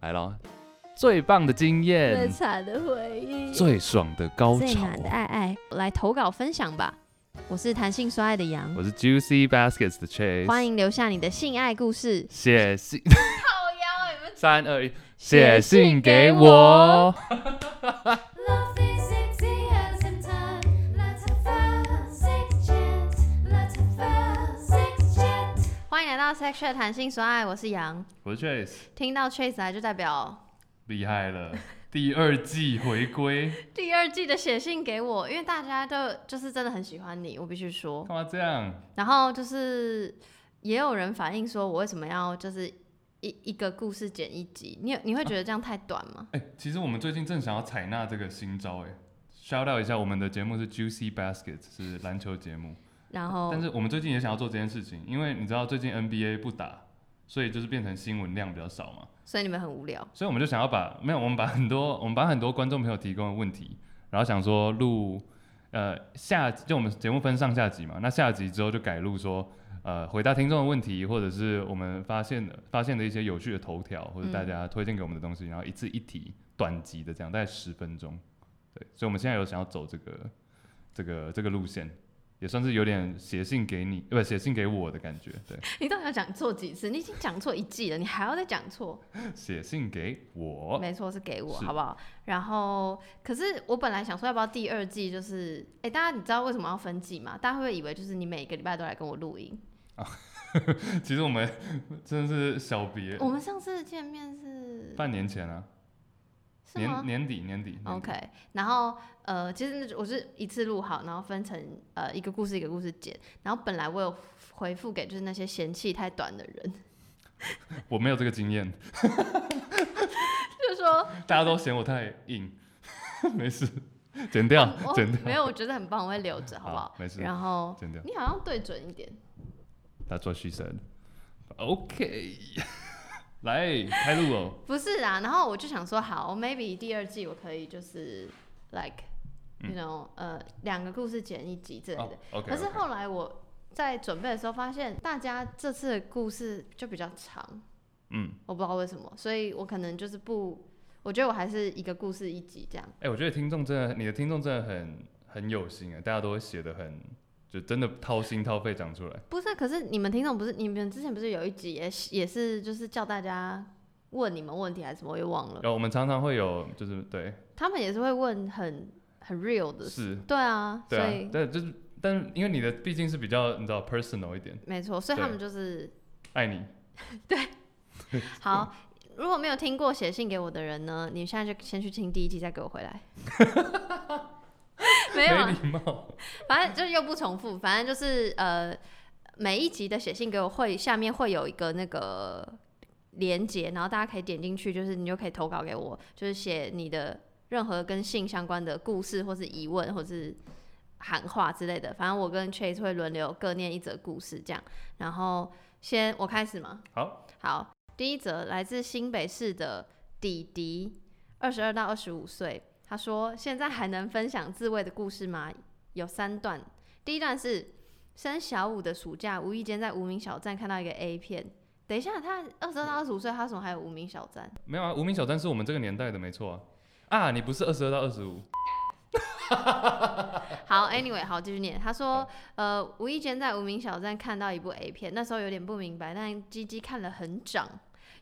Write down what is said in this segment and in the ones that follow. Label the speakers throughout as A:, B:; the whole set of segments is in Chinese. A: 来咯，最棒的经
B: 最
A: 验，
B: 惨的回忆，
A: 最爽的高
C: 最
A: 潮
C: 暖。的爱爱，来投稿分享吧。我是弹性说爱的羊，
A: 我是 Juicy Baskets 的 Chase，
C: 欢迎留下你的性爱故事。
A: 写信
B: 靠腰你们
A: 三二一，写
C: 写信
A: 信给
C: 给我
A: 我。
D: Love is easy as in time. Let's have a six chat. Let's have a six chat.
C: 欢迎来到 Sexual 弹性说爱，我是羊。
A: 我是 Chase，
C: 听到 Chase 来就代表
A: 厉害了，第二季回归，
C: 第二季的写信给我，因为大家都就是真的很喜欢你，我必须说
A: 干。嘛这样？
C: 然后就是也有人反映说，我为什么要就是一一个故事剪一集？你有你会觉得这样太短吗？
A: 哎、其实我们最近正想要采纳这个新招、哎。shout out 一下，我们的节目是 Juicy Basket，是篮球节目。
C: 然后
A: 但是我们最近也想要做这件事情，因为你知道最近 NBA 不打，所以就是变成新闻量比较少嘛。
C: 所以你们很无聊，
A: 所以我们就想要把没有，我们把很多我们把很多观众朋友提供的问题，然后想说录呃下就我们节目分上下集嘛，那下集之后就改录说呃回答听众的问题，或者是我们发现的发现的一些有趣的头条，或者大家推荐给我们的东西，然后一字一题短集的这样，大概十分钟。对，所以我们现在有想要走这个这个这个路线。也算是有点写信给你，呃不写信给我的感觉，对，
C: 你到底要讲错几次？你已经讲错一季了，你还要再讲错？
A: 写信给我，
C: 没错，是给我，
A: 哦是
C: 好不好？然后，可是我本来想说，要不要第二季？就是，哎、大家你知道为什么要分季吗？大家会不会以为就是你每个礼拜都来跟我录音？
A: 其实我们真的是小别，
C: 我们上次见面是
A: 半年前啊，
C: 是
A: 年
C: 吗
A: 年底年底年底
C: ？OK，然后呃，其实那我是一次录好，然后分成呃一个故事一个故事剪。然后本来我有回复给就是那些嫌弃太短的人，
A: 我没有这个经验，
C: 就说
A: 大家都嫌我太硬， 没 事，剪掉
C: 我
A: 剪掉，
C: 没有，我觉得很棒，我会留着，哦好不好？
A: 没事，
C: 然后
A: 剪掉。
C: 你好像对准一点，
A: That's what she said. OK，来开路哦。
C: 不是啊，然后我就想说，好，maybe 第二季我可以就是 like you
A: 嗯
C: know，、呃，两个故事剪一集之类的。
A: 哦 OK，
C: 可是后来我在准备的时候发现，大家这次的故事就比较长，
A: 嗯，
C: 我不知道为什么，所以我可能就是不，我觉得我还是一个故事一集这样。
A: 哎、我觉得听众真的，你的听众真的很很有心啊，大家都会写的很，就真的掏心掏肺讲出来。
C: 不是啊，可是你们听众不是你们之前不是有一集也是也是就是叫大家问你们问题还是什么，我也忘了
A: 然。后我们常常会有，就是对，
C: 他们也是会问很很 real 的事，
A: 是，
C: 对啊，
A: 对
C: 所
A: 啊
C: 以，
A: 但就是，但因为你的毕竟是比较，你知道 personal 一点，
C: 没错，所以他
A: 对
C: 们就是
A: 爱你。
C: 好，如果没有听过写信给我的人呢，你现在就先去听第一集，再给我 回来。没有啊，
A: 礼貌。
C: 反正就是又不重复，反正就是呃，每一集的写信给我会下面会有一个那个连接，然后大家可以点进去，就是你就可以投稿给我，就是写你的任何跟性相关的故事或是疑问或是喊话之类的。反正我跟 Chase 会轮流各念一则故事这样，然后先我开始吗？
A: 好，
C: 好，第一则来自新北市的弟弟，二十二到二十五岁。他说：“现在还能分享自慰的故事吗？有三段。第一段是升小五的暑假，无意间在无名小站看到一个 A 片。等一下，他二十二到二十五岁，他怎么还有无名小站？
A: 没有啊，无名小站是我们这个年代的，没错啊。啊，你不是二十二到二十五？
C: 好，anyway，好，继续念。他说，呃，无意间在无名小站看到一部 A 片，那时候有点不明白，但鸡鸡看了很长，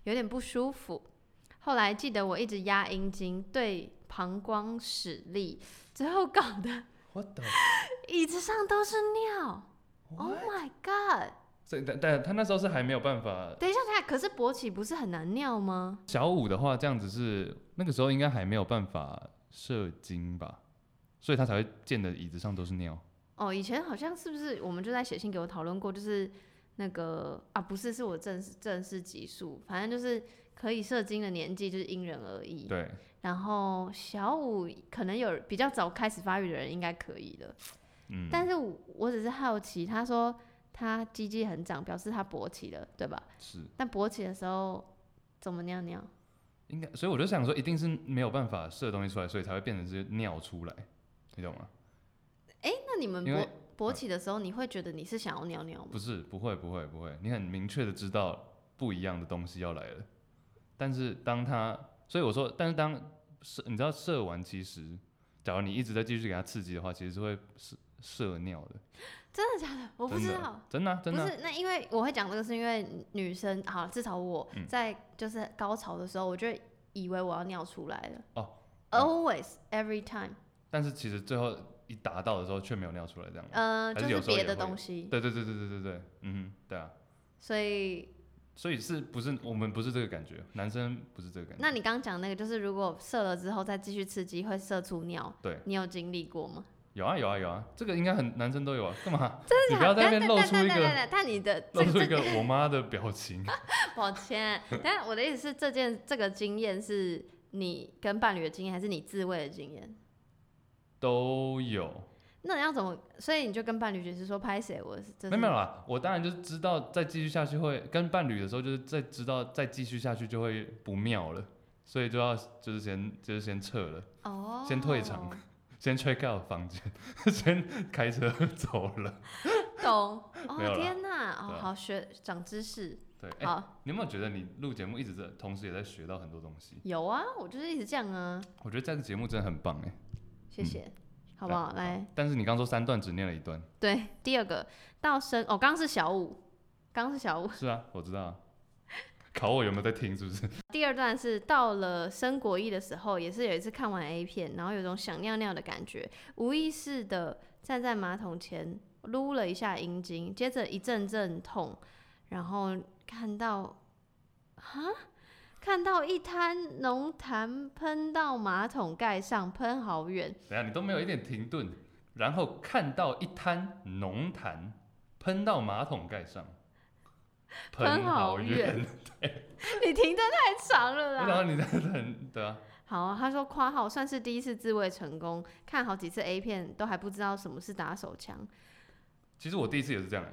C: 有点不舒服。后来记得我一直压阴茎，对膀胱使力，最后搞得
A: 我的，
C: 椅子上都是尿。Oh my god！
A: 所以但但他那时候是还没有办法。
C: 等一下，等一下，可是勃起不是很难尿吗？
A: 小五的话，这样子是那个时候应该还没有办法射精吧，所以他才会溅的椅子上都是尿。
C: 哦，以前好像是不是我们就在写信给我讨论过，就是那个啊，不是，是我正式正式级数，反正就是可以射精的年纪就是因人而异。
A: 对，
C: 然后小五可能有比较早开始发育的人应该可以的，
A: 嗯，
C: 但是我我只是好奇，他说他鸡鸡很长，表示他勃起了，对吧？
A: 是
C: 但勃起的时候怎么尿尿？
A: 应该，所以我就想说，一定是没有办法射东西出来，所以才会变成是尿出来，你懂吗？
C: 那你们
A: 因
C: 勃
A: 为
C: 勃起的时候，你会觉得你是想要尿尿吗？
A: 不是，不会，不会，不会，你很明确的知道不一样的东西要来了，但是当他，所以我说，但是当射，你知道射完，其实假如你一直在继续给他刺激的话，其实是会射射尿的。
C: 真的假的？我不知
A: 真的
C: 道。
A: 真的啊、真
C: 不
A: 的啊、
C: 是，那因为我会讲这个，是因为女生好，至少我
A: 嗯
C: 在就是高潮的时候，我就以为我要尿出来了。
A: 哦
C: ，always every time，
A: 但是其实最后一达到的时候却没有尿出来，这样吗。
C: 呃，
A: 嗯还
C: 就是
A: 有时候
C: 别
A: 也
C: 的
A: 会
C: 东西，
A: 对对对对对对对，嗯哼，对啊，
C: 所以
A: 所以是不是我们不是这个感觉，男生不是这个感觉。
C: 那你刚刚讲那个，就是如果射了之后再继续刺激，会射出尿。
A: 对，
C: 你有经历过吗？
A: 有啊有啊有啊，这个应该很男生都有啊，干嘛？
C: 真
A: 你不要在那边露出一
C: 但但但
A: 个
C: 但但你的 这
A: 露出
C: 这
A: 一个我妈的表情。
C: 抱歉，但我的意思是，这件这个经验是你跟伴侣的经验，还是你自慰的经验？
A: 都有，
C: 那你要怎么？所以你就跟伴侣解释说，拍谁？我是这
A: 没有
C: 是
A: 没有啦，我当然就是知道再继续下去会跟伴侣的时候，就是再知道再继续下去就会不妙了，所以就要就是先就是先撤了，
C: 哦，
A: 先退场， 先 check out 房间， 先开车走了。
C: 懂？
A: 没有啦
C: 哦天哪！哦
A: 对，啊
C: 好学长知识，
A: 对，哎、
C: 好
A: 你有没有觉得你录节目一直在，同时也在学到很多东西？
C: 有啊，我就是一直这样啊，
A: 我觉得这个节目真的很棒哎、
C: 谢谢，
A: 嗯
C: 好不好？来，
A: 但是你刚说三段只念了一段，
C: 对，第二个到生哦，刚刚是小五，刚刚是小五。
A: 是啊，我知道、啊。考我有没有在听，是不是？
C: 第二段是到了升国一的时候，也是有一次看完 A 片，然后有种想尿尿的感觉，无意识的站在马桶前撸了一下阴茎，接着一阵阵痛，然后看到啊，看到一滩浓痰喷到马桶盖上，喷好远，
A: 等一下你都没有一点停顿，然后看到一滩浓痰喷到马桶盖上，
C: 喷好
A: 好
C: 远。你停的太长了 啦
A: 然。后你在很对啊，
C: 好，他说括号算是第一次自慰成功，看好几次 A 片都还不知道什么是打手枪。
A: 其实我第一次也是这样、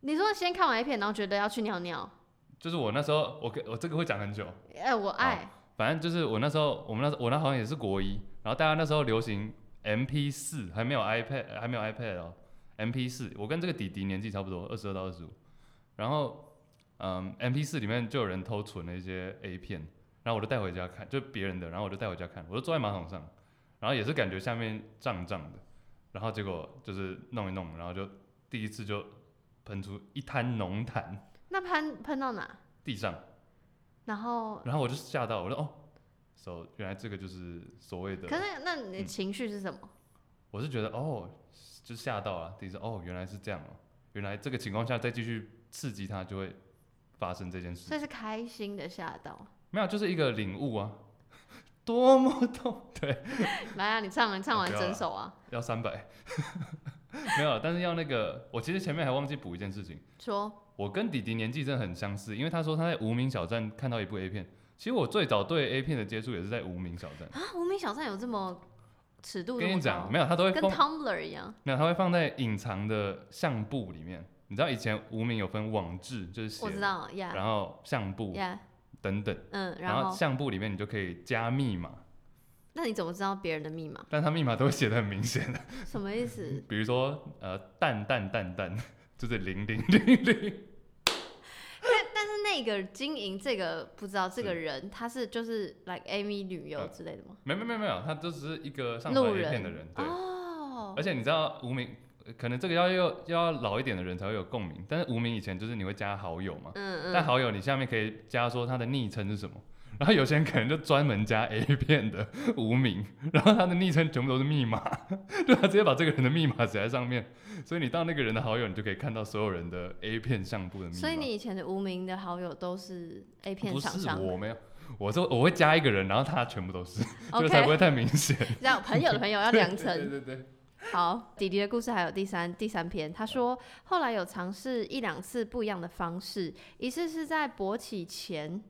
C: 你说先看完 A 片，然后觉得要去尿尿？
A: 就是我那时候我跟我这个会讲很久，
C: 哎、我
A: 哦
C: 爱
A: 反正就是我那时候我们那时候我那好像也是国一，然后大家那时候流行 MP 四，还没有 iPad，还没有 iPad 哦，MP 四，我跟这个弟弟年纪差不多，二十二到二十五，然后嗯，MP 四里面就有人偷存了一些 A 片，然后我就带回家看，就别人的，然后我就带回家看，我就坐在马桶上，然后也是感觉下面胀胀的，然后结果就是弄一弄，然后就第一次就喷出一滩浓痰
C: 那喷喷到哪？
A: 地上。
C: 然后，
A: 然后我就吓到，我说哦，so 原来这个就是所谓的，
C: 可是那你的
A: 嗯
C: 情绪是什么？
A: 我是觉得哦，就吓到了，第一次哦，原来是这样哦，原来这个情况下再继续刺激它就会发生这件事
C: 所，以是开心的吓到。
A: 没有，就是一个领悟啊，多么痛，对，
C: 来啊，你唱完唱完
A: 不要啊
C: 整首啊，
A: 要三百， 没有，但是要那个，我其实前面还忘记补一件事情，
C: 说
A: 我跟弟弟年纪真的很相似，因为他说他在无名小站看到一部 A 片，其实我最早对 A 片的接触也是在无名小站，
C: 啊，无名小站有这么尺度这
A: 跟
C: 么
A: 你
C: 高
A: 讲，？没有，他都会
C: 跟
A: 疯
C: Tumblr 一样，
A: 没有，它会放在隐藏的相簿里面。你知道以前无名有分网志，就是写，
C: 我知道呀
A: 然后相簿
C: 呀，
A: 等等，
C: 嗯，
A: 然
C: 然后
A: 相簿里面你就可以加密码，
C: 那你怎么知道别人的密码？
A: 但它密码都会写的很明显 的，
C: 什么意 思？
A: 比如说呃蛋蛋蛋蛋， 就是零零零零，
C: 但是那个经营这个不知道这个
A: 是呃
C: 人他是就是 like Amy 旅游之类的吗？
A: 没有没有没有，他就只是一个上传
C: 路
A: A 片
C: 人
A: 的人，对，
C: 哦
A: 而且你知道无名。呃可能这个要要要老一点的人才会有共鸣，但是无名以前就是你会加好友嘛，
C: 嗯
A: 但
C: 嗯，
A: 好友你下面可以加说他的昵称是什么， 然后有些人可能就专门加 A 片的无名，然后他的昵称全部都是密码， 对啊他直接把这个人的密码写在上面，所以你到那个人的好友，你就可以看到所有人的 A 片相簿的密码。
C: 所以你以前的无名的好友都是 A 片
A: 不
C: 厂
A: 是
C: 商
A: 我没有，我说我会加一个人，然后他全部都是， 就
C: OK
A: 才不会太明 显。
C: 这样朋友的朋友要哦啊两层。
A: 对对对，
C: 好，弟弟的故事还有第三第三篇，他说后来有尝试一两次不一样的方式，一次是在勃起前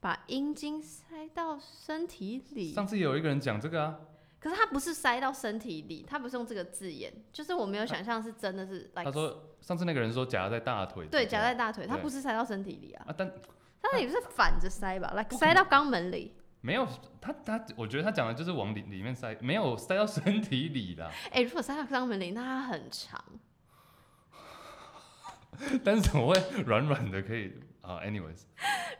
C: 把阴茎塞到身体里，
A: 上次有一个人讲这个啊，
C: 可是他不是塞到身体里，他不是用这个字眼，就是我没有想象是真的是 like
A: 他说上次那个人说夹在大腿，
C: 对夹在大腿，他
A: 对
C: 不是塞到身体里啊，
A: 啊，但
C: 他那里是反着塞吧，like
A: 不可
C: 塞
A: 能
C: 到肛门里。
A: 没有他他，我觉得他讲的就是往里里面塞，没有塞到身体里啦。
C: 哎、如果塞到肛门里，那它很长。
A: 但是怎么会软软的可以呃，anyways，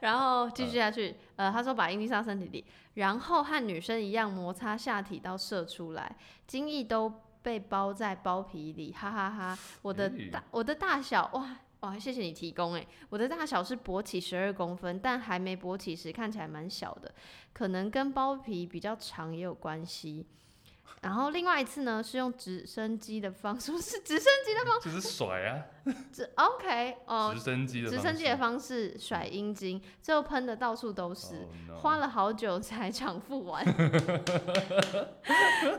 C: 然后继续下去，呃，他说把阴茎上身体里，然后和女生一样摩擦下体到射出来，精液都被包在包皮里，哈哈哈我的
A: 咦
C: 大、我的大小，哇哇，谢谢你提供哎，我的大小是勃起十二公分，但还没勃起时看起来蛮小的，可能跟包皮比较长也有关系。然后另外一次呢，是用直升机的方式， 是直升
A: 就是甩啊，
C: 直 OK 哦
A: 直，升机的
C: 直
A: 方
C: 升机的
A: 式
C: 方式甩阴茎，最后喷的到处都是。
A: Oh no
C: 花了好久才偿 付完。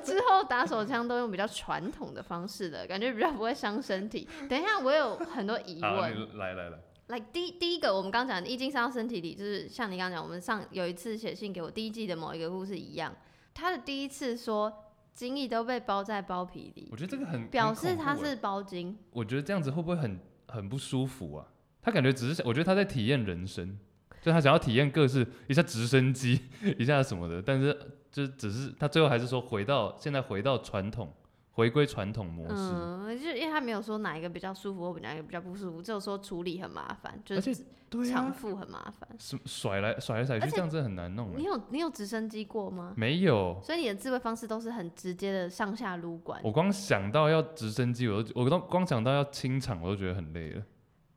C: 之后打手枪都用比较传统的方式的，感觉比较不会伤身 体。等一下，我有很多疑
A: 好，
C: 问。
A: 你来来来，
C: like 第第一个，我们刚讲的，一经伤到身体里，就是像你刚讲，我们上有一次写信给我第一季的某一个故事一样，他的第一次说精液都被包在包皮里，
A: 我觉得这个很
C: 表
A: 很
C: 示
A: 恐
C: 他
A: 怖
C: 是
A: 欸，
C: 包茎。
A: 我觉得这样子会不会很很不舒服啊？他感觉只是想，我觉得他在体验人生，就他想要体验各式，一下直升机， 一下什么的，但是就只是他最后还是说回到现在回到传统，回归传统模式。
C: 嗯，就是因为他没有说哪一个比较舒服或哪一个比较不舒服，只有说处理很麻烦，就
A: 而且
C: 是
A: 对
C: 偿
A: 啊，
C: 付很麻烦。
A: 什甩来甩来甩
C: 而
A: 去，
C: 且
A: 这样真的很难弄欸。
C: 你有你有直升机过吗？
A: 没有，
C: 所以你的自慰方式都是很直接的上下撸管。
A: 我光想到要直升机，我都我都光想到要清场，我都觉得很累了。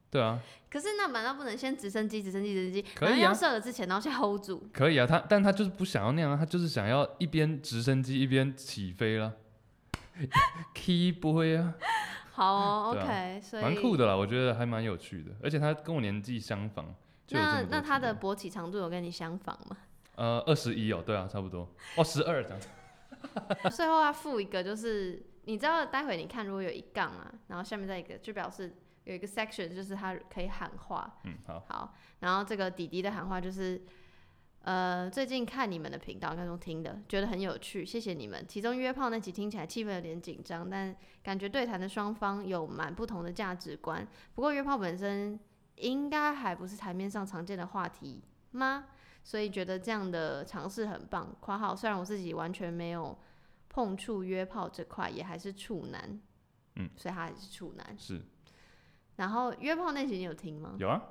A: 对啊，
C: 可是那难道不能先直升机、直升机、直升机，
A: 可以
C: 然
A: 啊
C: 后要射了之前，然后先 hold 住？
A: 可以啊，他但他就是不想要那样啊，他就是想要一边直升机一边起飞啦。Key boy 啊，
C: 好、哦
A: 对啊
C: o k 所以
A: 蛮酷的啦，我觉得还蛮有趣的，而且他跟我年纪相仿。就有这么
C: 那
A: 多
C: 那他
A: 经
C: 的
A: 验
C: 勃起长度有跟你相仿吗？
A: 呃二十一哦，对啊，差不多哦十二这样子。
C: 最后要附一个，就是你知道，待会你看如果有一杠啊，然后下面再一个，就表示有一个 section，就是他可以喊话。
A: 嗯，好，
C: 好，然后这个弟弟的喊话就是，呃，最近看你们的频道，刚中听的，觉得很有趣，谢谢你们。其中约炮那集听起来气氛有点紧张，但感觉对谈的双方有蛮不同的价值观。不过约炮本身应该还不是台面上常见的话题吗？所以觉得这样的尝试很棒。（括号虽然我自己完全没有碰触约炮这块，也还是处男，
A: 嗯，
C: 所以他还是处男。
A: 是
C: 然后约炮那集你有听吗？
A: 有啊，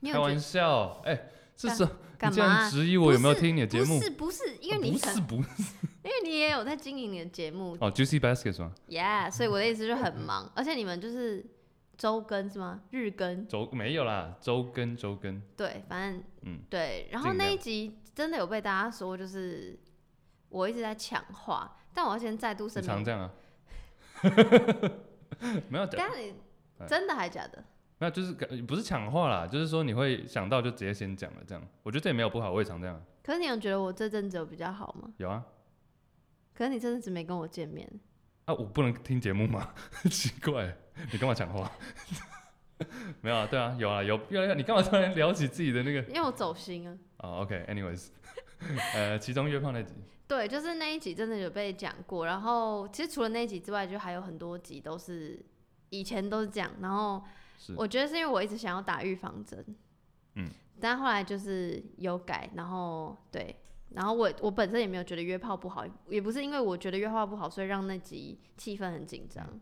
C: 你有
A: 开
C: 觉得
A: 玩笑，哎、这是你
C: 干
A: 竟
C: 嘛啊、
A: 然质疑我有没有
C: 不是
A: 听你的节目
C: 不？是不是，因为
A: 哦
C: 你
A: 不
C: 很，
A: 是不是
C: 因为你也有在经营你的节目
A: 哦，Juicy Basket 是吗？
C: ，Yeah，所以我的意思就是很忙，而且你们就是周更是吗？日更，
A: 周没有啦，周更周更，
C: 对，反正
A: 嗯，
C: 对。然后
A: 尽
C: 那
A: 量
C: 一集真的有被大家说，就是我一直在抢话，但我要先再度
A: 你
C: 声
A: 常
C: 明，
A: 这样啊？ 没有，
C: 但你
A: 哎
C: 真的还假的？
A: 没有，就是不是抢话啦，就是说你会想到就直接先讲了这样。我觉得这也没有不好，我也常这样啊。
C: 可是你有觉得我这阵子有比较好吗？
A: 有啊，
C: 可是你这阵子没跟我见面，
A: 啊，我不能听节目吗？ 奇怪，你干嘛抢话？ 没有啊，对啊，有啊，有有有，你干嘛突然聊起自己的那个？
C: 因为我走心啊。
A: 哦，OK，anyways，、呃，其中约炮那集，
C: 对，就是那一集真的有被讲过。然后其实除了那一集之外，就还有很多集都是以前都是这样。然后
A: 是
C: 我觉得是因为我一直想要打预防针，
A: 嗯，
C: 但后来就是有改，然后对，然后我我本身也没有觉得约炮不好，也不是因为我觉得约炮不好，所以让那集气氛很紧张。
A: 嗯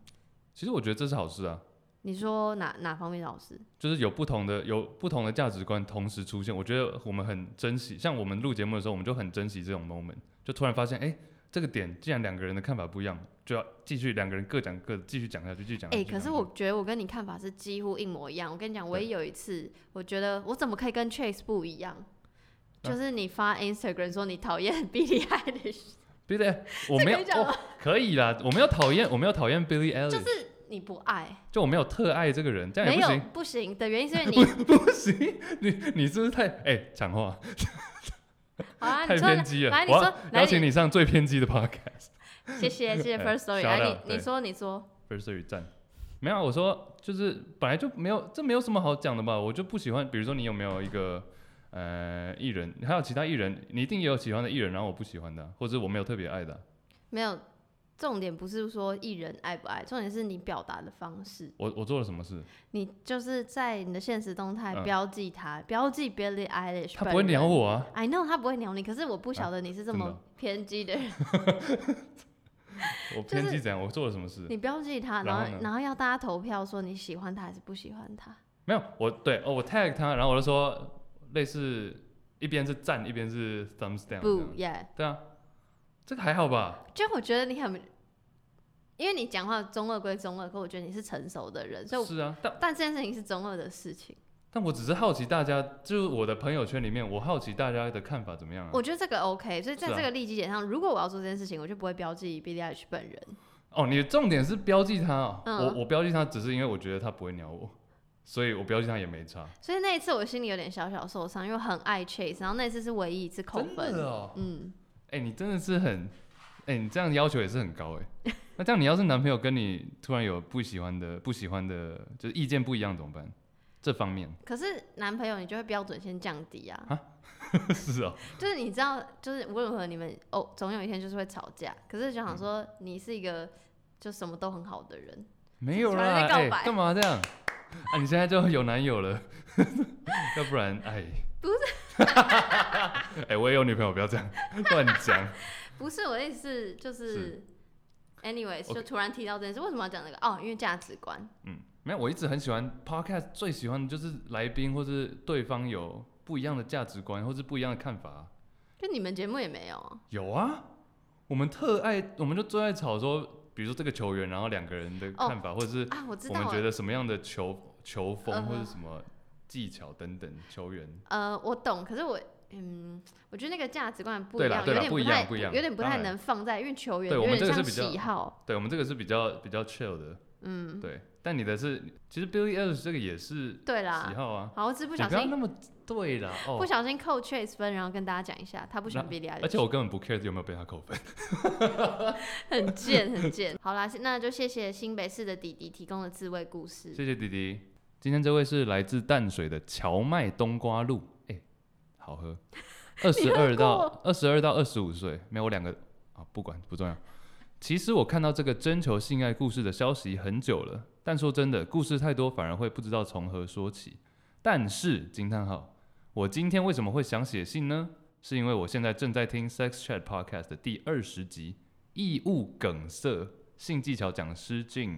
A: 其实我觉得这是好事啊，
C: 你说哪哪方面的老师？
A: 就是有不同的有不同的价值观同时出现，我觉得我们很珍惜。像我们录节目的时候，我们就很珍惜这种 moment，就突然发现，哎、这个点既然两个人的看法不一样，就要继续两个人各讲各的，继续讲下去，继续讲下
C: 哎、
A: 去。继续讲
C: 可是
A: 下去
C: 我觉得我跟你看法是几乎一模一样。我跟你讲，唯一有一次，我觉得我怎么可以跟 Chase 不一样？
A: 啊
C: 就是你发 Instagram 说你讨厌 Billie Eilish，
A: b i 我没有
C: 可以讲吗
A: 哦，可以啦，我没有讨厌，我没有讨厌 Billy Ellis，就
C: 就
A: 是
C: 你不爱，
A: 我没有特爱这个人，这样
C: 没
A: 也不
C: 有
A: 行，
C: 不行的原因是因为你
A: 不行，你你是不是太哎讲、话
C: 好啊，你
A: 太
C: 说
A: 偏激了？
C: 来你
A: 我
C: 说
A: 要
C: 来
A: 邀请
C: 你，
A: 你上最偏激的 podcast，
C: 谢谢谢谢
A: 哎
C: First Story，
A: shout
C: 来
A: out，
C: 你你
A: 对
C: 说你说，
A: 分水站。没有啊，我说就是本来就没有，这没有什么好讲的吧？我就不喜欢，比如说你有没有一个呃艺人，还有其他艺人，你一定也有喜欢的艺人，然后我不喜欢的啊，或者我没有特别爱的啊。
C: 没有重点不是说艺人爱不爱，重点是你表达的方式，
A: 我我做了什么事？
C: 你就是在你的现实动态
A: 嗯
C: 标记他，标记 Billie Eilish，
A: 他
C: 本
A: 不会鸟
C: 人
A: 我啊，
C: I know 他不会鸟你，可是我不晓得你是这
A: 真的
C: 么
A: 哦
C: 偏激的人。
A: 我
C: 啊就是
A: 偏激怎样？我做了什么事？
C: 你标记他，
A: 然
C: 然
A: 后
C: 后
A: 呢
C: 然后要大家投票说你喜欢他还是不喜欢他。
A: 没有，我对哦，我 tag 他，然后我就说类似一边是赞，一边是 thumbs down 这样
C: 不。耶。
A: 对啊，这个还好吧？
C: 就我觉得你很，因为你讲话中二归中二，可我觉得你是成熟的人，所以我
A: 是啊，但
C: 但这件事情是中二的事情。
A: 但我只是好奇大家，就是我的朋友圈里面，我好奇大家的看法怎么样啊？
C: 我觉得这个 OK，所以在
A: 是啊
C: 这个利基点上，如果我要做这件事情，我就不会标记 B D H 本人，
A: 哦，你的重点是标记他哦，
C: 嗯
A: 我我标记他只是因为我觉得他不会鸟我，所以我标记他也没差。
C: 所以那一次我心里有点小小受伤，因为我很爱 Chase，然后那一次是唯一一次扣
A: 真
C: 分
A: 的。哦，
C: 嗯，
A: 哎、你真的是很，哎、你这样要求也是很高哎、 那这样你要是男朋友跟你突然有不喜欢的、不喜欢的，就是意见不一样怎么办？这方面
C: 可是男朋友你就会标准先降低啊，
A: 是哦，
C: 就是你知道，就是无论如何你们哦，总有一天就是会吵架。可是就
A: 嗯
C: 想说你是一个就什么都很好的人，
A: 没有
C: 突然
A: 啦，
C: 在告
A: 哎、
C: 白
A: 干嘛这样？ 啊，你现在就有男友了， 要不然哎，
C: 不
A: 是， 哎、我也有女朋友，不要这样乱讲。
C: 不是我的意思是，就是
A: 是
C: anyways
A: OK
C: 就突然提到这件事，为什么要讲这个？哦，因为价值观。
A: 嗯，没有，我一直很喜欢 podcast，最喜欢的就是来宾或是对方有不一样的价值观或是不一样的看法。
C: 就你们节目也没有啊，
A: 有啊，我们特爱，我们就最爱吵说，比如说这个球员，然后两个人的看法，或者是
C: 啊我知
A: 我
C: 道
A: 们觉
C: 了。
A: 得什么样的球球
C: 嗯
A: 风
C: 哼
A: 或者什么技巧等等，球员。
C: 呃，我懂，可是我嗯，我觉得那个价值观不
A: 对
C: 一
A: 啦
C: 样，
A: 对
C: 有
A: 啦
C: 点
A: 不一样
C: 太
A: 不一样
C: 有点不
A: 当
C: 太
A: 然
C: 能放在，因为球员
A: 对我
C: 有
A: 们
C: 点
A: 这个
C: 像
A: 是比较
C: 喜好，
A: 对我们这个是比较比较 chill 的，
C: 嗯，
A: 对。但你的是，其实 Billy Eilish 这个也是喜
C: 对啦。
A: 好啊，
C: 好，我只是不
A: 不
C: 小
A: 你不要
C: 心
A: 那么对啦哦
C: 不。小心扣 Chase 分，然后跟大家讲一下，他不喜欢
A: 那
C: Billie Eilish，
A: 而且我根本不 care 有没有被他扣分。
C: 很贱很贱。好啦，那就谢谢新北市的弟弟提供的自慰故事。
A: 谢谢弟弟。今天这位是来自淡水的荞麦冬瓜露，哎、好喝。二十二到二十二到二十五岁，没有我两个啊，不管不重要。其实我看到这个征求性爱故事的消息很久了，但说真的，故事太多反而会不知道从何说起。但是惊叹号，我今天为什么会想写信呢？是因为我现在正在听 Sex Chat Podcast 的第二十集《义务梗塞性技巧讲师进》。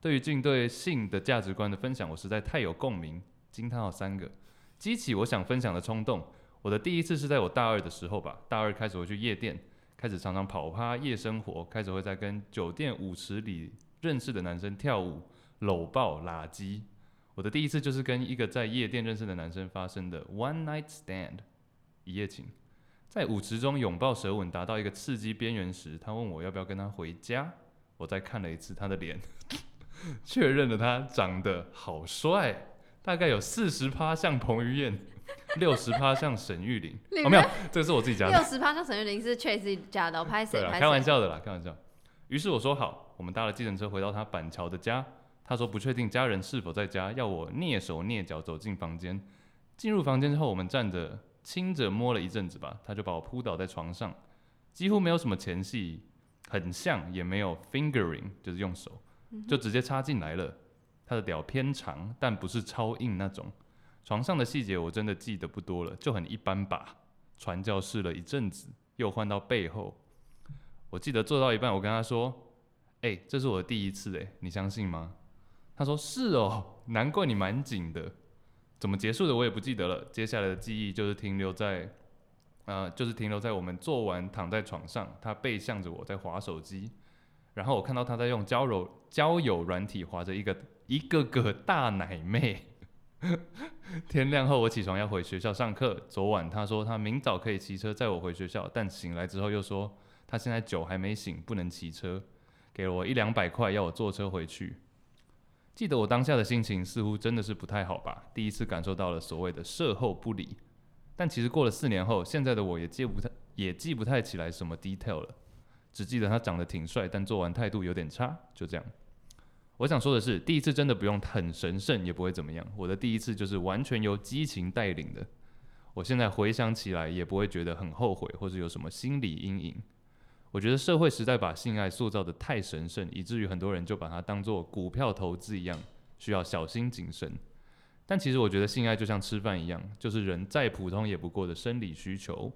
A: 对于静对性的价值观的分享，我实在太有共鸣。惊叹号三个，激起我想分享的冲动。我的第一次是在我大二的时候吧，大二开始会去夜店，开始常常跑趴夜生活，开始会在跟酒店舞池里认识的男生跳舞、搂抱、拉鸡。我的第一次就是跟一个在夜店认识的男生发生的 one night stand，一夜情。在舞池中拥抱舌吻达到一个刺激边缘时，他问我要不要跟他回家。我再看了一次他的脸， 确认了他长得好帅，大概有四十趴像彭于晏，六十趴像沈玉琳。
C: 你
A: 哦，没有，这是我自己加的
C: 六。十趴像沈玉琳是 Chase 假的，我哦拍谁
A: 对啦，啊
C: 拍
A: 开玩
C: 谁。
A: 笑的啦，开玩笑。于是我说好，我们搭了计程车回到他板桥的家。他说不确定家人是否在家，要我蹑手蹑脚走进房间。进入房间之后，我们站着亲着摸了一阵子吧，他就把我扑倒在床上，几乎没有什么前戏，很像也没有 fingering，就是用手，
C: 嗯
A: 就直接插进来了。他的屌偏长，但不是超硬那种。床上的细节我真的记得不多了，就很一般吧。传教士了一阵子，又换到背后，我记得做到一半，我跟他说：“哎、这是我的第一次、哎，你相信吗？”他说：“是哦，难怪你蛮紧的。”怎么结束的我也不记得了，接下来的记忆就是停留在，呃，就是停留在我们做完躺在床上，他背向着我在划手机，然后我看到他在用交友交友软体划着一个一个个大奶妹。 天亮后，我起床要回学校上课。昨晚他说他明早可以骑车载我回学校，但醒来之后又说他现在酒还没醒，不能骑车，给了我一两百块，要我坐车回去。记得我当下的心情似乎真的是不太好吧，第一次感受到了所谓的事后不理。但其实过了四年后，现在的我也记不太也记不太起来什么 detail 了，只记得他长得挺帅，但做完态度有点差，就这样。我想说的是，第一次真的不用很神圣，也不会怎么样。我的第一次就是完全由激情带领的，我现在回想起来也不会觉得很后悔，或是有什么心理阴影。我觉得社会时代把性爱塑造的太神圣，以至于很多人就把它当做股票投资一样，需要小心谨慎。但其实我觉得性爱就像吃饭一样，就是人再普通也不过的生理需求。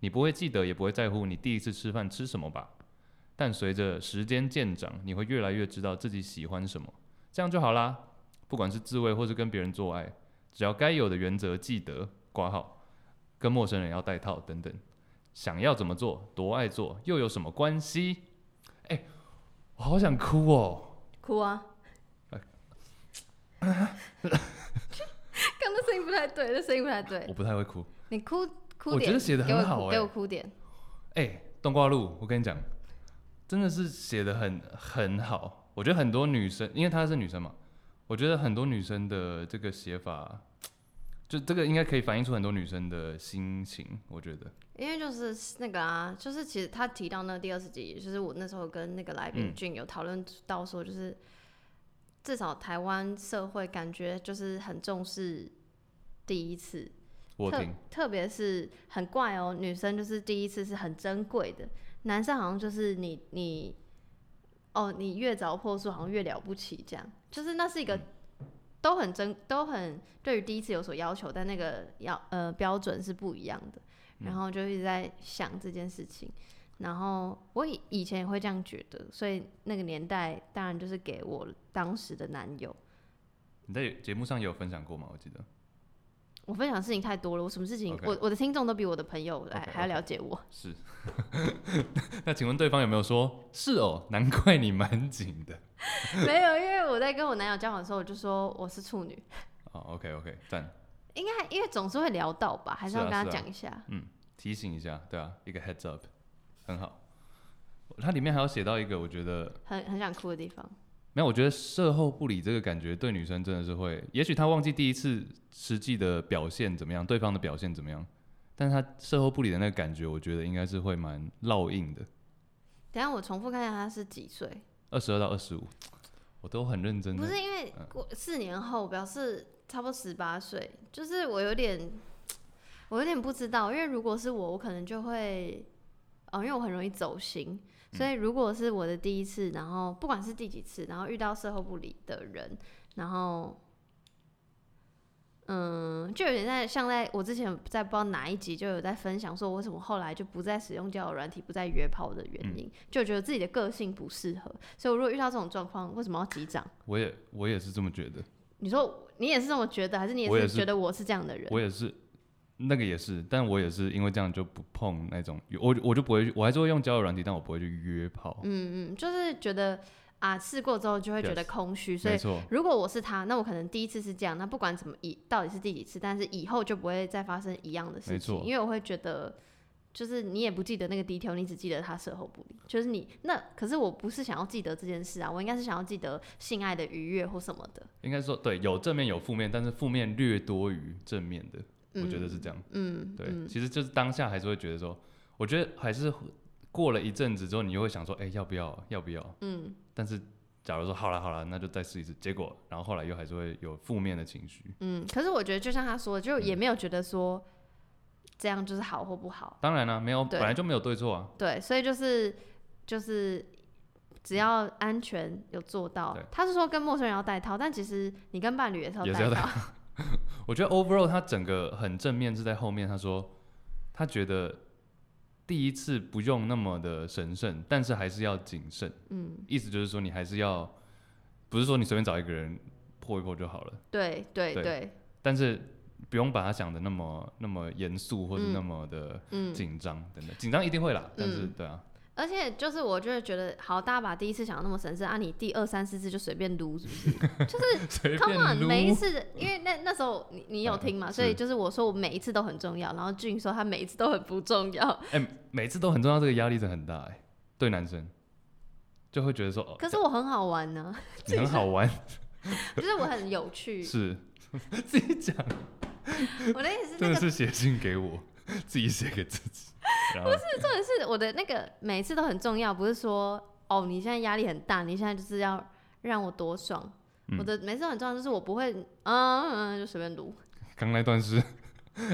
A: 你不会记得，也不会在乎你第一次吃饭吃什么吧？但随着时间渐长，你会越来越知道自己喜欢什么，这样就好啦。不管是自慰或是跟别人做爱，只要该有的原则记得挂号，跟陌生人要戴套等等，想要怎么做，多爱做，又有什么关系？哎、我好想哭哦。
C: 哭啊！
A: 呃
C: 刚刚声音不太对，这声音不太对
A: 我。不太会哭。
C: 你哭哭点，
A: 我觉得写得很
C: 给我
A: 好
C: 哭
A: 欸
C: 给我哭点。
A: 哎、冬瓜露，我跟你讲，真的是写的很很好。我觉得很多女生，因为她是女生嘛，我觉得很多女生的这个写法，就这个应该可以反映出很多女生的心情。我觉得，
C: 因为就是那个啊，就是其实他提到那第二十集，就是我那时候跟那个来宾
A: 嗯
C: 俊有讨论到说，就是、至少台湾社会感觉就是很重视第一次，
A: 我
C: 特
A: 听
C: 特别是很怪哦，女生就是第一次是很珍贵的，男生好像就是你你哦，你越早破处好像越了不起，这样就是那是
A: 嗯
C: 一个都很珍都很对于第一次有所要求，但那个要呃标准是不一样的，
A: 嗯
C: 然后就一直在想这件事情。然后我以以前也会这样觉得，所以那个年代当然就是给我当时的男友。
A: 你在节目上也有分享过吗？我记得
C: 我分享的事情太多了，我什么事情
A: OK
C: 我我的听众都比我的朋友来
A: OK，
C: 还要了解我。
A: 是。 那请问对方有没有说是哦？难怪你蛮紧的。
C: 没有，因为我在跟我男友交往的时候，我就说我是处女，
A: 哦，OK OK，赞，
C: 应该因为总是会聊到吧，还是要
A: 是啊
C: 跟他
A: 是啊
C: 讲一下。
A: 提醒一下，对啊，一个 heads up，很好。它里面还有写到一个，我觉得
C: 很很想哭的地方。
A: 没有，我觉得事后不理这个感觉对女生真的是会，也许她忘记第一次实际的表现怎么样，对方的表现怎么样，但是她事后不理的那个感觉，我觉得应该是会蛮烙印的。
C: 等一下我重复看一下他是几岁，
A: 二十二到二十五，我都很认真
C: 不
A: 的
C: 是因为
A: 嗯
C: 过四年后表示差不多十八岁，就是我有点，我有点不知道，因为如果是我，我可能就会，哦，因为我很容易走心，
A: 嗯
C: 所以如果是我的第一次，然后不管是第几次，然后遇到事后不理的人，然后。嗯，就有点在像在我之前在不知道哪一集就有在分享说，为什么后来就不再使用交友软体，不再约炮的
A: 嗯
C: 原因，就觉得自己的个性不适合，所以我如果遇到这种状况，为什么要击掌？
A: 我也我也是这么觉得，
C: 你说你也是这么觉得，还是你
A: 我也
C: 也
A: 是
C: 是觉得我是这样的人？
A: 我也是那个也是，但我也是因为这样就不碰那种，我我就不会去，我还是会用交友软体，但我不会去约炮。
C: 嗯嗯，就是觉得啊，试过之后就会觉得
A: Yes
C: 空虚，所
A: 没
C: 以
A: 错，
C: 如果我是他，那我可能第一次是这样，那不管怎么以到底是第几次，但是以后就不会再发生一样的事
A: 没
C: 情
A: 错，
C: 因为我会觉得。就是你也不记得那个 detail，你只记得他事后不理。就是你那可是我不是想要记得这件事啊，我应该是想要记得性爱的愉悦或什么的。
A: 应该说对，有正面有负面，但是负面略多于正面的，我觉得
C: 嗯
A: 是这样。
C: 嗯，
A: 对，
C: 嗯
A: 其实就是当下还是会觉得说，我觉得还是会过了一阵子之后，你又会想说，哎、要不要，要不要？
C: 嗯
A: 但是假如说好了好了，那就再试一次，结果然后后来又还是会有负面的情绪。
C: 嗯。可是我觉得就像他说的，就
A: 嗯
C: 也没有觉得说这样就是好或不好，
A: 当然啦、没有，
C: 对
A: 本来就没有对错啊。
C: 对，所以就是就是只要安全有做到
A: 嗯对，
C: 他是说跟陌生人要戴套，但其实你跟伴侣也是要
A: 也是要
C: 戴
A: 戴
C: 套。
A: 我觉得 overall 他整个很正面是在后面，他说他觉得第一次不用那么的神圣，但是还是要谨慎。
C: 嗯，
A: 意思就是说你还是要，不是说你随便找一个人破一破就好了。
C: 对对
A: 对
C: 对，
A: 但是不用把它想的那么那么严肃，或是
C: 嗯
A: 那么的
C: 嗯。
A: 紧张、等等。紧张一定会啦，但是、
C: 嗯
A: 对啊，
C: 而且就是我就是觉得，好，大家把第一次想的那么神圣，啊，你第二三四次就随便撸，是不是？
A: 随
C: Come
A: 便
C: on，
A: 撸。
C: 每一次的，因为那那时候你你有
A: 嗯
C: 听嘛，
A: 是
C: 所以就是我说我每一次都很重要，然后俊说他每一次都很不重要。
A: 哎、每次都很重要，这个压力真的很大哎、对男生就会觉得说，哦，
C: 可是我很好玩呢、
A: 你很好玩，
C: 就是我很有趣。
A: 是自己讲，
C: 我的意思是那
A: 真
C: 个
A: 的是写信给我，自己写给自己。然后
C: 重点是我的那个每次都很重要，不是说哦你现在压力很大，你现在就是要让我多爽。
A: 嗯
C: 我的每次都很重要，就是我不会嗯嗯嗯就随便撸。
A: 刚那段是，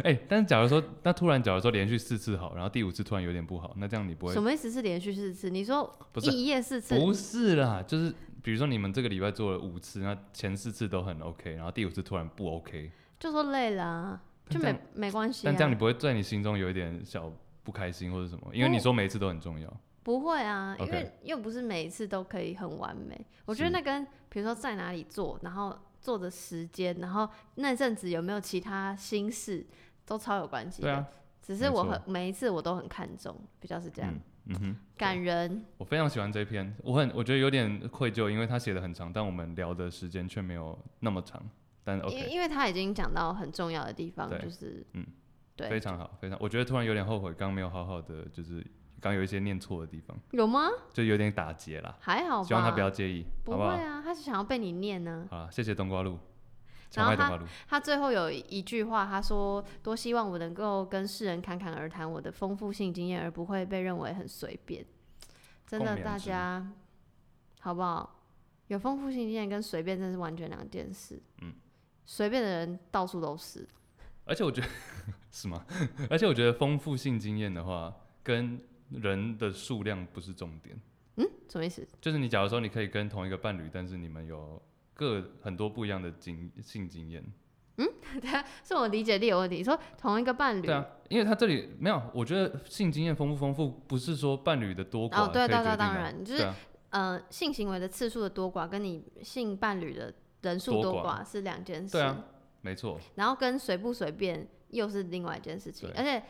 A: 哎、但是假如说，那突然假如说连续四次好，然后第五次突然有点不好，那这样你不会
C: 什么意思是连续四次？你说
A: 不是
C: 一夜四次？
A: 不是啦，就是比如说你们这个礼拜做了五次，那前四次都很 OK，然后第五次突然不 OK，
C: 就说累了啊、就
A: 但这
C: 没
A: 样
C: 没关系、啊。哦
A: 但这样你不会在你心中有一点小不开心或者什么？因为
C: 不
A: 你说每一次都很重要，
C: 不会啊，因
A: OK
C: 为又不是每一次都可以很完美。我觉得
A: 是
C: 那跟比如说在哪里做，然后做的时间，然后那阵子有没有其他心事，都超有关系。
A: 对啊，，
C: 只是我
A: 没错
C: 很每一次我都很看重，比较是这样，
A: 嗯嗯哼，
C: 感人。
A: 我非常喜欢这篇，我很我觉得有点愧疚，因为他写的很长，但我们聊的时间却没有那么长。但
C: 因
A: OK，
C: 因为他已经讲到很重要的地方
A: 对，
C: 就是
A: 嗯，非
C: 对，
A: 常好，非常。我觉得突然有点后悔，刚没有好好的，就是刚有一些念错的地方，
C: 有吗？
A: 就有点打结啦。
C: 还好吧，
A: 希望他不要介意，
C: 不
A: 好
C: 会
A: 不好？
C: 啊，他是想要被你念呢、
A: 好啦，谢谢冬瓜露，
C: 然
A: 常
C: 后
A: 爱冬瓜露。
C: 他最后有一句话，他说：“多希望我能够跟世人侃侃而谈我的丰富性经验，而不会被认为很随便。”真
A: 共
C: 的，
A: 勉
C: 大
A: 之
C: 家好不好？有丰富性经验跟随便真是完全两件事。
A: 嗯，
C: 随便的人到处都是。
A: 而且我觉得 是吗？而且我觉得丰富性经验的话，跟人的数量不是重点。
C: 嗯，什么意思？
A: 就是你假如说你可以跟同一个伴侣，但是你们有各很多不一样的经性经验，
C: 啊是我理解力有问题。你说同一个伴侣，
A: 对啊，因为他这里没有，我觉得性经验丰不丰富，不是说伴侣的多寡
C: 哦对
A: 可以决定的
C: 对对当然就是
A: 对啊
C: 呃，性行为的次数的多寡跟你性伴侣的人数
A: 多
C: 多
A: 寡
C: 寡是两件事。
A: 对啊，没错，
C: 然后跟随不随便又是另外一件事情，
A: 对
C: 而且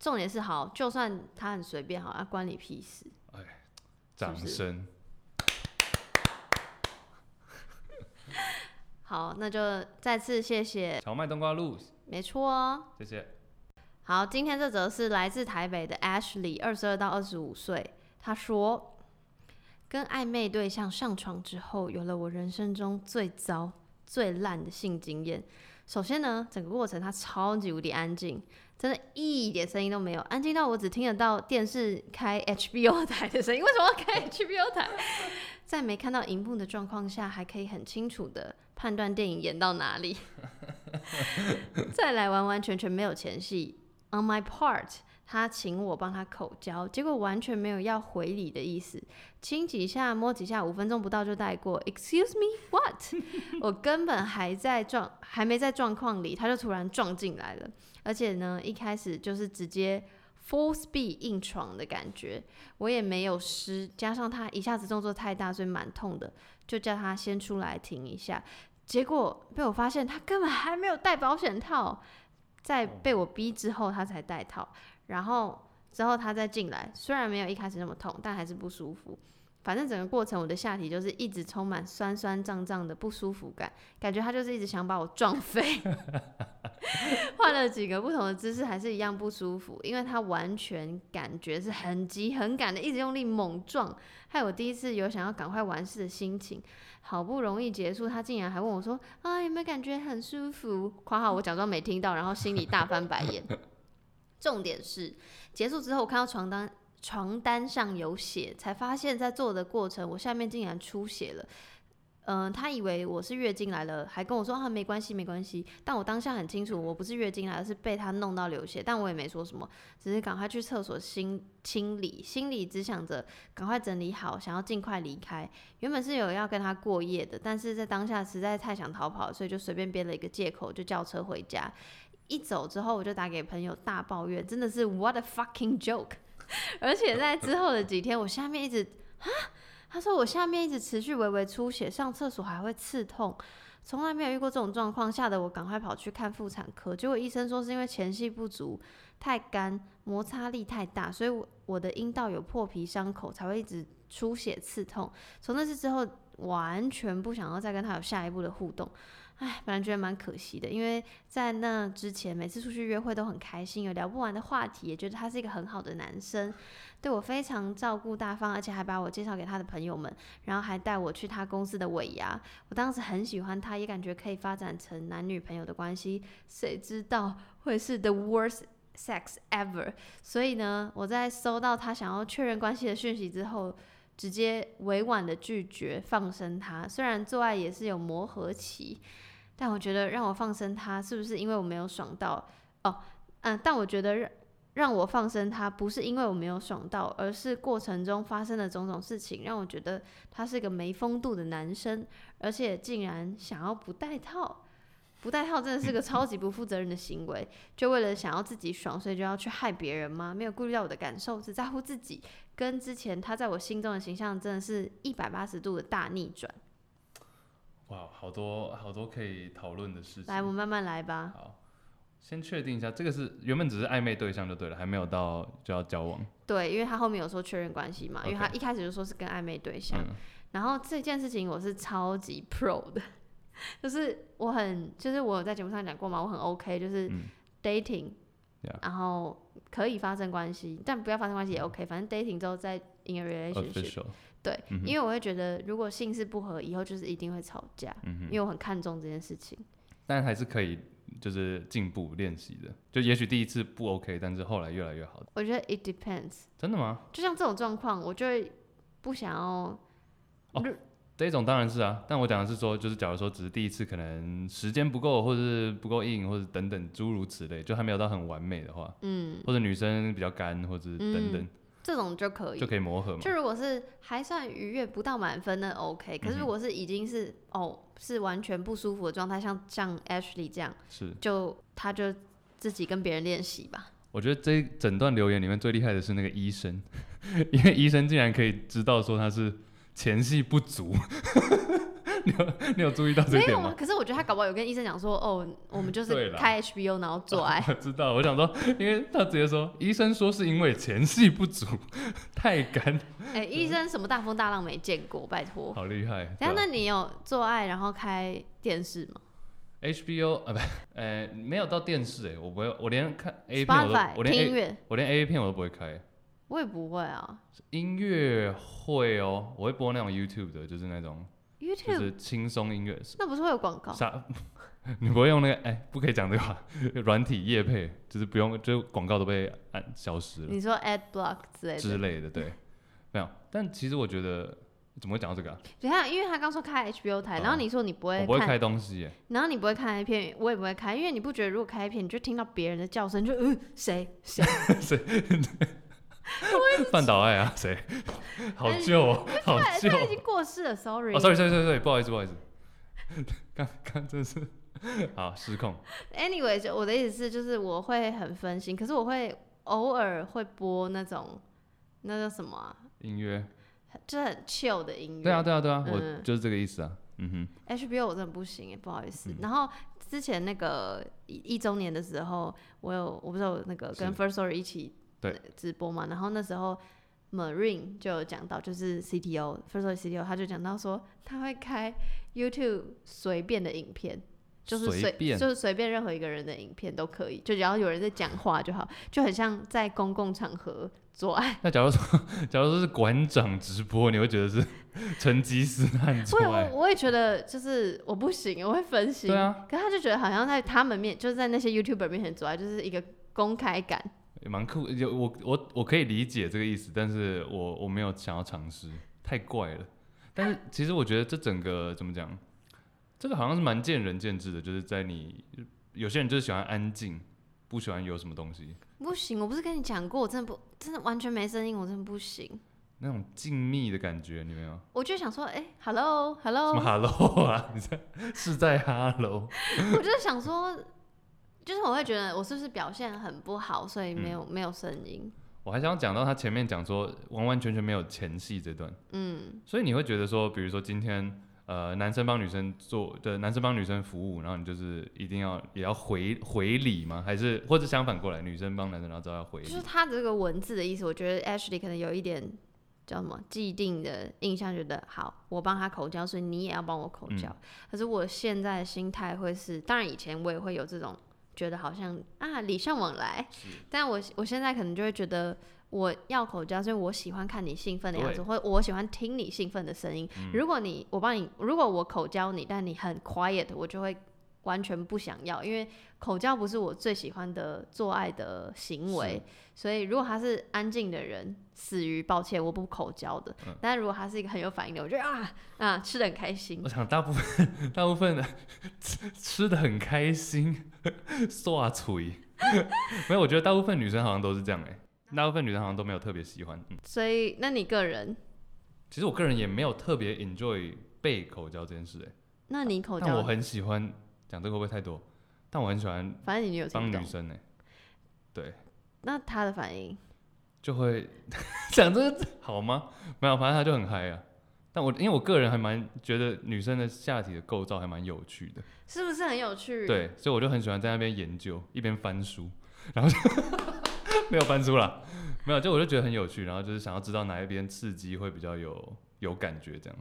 C: 重点是好，就算他很随便好，啊，关你屁事。
A: 掌声，
C: 好，那就再次谢谢，
A: 荞麦冬瓜露，
C: 没错哦。
A: 谢谢。
C: 好，今天这则是来自台北的 Ashley，二十二到二十五岁，她说，跟暧昧对象上床之后，有了我人生中最糟、最烂的性经验。首先呢，整个过程她超级无敌安静，真的一点声音都没有，安静到我只听得到电视开 HBO 台的声音。为什么要开 HBO 台？在没看到荧幕的状况下，还可以很清楚的判断电影演到哪里。 再来，完完全全没有前戏。On my part，他请我帮他口交，结果完全没有要回礼的意思，亲几下、摸几下，五分钟不到就带过。Excuse me，what？我 根本还在状，还没在状况里，他就突然撞进来了。而且呢，一开始就是直接 full speed 硬闯的感觉，我也没有湿，加上他一下子动作太大，所以蛮痛的，就叫他先出来停一下。结果被我发现他根本还没有戴保险套，在被我逼之后他才戴套，然后之后他再进来，虽然没有一开始那么痛，但还是不舒服。反正整个过程，我的下体就是一直充满酸酸胀胀的不舒服感，感觉他就是一直想把我撞飞。换了几个不同的姿势，还是一样不舒服，因为他完全感觉是很急很赶的，一直用力猛撞，害我第一次有想要赶快完事的心情。好不容易结束，他竟然还问我说：“啊，有没有感觉很舒服？”（括号我假装没听到，然后心里大翻白眼。）重点是结束之后，我看到床单床单上有血，才发现在做的过程，我下面竟然出血了。嗯、他以为我是月经来了，还跟我说啊没关系没关系，但我当下很清楚我不是月经来了，是被他弄到流血，但我也没说什么，只是赶快去厕所清清理，心里只想着赶快整理好，想要尽快离开。原本是有要跟他过夜的，但是在当下实在太想逃跑，所以就随便编了一个借口，就叫车回家。一走之后，我就打给朋友大抱怨，真的是 what a fucking joke。而 且在之后的几天，我下面一直啊，他说我下面一直持续微微出血，上厕所还会刺痛，从来没有遇过这种状况，吓得我赶快跑去看妇产科。结果医生说是因为前戏不足、太干、摩擦力太大，所以我我的阴道有破皮伤口才会一直出血刺痛。从那次之后，完全不想要再跟他有下一步的互动。唉，本来觉得蛮可惜的，因为在那之前，每次出去约会都很开心，有聊不完的话题，也觉得他是一个很好的男生，对我非常照顾大方，而且还把我介绍给他的朋友们，然后还带我去他公司的尾牙。我当时很喜欢他，也感觉可以发展成男女朋友的关系，谁知道会是 the worst sex ever。所以呢，我在收到他想要确认关系的讯息之后。直接委婉的拒绝放生他，虽然做爱也是有磨合期，但我觉得让我放生他，是不是因为我没有爽到？哦，嗯，但我觉得让让我放生他，不是因为我没有爽到，而是过程中发生的种种事情让我觉得他是个没风度的男生，而且竟然想要不戴套。不戴套真的是个超级不负责任的行为，就为了想要自己爽，所以就要去害别人吗？没有顾虑到我的感受，只在乎自己，跟之前他在我心中的形象真的是一百八十度的大逆转。
A: 哇，好多好多可以讨论的事情。
C: 来，我们慢慢来吧。
A: 好，先确定一下，这个是原本只是暧昧对象就对了，还没有到就要交往。
C: 对，因为他后面有说确认关系嘛，因为他
A: OK
C: 一开始就说是跟暧昧对象，
A: 嗯，
C: 然后这件事情我是超级 pro 的，就是我很，就是我有在节目上讲过嘛，我很 OK，就是
A: 嗯
C: dating，、
A: Yeah 嗯
C: 然后可以发生关系，但不要发生关系也 OK，反正 dating 之后再 in a relationship，
A: official，
C: 对，
A: 嗯哼
C: 因为我会觉得如果性是不合，以后就是一定会吵架，
A: 嗯
C: 因
A: 哼，
C: 为我很看重这件事情。
A: 但还是可以就是进步练习的，就也许第一次不 OK，但是后来越来越好。
C: 我觉得 it depends，
A: 真的吗？
C: 就像这种状况，我就会不想要
A: 这种当然是啊，但我讲的是说，就是假如说只是第一次可能时间不够，或者是不够硬，或者等等诸如此类，就还没有到很完美的话，
C: 嗯
A: 或者女生比较干，或者是等等，
C: 这种就可以
A: 就。可以磨合嘛
C: 就。如果是还算愉悦，不到满分那 OK。
A: 嗯
C: 可是
A: 哼
C: 如果是已经是、哦是完全不舒服的状态，像像 Ashley 这样，
A: 是，
C: 就他就自己跟别人练习吧。
A: 我觉得这一整段留言里面最厉害的是那个医生， 因为医生竟然可以知道说他是前戏不足。 你有你有注意到这一
C: 没有
A: 点
C: 啊
A: 吗？，
C: 可是我觉得他搞不好有跟医生讲说，哦，我们就
A: 对
C: 是
A: 啦。
C: 开 HBO 然后做 爱
A: 我知道，我想说，因为他直接说，医生说是因为前戏不足， 太干，
C: 哎、医生什么大风大浪没见过，拜托。
A: 好厉害。
C: 等一
A: 对
C: 下，
A: 啊
C: 那你有做爱然后开电视吗？
A: HBO 啊，不， 呃，没有到电视哎、我不会，我连看 A 片我
C: Spotify
A: 都，我
C: 听
A: 连
C: 音
A: A
C: 乐，
A: 我连 A 片我都不会开，
C: 我也不会啊。
A: 音乐会哦，我会播那种 YouTube 的，就是那种就
C: YouTube、
A: 是轻松音乐，
C: 那不是会有广告？
A: 啥？ 你不会用那个？哎、不可以讲这个话， 软体业配就是不用，就广告都被按消失了
C: 你说 Ad Block 之类
A: 之
C: 的？
A: 类的，对，没有。但其实我觉得怎么会讲到这个啊？
C: 等一下，因为他刚说开 HBO 台，
A: 嗯
C: 然后你说你不
A: 我
C: 会
A: 不会
C: 看
A: 开东西耶，
C: 然后你不会看 A 片，我也不会看，因为你不觉得如果看 A 片，你就听到别人的叫声，就嗯谁 谁，
A: 半岛爱 啊，谁？
C: 哎
A: 好旧哦，好旧
C: 他已经过世了，sorry。
A: 哦，sorry，sorry，sorry，sorry，不好意思，不好意思， 刚刚真是 好失控。
C: Anyway，就我的意思是，就是我会很分心，可是我会偶尔会播那种那叫什么啊，
A: 音乐，
C: 就是很 chill 的音乐。
A: 对啊，对啊，对啊，我
C: 嗯
A: 就是这个意思啊。嗯
C: HBO 我真的不行，欸不好意思。
A: 嗯
C: 然后之前那个一一周年的时候，我有我不是有那个跟
A: 是
C: First Story 一起
A: 对
C: 直播嘛，然后那时候 Marine 就有讲到，就是 CTO First Story CTO 他就讲到说他会开 YouTube 随便的影片。就是
A: 随
C: 随
A: 便
C: 就是随便任何一个人的影片都可以，就只要有人在讲话就好，就很像在公共场合做爱。
A: 哼，那假如说， 假如说是馆长直播，你会觉得是 成吉思汗出
C: 我也
A: 来？
C: 我我也觉得就是我不行，我会分心。
A: 对啊，
C: 可是他就觉得好像在他们面，就是在那些 YouTuber 面前做爱，就是一个公开感。
A: 也蛮酷，有我我我可以理解这个意思，但是我我没有想要尝试，太怪了。但是其实我觉得这整个怎么讲，这个好像是蛮见仁见智的，就是在你有些人就是喜欢安静，不喜欢有什么东西，
C: 不行，我不是跟你讲过，我真的不，真的完全没声音，我真的不行。
A: 那种静谧的感觉，你没有？
C: 我就想说，哎、h e l l o h e
A: 什
C: l l
A: 么
C: o
A: hello 啊？你在 是在 hello？
C: 我就是想说，就是我会觉得我是不是表现很不好，所以没有、
A: 嗯
C: 没有声音。
A: 我还想讲到他前面讲说完完全全没有前戏这段，
C: 嗯，
A: 所以你会觉得说，比如说今天呃男生帮女生做的男生帮女生服务，然后你就是一定要也要回回礼吗？还是或者相反过来，女生帮男生然后都要回
C: 就
A: 礼？
C: 是他这个文字的意思，我觉得 Ashley 可能有一点叫什么既定的印象，觉得好，我帮他口交，所以你也要帮我口交。
A: 嗯
C: 可是我现在的心态会是，当然以前我也会有这种觉得好像啊礼尚往来，但我我现在可能就会觉得我要口交，所以我喜欢看你兴奋的样子，
A: 对嗯
C: 或者我喜欢听你兴奋的声音。如果你我帮你，如果我口交你，但你很 quiet，我就会完全不想要，因为口交不是我最喜欢的做爱的行为。所以如果他是安静的人，死于抱歉，我不口交的。
A: 嗯
C: 但如果他是一个很有反应的，我觉得啊啊吃的很开心
A: 我。想大部分大部分的 吃吃的很开心，刷嘴。没有，我觉得大部分女生好像都是这样哎、大部分女生好像都没有特别喜欢。嗯，
C: 所以那你个人，
A: 其实我个人也没有特别 enjoy 被口交这件事哎、
C: 那你口
A: 但我
C: 交，
A: 很喜欢，讲这个会不会太多？但我很喜欢
C: 反正你有
A: 帮
C: 听
A: 女
C: 懂，
A: 生呢、欸对，
C: 那他的反应。
A: 就会讲这个好吗？没有，反正他就很嗨啊，但我因为我个人还蛮觉得女生的下体的构造还蛮有趣的，
C: 是不是很有趣？，
A: 对，所以我就很喜欢在那边研究，一边翻书，然后就 没有翻书啦，没有，就我就觉得很有趣，然后就是想要知道哪一边刺激会比较有有感觉，这样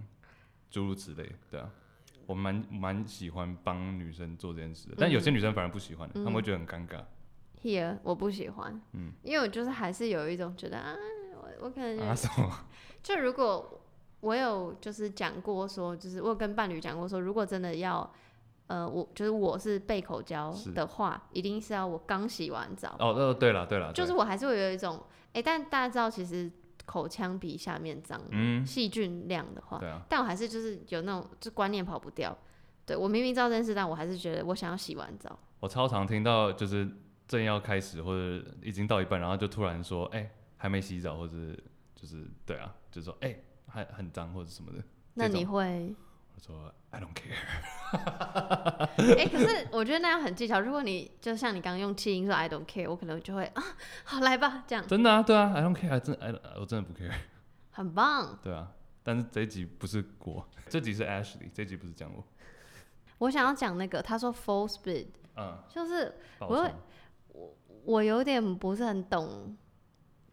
A: 诸如此类，对啊，我蛮蛮喜欢帮女生做这件事的，但
C: 嗯
A: 有些女生反而不喜欢，她们会觉得很尴尬。
C: here 我不喜欢，
A: 嗯
C: 因为我就是还是有一种觉得啊，我我可能、
A: 啊什么？
C: 就如果我有就是讲过说，就是我有跟伴侣讲过说，如果真的要呃，我就是我是被口交
A: 是
C: 的话，一定是要我刚洗完澡，
A: 哦，呃，对了对了，
C: 就是
A: 对
C: 我还是会有一种哎、但大家知道其实口腔比下面脏，
A: 嗯，
C: 细、菌量的话，
A: 对啊，
C: 但我还是就是有那种就观念跑不掉。对我明明知道这件事，但我还是觉得我想要洗完澡。
A: 我超常听到就是正要开始或者已经到一半，然后就突然说，哎、还没洗澡，或者就是对啊，就说哎、还很脏或者什么的。
C: 那
A: 这种
C: 你会
A: 我说 I don't care，
C: 哎、可是我觉得那样很技巧。如果你就像你刚刚用气音说 I don't care，我可能就会啊，好来吧，这样
A: 真的啊，对啊，I don't care，真 I 我真的不 care，
C: 很棒。
A: 对啊。但是这一集不是我，这集是 Ashley，这集不是讲我，
C: 我想要讲那个，他说 full speed，
A: 嗯，
C: 就是
A: 爆
C: 我
A: 冲
C: 我有点不是很懂，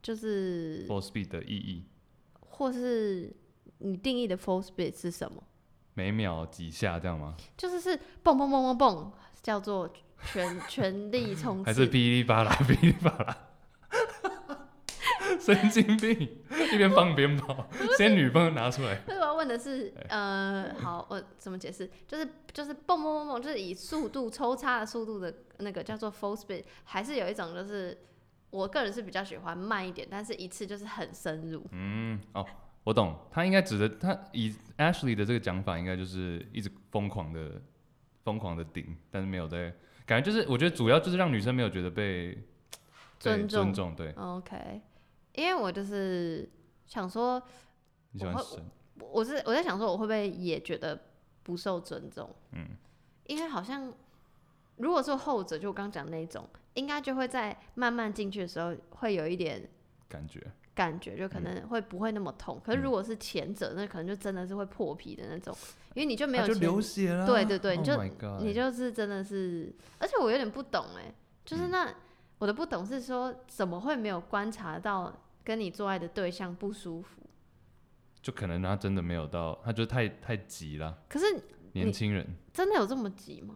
C: 就是
A: full speed 的意义，
C: 或是你定义的 full speed 是什么？
A: 每秒几下这样吗？
C: 就是是蹦蹦蹦蹦蹦，叫做全全力冲
A: 还是
C: 刺。
A: 噼里啪啦 噼里啪啦？神经病，一边放鞭炮，仙女棒拿出来。
C: 所以我要问的是，呃，好，我怎么解释？就是就是蹦蹦蹦蹦，就是以速度抽插的速度的那个叫做 full speed，还是有一种就是我个人是比较喜欢慢一点，但是一次就是很深入。
A: 嗯，哦，我懂，他应该指的他以 Ashley 的这个讲法，应该就是一直疯狂的、疯狂的顶，但是没有在，感觉就是我觉得主要就是让女生没有觉得被被
C: 尊重
A: 尊重，对，
C: OK，因为我就是想说，
A: 你喜欢
C: 我会
A: 神，
C: 我我是我在想说，我会不会也觉得不受尊重？嗯，因为好像如果是后者，就我刚讲那一种，应该就会在慢慢进去的时候会有一点
A: 感觉
C: 感觉，
A: 嗯
C: 就可能会不会那么痛。可是如果是前者，那可能就真的是会破皮的那种，因为你就没有
A: 啊他就
C: 前
A: 流血了，
C: 对对对
A: Oh
C: 你就
A: my God
C: 你就是真的是，而且我有点不懂哎、
A: 嗯
C: 就是那、我的不懂是说怎么会没有观察到跟你做爱的对象不舒服？
A: 就可能他真的没有到，他就太太急了，
C: 可是
A: 年
C: 你
A: 轻人。
C: 真的有这么急吗？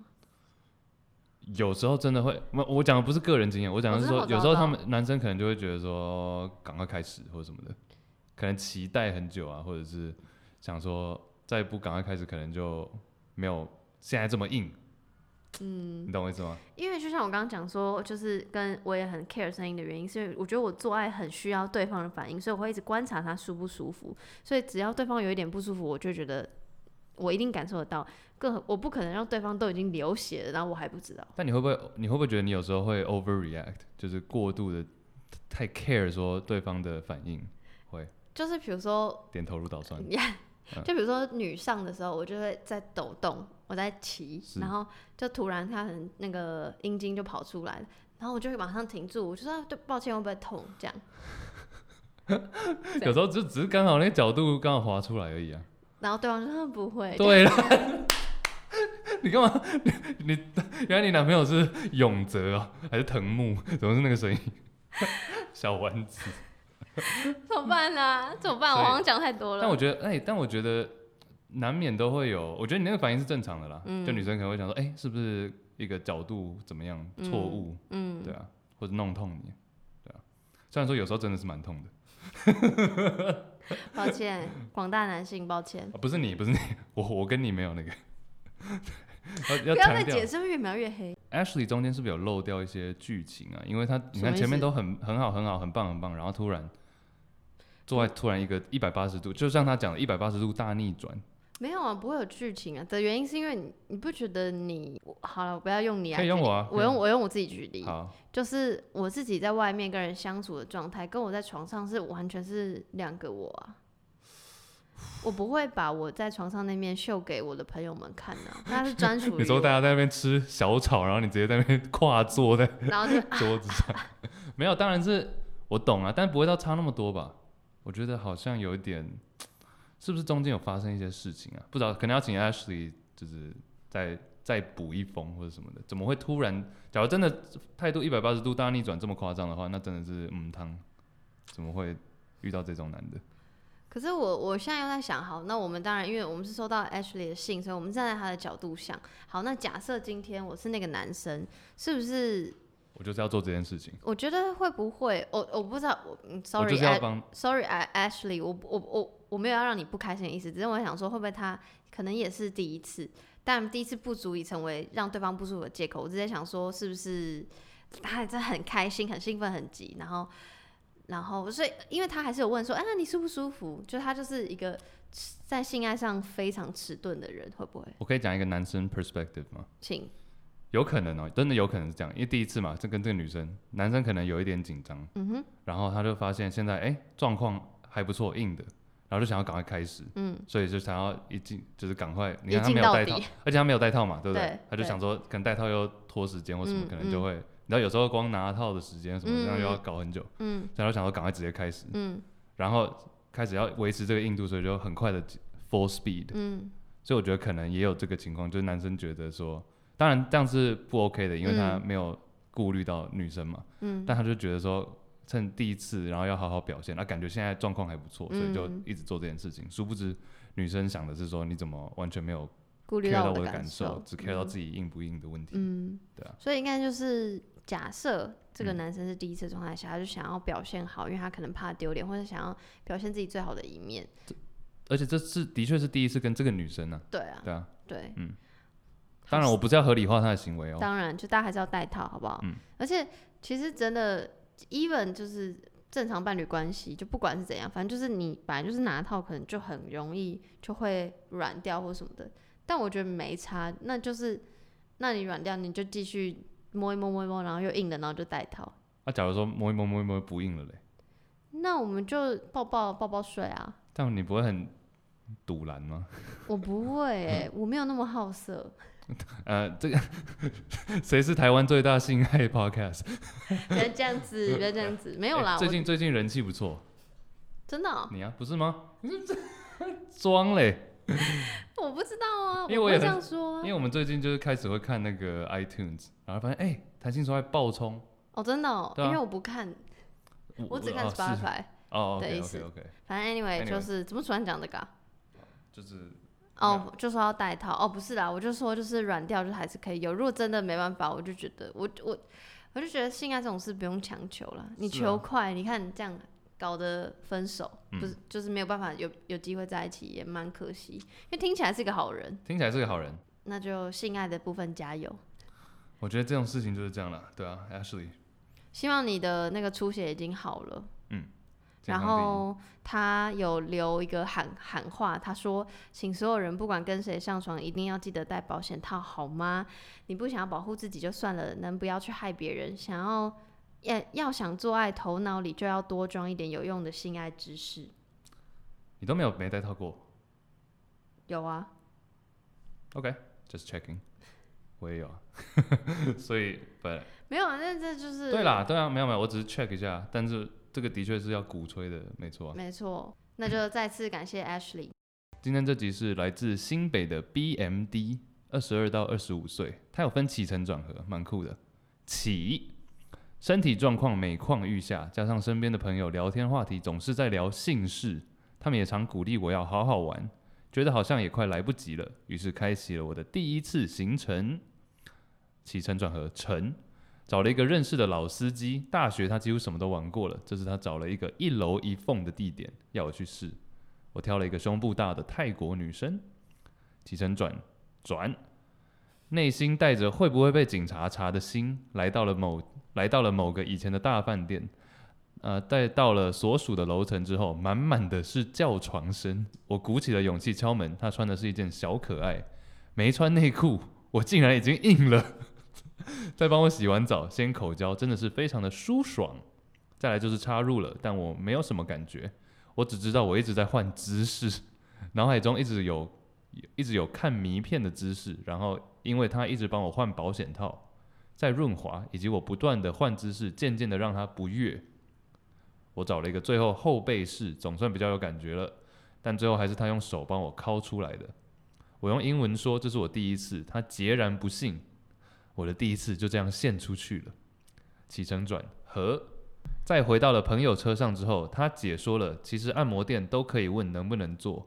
A: 有时候真的会，我我讲的不是个人经验，我讲的是
C: 我
A: 说，
C: 知道
A: 有时候
C: 我
A: 他
C: 知道
A: 们男生可能就会觉得说，赶快开始或者什么的，可能期待很久啊，或者是想说再不赶快开始，可能就没有现在这么硬。嗯，你懂我意思吗？
C: 因为就像我刚刚讲说，就是跟我也很 care 声音的原因，是因为我觉得我做爱很需要对方的反应，所以我会一直观察他舒不舒服。所以只要对方有一点不舒服，我就觉得我一定感受得到。更何我不可能让对方都已经流血了，然后我还不知道。
A: 但你会不会，你会不会觉得你有时候会 overreact，就是过度的太 care 说对方的反应，会
C: 就是比如说
A: 点头如捣 蒜，
C: 就比如说女上的时候，我就会在抖动，我在骑，
A: 是
C: 然后就突然她可能那个阴茎就跑出来了，然后我就会马上停住，我就说啊对，抱歉，会不会痛？这样，
A: 有时候就只是刚好那个角度刚好滑出来而已啊。
C: 然后对方就说啊不会，
A: 对了， 你干嘛？ 你你原来你男朋友是永泽啊，还是藤木？怎么是那个声音？ 小丸子。
C: 怎么办啊？怎么办？
A: 所
C: 我
A: 以
C: 好像讲太多了。
A: 但我觉得，哎、但我觉得难免都会有。我觉得你那个反应是正常的啦。
C: 嗯
A: 就女生可能会想说，哎、是不是一个角度怎么样错误？
C: 嗯，
A: 对啊，或者弄痛你，对啊。虽然说有时候真的是蛮痛的、
C: 抱歉，广大男性，抱歉，
A: 啊不是你，不是你，我我跟你没有那个。 要
C: 不
A: 要
C: 要
A: 强
C: 再
A: 调
C: 解释，越描越黑。
A: Ashley 中间是不是有漏掉一些剧情啊？因为他你
C: 什么
A: 看
C: 意思
A: 前面都很很好很好很棒很棒，然后突然做爱
C: 嗯
A: 突然一个一百八十度，就像他讲的一百八十度大逆转，
C: 没有啊，不会有剧情啊。的原因是因为你，你不觉得你我好了，我不要用你啊，
A: 可以用我啊
C: 我用我用我自己举例。
A: 好，
C: 就是我自己在外面跟人相处的状态，跟我在床上是完全是两个我啊。我不会把我在床上那面秀给我的朋友们看的、那是专属
A: 你
C: 于
A: 说大
C: 我。
A: 家在那边吃小炒，然后你直接在那边跨坐在
C: 然后就
A: 桌子上，没有，当然是我懂啊，但不会到差那么多吧？我觉得好像有一点是不是中间有发生一些事情啊？不知道，可能要请 Ashley 就是再再补一封或者什么的。怎么会突然？假如真的态度一百八十度大逆转这么夸张的话，那真的是嗯汤，怎么会遇到这种男的？
C: 可是我我现在又在想，好，那我们当然，因为我们是收到 Ashley 的信，所以我们站在他的角度想，好，那假设今天我是那个男生，是不是？
A: 我就是要做这件事情，
C: 我觉得会不会，我我不知道，我嗯
A: 我就是要帮
C: Sorry，Sorry，Ashley，我我我我没有要让你不开心的意思，只是我想说，会不会他可能也是第一次，但第一次不足以成为让对方不舒服的借口。我只是在想说，是不是他真的很开心、很兴奋、很急，然后然后所以，因为他还是有问说，啊，你舒不舒服？就他就是一个在性爱上非常迟钝的人，会不会？
A: 我可以讲一个男生 perspective 吗？
C: 请
A: 有可能哦、真的有可能是这样，因为第一次嘛，这跟这个女生，男生可能有一点紧张，
C: 嗯哼，
A: 然后他就发现现在哎状况还不错，硬的，然后就想要赶快开始，
C: 嗯，
A: 所以就想要一进就是赶快，你
C: 一
A: 看他
C: 进
A: 没有
C: 到
A: 带
C: 底
A: 套，而且他没有带套嘛，对不
C: 对
A: 他就
C: 对
A: 想说可能带套又拖时间或什么，
C: 嗯
A: 可能就会，你知道有时候光拿套的时间什么，
C: 嗯
A: 这样又要
C: 嗯
A: 搞很久，
C: 嗯
A: 所以他就想说赶快直接开始，
C: 嗯
A: 然后开始要维持这个硬度，所以就很快的 full speed，
C: 嗯
A: 所以我觉得可能也有这个情况，就是男生觉得说，当然这样是不 OK 的，因为他
C: 嗯
A: 没有顾虑到女生嘛，
C: 嗯，
A: 但他就觉得说，趁第一次，然后要好好表现，那、感觉现在状况还不错，所以就
C: 嗯
A: 一直做这件事情。殊不知，女生想的是说，你怎么完全没有
C: 顾虑
A: care 到
C: 我
A: 我
C: 的
A: 感
C: 受，
A: 只 care 到
C: 嗯
A: 自己硬不硬的问题？
C: 嗯，
A: 对啊
C: 所以应该就是假设这个
A: 嗯
C: 男生是第一次状态下，他就想要表现好，因为他可能怕丢脸，或者想要表现自己最好的一面。
A: 而且这是的确是第一次跟这个女生呢、
C: 对啊，
A: 对啊。
C: 对，
A: 嗯
C: 好，
A: 当然，我不是要合理化她的行为哦，
C: 当然，就大家还是要戴套，好不好？
A: 嗯
C: 而且其实真的，even 就是正常伴侣关系，就不管是怎样，反正就是你本来就是拿套，可能就很容易就会软掉或什么的。但我觉得没差，那就是那你软掉，你就继续摸一摸摸一摸，然后又硬了，然后就戴套。
A: 那、假如说摸一摸摸一摸不硬了嘞，
C: 那我们就抱抱抱抱睡啊！
A: 这样你不会很堵拦吗？
C: 我不会、欸，我没有那么好色，
A: 呃，这个 谁是台湾最大性爱 podcast？
C: 不要这样子，不要这样子，没
A: 没
C: 有啦。
A: 哎最
C: 我
A: 近最近人气不错，
C: 真的哦、
A: 你啊，不是吗？ 装嘞，
C: 我不知道啊，
A: 因为
C: 不
A: 我也
C: 会
A: 很
C: 这样说
A: 因
C: 啊、
A: 为我们最近就是开始会看那个 iTunes，然后发现哎，弹性说爱爆冲，
C: 哦，真的、哦，
A: 对啊
C: 因为我不看，我只看
A: 哦
C: Spotify。
A: 是哦
C: 的
A: ，OK
C: 意
A: OK
C: 思
A: OK，
C: 反正 anyway
A: Anyway
C: 就是怎么突然讲这个啊、
A: 就是啊
C: 哦，就说要戴套。哦，不是啦，我就说就是软掉，就还是可以有。如果真的没办法，我就觉得我我我就觉得性爱这种事不用强求啦，你
A: 是啊
C: 求快，你看这样搞得分手，
A: 嗯
C: 不是就是没有办法有有机会在一起，也蛮可惜。因为听起来是个好人，
A: 听起来是个好人，
C: 那就性爱的部分加油。
A: 我觉得这种事情就是这样啦，对啊，Ashley，
C: 希望你的那个出血已经好了。
A: 健
C: 然
A: 康第一
C: 后他有留一个喊喊话，他说：“请所有人不管跟谁上床，一定要记得戴保险套，好吗？你不想要保护自己就算了，能不要去害别人。想要要要想做爱，头脑里就要多装一点有用的性爱知识。
A: 你都没有没带套过
C: 有啊，
A: ，OK，just checking，我也有啊， 所以 but
C: 没有啊？那这就是
A: 对啦，对啊，没有没有，我只是 check 一下，但是这个的确是要鼓吹的，没错啊。
C: 没错。那就再次感谢 Ashley。
A: 今天这集是来自新北的 BMD，二十二到二十五岁，它有分起承转合，蛮酷的。起，身体状况每况愈下，加上身边的朋友聊天话题总是在聊性事，他们也常鼓励我要好好玩，觉得好像也快来不及了，于是开启了我的第一次行程。起承转合，成。找了一个认识的老司机，大学他几乎什么都玩过了，这次他找了一个一楼一缝的地点要我去试，我挑了一个胸部大的泰国女生，起身转转，内心带着会不会被警察查的心，来到了某来到了某个以前的大饭店，呃，带到了所属的楼层之后，满满的是叫床声。我鼓起了勇气敲门，她穿的是一件小可爱，没穿内裤，我竟然已经硬了。 再帮我洗完澡，先口交，真的是非常的舒爽。再来就是插入了，但我没有什么感觉。我只知道我一直在换姿势， 脑海中一直有一直有看迷片的姿势，然后因为他一直帮我换保险套，在润滑，以及我不断的换姿势，渐渐的让他不悦。我找了一个最后后背式，总算比较有感觉了。但最后还是他用手帮我敲出来的。我用英文说这是我第一次，他截然不信，我的第一次就这样献出去了。起承转合，再回到了朋友车上之后，他解说了，其实按摩店都可以问能不能做。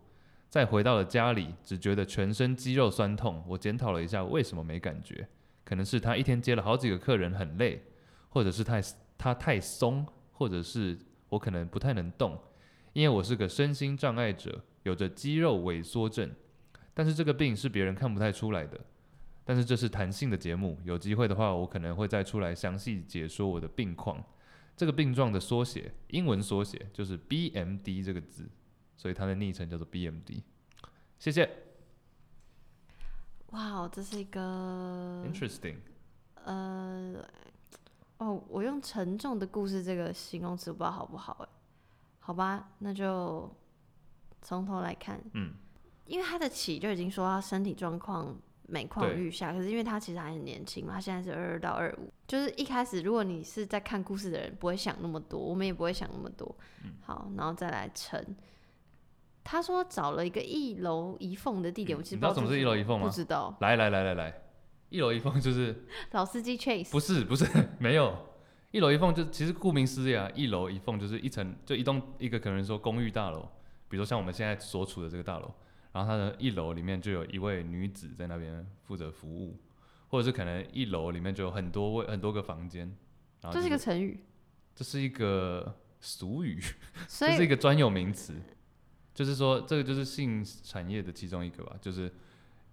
A: 再回到了家里，只觉得全身肌肉酸痛。我检讨了一下为什么没感觉，可能是他一天接了好几个客人很累，或者是太他太松，或者是我可能不太能动，因为我是个身心障碍者，有着肌肉萎缩症。但是这个病是别人看不太出来的。但是这是弹性的节目，有机会的话，我可能会再出来详细解说我的病况。这个病状的缩写，英文缩写就是 BMD 这个字，所以它的昵称叫做 BMD。谢谢、
C: 哇，哦这是一个
A: i n t e r e s t i n g
C: 呃，哦，我用沉重的故事这个形容词不知道好不好哎，好吧，那就从头来看，
A: 嗯，
C: 因为他的起就已经说他身体状况每况
A: 对
C: 愈下，可是因为他其实还很年轻嘛，他现在是二二到二五，就是一开始如果你是在看故事的人，不会想那么多，我们也不会想那么多，
A: 嗯
C: 好，然后再来沉。他说找了一个一楼一缝的地点，
A: 嗯
C: 我其实
A: 你
C: 不
A: 知道
C: 这
A: 什么是一楼一缝吗
C: 不知道，
A: 来来来来来，一楼一凤就是
C: 老司机 Chase
A: 不是 不是没有，一楼一凤就其实顾名思义啊，一楼一凤就是一层就一栋一个可能说公寓大楼，比如说像我们现在所处的这个大楼，然后它的一楼里面就有一位女子在那边负责服务，或者是可能一楼里面就有很多位很多个房间，然后
C: 这是一
A: 就
C: 个成语，
A: 这是一个俗语，
C: 所
A: 这
C: 以
A: 是一个专有名词，就是说这个就是性产业的其中一个吧，就是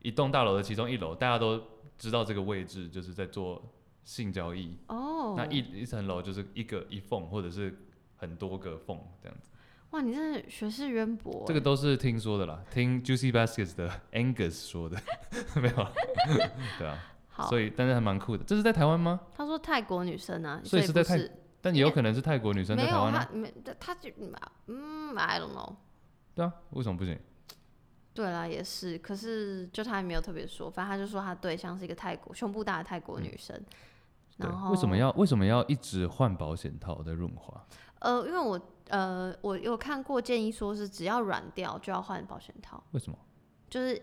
A: 一栋大楼的其中一楼，大家都知道这个位置就是在做性交易。
C: 哦，
A: 那一一层楼就是一个一缝，或者是很多个缝这样子。
C: 哇，你真的学识渊博欸。
A: 这个都是听说的啦，听 Juicy Baskets 的 Angus 说的， 没有 啦，对啊。
C: 好，
A: 所以，但是还蛮酷的。这是在台湾吗？
C: 他说泰国女生啊，
A: 所以是
C: 不
A: 在泰但也有可能是泰国女生在
C: 没
A: 台
C: 有
A: 湾、
C: 他
A: 啊。
C: 没他就嗯，I don't know。
A: 对啊，为什么不行？
C: 对啦，也是，可是就他也没有特别说，反正他就说他对象是一个泰国胸部大的泰国女生。
A: 嗯对
C: 然，后
A: 为什么？要为什么要一直换保险套在润滑？
C: 呃，因为我呃，我有看过建议说是只要软掉就要换保险套，
A: 为什么？
C: 就是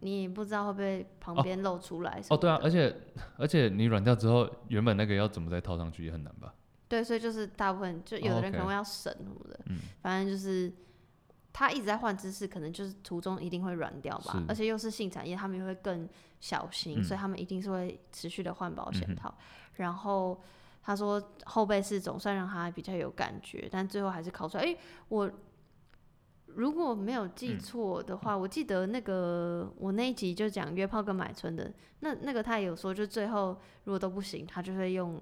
C: 你也不知道会不会旁
A: 哦
C: 边露出来什
A: 哦，
C: 么
A: 对啊，
C: 的
A: 而且而且你软掉之后，原本那个要怎么再套上去也很难吧？
C: 对，所以就是大部分就有
A: 哦
C: 的
A: ，OK
C: 人可能会要省什么的，
A: 嗯
C: 反正就是他一直在换姿势，可能就是途中一定会软掉吧
A: 是。
C: 而且又是性产业，他们也会更小心，
A: 嗯
C: 所以他们一定是会持续的换保
A: 嗯哼
C: 险套。然后他说后背是总算让他比较有感觉，但最后还是考出来。诶，我如果没有记
A: 嗯
C: 错的话，我记得那个我那一集就讲约炮跟买春的，那那个他也有说，就最后如果都不行，他就会用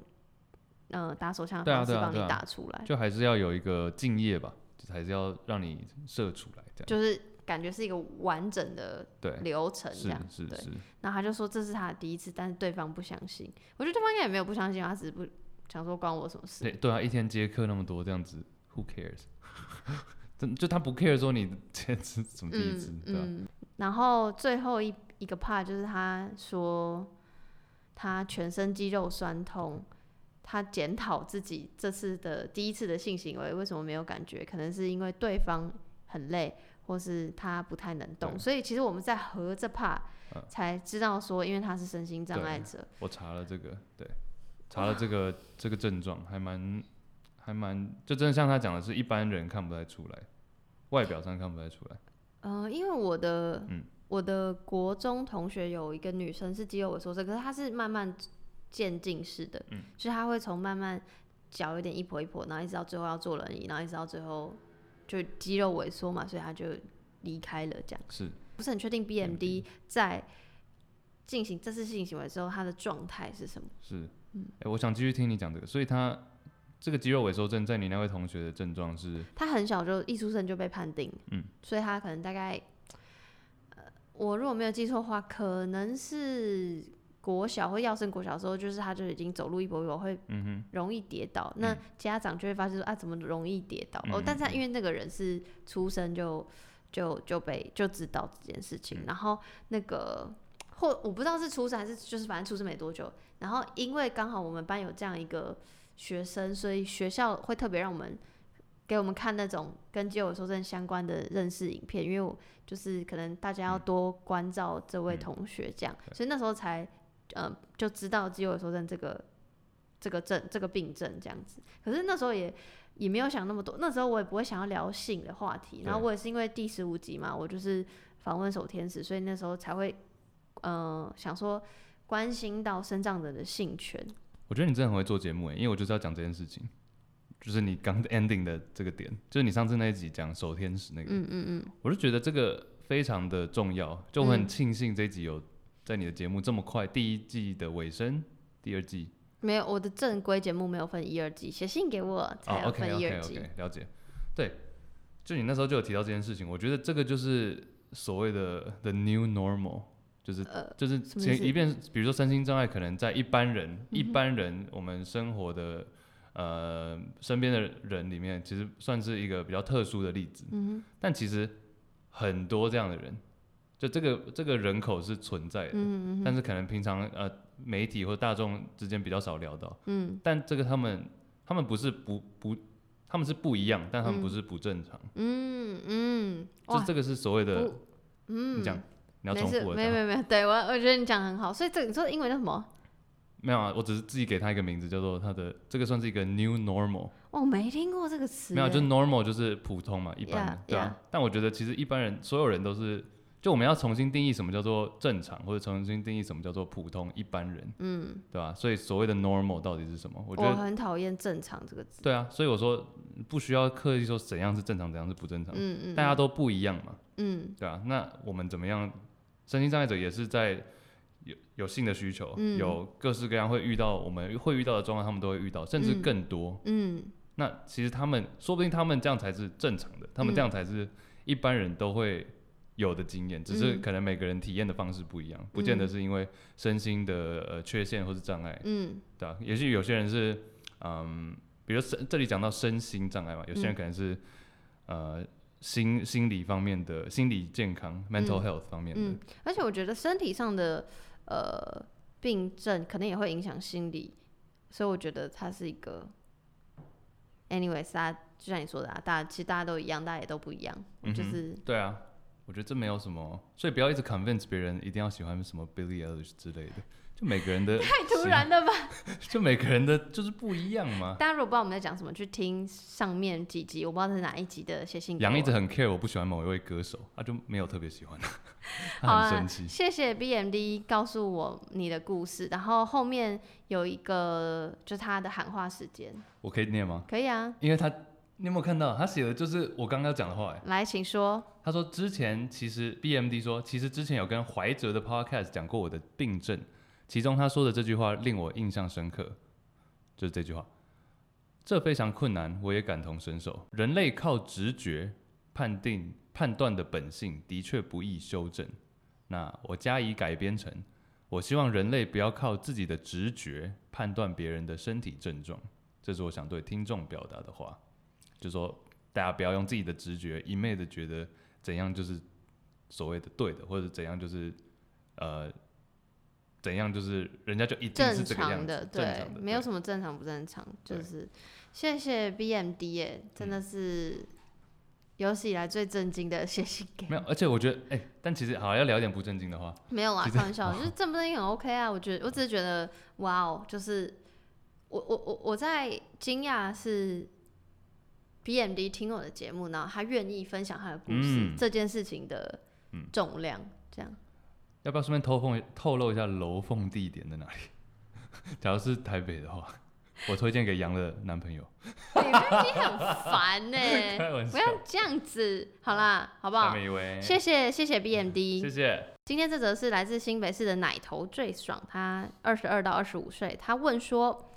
C: 呃打手枪的
A: 对啊
C: 方式
A: 对啊
C: 帮你
A: 对啊
C: 打出来，
A: 就还是要有一个敬业吧，就还是要让你射出来这样。
C: 就是感觉是一个完整的
A: 对，
C: 流程这样。
A: 是是
C: 对
A: 是，
C: 然后他就说这是他的第一次，但是对方不相信。我觉得对方应该也没有不相信，啊他只是不想说关我什么事。
A: 对对啊，一天接客那么多这样子，Who cares？真就他不 care 说你这次怎么第一次，
C: 嗯
A: 对吧、啊
C: 嗯，然后最后一一个 part 就是他说他全身肌肉酸痛，他检讨自己这次的第一次的性行为为什么没有感觉，可能是因为对方很累，或是他不太能动。
A: 对
C: 所以其实我们在和这 part
A: 嗯
C: 才知道说，因为他是身心障
A: 对
C: 碍者，
A: 我查了这个，对，查了这个这个症状，还蛮还蛮，就真的像他讲的是，一般人看不太出来，外表上看不太出来。
C: 嗯，因为我的、
A: 嗯
C: 我的国中同学有一个女生是肌肉萎缩症，可是她是慢慢渐进式的，
A: 嗯
C: 就是她会从慢慢脚有点一跛一跛，然后一直到最后要坐轮椅，然后一直到最后就肌肉萎缩嘛，所以她就离开了这样。
A: 是，
C: 不是很确定 BMD 在进行这次性行为之后她的状态是什么？
A: 是，哎、
C: 嗯
A: 我想继续听你讲这个，所以他这个肌肉萎缩症在你那位同学的症状是，
C: 她很小就一出生就被判定，
A: 嗯，
C: 所以她可能大概，呃，我如果没有记错的话，可能是国小或要升国小的时候，就是她就已经走路一跛一跛，会
A: 嗯哼，
C: 容易跌倒。那
A: 嗯
C: 家长就会发现说啊，怎么容易跌倒？
A: 嗯
C: 哦
A: 嗯，
C: 但是她因为那个人是出生就就就被就知道这件事
A: 嗯
C: 情，然后那个。或我不知道是出生还是就是反正出生没多久，然后因为刚好我们班有这样一个学生，所以学校会特别让我们给我们看那种跟肌有说症相关的认识影片，因为我就是可能大家要多关照这位
E: 嗯
C: 同学这样，
E: 对
C: 所以那时候才呃就知道肌有说症这个这个症这个病症这样子。可是那时候也也没有想那么多，那时候我也不会想要聊性的话题，
E: 对
C: 然后我也是因为第十五集嘛，我就是访问守天使，所以那时候才会呃想说关心到生长者的性权。
A: 我觉得你真的很会做节目诶，因为我就是要讲这件事情，就是你刚 ending 的这个点，就是你上次那一集讲守天使那个，
C: 嗯嗯嗯，
A: 我就觉得这个非常的重要，就我很
C: 嗯
A: 庆幸这一集有在你的节目这么快，第一季的尾声，第二季
C: 没有，我的正规节目没有分一二季，写信给我
A: 哦
C: 才有
A: ，OK
C: 分一
A: OK
C: 二季。
A: OK，了解。对，就你那时候就有提到这件事情，我觉得这个就是所谓的 the new normal，就是、就是
C: 呃什么意
A: 前
C: 思嗯
A: 一遍，比如说身心障碍，可能在一般人、一般人我们生活的呃身边的人里面，其实算是一个比较特殊的例子。
C: 嗯
A: 但其实很多这样的人，就这个这个人口是存在的，
C: 嗯
A: 但是可能平常呃媒体或大众之间比较少聊到。
C: 嗯
A: 但这个他们他们不是不不，他们是不一样，但他们不是不正常，
C: 嗯嗯，
A: 就
C: 哇
A: 这个是所谓的
C: 不，嗯，
A: 你讲你要
C: 没
A: 重
C: 事，
A: 复我
C: 没有没
A: 讲，
C: 有没有，对我我觉得你讲得很好，所以这个你说英文叫什么？
A: 没有啊，我只是自己给他一个名字，叫做他的这个算是一个 new normal，
C: 我哦没听过这个词欸，
A: 没有啊，就是 normal 就是普通嘛，一般的
C: Yeah，
A: 对啊。但我觉得其实一般人所有人都是，就我们要重新定义什么叫做正常，或者重新定义什么叫做普通一般人，
C: 嗯，
A: 对吧、所以所谓的 normal 到底是什么？我
C: 我
A: 觉得
C: 很讨厌“正常”这个字，
A: 对啊，所以我说不需要刻意说怎样是正常，怎样是不正常，
C: 嗯嗯，
A: 大家都不一样嘛。
C: 嗯
A: 对啊，那我们怎么样？身心障碍者也是在有有性的需求，
C: 嗯
A: 有各式各样会遇到我们会遇到的状况，他们都会遇到，甚至
C: 嗯
A: 更多。
C: 嗯
A: 那其实他们说不定他们这样才是正常的，他们这样才是一般人都会有的经
C: 嗯
A: 验，只是可能每个人体验的方式不一样，不见得是因为身心的呃缺陷或是障碍，
C: 嗯
A: 对啊，也许有些人是嗯，比如身这里讲到身心障碍嘛，有些
C: 嗯
A: 人可能是、呃心心理方面的心理健康 （mental health） 方面的，
C: 嗯，而且我觉得身体上的呃病症可能也会影响心理，所以我觉得它是一个，anyways，大家就像你说的啊，大家其实大家都一样，大家也都不一样，
A: 嗯哼
C: 就是
A: 对啊。我觉得这没有什么，所以不要一直 convince 别人一定要喜欢什么 Billie Eilish 之类的，就每个人的
C: 太突然了吧？
A: 就每个人的就是不一样嘛。
C: 大家如果不知道我们在讲什么，去听上面几集，我不知道是哪一集的写信给我。
A: 杨一直很 care 我不喜欢某一位歌手，他就没有特别喜欢，
C: 好
A: 他
C: 啊
A: 很生气。
C: 谢谢 BMD 告诉我你的故事，然后后面有一个就是他的喊话时间，
A: 我可以念吗？
C: 可以啊，
A: 因为他你有没有看到他写的就是我刚刚讲的话、欸？
C: 来，请说。
A: 他说之前其实 BMD 说，其实之前有跟怀哲的 podcast 讲过我的病症，其中他说的这句话令我印象深刻，就是这句话。这非常困难，我也感同身受。人类靠直觉判定判断的本性的确不易修正。那我加以改编成，我希望人类不要靠自己的直觉判断别人的身体症状。这是我想对听众表达的话，就说大家不要用自己的直觉一昧的觉得怎样就是所谓的对的，或者怎样就是呃怎样就是人家就一定是
C: 正
A: 这个样
C: 常
A: 子，
C: 的，
A: 正
C: 对
A: 常，的
C: 没有什么正常不正常，就
A: 对嗯
C: 是谢谢 BMD 耶，真的是有史以来最震惊的 写信给
A: 没有，而且我觉得，哎、但其实好要聊点不正经的话，
C: 没有啦，
A: 其实
C: 开玩笑，就是正不正经很 OK 啊。我觉得，我只是觉得，哇哦，就是我我我我在惊讶是 BMD 听我的节目，然后他愿意分享他的故事、
A: 嗯
C: 这件事情的重量，这样
A: 要不要顺便透风透露一下楼凤地点在哪里？ 假如是台北的话，我推荐给杨的男朋友。
C: 你你很烦呢、
A: 开玩
C: 不
A: 笑，
C: 要这样子，好啦，好不
A: 下
C: 好？
A: 面一位，
C: 谢谢谢谢 BMD，
A: 欸谢谢，
C: 今天这则是来自新北市的奶头最爽，他二十二到二十五岁，他问说：“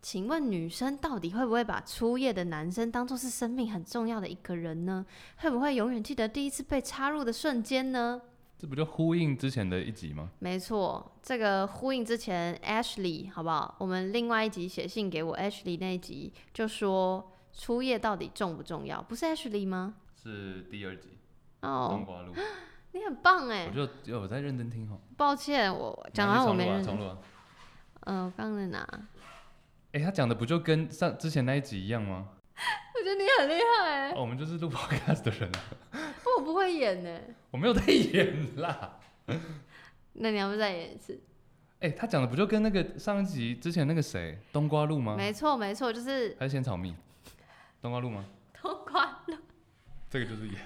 C: 请问女生到底会不会把初夜的男生当做是生命很重要的一个人呢？会不会永远记得第一次被插入的瞬间呢
A: 这不就呼应之前的一集吗？”？
C: 没错，这个呼应之前 Ashley 好不好？我们另外一集写信给我 Ashley 那一集就说初夜到底重不重要？不是 Ashley 吗？
A: 是第二集，冬
C: 哦，
A: 瓜路，
C: 你很棒
A: 嗯
C: 哎
A: 我，就就我在认真听哦。
C: 抱歉，我讲完我没认
A: 认重录啊。
C: 嗯、我刚在哪？
A: 哎、他讲的不就跟上之前那一集一样吗？
C: 我觉得你很厉害欸，
A: 哦我们就是录 podcast 的人啊，
C: 不我不会演呢。
A: 我没有在演啦。
C: 那你要不再演一次？
A: 哎、他讲的不就跟那个上一集之前那个谁冬瓜露吗？
C: 没错，没错，就是
A: 还是鲜草蜜？冬瓜露吗？
C: 冬瓜露。
A: 这个就是演。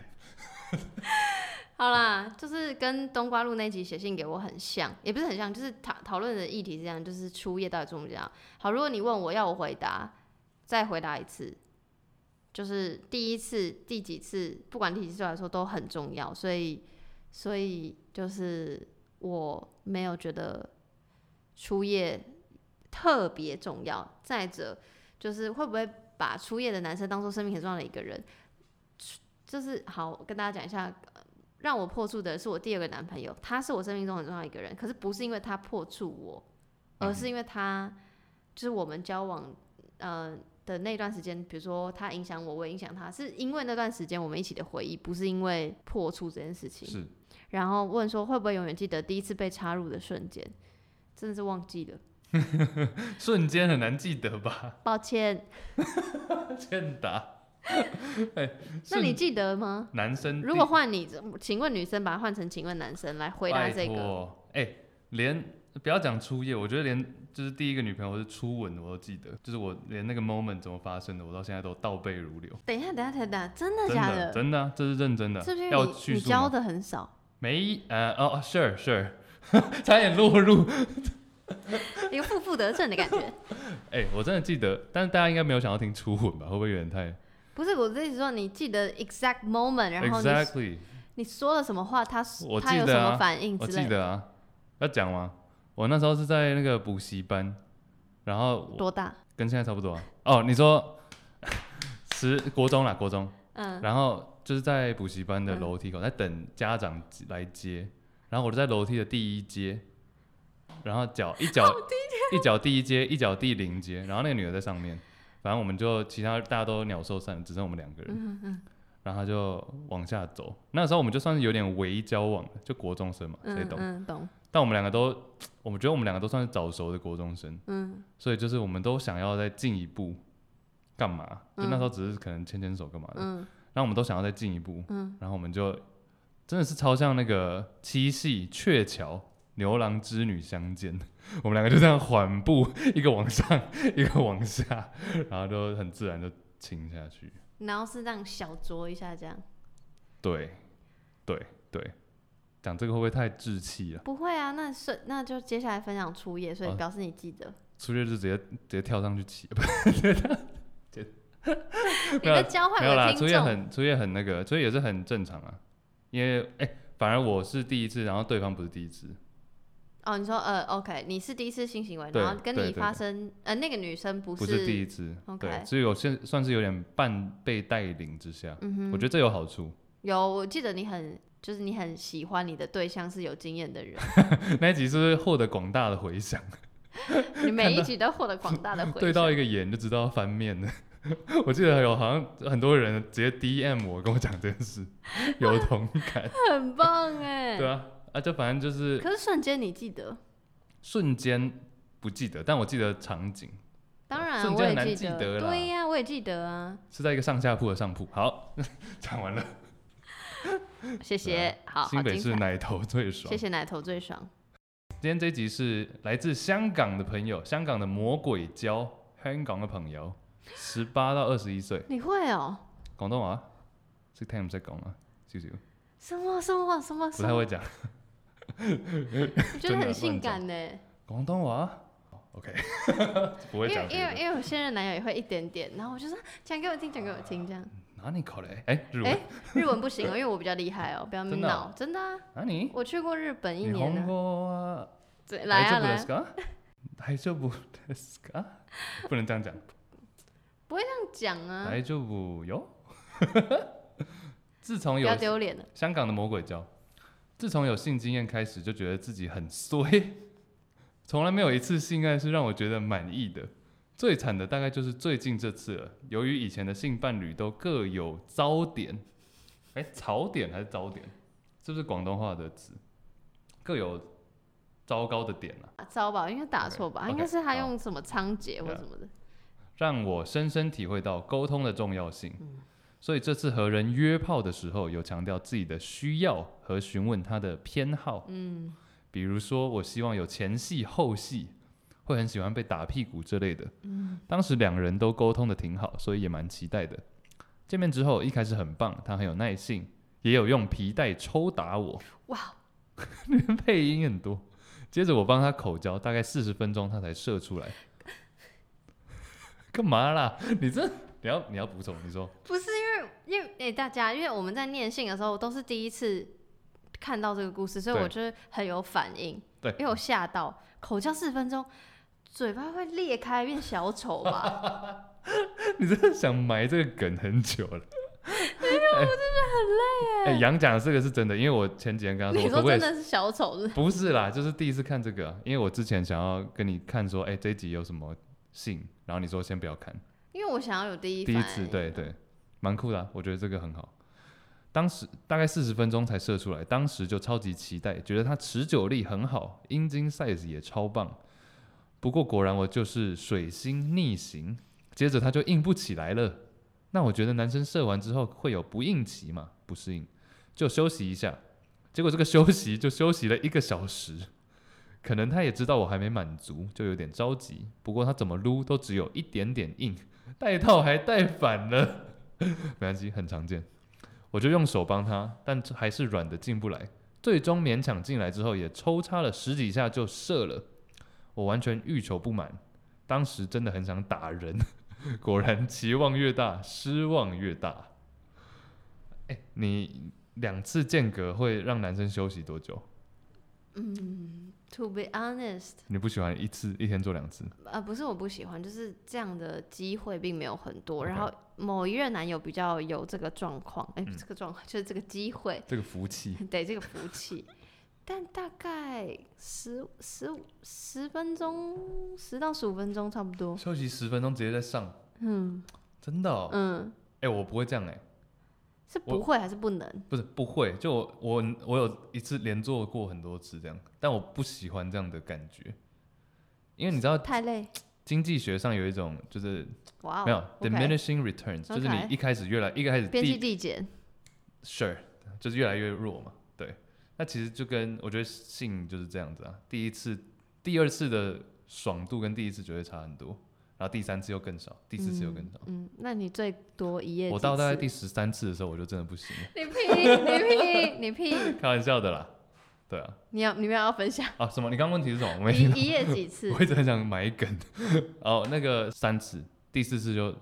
C: 好啦，就是跟冬瓜露那集写信给我很像，也不是很像，就是讨讨论的议题是这样，就是初夜到底重不重要？啊好，如果你问我要我回答，再回答一次，就是第一次、第几次，不管第几次对我来说都很重要，所以，所以就是我没有觉得初夜特别重要。再者，就是会不会把初夜的男生当做生命很重要的一个人？就是好，我跟大家讲一下，呃让我破处的是我第二个男朋友，他是我生命中很重要的一个人，可是不是因为他破处我，而是因为他就是我们交往呃的那段时间，比如说他影响我，我也影响他，是因为那段时间我们一起的回忆，不是因为破处这件事情。
A: 是，
C: 然后问说会不会永远记得第一次被插入的瞬间，真的是忘记了，
A: 瞬间很难记得吧？
C: 抱歉。
A: 欠打。
C: 那你
A: 瞬
C: 记得吗？
A: 男生
C: 如
A: 第
C: 果换你，请问女生把它换成请问男生来回答
A: 拜
C: 这个，
A: 托，哎、连不要讲初夜，我觉得连就是第一个女朋友是初吻我都记得，就是我连那个 moment 怎么发生的，我到现在都倒背如流。
C: 等一下，等一下，等一下，真的
A: 真
C: 假
A: 的，真的啊，这是认真的。
C: 是不是
A: 要
C: 你
A: 叙
C: 你
A: 述吗
C: 教的很少？
A: 没呃哦，sure sure，差 点落入。
C: 一个负负得正的 感觉。
A: 哎、我真的记得，但是大家应该没有想要听初吻吧？会不会有点太
C: 不是我的意思说，你记得 exact moment，然后你
A: ？Exactly，
C: 你说了什么话，他
A: 我
C: 他
A: 记
C: 有
A: 得
C: 什么
A: 啊
C: 反应
A: 我
C: 之
A: 记
C: 类的，
A: 得啊，要讲吗？我那时候是在那个补习班，然后我
C: 多大？
A: 跟现在差不多啊。哦，你说十国中啦，国中，
C: 嗯，
A: 然后就是在补习班的
C: 嗯
A: 楼梯口，在等家长来接，然后我就在楼梯的第一阶，然后脚一脚一脚第一阶，一脚第零阶，然后那个女的在上面，反正我们就其他大家都鸟兽散，只剩我们两个人，然后她就往下走，那时候我们就算是有点微交往了，就国中生嘛，谁
C: 嗯
A: 懂？
C: 嗯懂，
A: 但我们两个都，我们觉得我们两个都算是早熟的国中生，
C: 嗯
A: 所以就是我们都想要再进一步，干嘛？就那
C: 嗯
A: 时候只是可能牵牵手干嘛的，
C: 嗯
A: 然后我们都想要再进一步，
C: 嗯，
A: 然后我们就真的是超像那个七系鹊桥牛郎织女相见， 我们两个就这样缓步，一个往上， 一个往下，然后就很自然就亲下去。
C: 然后是这样小酌一下，这样
A: 对，对，对，讲这个会不会太稚气了？
C: 不会啊？那是那就接下来分享初夜，所以
A: 啊
C: 表示你记得，
A: 出去就直接直接跳上去骑，
C: 你
A: 没有
C: 在交换
A: 没有
C: 我
A: 啦，
C: 的
A: 初
C: 听
A: 夜
C: 众，
A: 很初夜很那个，初夜也是很正常啊，因为哎、反而我是第一次，然后对方不是第一次，
C: 哦，你说呃，OK，你是第一次性行为，
A: 对
C: 然后跟
A: 对
C: 你
A: 对
C: 发
A: 对
C: 生呃那个女生不
A: 不是第
C: 是，
A: 一次
C: OK
A: 对，所以我现算是有点半被带领之下，
C: 嗯哼
A: 我觉得这有好处。
C: 有我记得你很就是你很喜欢你的对象是有经验 的人。
A: 那一集是不是获得广大的回响？
C: 你每一集都获得广大的回
A: 对
C: 响。
A: 到一个眼就知道要翻面了。 我记得有好像很多人直接 DM 我跟我讲这件 事，有同感。
C: 很棒哎。
A: 对啊，啊，就反正就是
C: 可是瞬间你记得，
A: 瞬间不记得，但我记得场景
C: 当然啊
A: 瞬
C: 我
A: 间
C: 也
A: 很难
C: 记
A: 记得啦
C: 对呀、我也记得啊。
A: 是在一个上下铺的上铺。好， 讲完了。对啊
C: 谢谢，好
A: 新
C: 好
A: 北
C: 精
A: 市
C: 彩。
A: 奶头最爽。
C: 谢谢奶头最爽，
A: 今天这一集是来自香港的朋友，香港的魔鬼胶，香港嘅朋友，十八到二十一歲，
C: 你会哦、
A: 廣東話識聽唔識講啊？少少，
C: 什么什么什么
A: 不
C: 什
A: 太
C: 么？
A: 會講
C: 我觉得
A: 真的
C: 很性感呢、欸
A: 廣東話。OK，不會
C: 因为
A: 講
C: 因为
A: 別的。
C: 因为我现任男友也会一点点，然后我就说讲给我听，讲给我听这样。
A: 哪里考嘞？哎，日文
C: 哎。日文不行哦、因为我比较厉害哦、不要
A: 真的
C: 闹
A: 哦，
C: 真的啊，
A: 哪里？
C: 我去过日本一
A: 日
C: 年
A: 本
C: 呢、
A: 語は
C: 对，来
A: 大
C: 啊
A: 丈夫で
C: 来啊
A: す，か？大丈夫ですか？不能這樣講。
C: 这样讲啊，
A: 大丈夫よ。 自从
C: 不
A: 有
C: 要丢脸了。
A: 香港的魔鬼教，自从有性经验开始，就觉得自己很衰， 从来没有一次性爱是让我觉得满意的。最惨的大概就是最近这次了，由于以前的性伴侣都各有糟点，哎、槽点还是糟点，是不是广东话的词？各有糟糕的点啊。
C: 啊糟吧，应该打错吧
A: OK，
C: 应该是他
A: OK，好啊
C: 用什么仓颉或
A: Yeah
C: 什么的。
A: 让我深深体会到沟通的重要性。
C: 嗯
A: 所以这次和人约炮的时候，有强调自己的需要和询问他的偏好。
C: 嗯，
A: 比如说，我希望有前戏、后戏，会很喜欢被打屁股之类的。
C: 嗯
A: 当时两人都沟通的挺好，所以也蛮期待的。见面之后，一开始很棒，他很有耐性，也有用皮带抽打我。
C: 哇，
A: 配音很多。接着我帮他口交，大概四十分钟，他才射出来。 干嘛啦？你这你要你要补充，你说
C: 不是因为因为诶、大家，因为我们在念信的时候都是第一次看到这个故事，所以
A: 对
C: 我就是很有反应，
A: 对
C: 因为我吓到，口交四分钟，嘴巴会裂开变小 丑吧？
A: 你真的想埋这个梗很久 了。哎、我真的很累哎、杨讲的这个是真的，因为我前几天跟他说，
C: 你
A: 我可
C: 说
A: 不可
C: 真
A: 以？
C: 的是小丑是不是
A: 不是啦，就是第一次看这个啊、因为我之前想要跟你看说，哎、这一集有什么信，然后你说先不要看。
C: 因为我想要有第一
A: 第一
C: 反
A: 次，
C: 应
A: 对对，蛮酷的啊、我觉得这个很好。当时大概四十分钟才射出来，当时就超级期待，觉得它持久力很好，阴茎 size 也超棒。不过果然我就是水星逆行，接着它就硬不起来了。那我觉得男生射完之后会有不应期嘛，不适应，就休息一下。结果这个休息就休息了一个小时，可能他也知道我还没满足，就有点着急。不过他怎么撸都只有一点点硬，带套还带反了， 没关系，很常见。我就用手帮他，但还是软的进不来。最终勉强进来之后，也抽插了十几下就射了。我完全欲求不满，当时真的很想打人。 果然，期望越大，失望越大。哎、你两次间隔会让男生休息多久？
C: To be honest，
A: 你不喜欢一次一天做两次？
C: 呃，不是我不喜欢，就是这样的机会并没有很多。
A: OK
C: 然后某一任男友比较有这个状况，哎、
A: 嗯
C: 这个状况 就是这个机会，
A: 这个福气，
C: 对这个福气。但大概十十五十分钟，十到十五分钟差不多。
A: 休息十分钟直接再上，
C: 嗯
A: 真的、哦？哎、
C: 嗯，
A: 我不会这样哎、
C: 是
A: 我
C: 不会还是不能？
A: 不是不会，就我我我有一次连做过很多次这样，但我不喜欢这样的感觉，因为你知道
C: 太累。
A: 经济学上有一种就是
C: 哇哦，
A: 没有
C: OK
A: diminishing returns，就是你
C: OK
A: 一开始越来一开始
C: 边际
A: 第
C: 递减。
A: sure 就是越来越弱嘛，对，那其实就跟我觉得性就是这样子啊，第一次、第二次的爽度跟第一次绝对差很多，然后第三次又更少，第四次又更少，
C: 嗯，那你最多一夜
A: 我
C: 几
A: 到大概
C: 次
A: 第十三次的时候我就真的不行了，
C: 你屁你屁你屁，
A: 开玩笑的啦，对啊，
C: 你要你们要分享
A: 啊什么？你刚刚问题是什么？我没听到
C: 一一夜几次
A: 我？一直很想买梗。哦，那个三次，第四次就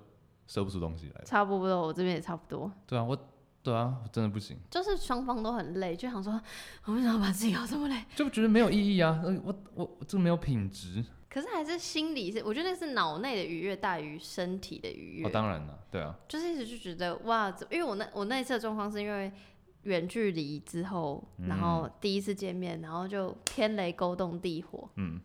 A: 射不出东西来了。
C: 差不多，我这边也差不多。
A: 对啊，我对啊，我真的不行，
C: 就是双方都很累，就想说， 我为什么把自己搞这么累？
A: 就觉得没有意义啊。呃我我我这没有品质。哦
C: 可是还是心里是，我觉得那是脑内的愉悦大于身体的愉悦。
A: 哦，当然了，对啊，
C: 就是一直就觉得哇，怎因为我那我那一次的状况是因为远距离之后，
A: 嗯
C: 然后第一次见面，然后就天雷勾动地火。
A: 嗯，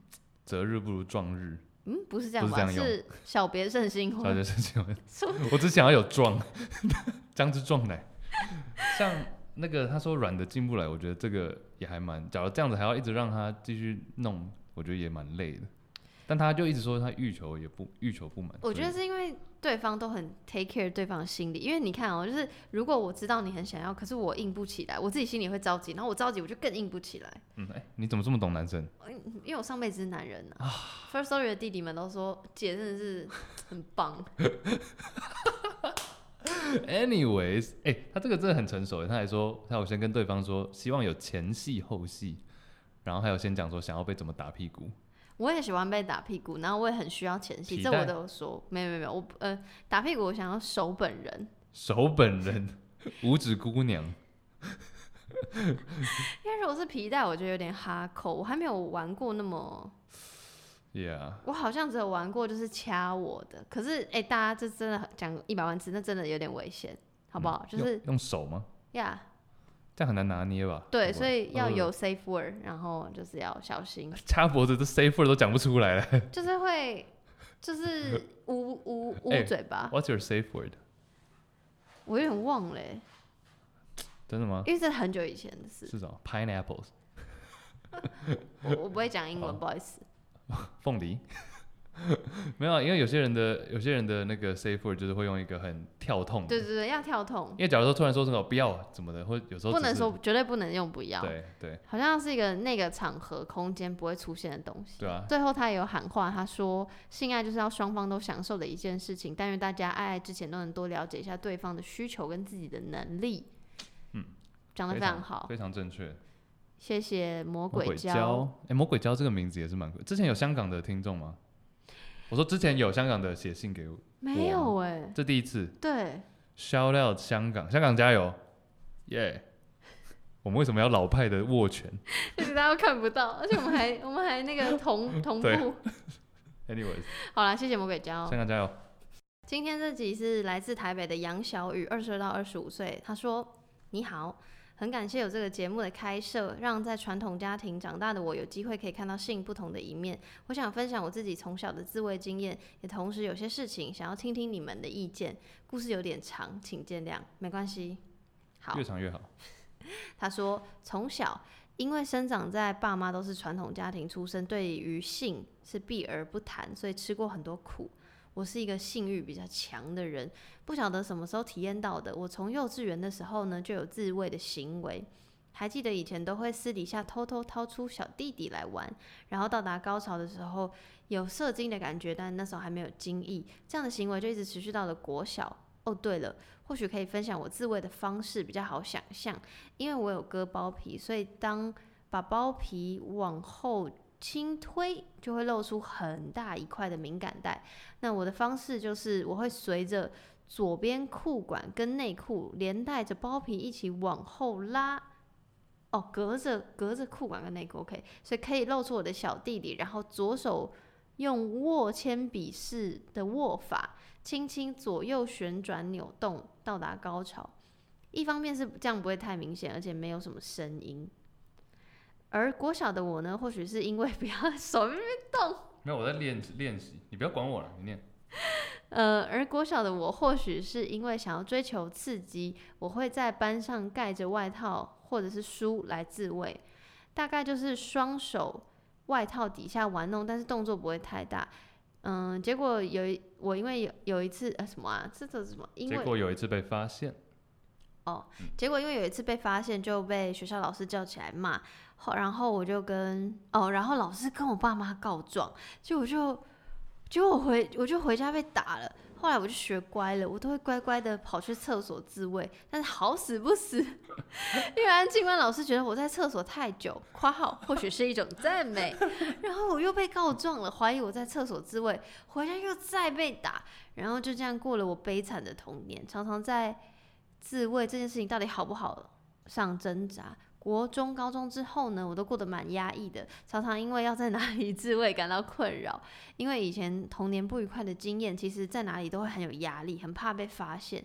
A: 择日不如撞日，
C: 嗯，不是这样
A: 不是
C: 吧？
A: 这样用
C: 是小别胜新
A: 小
C: 婚。
A: 学生请问
C: 是吗，
A: 我只想要有撞，将之撞来。像那个他说软的进不来，我觉得这个也还蛮，假如这样子还要一直让他继续弄，我觉得也蛮累的。但他就一直说他欲求也不欲求不满，
C: 我觉得
A: 所
C: 是因为对方都很 take care 对方的心理，因为你看哦、就是如果我知道你很想要，可是我硬不起来，我自己心里会着急，然后我着急我就更硬不起来。
A: 以嗯，哎、你怎么这么懂男生？
C: 因为我上辈子是男人啊 f i r s t Story 的弟弟们都说姐真的是很棒，
A: Anyways，哎、他这个真的很成熟耶，他还说，他有先跟对方说，希望有前戏后戏，然后还有先讲说想要被怎么打屁股，
C: 我也喜欢被打屁股，然后我也很需要前戏，
A: 皮
C: 这
A: 带
C: 我都有说，没有没有没有，我不呃打屁股我想要手本人，
A: 手本人，五指姑娘，
C: 因为如果是皮带，我觉得有点哈扣，我还没有玩过那么，
A: yeah，
C: 我好像只有玩过就是掐我的，可是哎、大家这真的很讲一百万次，那真的有点危险，好不好？就
A: 用
C: 是
A: 用手吗？
C: 呀
A: 这样很难拿捏吧？
C: 对，
A: 好吧
C: 所以要
A: 呃
C: 有 safe word，、然后就是要小心。
A: 掐脖子的 safe word 都讲不出来了
C: 就是会， 就是捂捂捂
A: 哎
C: 嘴巴，
A: ，What's your safe word？
C: 我有点忘了欸、
A: 真的吗？
C: 因为这很久以前的事，
A: 是什么？Pineapples，
C: 我我不会讲英
A: 好
C: 文，不好意思。
A: 凤梨， 没有啊，因为有些人的有些人的那个 safe word 就是会用一个很跳痛的，
C: 对对对，要跳痛
A: 因，为假如说突然说什么不要啊怎么的，或者有时候
C: 不
A: 只
C: 能
A: 是
C: 说绝对不能用不要，
A: 对对
C: 好像是一个那个场合空间不会出现的东西。
A: 对啊，
C: 最后他也有喊话，他说：“性爱就是要双方都享受的一件事情，但愿大家爱爱之前都能多了解一下对方的需求跟自己的能力。”
A: 嗯，
C: 讲的非常好，
A: 非常正确。
C: 谢谢魔
A: 魔
C: 鬼
A: 胶，
C: 胶。
A: 哎、魔鬼胶这个名字也是蛮酷。之前有香港的听众吗？我说之前有香港的写信给我，
C: 没有哎、
A: 这第一次
C: 对，
A: shout out 香港，香港加油，耶、我们为什么要老派的握拳
C: 就是大家都看不到，而且我们还我们还那 个同同
A: 对
C: 步。
A: ？Anyways，
C: 好啦，谢谢魔鬼胶
A: 香。港加油。
C: 今天这集是来自台北的杨小雨，二十二到二十五岁。他说：“你好，很感谢有这个节目的开设，让在传统家庭长大的我有机会可以看到性不同的一面。我想分享我自己从小的自慰经验，也同时有些事情想要听听你们的意见。故事有点长，请见谅，没关系。”好，
A: 越长越好。
C: 他说，从小因为生长在爸妈都是传统家庭出身，对于性是避而不谈，所以吃过很多苦。我是一个性欲比较强的人，不晓得什么时候体验到的。我从幼稚园的时候呢，就有自慰的行为。还记得以前都会私底下偷偷掏出小弟弟来玩，然后到达高潮的时候有射精的感觉，但那时候还没有精液。这样的行为就一直持续到了国小。哦，对了，或许可以分享我自慰的方式，比较好想象。因为我有割包皮，所以当把包皮往后轻推，就会露出很大一块的敏感带。那我的方式就是，我会随着左边裤管跟内裤连带着包皮一起往后拉。哦，隔着隔着裤管跟内裤，OK，所以可以露出我的小弟弟，然后左手用握铅笔式的握法，轻轻左右旋转扭动，到达高潮。一方面是这样不会太明显，而且没有什么声音。而国小的我呢，或许是因为不要手
A: 没有，我在练练习，你不要管我了，你念。
C: 呃，而国小的我或许是因为想要追求刺激，我会在班上盖着外套或者是书来自慰，大概就是双手外套底下玩弄，但是动作不会太大。嗯、结果有一我因为有有一次呃什么啊，这个是什么？因
A: 结
C: 为嗯
A: 果有一次被发现，
C: 结果因为有一次被发现，就被学校老师叫起来骂，后然后我就跟哦，然后老师跟我爸妈告状，结果我就结果我回我就回家被打了。后来我就学乖了，我都会乖乖的跑去厕所自慰，但是好死不死， 因为安静班老师觉得我在厕所太久（括号或许是一种赞美），然后我又被告状了，怀疑我在厕所自慰，回家又再被打，然后就这样过了我悲惨的童年，常常在自慰这件事情到底好不好上挣扎。国中、高中之后呢，我都过得蛮压抑的，常常因为要在哪里 自慰感到困扰。因为以前童年不愉快的经验，其实在哪里都会很有压力，很怕被发现，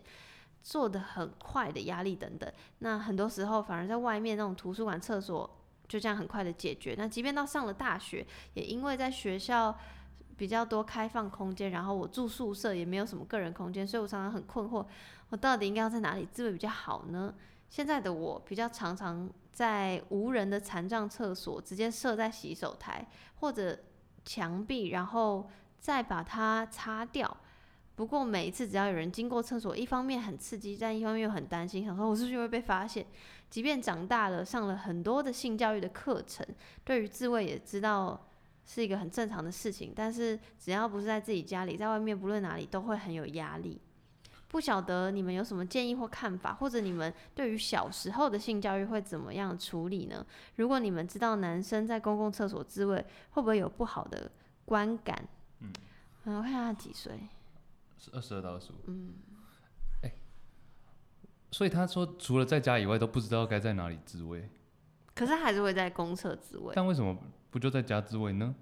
C: 做的很快的压力等等。那很多时候反而在外面那种图书馆、厕所就这样很快的解决。那即便到上了大学，也因为在学校比较多开放空间，然后我住宿舍也没有什么个人空间，所以我常常很困惑，我到底应该要在哪里自慰比较好呢？现在的我比较常常在无人的残障厕所直接设在洗手台或者墙壁，然后再把它擦掉。不过每一次只要有人经过厕所，一方面很刺激，但一方面又很担心，想说我是不是会被发现。即便长大了，上了很多的性教育的课程，对于自慰也知道是一个很正常的事情，但是只要不是在自己家里，在外面不论哪里都会很有压力。不晓得你们有什么建议或看法，或者你们对于小时候的性教育会怎么样处理呢？如果你们知道男生在公共厕所自慰，会不会有不好的观感？嗯，我看他几岁，
A: 是二十二到二十五。嗯，哎、所以他说除了在家以外都不知道该在哪里自慰，
C: 可是他还是会在公厕自慰，
A: 但为什么不就在家自慰呢？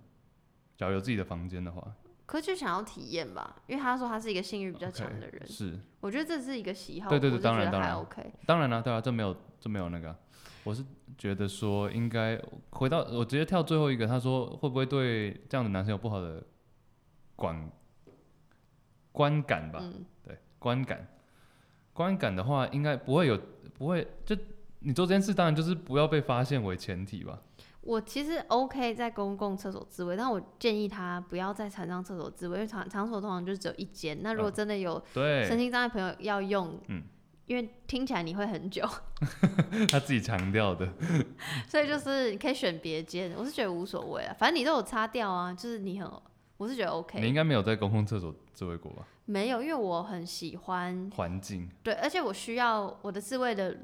A: 假如有自己的房间的话，
C: 可是就想要体验吧，因为他说他是一个性欲比较强的人
A: OK，是
C: 我觉得这是一个喜好，
A: 对对对
C: 我就觉
A: 当然
C: 得
A: 当
C: 还
A: 然
C: OK。
A: 当然啦、对啊，这没有这没有那个啊、我是觉得说应该回到我直接跳最后一个，他说会不会对这样的男生有不好的观观感吧？
C: 嗯，
A: 对，观感，观感的话应该不会有不会就你做这件事，当然就是不要被发现为前提吧。
C: 我其实 OK 在公共厕所自慰，但我建议他不要在残障厕所自慰，因为场场所通常就只有一间。那如果
A: 嗯
C: 真的有身
A: 对，
C: 心障碍朋友要用，
F: 嗯
C: 因为听起来你会很久，
A: 他自己强调的，
C: 所以就是你可以选别间。我是觉得无所谓啊，反正你都有擦掉啊，就是你很，我是觉得
A: 你应
C: OK。
A: 该没有在公共厕所自慰过吧？
C: 没有，因为我很喜欢，
A: 环境，
C: 对，而且我需要我的自慰的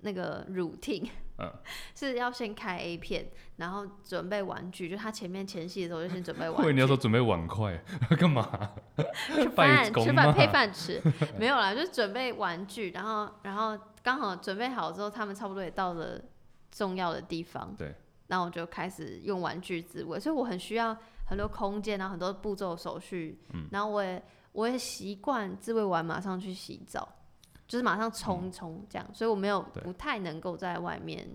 C: 那个 routine，
A: 嗯
C: 是要先开 A 片，然后准备玩具，就他前面前戏的时候就先准备玩
A: 或者
C: 具。
A: 你要说准备碗筷 干嘛？
C: 吃
A: 拜
C: 饭
A: 公
C: 吃饭
A: 嘛
C: 配饭 吃，没有啦，就准备玩具，然后然后刚好准备好之后，他们差不多也到了重要的地方，
A: 对，
C: 那我就开始用玩具自慰，所以我很需要很多空间，啊然后很多步骤手续，
A: 嗯
C: 然后我也我也习惯自慰完马上去洗澡，就是马上冲冲这样，所以我没有
A: 嗯对
C: 不太能够在外面，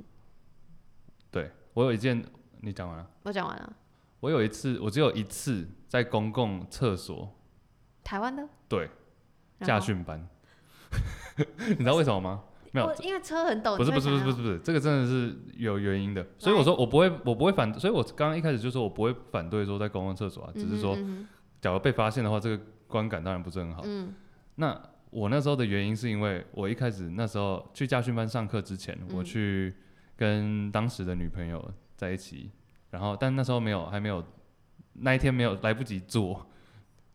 A: 对我有一件，你讲完了。
C: 我讲完了，
A: 我有一次，我只有一次在公共厕所
C: 台湾的
A: 对
C: 然
A: 驾
C: 后
A: 训班， 你知道为什么吗？没有
C: 我，因为车很陡，
A: 不是
C: 你
A: 不是
C: 会
A: 不是
C: 想
A: 不
C: 要
A: 是不是，这个真的是有原因的。所以我说我不会我不会反，所以我刚刚一开始就说我不会反对说在公共厕所啊，只是说
C: 嗯哼
A: 假如被发现的话，这个观感当然不是很好。
C: 嗯
A: 那我那时候的原因是因为我一开始那时候去驾训班上课之前，
C: 嗯
A: 我去跟当时的女朋友在一起，然后但那时候没有还没有那一天没有来不及做，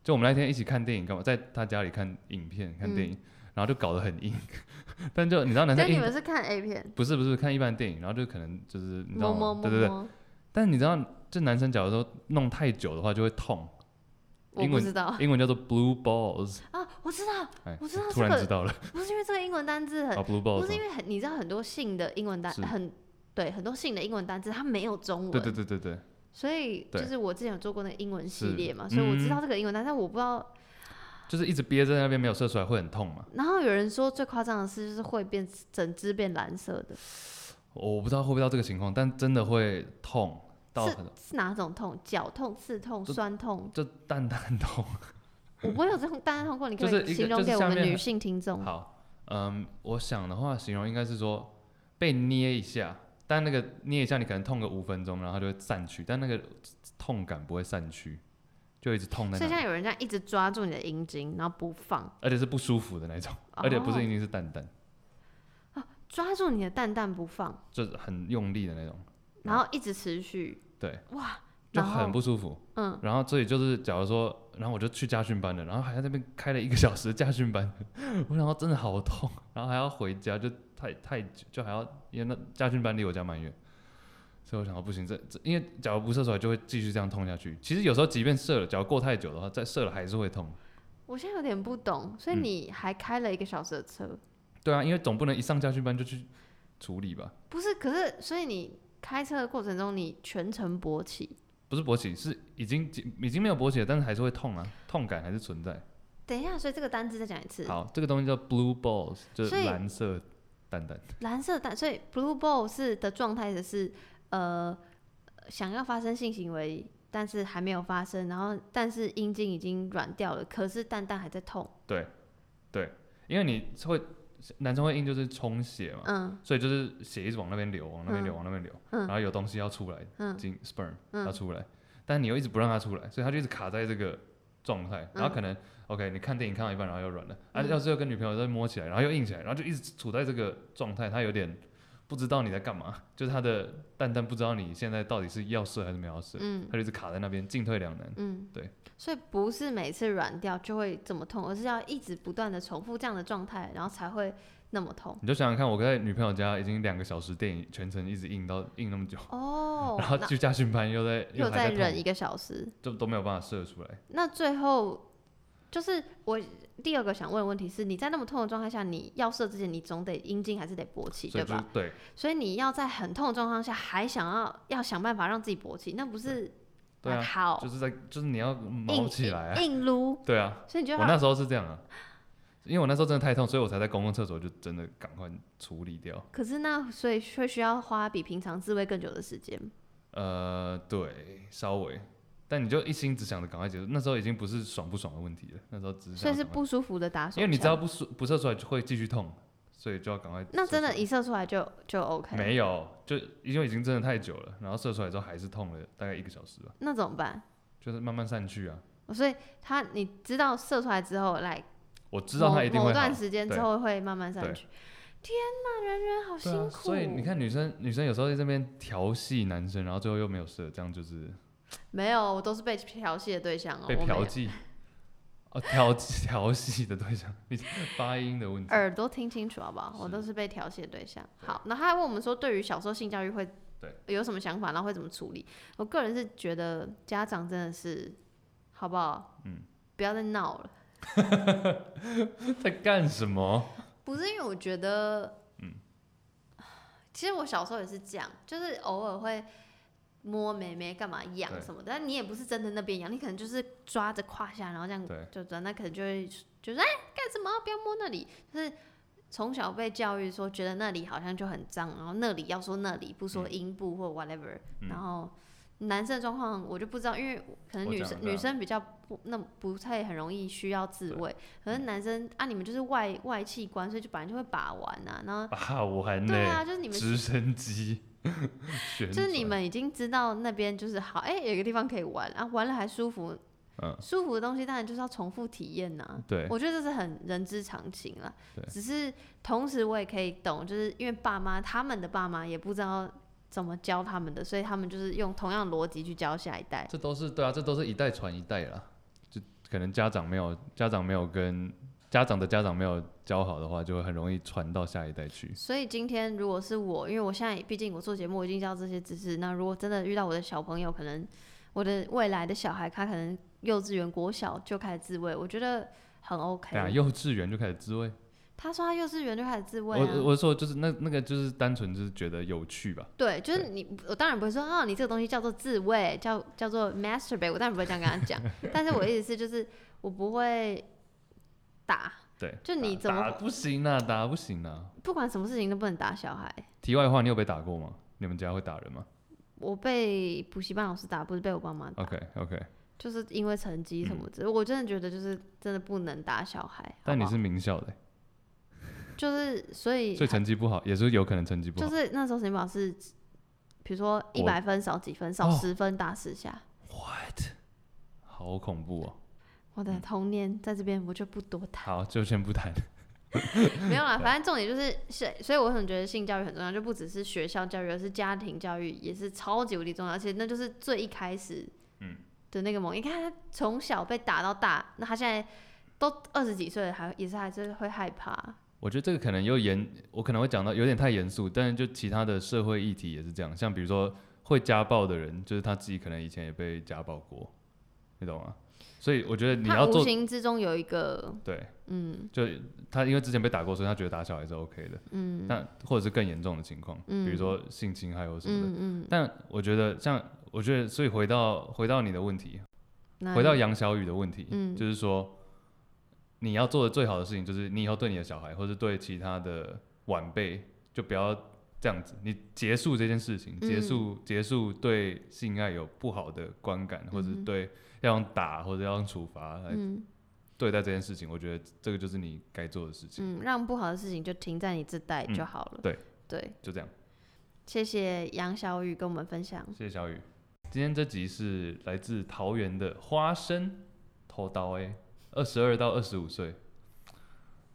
A: 就我们那天一起看电影干嘛，在她家里看影片看电影，然后就搞得很硬， 但就你知道男
C: 嗯，就
A: 生
C: 嗯你
A: 硬
C: 们是看 A 片，
A: 不是不是看一般电影，然后就可能就是你知道
C: 摸
A: 吗？
C: 摸摸摸。
A: 对对对。但你知道，这男生假如说弄太久的话就会痛，
C: 我
A: 英
C: 不
A: 文
C: 知道
A: 英文叫做 blue balls。
C: 啊，我知道
A: 哎，
C: 我知道
A: 突
C: 这
A: 然知
C: 个
A: 道了
C: 不是因为这个英文单字
A: 啊
C: 很，
A: ，blue
C: 不
A: balls
C: 是因
A: 哦。
C: 为很，你知道很多性的英文单
A: 是
C: 很对，很多性的英文单字它没有中文，
A: 哦对对对对对，
C: 所以就
A: 对
C: 是我之前有做过那个英文系
A: 是
C: 列嘛，所以我知
A: 嗯
C: 道这个英文单，但我不知道。
A: 就是一直憋在那边没有射出来会很痛嘛。
C: 然后有人说最夸张的是就是会变整只变蓝色的，
A: 我不知道会不会到这个情况，但真的会痛到
C: 是
A: 很，
C: 是哪种痛？绞痛、刺痛、
A: 就
C: 酸痛？
A: 就蛋蛋痛。
C: 我不会有这种单痛过，你可
A: 就是
C: 不
A: 一个
C: 可以形容
A: 就是
C: 给我
A: 下
C: 们
A: 面
C: 女
A: 很
C: 性听众。
A: 好，嗯，我想的话形容应该是说被捏一下，但那个捏一下你可能痛个五分钟，然后它就会散去，但那个痛感不会散去，就一直痛在
C: 所以
A: 那
C: 像
A: 里，
C: 有人这样一直抓住你的阴茎，然后不放，
A: 而且是不舒服的那种，而且不
C: 哦
A: 是一定是蛋蛋，
C: 抓住你的蛋蛋不放，
A: 就是很用力的那种，
C: 然后一直持续，
A: 对，
C: 哇，
A: 就
C: 然后
A: 很不舒服。
C: 嗯，
A: 然后所以就是，假如说，然后我就去家训班了，然后还在那边开了一个小时的家训班， 我想到真的好痛，然后还要回家，就太太久，就还要因为那家训班离我家蛮远，所以我想到不行，这这因为假如不射出来就会继续这样痛下去。其实有时候即便射了，假如过太久的话，再射了还是会痛。
C: 我现在有点不懂，所以
A: 嗯
C: 你还开了一个小时的车，
A: 对啊，因为总不能一上家训班就去处理吧？
C: 不是？可是，所以你开车的过程中，你全程勃起。
A: 不是勃起，是已经已经没有勃起了，但是还是会痛啊，痛感还是存在。
C: 等一下，所以这个单字再讲一次。
A: 好，这个东西叫 blue balls，就是
C: 所以
A: 蓝色蛋蛋。
C: 蓝色单，所以 blue ball 是的状态的是，呃，想要发生性行为，但是还没有发生，然后但是阴茎已经软掉了，可是蛋蛋还在痛。
A: 因为你会男生会硬就是充血嘛，
C: 嗯
A: 所以就是血一直往那边流，往那边流，
C: 嗯
A: 往那边流，
C: 嗯
A: 然后有东西要出来，
C: 嗯
A: 进 sperm
C: 嗯
A: 要出来，但你又一直不让它出来，所以它就一直卡在这个状态，然后可能、OK，你看电影看到一半，然后又软了，啊，
C: 嗯
A: 要是又跟女朋友再摸起来，然后又硬起来，然后就一直处在这个状态，他有点不知道你在干嘛，就是他的蛋蛋不知道你现在到底是要射还是没有射，
C: 嗯
A: 他就一直卡在那边，进退两难。
C: 嗯，
A: 对。
C: 所以不是每次软掉就会这么痛，而是要一直不断的重复这样的状态，然后才会那么痛。
A: 你就想想看，我在女朋友家已经两个小时电影全程一直硬到硬那么久。
C: 哦，
A: 然后
C: 那
A: 去驾训班又在
C: 又
A: 还
C: 再
A: 痛
C: 忍一个小时。
A: 就都没有办法射出来。
C: 那最后就是我第二个想问的问题是，你在那么痛的状态下，你要射之前，你总得阴茎还是得勃起，
A: 所
C: 对
A: 以就
C: 吧？
A: 对，
C: 所以你要在很痛的状况下，还想要要想办法让自己勃起，那不是
A: 对啊
C: 哇靠
A: 就是在就是你要毛
C: 硬
A: 起来啊，
C: 硬撸？
A: 对啊，
C: 所以你就
A: 我
C: 要
A: 那时候是这样啊，因为我那时候真的太痛，所以我才在公共厕所就真的赶快处理掉。
C: 可是那所以会需要花比平常自慰更久的时间。
A: 呃，对，稍微，但你就一心只想着赶快结束，那时候已经不是爽不爽的问题了，那时候只是
C: 所
A: 想
C: 以
A: 要
C: 是
A: 赶快，
C: 不舒服的打手枪，
A: 因为你知道不舒不射出来就会继续痛，所以就要赶快。
C: 那真的，一射出来就就 OK，
A: 没有，就因为已经真的太久了，然后射出来之后还是痛了大概一个小时吧，
C: 那怎么办？
A: 就是慢慢散去啊。
C: 所以他你知道射出来之后，来
A: 我知道它一定
C: 某
A: 会
C: 某
A: 好。
C: 段时间之
A: 对
C: 后会慢慢上
A: 对
C: 去。天哪，人人好
A: 对啊
C: 辛苦。
A: 所以你看，女生女生有时候在这边调戏男生，然后最后又没有射，这样就是
C: 没有，我都是被调戏的对象哦，
A: 被
C: 我没
A: 嫖
C: 有
A: 妓。 哦，调戏调戏的对象，你发音的问题。
C: 耳朵听清楚好不好？我
A: 是
C: 都是被调戏的对象。
A: 对
C: 好，那他还问我们说，对于小时候性教育会
A: 对
C: 有什么想法，然后会怎么处理？我个人是觉得家长真的是，好不好？
A: 嗯，
C: 不要再闹了。
A: 在干什么？
C: 不是因为我觉得，嗯， 其实我小时候也是这样，就是偶尔会摸妹妹干嘛痒
A: 对
C: 什么的，但你也不是真的那边痒，你可能就是抓着胯下，然后这样
A: 对
C: 就这样，那可能就会就是哎干什么不要摸那里，就是从小被教育说觉得那里好像就很脏，然后那里要说那里不说阴部或 whatever，、
A: 嗯
C: 然后。男生的状况我就不知道，因为可能
A: 我
C: 女
A: 讲啊得
C: 生
A: 这
C: 女
A: 样
C: 生比较不那不太很容易需要自
A: 对嗯
C: 慰，可是男生啊，你们就是外外器官，所以就本来就会把玩呐、然后
A: 啊，我还
C: 对
A: 呢，
C: 啊，就是你们
A: 直升 机，旋
C: 就是你
A: 转
C: 们已经知道那边就是好，哎、有个地方可以玩啊，玩了还舒服，
A: 嗯
C: 舒服的东西当然就是要重复体验呐、
A: 对
C: 我觉得这是很人之常情啦
A: 对。
C: 只是同时我也可以懂，就是因为爸妈他们的爸妈也不知道怎么教他们的，所以他们就是用同样的逻辑去教下一代。
A: 这都是对啊，这都是一代传一代啦。就可能家长没有家长没有跟家长的家长没有教好的话，就会很容易传到下一代去。
C: 所以今天如果是我，因为我现在毕竟我做节目，我已经知道这些知识。那如果真的遇到我的小朋友，可能我的未来的小孩，他可能幼稚园、国小就开始自慰，我觉得很
A: 对啊，
C: OK。
A: 幼稚园就开始自慰。
C: 他说他幼稚园就开始自慰
A: 我我
C: 啊，
A: 我说就是那那个就是单纯就是觉得有趣吧。
C: 对，就是你，我当然不会说啊，你这个东西叫做自慰，叫叫做 masturbate，我当然不会这样跟他 讲。但是我的意思是，就是我不会打，
A: 对，
C: 就你
A: 打
C: 怎么
A: 打不行啊，打不行啊。
C: 不管什么事情都不能打小孩。
A: 题外话，你有被打过吗？你们家会打人吗
C: 我被补习班老师打，不是被我爸妈打。
A: ？OK OK，
C: 就是因为成绩什么之类，我真的觉得就是真的不能打小孩。
A: 嗯但你
C: 好不
A: 是
C: 好
A: 名校的欸、
C: 就是所以
A: 所以成绩不好也是有可能成绩不
C: 就
A: 好。
C: 是那时候陈宝是，比如说一百分少几分，少
A: 哦
C: 十分打十下。
A: 好恐怖哦！
C: 我的童年在这边我就不多谈，
A: 好，就先不谈。嗯
C: 没有啦，啊反正重点就是是，所以我很觉得性教育很重要，就不只是学校教育，而是家庭教育也是超级无敌重要，而且那就是最一开始
A: 嗯
C: 的那个梦。你看他从小被打到大，那他现在都二十几岁了，还也是还是会害怕。
A: 我觉得这个可能又严，我可能会讲到有点太严肃，但是就其他的社会议题也是这样，像比如说会家暴的人，就是他自己可能以前也被家暴过，你懂吗？所以我觉得你
C: 他
A: 要
C: 无
A: 做
C: 形之中有一个
A: 对，
C: 嗯
A: 就他因为之前被打过，所以他觉得打小孩是 OK 的，
C: 嗯
A: 但或者是更严重的情况，
C: 嗯
A: 比如说性侵害或什么的。
C: 嗯
A: 但我觉得像我觉得，所以回到回到你的问题，
C: 嗯，
A: 回到
C: 那
A: 杨小雨的问题，
C: 嗯
A: 就是说你要做的最好的事情，就是你以后对你的小孩，或是对其他的晚辈，就不要这样子。你结束这件事情，
C: 嗯
A: 结束、结束对性爱有不好的观感，或者
C: 嗯哼
A: 对要用打或者要用处罚来
C: 嗯
A: 对待这件事情，我觉得这个就是你该做的事情。
C: 嗯，让不好的事情就停在你这代就
A: 嗯
C: 好了。
A: 对
C: 对，
A: 就这样，
C: 谢谢杨小雨跟我们分享。
A: 谢谢小雨。今天这集是来自桃园的花生偷刀 A，二十二到二十五岁。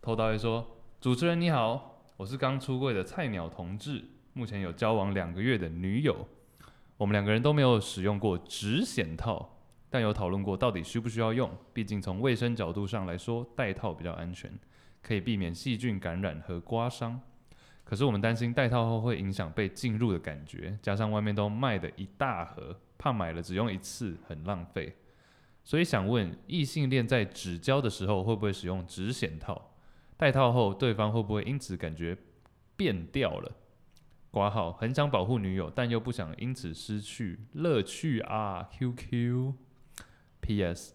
A: 偷刀 A 说：“主持人你好，我是刚出柜的菜鸟同志，目前有交往两个月的女友，我们两个人都没有使用过指显套，但有讨论过到底需不需要用，毕竟从卫生角度上来说，戴套比较安全，可以避免细菌感染和刮伤。可是我们担心戴套后会影响被进入的感觉，加上外面都卖的一大盒，怕买了只用一次很浪费。所以想问，异性恋在指交的时候会不会使用指显套？戴套后，对方会不会因此感觉变掉了？挂号很想保护女友，但又不想因此失去乐趣啊！QQ。P.S.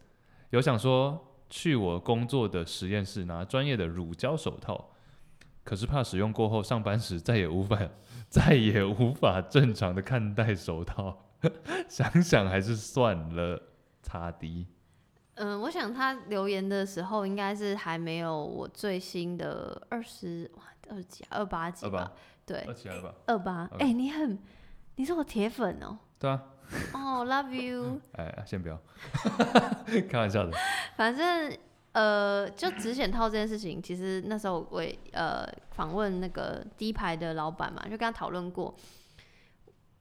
A: 有想说去我工作的实验室拿专业的乳胶手套，可是怕使用过后上班时再也无法 再也无法正常的看待手套， 想想还是算了。擦 D，
C: 嗯，我想他留言的时候应该是还没有我最新的二十哇二十几啊、二八几
A: 二
C: 吧
A: 八？
C: 对，
A: 二七二吧？
C: 二八。
A: OK
C: 哎、你很，你是我铁粉哦。
A: 对啊，
C: 哦、l o v e you。
A: 哎，先不要， 开玩笑的。
C: 反正呃，就纸险套这件事情，其实那时候我也呃访问那个第一排的老板嘛，就跟他讨论过。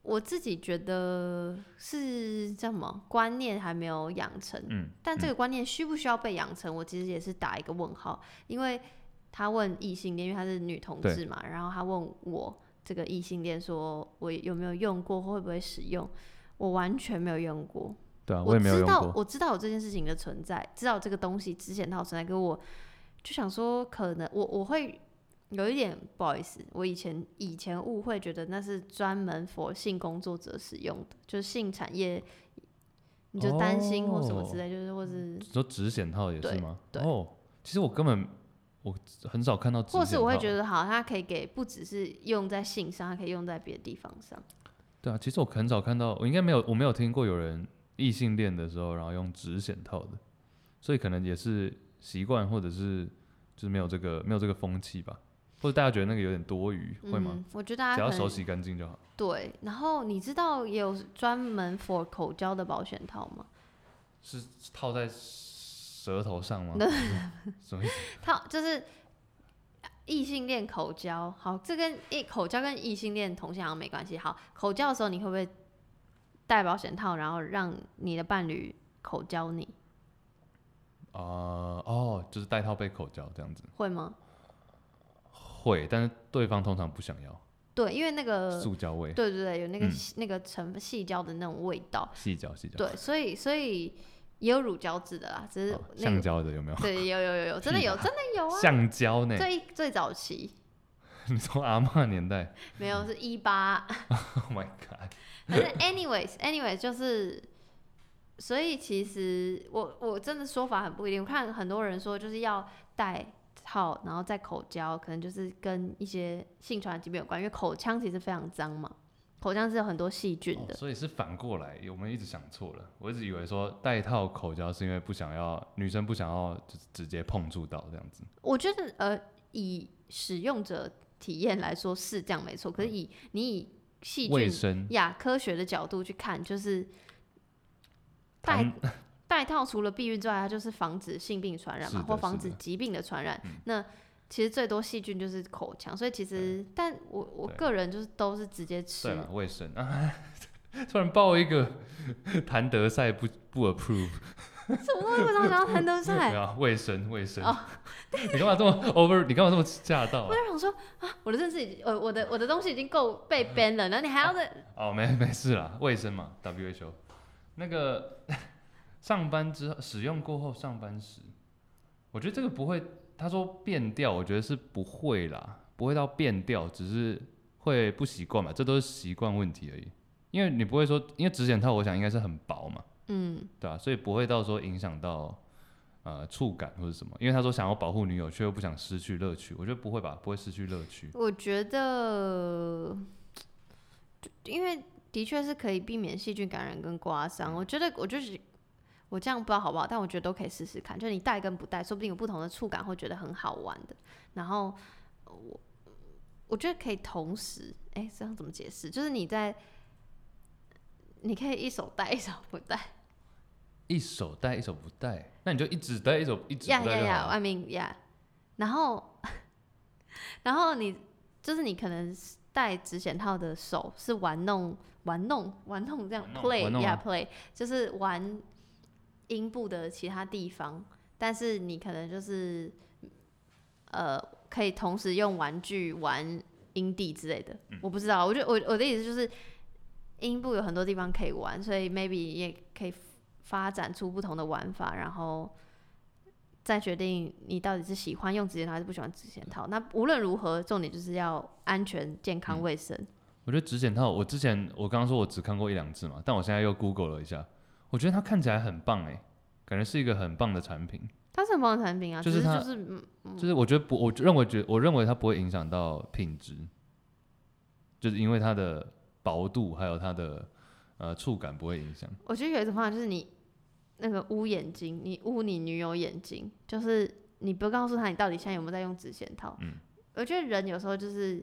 C: 我自己觉得是叫什么观念还没有养成，
A: 嗯，
C: 但这
A: 嗯
C: 个观念需不需要被养成，我其实也是打一个问号，因为他问异性恋，因为他是女同
A: 对
C: 志嘛，然后他问我这个异性恋，说我有没有用过，会不会使用，我完全没有用过，
A: 对啊，
C: 我
A: 也没有
C: 知
A: 用
C: 道
A: 过。
C: 我知道有这件事情的存在，知道这个东西之前它有存在，可我就想说，可能我我会有一点不好意思，我以前以前误会觉得那是专门佛性工作者使用的，就是性产业，你就担心或什么
A: 哦
C: 之类，就是
A: 嗯
C: 或是
A: 你说纸显套也是
C: 对
A: 吗？
C: 对
A: 哦，其实我根本我很少看到纸
C: 或是我会觉
A: 得，
C: 得好，它可以给不只是用在性上，它可以用在别的地方上。
A: 对啊，其实我很少看到，我应该没有，我没有听过有人异性恋的时候，然后用纸显套的，所以可能也是习惯，或者是就是没有这个没有这个风气吧，或者大家觉得那个有点多余，会吗？
C: 嗯？我觉得大
A: 只
C: 家
A: 要
C: 可
A: 手
C: 能
A: 洗干净就好。
C: 对，然后你知道也有专门 for 口交的保险套吗？
A: 是套在舌头上 吗？什么意思？
C: 他就是异性恋口交，好，这跟异口交跟异性恋同性好像没关系。好，口交的时候你会不会戴保险套，然后让你的伴侣口交你？
A: 啊、哦，就是戴套被口交这样子，
C: 会吗？
A: 会，但是对方通常不想要
C: 对，因为那个，
A: 塑胶味，
C: 呃对对对，有那个、
A: 嗯
C: 细那个成细胶的那种味道，
A: 细胶细胶，
C: 对，所以所以也有乳胶质的啦，只是
A: 哦
C: 那
A: 橡
C: 个、
A: 胶的有没有？
C: 对，有有有有，真 的有，真的有啊。
A: 橡胶呢？
C: 最最早期
A: 你说阿嬷年代
C: 没有是一八
A: ？Oh my god！
C: 反正 anyways anyways 就是，所以其实我我真的说法很不一定。我看很多人说就是要戴套，然后再口交，可能就是跟一些性传染疾病有关，因为口腔其实非常脏嘛，口腔是有很多细菌
A: 哦
C: 的。
A: 所以是反过来，我们一直想错了。我一直以为说戴套口交是因为不想要女生不想要就是直接碰触到这样子。
C: 我觉得呃，以使用者体验来说是这样没错，可是以你以细
A: 卫
C: 菌
A: 生
C: 呀科学的角度去看，就是戴
A: 谈
C: 戴套除了避孕之外，它就是防止性病传染嘛
A: 是，的
C: 或防止
A: 是的嗯
C: 疾病的传染。那其实最多细菌就是口腔，所以其实，但我我
A: 对
C: 个人就是都是直接
A: 对
C: 吃。
A: 了，卫生 啊，突然爆一个谭德赛不不 approve，
C: 什么东西为什么想要谈 德
A: 没
C: 赛？
A: 有卫生卫生
C: 哦。
A: 你干嘛这么 over？你干嘛这么吓到啊
C: 我？就想说啊，我的认识已经，呃，我的我的东西已经够被 ban 了，然后你还要再
A: 哦，没 没事啦，卫生嘛，WHO。那个 上班之后使用过后上班时，我觉得这个不会，他说变掉，我觉得是不会啦，不会到变掉，只是会不习惯嘛，这都是习惯问题而已。因为你不会说，因为指检套我想应该是很薄嘛，
C: 嗯，
A: 对吧、所以不会到说影响到呃触感或者什么。因为他说想要保护女友，却又不想失去乐趣，我觉得不会吧，不会失去乐趣。
C: 我觉得，就因为的确是可以避免细菌感染跟刮伤。我觉得，我就是我这样不知道好不好，但我觉得都可以试试看。就是你戴跟不戴，说不定有不同的触感，会觉得很好玩的。然后呃我我觉得可以同时，哎、这样怎么解释？就是你在。你可以一手戴一手不戴，
A: 一手戴一手不戴，那你就一直戴一手一直
C: 呀
A: 不
C: 呀
A: 戴就好
C: 呀
A: 了。
C: ，I mean 呀、然后 然后你就是你可能是戴指显套的手是玩弄玩弄玩弄这样
A: 玩弄
C: play
A: 玩弄
C: 呀、
A: 啊
C: play，就是玩阴部的其他地方，但是你可能就是呃可以同时用玩具玩阴蒂之类的，
A: 嗯
C: 我不知道，我就我我的意思就是阴部有很多地方可以玩，所以 maybe 也可以发展出不同的玩法，然后再决定你到底是喜欢用指检套还是不喜欢指检套。那无论如何，重点就是要安全、健康、
A: 嗯
C: 卫生。
A: 我觉得指检套，我之前我刚刚说我只看过一两次嘛，但我现在又 Google 了一下，我觉得它看起来很棒哎、感觉是一个很棒的产品。
C: 它是很棒的产品啊，
A: 就是
C: 只是
A: 它
C: 就是嗯
A: 就是我觉得不，我认为觉我认为它不会影响到品质，就是因为它的薄度还有它的呃触感不会影响。
C: 我觉得有一种方法就是你那个捂眼睛，你捂你女友眼睛，就是你不告诉她你到底现在有没有在用指检套，
A: 嗯
C: 我觉得人有时候就是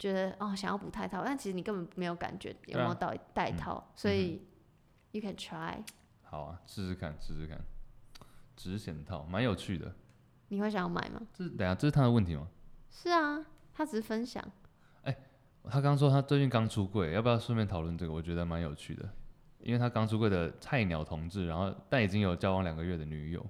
C: 觉得哦想要补带套，但其实你根本没有感觉有没
A: 啊
C: 有到
A: 嗯
C: 带套，所以 you can try，
A: 好啊，试试看，试试看，止显套蛮有趣的。
C: 你会想要买吗？
A: 这是等一下这是他的问题吗？
C: 是啊，他只是分享。
A: 他刚说他最近刚出柜，要不要顺便讨论这个？我觉得蛮有趣的，因为他刚出柜的菜鸟同志，然后但已经有交往两个月的女友，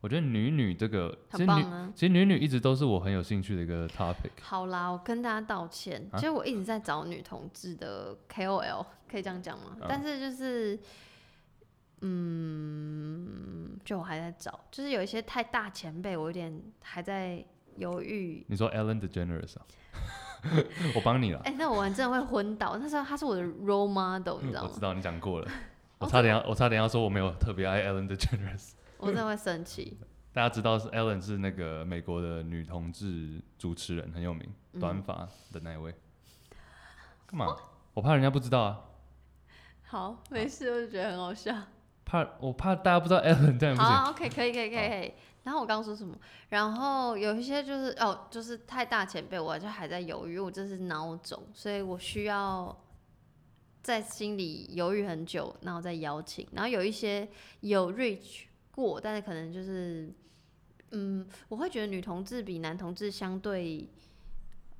A: 我觉得女女这个其实
C: 很棒
A: 女
C: 啊！
A: 其实女女一直都是我很有兴趣的一个 topic。
C: 好啦，我跟大家道歉，
A: 啊
C: 其实我一直在找女同志的 KOL，可以这样讲吗？
A: 嗯
C: 但是就是，嗯，就我还在找，就是有一些太大前辈，我有点还在犹豫。
A: 你说 Ellen DeGeneres 啊？ 我帮你了，
C: 哎、那我真的会昏倒。那时候他是我的 role model，你知
A: 嗯
C: 道
A: 我
C: 吗
A: 知？道你讲过了，我
C: 哦
A: 差点要我差点要说我没有特别爱 Ellen DeGeneres。
C: 我真的会生气。
A: 大家知道是 Ellen 是那个美国的女同志主持人，很有名，
C: 嗯
A: 短发的那一位。干嘛？我怕人家不知道啊，
C: 好，没事，我就觉得很好笑。
A: 怕我怕大家不知道 Ellen 这样不
C: 好
A: 行。
C: 啊，OK，可以，可以，可以，可以。然后我刚刚说什么？然后有一些就是哦，就是太大前辈，我就还在犹豫，我这是脑肿，所以我需要在心里犹豫很久，然后再邀请。然后有一些有 reach 过，但是可能就是，嗯，我会觉得女同志比男同志相对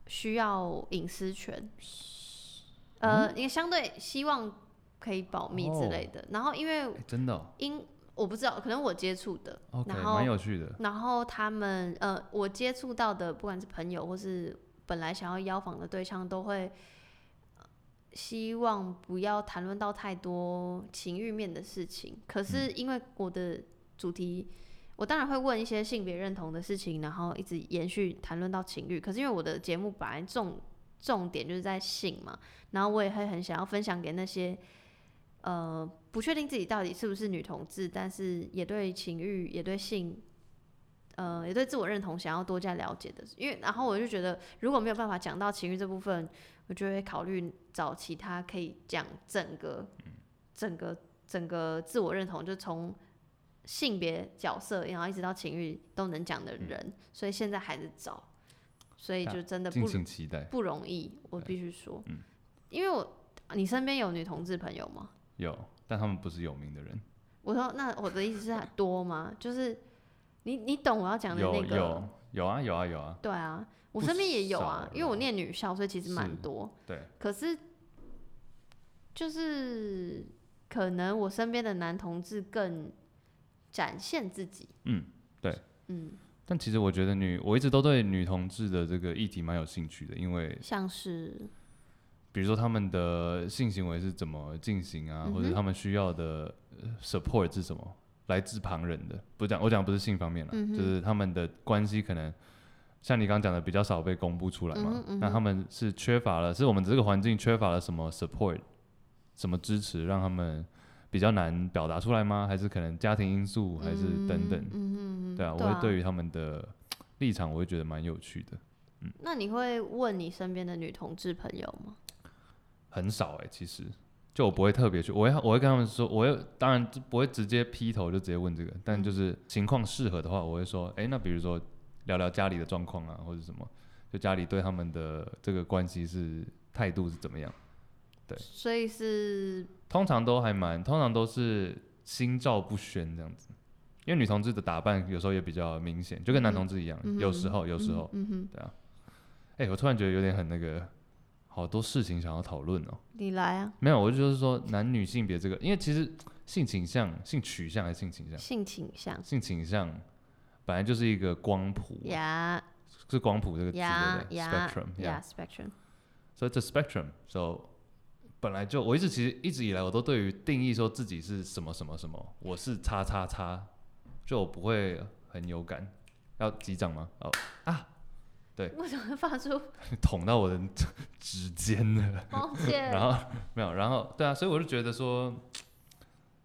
C: 需要隐私权，
A: 嗯
C: 呃，也相对希望可以保密之类
A: 哦
C: 的。然后因为
A: 诶真的哦
C: 因我不知道，可能我接触的，
A: ，OK，
C: 然
A: 蛮
C: 后
A: 有趣的。
C: 然后他们呃，我接触到的，不管是朋友或是本来想要邀访的对象，都会呃希望不要谈论到太多情欲面的事情。可是因为我的主题，我当然会问一些性别认同的事情，然后一直延续谈论到情欲。可是因为我的节目本来重重点就是在性嘛，然后我也会很想要分享给那些呃不确定自己到底是不是女同志，但是也对情欲、也对性，呃，也对自我认同想要多加了解的。因为然后我就觉得，如果没有办法讲到情欲这部分，我就会考虑找其他可以讲整个、整个、整个自我认同，就从。性别角色，然后一直到情欲都能讲的人，所以现在还在找，所以
A: 那
C: 就真的不
A: 敬请期待。
C: 不容易，我
A: 对
C: 必须说，
A: 嗯
C: 因为我你身边有女同志朋友吗？
A: 有，但他们不是有名的人。
C: 我说那我的意思是她多吗？就是你你懂我要讲的那
A: 有
C: 个，
A: 有有啊有啊有啊，
C: 对啊，我
A: 不
C: 身边也有啊
A: 少，
C: 因为我念女校，所以其实蛮
A: 是
C: 多，
A: 对，
C: 可是就是可能我身边的男同志更展现自己，
A: 嗯，对，
C: 嗯，
A: 但其实我觉得女，我一直都对女同志的这个议题蛮有兴趣的，因为
C: 像是
A: 比如说他们的性行为是怎么进行啊，
C: 嗯哼
A: 或者他们需要的呃 support 是什么，来自旁人的，不讲我讲不是性方面了，
C: 嗯哼
A: 就是他们的关系可能像你刚刚讲的比较少被公布出来嘛，
C: 嗯哼嗯哼
A: 那他们是缺乏了，是我们这个环境缺乏了什么 support，什么支持，让他们比较难表达出来吗？还是可能家庭因素，还是等等？
C: 嗯嗯嗯嗯，
A: 对啊，我会对于他们的立场，我会觉得蛮有趣的。
C: 那你会问你身边的女同志朋友吗？
A: 很少哎、其实就我不会特别去，我会我会跟他们说，我会当然不会直接劈头就直接问这个，但
C: 嗯
A: 就是情况适合的话，我会说，哎、那比如说聊聊家里的状况啊，或者什么，就家里对他们的这个关系是态度是怎么样，
C: 所以是
A: 通常都还蛮，通常都是心照不宣这样子，因为女同志的打扮有时候也比较明显，就跟男同志一样，
C: 嗯哼
A: 有时候有时候，
C: 嗯哼，
A: 哎、我突然觉得有点很那个，好多事情想要讨论哦。
C: 你来啊，
A: 没有，我就是说男女性别这个，因为其实性倾向、性取向还是性倾向，
C: 性倾向
A: 性倾向本来就是一个光谱啊，
C: 呀
A: 是光谱这个词
C: 呀
A: 对不对
C: 呀
A: ？spectrum，
C: 呀 spectrum，
A: 所以这 spectrum，so 本来就我一直其实一直以来我都对于定义说自己是什么什么什么，我是叉叉叉，就我不会很有感。要击掌吗？哦，
C: 为什么发出
A: 捅到我的 指尖了。
C: 抱歉？
A: 然后没有，然后对啊，所以我就觉得说，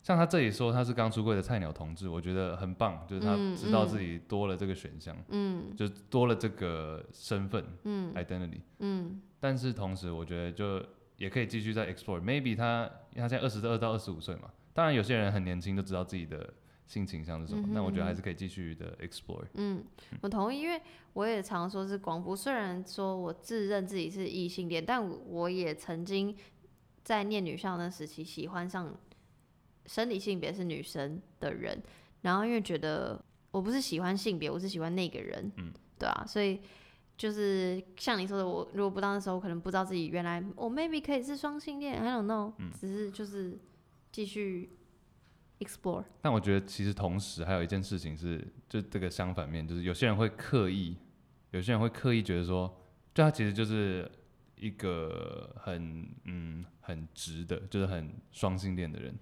A: 像他这里说他是刚出柜的菜鸟同志，我觉得很棒，就是他
C: 嗯
A: 知道
C: 嗯
A: 自己多了这个选项，
C: 嗯
A: 就多了这个身份、
C: 嗯
A: identity，
C: 嗯
A: 但是同时我觉得就也可以继续再 explore。Maybe 他因为他现在二十二到二十五岁嘛，当然有些人很年轻就知道自己的性倾向是什么
C: 嗯，哼
A: 但我觉得还
C: 嗯哼
A: 是可以继续的 explore。
C: 嗯，我同意，因为我也常说是广播，虽然说我自认自己是异性恋，但我也曾经在念女校那时期喜欢上生理性别是女生的人，然后因为觉得我不是喜欢性别，我是喜欢那个人，
G: 嗯，
C: 对啊，所以就是像你说的，我如果不当的时候，我可能不知道自己原来我、maybe 可以是双性恋，I don't know，、
G: 嗯
C: 只是就是继续 explore，
A: 但我觉得其实同时还有一件事情是，就这个相反面，就是有些人会刻意，有些人会刻意觉得说，就他其实就是一个很嗯很直的，就是很双性恋的人，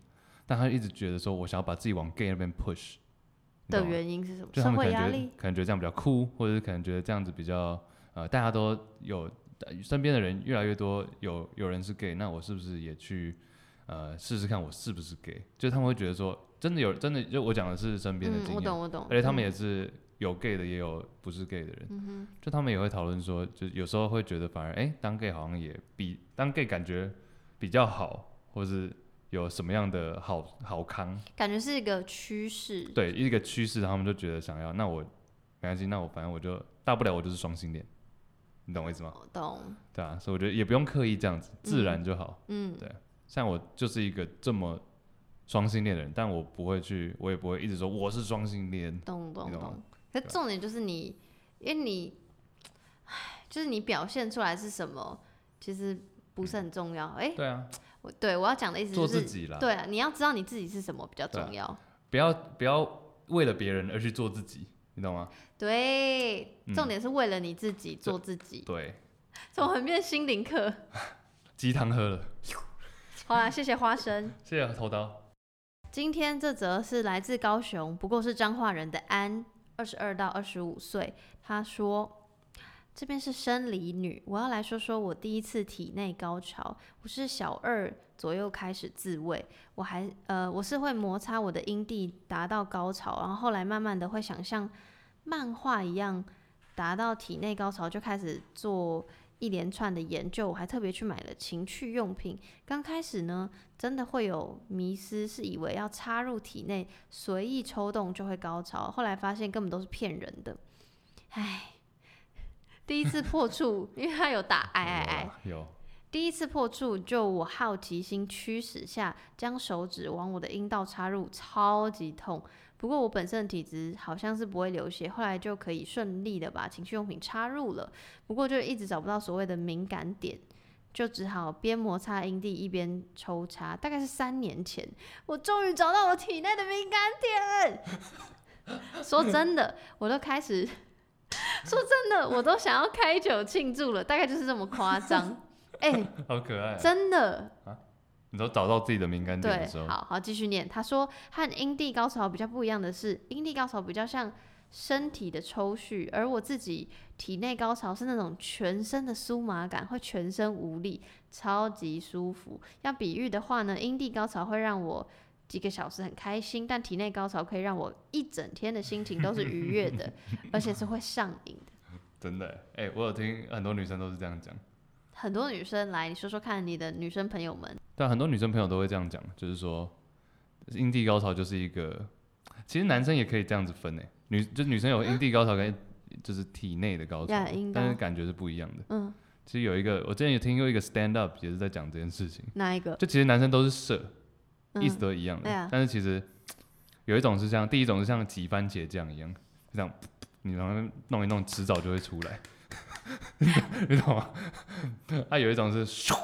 A: 但他一直觉得说我想要把自己往 gay 那边 push 你懂
C: 的
A: 吗
C: 原因是什么？
A: 就他
C: 社
A: 们可
C: 会压
A: 能觉
C: 力
A: 得，可能觉得这样比较酷，或者是可能觉得这样子比较呃，大家都有呃身边的人越来越多有有人是 gay，那我是不是也去呃试试看我是不是 gay？就是他们会觉得说，真的有真的，就我讲的是身边的
C: 嗯，
A: 经
C: 我
A: 验，
C: 懂我懂，
A: 而且他们
C: 嗯
A: 也是有 gay 的，也有不是 gay 的人，
C: 嗯哼。
A: 就他们也会讨论说，就有时候会觉得反而哎、诶当 gay 好像也比当 gay 感觉比较好，或是有什么样的好好康，
C: 感觉是一个趋势。
A: 对一个趋势，他们就觉得想要，那我没关系，那我反正我就大不了我就是双性恋，你懂我意思吗？
C: 我哦懂，
A: 对啊，所以我觉得也不用刻意这样子，自然就好。
C: 嗯
A: 对啊像我就是一个这么双性恋的人，但我不会去，我也不会一直说我是双性恋。
C: 懂懂
A: 你懂吗
C: 懂。可
A: 对啊
C: 重点就是你，因为你，唉，就是你表现出来是什么，其实不是很重要。哎、
A: 对啊，
C: 我对我要讲的意思
A: 做
C: 就
A: 自
C: 是，
A: 己啦，
C: 对啊，你要知道你自己是什么比较
A: 对啊
C: 重要。
A: 不要不要为了别人而去做自己，你懂吗？
C: 对，
A: 嗯
C: 重点是为了你自己做自己，
A: 对，
C: 怎么很变心灵课？
A: 鸡汤喝了，
C: 好啦，谢谢花生。
A: 谢谢头刀。
C: 今天这则是来自高雄，不过是彰化人的安，二十二到二十五岁。他说：“这边是生理女，我要来说说我第一次体内高潮。我是小二左右开始自慰，我还呃，我是会摩擦我的阴蒂达到高潮，然后后来慢慢的会想像漫画一样达到体内高潮，就开始做一连串的研究。我还特别去买了情趣用品。刚开始呢，真的会有迷失，是以为要插入体内随意抽动就会高潮，后来发现根本都是骗人的。唉，第一次破处，因为他有打哎哎哎，
A: 有啊啦，
C: 第一次破处，就我好奇心驱使下，将手指往我的阴道插入，超级痛。不过我本身的体质好像是不会流血，后来就可以顺利的把情趣用品插入了。不过就一直找不到所谓的敏感点，就只好边摩擦阴蒂一边抽插。大概是三年前，我终于找到我体内的敏感点。说真的，我都开始 说真的，我都想要开酒庆祝了，大概就是这么夸张。哎、
A: 有， 好可爱啊、
C: 真的，
A: 你都找到自己的敏感点
C: 对
A: 的时，候，
C: 好好继续念。他说和阴蒂高潮比较不一样的是，阴蒂高潮比较像身体的抽蓄，而我自己体内高潮是那种全身的酥麻感，会全身无力，超级舒服。要比喻的话呢，阴蒂高潮会让我。几个小时很开心，但体内高潮可以让我一整天的心情都是愉悦的， 而且是会上瘾的。
A: 真的欸。哎、我有听很多女生都是这样讲。
C: 很多女生来，你说说看，你的女生朋友们，
A: 但很多女生朋友都会这样讲，就是说，阴蒂高潮就是一个，其实男生也可以这样子分诶，女就是女生有阴蒂高潮跟就是体内的高潮
C: 呀阴，道
A: 但是感觉是不一样的。
C: 嗯，
A: 其实有一个，我之前有听过一个 stand up 也是在讲这件事情，
C: 哪一个？
A: 就其实男生都是射，
C: 嗯
A: 意思都一样的，
C: 对啊
A: 但是其实有一种是像第一种是像挤番茄酱一样，就这样你然后弄一弄，迟早就会出来， 你懂吗？ 啊，有一种是咻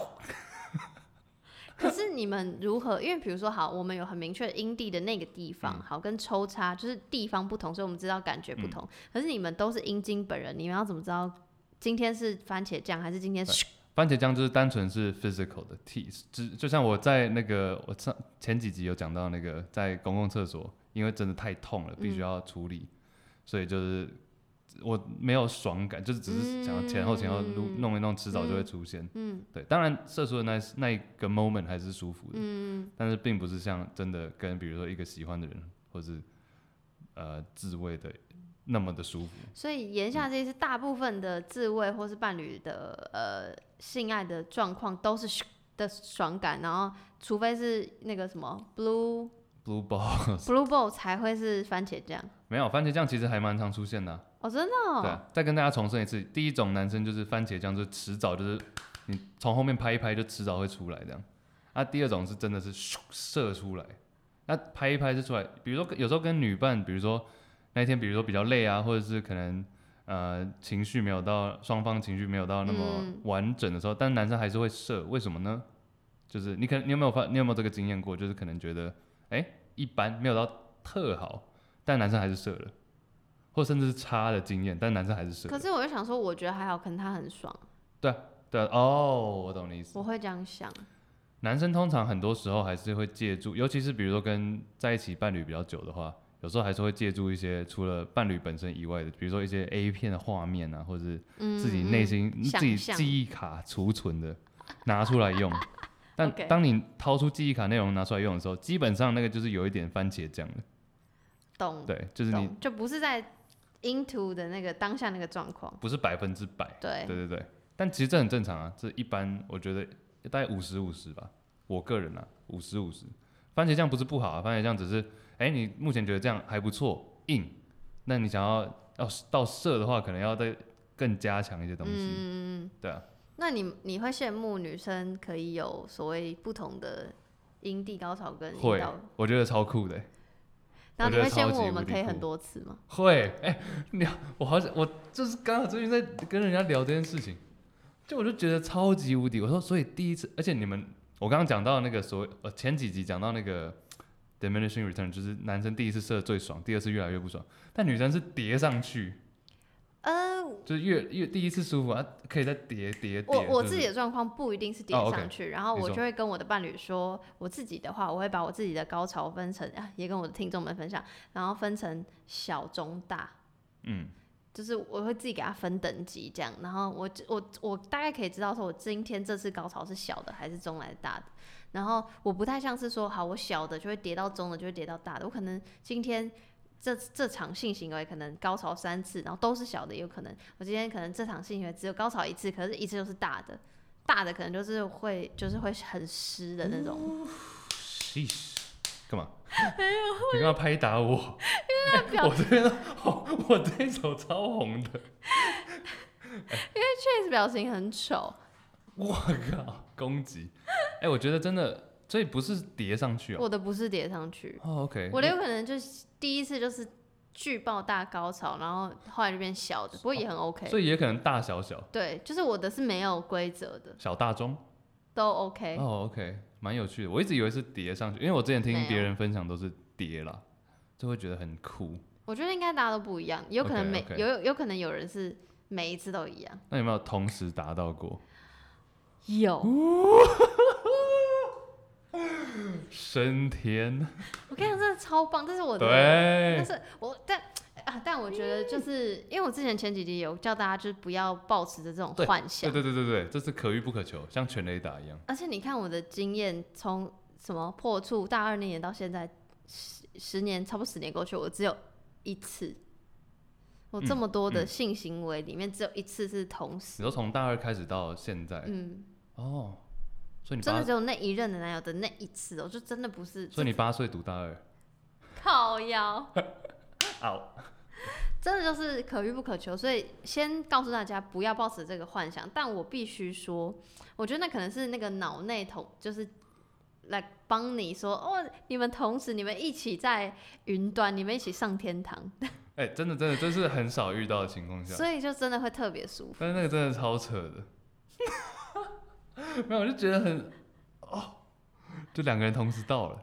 C: 可是你们如何？因为比如说，好，我们有很明确阴蒂的那个地方，
A: 嗯
C: 好，跟抽插就是地方不同，所以我们知道感觉不同。可是你们都是阴茎本人，你们要怎么知道今天是番茄酱还是今天是？
A: 番茄酱就是单纯是 physical 的 t，就就像我在那个我上前几集有讲到那个在公共厕所，因为真的太痛了，
C: 嗯
A: 必须要处理，所以就是我没有爽感，就是只是想要前后前后撸
C: 嗯
A: 弄一弄，迟早就会出现。
C: 嗯
A: 对，当然射出的那那一个 moment 还是舒服的，
C: 嗯
A: 但是并不是像真的跟比如说一个喜欢的人或是呃自慰的那么的舒服。
C: 所以言下之意是，大部分的自慰或是伴侣的呃性爱的状况都是咻的爽感，然后除非是那个什么 blue
A: blue balls，
C: Blue Ball 才会是番茄酱
A: 没有番茄酱其实还蛮常出现的啊、
C: 哦，真的、哦。
A: 对啊、再跟大家重申一次，第一种男生就是番茄酱，就迟早就是你从后面拍一拍，就迟早会出来这样。啊，第二种是真的是咻射出来，那拍一拍就出来。比如说有时候跟女伴，比如说那一天，比如说比较累啊，或者是可能呃情绪没有到双方情绪没有到那么
C: 嗯
A: 完整的时候，但男生还是会射，为什么呢？就是你可能你有没有发你有没有这个经验过？就是可能觉得哎、一般没有到特好，但男生还是射了，或甚至是差的经验，但男生还是射了。
C: 可是我就想说，我觉得还好，可能他很爽，
A: 对啊哦，我懂你意思
C: 我。会这样想。
A: 男生通常很多时候还是会借助，尤其是比如说跟在一起伴侣比较久的话，有时候还是会借助一些除了伴侣本身以外的，比如说一些 A 片的画面啊，或者是
C: 嗯，
A: 自己内
C: 嗯
A: 心、自
C: 想
A: 己
C: 象
A: 记忆卡储存的拿出来用。但
C: OK
A: 当你掏出记忆卡内容拿出来用的时候，基本上那个就是有一点番茄酱了。
C: 懂，
A: 对，就是你
C: 懂，就不是在 into 的那个当下那个状况。
A: 不是百分之百。
C: 对，
A: 对对对，但其实这很正常啊，这一般我觉得大概五十五十吧，我个人啊五十五十。番茄酱不是不好啊，番茄酱只是，哎、你目前觉得这样还不错，硬，那你想要要到射的话，可能要再更加强一些东西，
C: 嗯，嗯嗯
A: 对啊。
C: 那你你会羡慕女生可以有所谓不同的阴蒂高潮跟阴
A: 会
C: 嗯道，
A: 我觉得超酷的、
C: 然后
A: 我觉
C: 你
A: 得
C: 会羡
A: 超
C: 慕
A: 级
C: 我
A: 无
C: 们
A: 敌
C: 可以很
A: 酷
C: 多次吗？
A: 会，哎、你我好想，我就是刚好最近在跟人家聊这件事情，就我就觉得超级无敌。我说，所以第一次，而且你们，我刚刚讲到那个所谓，呃，前几集讲到那个 diminishing return，就是男生第一次射最爽，第二次越来越不爽，但女生是叠上去，
C: 呃，
A: 就是越越第一次舒服啊，可以再叠叠叠。
C: 我我
A: 对不
C: 自己
A: 对
C: 的状况不一定是叠
A: 哦，OK
C: 上去，然后
A: 你
C: 我
A: 说
C: 就会跟我的伴侣说，我自己的话，我会把我自己的高潮分成，啊、也跟我的听众们分享，然后分成小、中、大，
A: 嗯，
C: 就是我会自己给它分等级这样，然后我我我大概可以知道说，我今天这次高潮是小的还是中来的大的，然后我不太像是说，好，我小的就会跌到中的，就会跌到大的，我可能今天。这这场性行为可能高潮三次，然后都是小的，也有可能我今天可能这场性行为只有高潮一次，可是一次就是大的，大的可能就是会就是会很湿的那种，
A: Sheesh，干 嘛？你干嘛拍打我？
C: 那表
A: 我这边都， 我我这一手超红的，
C: 确实表情很丑，
A: 我靠，攻击！哎、我觉得真的，所以不是叠上去哦。
C: 我的不是叠上去，
A: 哦，OK，
C: 我的有可能就是第一次就是巨爆大高潮，然后后来就变小的，不过也很 OK。
A: 所以也可能大小小
C: 对，就是我的是没有规则的，
A: 小大中。
C: 都 OK。
A: 哦，OK，蛮有趣的。我一直以为是叠上去，因为我之前
C: 没
A: 听
C: 有
A: 别人分享都是叠啦，就会觉得很酷。
C: 我觉得应该大家都不一样，有可能每
A: OK，OK
C: 有有有可能有人是每一次都一样，
A: 那有没有同时达到过？哦
C: 有。
A: 升天，
C: 我跟你讲，真的超棒，这是我的，
A: 对，
C: 但是我但。啊！但我觉得就是因为我之前前几集有叫大家就是不要抱持着这种
A: 对
C: 幻
A: 对
C: 想，
A: 对对对对，这是可遇不可求，像全雷打一样。
C: 而且你看我的经验，从什么破处大二那年到现在十十年，差不多十年过去，我只有一次。我这么多的
A: 嗯
C: 性行为里面，只有一次是同
A: 你
C: 时，
A: 说从大二开始到现在，
C: 嗯，
A: 哦，所以你
C: 真的
A: 八
C: 只，有那一任的男友的那一次，我就真的不是，
A: 所以你八岁读大 二，
C: 靠腰，
A: 哦，
C: 真的就是可遇不可求。所以先告诉大家，不要抱持这个幻想。但我必须说，我觉得那可能是那个脑内同，就是来帮你说，哦，你们同时，你们一起在云端，你们一起上天堂，
A: 哎、真的真的，这是很少遇到的情况下，
C: 所以就真的会特别舒服。
A: 但是那个真的超扯的， 没有，我就觉得很哦，就两个人同时到了，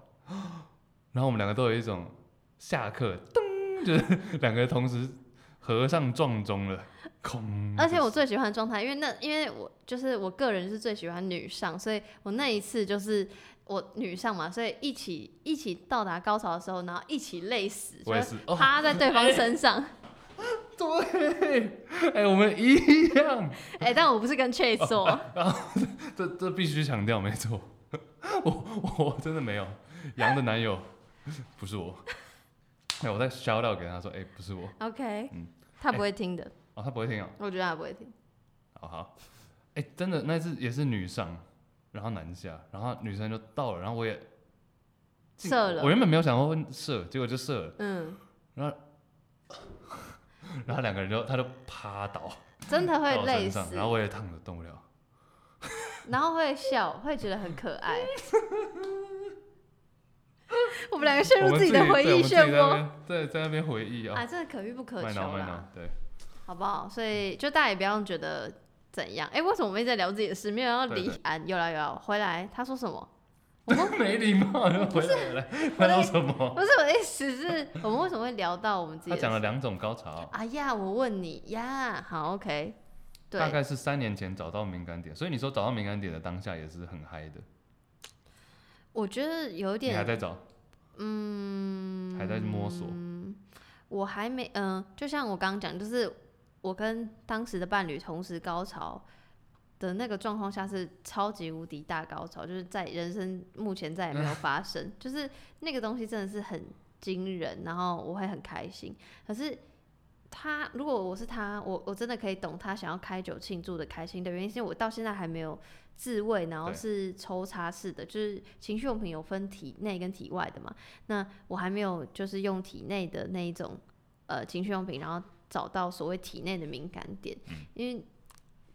A: 然后我们两个都有一种下课噔，就是两个人同时合上撞钟了，空。
C: 而且我最喜欢的状态，因为那因为我就是我个人是最喜欢女上，所以我那一次就是我女上嘛，所以一起一起到达高潮的时候，然后一起累死，
A: 我也
C: 就是
A: 哦
C: 趴在对方身上。
A: 对，哎、我们一样，
C: 哎、但我不是跟 Chase 说，
A: 这这必须强调，没错，我我真的没有杨的男友不是我，哎、我在 shout out 给他说，哎、不是我，
C: OK，、
A: 嗯
C: 他不会听的，
A: 哦，他不会听哦。
C: 我觉得他不会听。
A: 好好，哎、真的那次也是女上，然后男下，然后女生就到了，然后我也
C: 射
A: 我
C: 了，
A: 原本没有想过会射，结果就射了，
C: 嗯，
A: 然后两个人就他就趴倒
C: 真的
A: 到
C: 会
A: 我
C: 累
A: 身上，，
C: 死
A: 然后我也烫的动不了。
C: 然后会笑，会觉得很可爱。 我们两个陷
A: 我
C: 入
A: 们
C: 自己的
A: 对
C: 回
A: 我
C: 忆
A: 们自己
C: 漩
A: 在那
C: 涡
A: 边对，在那边回忆啊
C: 啊，，真的可遇不可
A: 麦
C: 求
A: 脑麦脑
C: 啦，，
A: 对，
C: 好不好？所以就大家也不要觉得怎样。哎，为什么我们一直在聊自己的事，没有要
A: 对
C: 理
A: 对
C: 安？有啦有啦，回来他说什么？
A: 没礼貌，就回来 了，他说什么？
C: 不是我的意思是，我们为什么会聊到我们自
A: 哦 他
C: 己的
A: 讲了
C: 事？
A: 两种高潮，
C: 哎呀，我问你呀，好 OK，对
A: 大，概是三年前找到敏感点，所以你说找到敏感点的当下也是很嗨的，
C: 我觉得有
A: 你还
C: 点，
A: 在找，嗯，还在摸索，
C: 我还没，嗯、就像我刚刚讲，就是我跟当时的伴侣同时高潮的那个状况下是超级无敌大高潮，就是在人生目前再也没有发生，就是那个东西真的是很惊人，然后我会很开心。可是他如果我是他，我我真的可以懂他想要开酒庆祝的开心的原因，是因为我到现在还没有自慰，然后
A: 对
C: 是抽插式的，就是情趣用品有分体内跟体外的嘛。那我还没有就是用体内的那一种呃情趣用品，然后找到所谓体内的敏感点，
A: 嗯
C: 因为。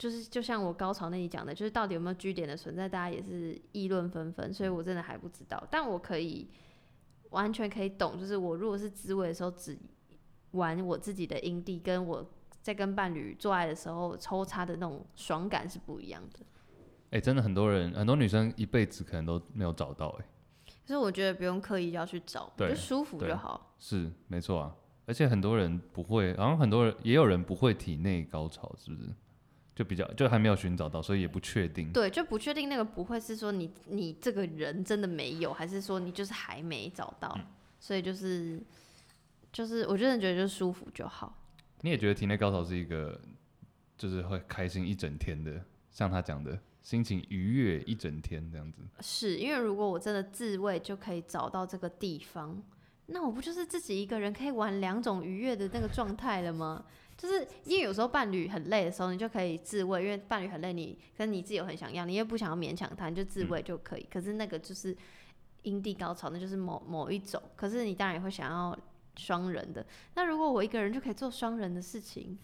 C: 就是就像我高潮那里讲的，就是到底有没有据点的存在，大家也是议论纷纷，
A: 嗯
C: 所以我真的还不知道。但我可以完全可以懂，就是我如果是自慰的时候，只玩我自己的阴蒂，跟我在跟伴侣做爱的时候抽插的那种爽感是不一样的。
A: 哎，真的很多人，很多女生一辈子可能都没有找到，哎，
C: 所以我觉得不用刻意要去找，
A: 对
C: 就舒服
A: 对
C: 就好。
A: 是没错啊，而且很多人不会，好像很多人也有人不会体内高潮，是不是？就比较就还没有寻找到，所以也不确定。
C: 对，就不确定那个不会是说你你这个人真的没有，还是说你就是还没找到。所以就是就是，我真的觉得就是舒服就好。
A: 你也觉得体内高潮是一个，就是会开心一整天的，像他讲的，心情愉悦一整天这样子。
C: 是因为如果我真的自慰就可以找到这个地方，那我不就是自己一个人可以玩两种愉悦的那个状态了吗？就是因为有时候伴侣很累的时候，你就可以自慰，因为伴侣很累，你跟你自己又很想要，你又不想要勉强他，你就自慰就可以。可是那个就是阴蒂高潮，那就是某某一种。可是你当然也会想要双人的。那如果我一个人就可以做双人的事情，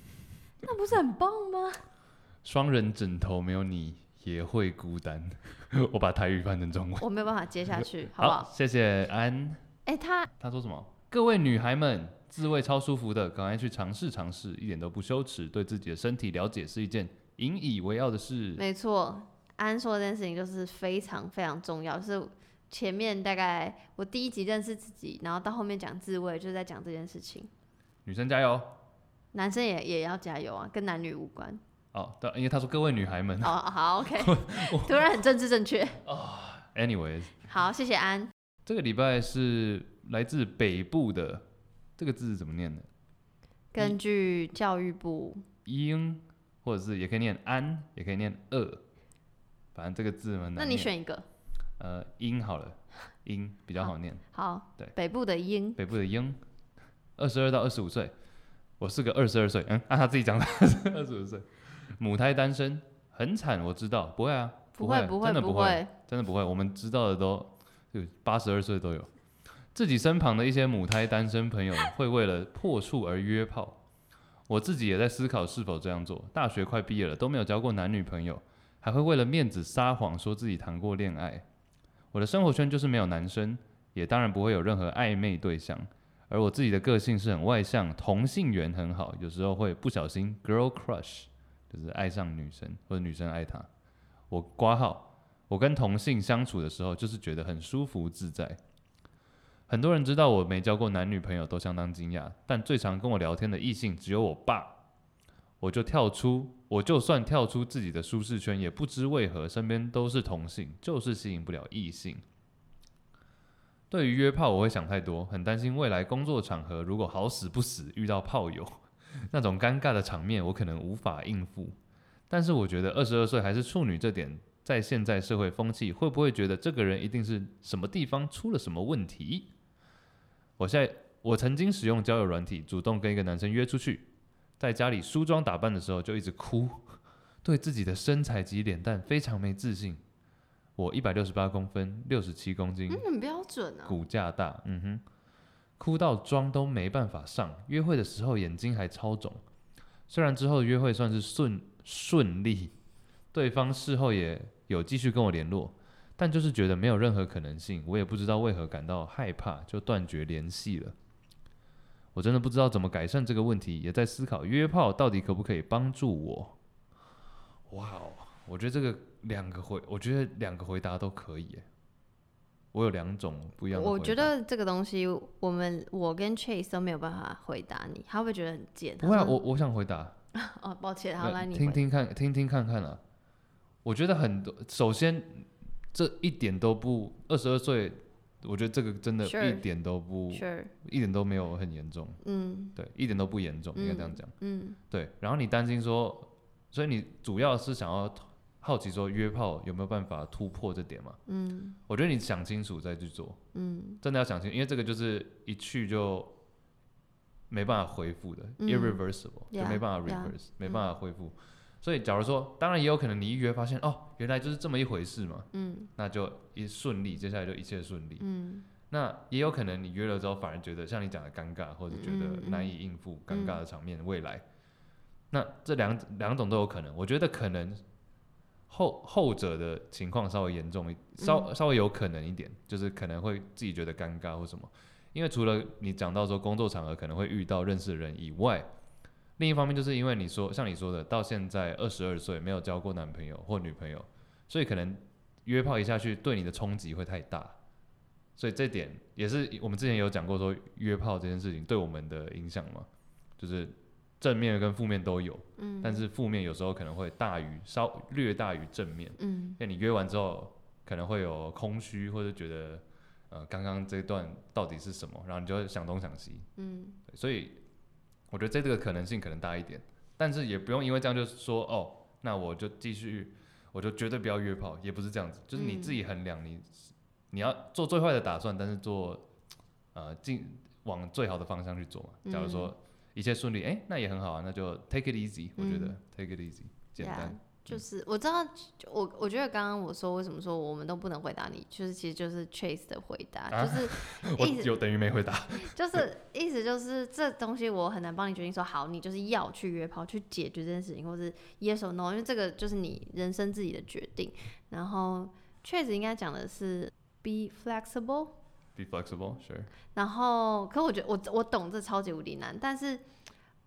C: 那不是很棒吗？
A: 双人枕头没有你也会孤单， 我把台语翻成中文。
C: 我没有办法接下去，好不好？
A: 谢谢安。
C: 哎、他
A: 他说什么？各位女孩们，自慰超舒服的，赶快去尝试尝试，一点都不羞耻。对自己的身体了解是一件引以为傲的事。
C: 没错，安说的这件事情就是非常非常重要，就是前面大概我第一集认识自己，然后到后面讲自慰，就是在讲这件事情。
A: 女生加油！
C: 男生也也要加油啊，跟男女无关。
A: 哦，对，因为他说各位女孩们。
C: 哦，好，OK，突 然很政治正确。
A: Anyways，
C: 好，谢谢安。
A: 这个礼拜是来自北部的，这个字是怎么念的？
C: 根据教育部，
A: 英，或者是也可以念安，也可以念二，反正这个字嘛，
C: 那你选一个。
A: 呃英好了，英比较好念。
C: 好，
A: 对
C: 北部的鹰，
A: 北部的英，二十二到二十五岁，我是个二十二岁，嗯，按、他自己讲的，二十五岁，母胎单身，很惨，我知道，不会啊，
C: 不
A: 会，
C: 会不
A: 真的
C: 不
A: 会，，真的不会，我们知道的都就八十二岁都有。自己身旁的一些母胎单身朋友会为了破处而约炮，我自己也在思考是否这样做。大学快毕业了，都没有交过男女朋友，还会为了面子撒谎说自己谈过恋爱。我的生活圈就是没有男生，也当然不会有任何暧昧对象。而我自己的个性是很外向，同性缘很好，有时候会不小心 girl crush，就是爱上女生或者女生爱他。我挂号，我跟同性相处的时候，就是觉得很舒服自在。很多人知道我没交过男女朋友，都相当惊讶，但最常跟我聊天的异性只有我爸。我就跳出，我就算跳出自己的舒适圈，也不知为何身边都是同性，就是吸引不了异性。对于约炮，我会想太多，很担心未来工作场合如果好死不死遇到炮友，那种尴尬的场面，我可能无法应付。但是我觉得二十二岁还是处女这点在现在社会风气，会不会觉得这个人一定是什么地方出了什么问题？我现在我曾经使用交友软体，主动跟一个男生约出去，在家里梳妆打扮的时候就一直哭，对自己的身材及脸蛋非常没自信。我一百六十八公分，六十七公斤，
C: 嗯，很标准啊。
A: 骨架大，嗯哼，哭到妆都没办法上，约会的时候眼睛还超肿。虽然之后约会算是顺顺利，对方事后也有继续跟我联络，但就是觉得没有任何可能性，我也不知道为何感到害怕，就断绝联系了。我真的不知道怎么改善这个问题，也在思考约炮到底可不可以帮助我。哇哦，我觉得这个两个回，我觉得两个回答都可以耶。我有两种不一样的回答。
C: 我觉得这个东西，我们我跟 Chase 都没有办法回答你，他会不会觉得很贱。
A: 不会、啊，
C: 他说
A: 我我想回答，
C: 哦，抱歉，好，
A: 那
C: 来你
A: 听
C: 回
A: 听看，听听看看啊。我觉得很多，首先这一点都不，二十二岁，我觉得这个真的
C: Sure
A: 一点都不
C: Sure，
A: 一点都没有很严重，
C: 嗯
A: 对，一点都不严重，应该这样讲。
C: 嗯，
A: 对，然后你担心说，所以你主要是想要好奇说约炮有没有办法突破这点嘛？嗯，我觉得你想清楚再去做，嗯，真的要想清，因为这个就是一去就没办法恢复的、
C: 嗯
A: i r r e v e r s i b l e 就
C: Yeah，啊嗯
A: 没办法
C: yeah，
A: reverse，、没办法恢复。所以，假如说，当然也有可能你一约发现，哦，原来就是这么一回事嘛，嗯，那就一顺利，接下来就一切顺利，嗯。那也有可能你约了之后，反而觉得像你讲的尴尬，或者觉
C: 嗯
A: 得
C: 嗯
A: 难以应付尴尬的场面，未来那这两两种都有可能。我觉得可能后后者的情况稍微严重一，
C: 嗯
A: 稍稍微有可能一点，就是可能会自己觉得尴尬或什么。因为除了你讲到说工作场合可能会遇到认识的人以外，另一方面就是因为你说像你说的，到现在二十二岁没有交过男朋友或女朋友，所以可能约炮一下去对你的冲击会太大。所以这点也是我们之前有讲过，说约炮这件事情对我们的影响嘛，就是正面跟负面都有，嗯，但是负面有时候可能会大于稍略大于正面，
C: 嗯，
A: 因为你约完之后可能会有空虚，或者觉得呃刚刚这段到底是什么，然后你就会想东想西，
C: 嗯，
A: 对所以我觉得这个可能性可能大一点，但是也不用因为这样就说哦，那我就继续，我就绝对不要约炮，也不是这样子，就是你
C: 嗯
A: 自己衡量你你要做最坏的打算，但是做呃进往最好的方向去做嘛。假如说
C: 嗯
A: 一切顺利，哎、那也很好啊，那就 take it easy，、我觉得 take it easy 简单
C: 嗯 Yeah，就是我知道，就我我觉得刚刚我说为什么说我们都不能回答你，就是其实就是 Chase 的回答，
A: 啊
C: 就是
A: 我
C: 意思
A: 有等于没回答。
C: 就是意思就是这东西我很难帮你决定说好，你就是要去约炮去解决这件事情，或是 yes or no，因为这个就是你人生自己的决定。然后确实应该讲的是 be flexible，
A: Be flexible, sure。
C: 然后可我觉得我我懂这超级无敌难，但是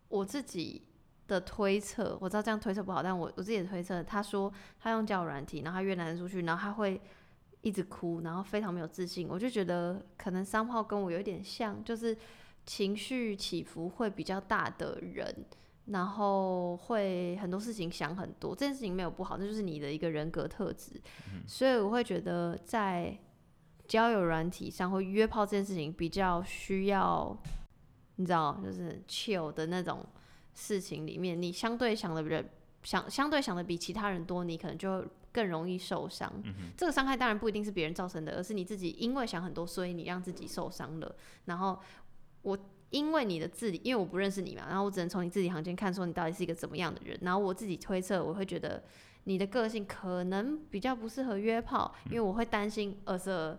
C: 我自己的推测，我知道这样推测不好，但我我自己的推测，他说他用交友软体，然后他约男生出去，然后他会一直哭，然后非常没有自信，我就觉得可能三号跟我有一点像，就是情绪起伏会比较大的人。然后会很多事情想很多，这件事情没有不好，那就是你的一个人格特质。所以我会觉得在交友软体上或约炮这件事情比较需要，你知道，就是 chill 的那种事情里面，你相对想的人想相对想的比其他人多，你可能就会更容易受伤。这个伤害当然不一定是别人造成的，而是你自己因为想很多，所以你让自己受伤了。然后我。因为你的字里，因为我不认识你嘛，然后我只能从你字里行间看说你到底是一个怎么样的人。然后我自己推测，我会觉得你的个性可能比较不适合约炮，因为我会担心 as a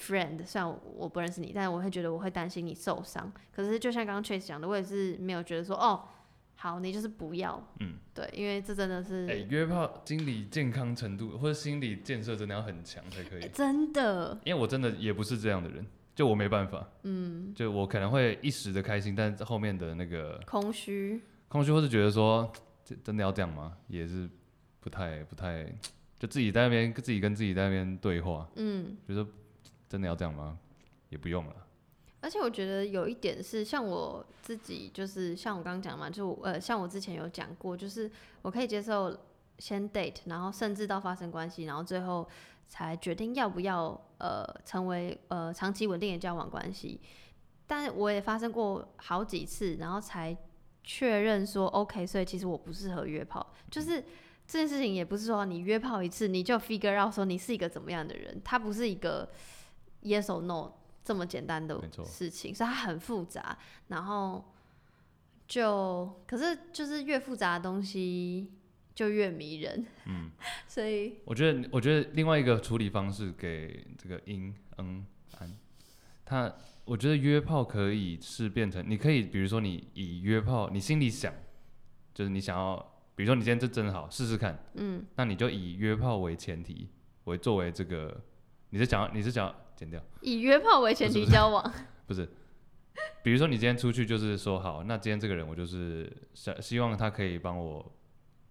C: friend，虽然我不认识你，但我会觉得我会担心你受伤。可是就像刚刚 Chase 讲的，我也是没有觉得说哦，好，你就是不要，
H: 嗯，
C: 对，因为这真的是、
A: 哎、约炮心理健康程度或者心理建设真的要很强才可以
C: 哎。真的，
A: 因为我真的也不是这样的人，就我没办法，嗯，就我可能会一时的开心，但是后面的那个
C: 空虚，
A: 空虚，或是觉得说，这真的要这样吗？也是不太不太，就自己在那边自己跟自己在那边对话，
C: 嗯，
A: 觉得真的要这样吗？也不用了，
C: 而且我觉得有一点是，像我自己，就是像我刚刚讲嘛，就我呃，像我之前有讲过，就是我可以接受先 date，然后甚至到发生关系，然后最后才决定要不要呃成为呃长期稳定的交往关系。但我也发生过好几次，然后才确认说 OK，所以其实我不适合约炮，就是。这件事情也不是说你约炮一次你就 figure out 说你是一个怎么样的人，它不是一个 yes or no 这么简单的
A: 没错
C: 事情，所以它很复杂。然后就可是就是越复杂的东西，就越迷人。
I: 嗯，
C: 所以
A: 我觉得，我觉得另外一个处理方式给这个音嗯安，他我觉得约炮可以是变成，你可以比如说你以约炮，你心里想，就是你想要，比如说你今天这真好，试试看，
C: 嗯，
A: 那你就以约炮为前提，为作为这个，你是想要，你是想要剪掉，
C: 以约炮为前
A: 不
C: 提
A: 是不是
C: 交往，
A: 不是？比如说你今天出去就是说好，那今天这个人我就是想希望他可以帮我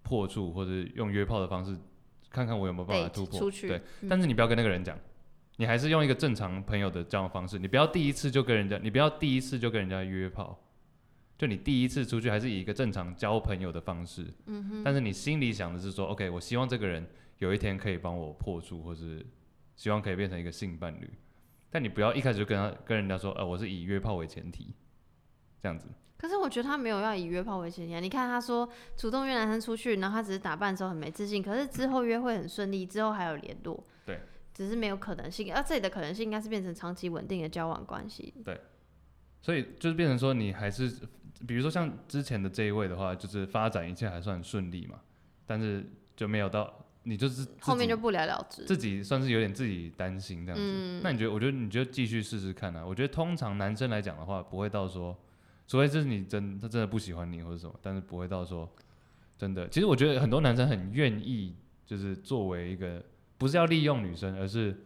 A: 破处，或者用约炮的方式看看我有没有办法
C: Date
A: 突破，
C: 出去
A: 对。
C: 嗯
A: 但是你不要跟那个人讲，你还是用一个正常朋友的交往方式，你不要第一次就跟人家，你不要第一次就跟人家约炮，就你第一次出去还是以一个正常交朋友的方式，
C: 嗯哼，
A: 但是你心里想的是说，OK，我希望这个人有一天可以帮我破处，或是希望可以变成一个性伴侣，但你不要一开始就跟他跟人家说，呃，我是以约炮为前提，这样子，
C: 可是我觉得他没有要以约炮为前提啊。你看他说主动约男生出去，然后他只是打扮的时候很没自信，可是之后约会很顺利，之后还有联络，
A: 对，
C: 只是没有可能性。啊而、这里的可能性应该是变成长期稳定的交往关系。
A: 所以就是变成说，你还是，比如说像之前的这一位的话，就是发展一切还算顺利嘛，但是就没有到，你就是自己
C: 后面就不了了之。
A: 自己算是有点自己担心这样子。
C: 嗯
A: 那你觉得？我觉得你就继续试试看啊。我觉得通常男生来讲的话，不会到说，除非这是你真他真的不喜欢你或者什么，但是不会到说真的。其实我觉得很多男生很愿意，就是作为一个不是要利用女生，而是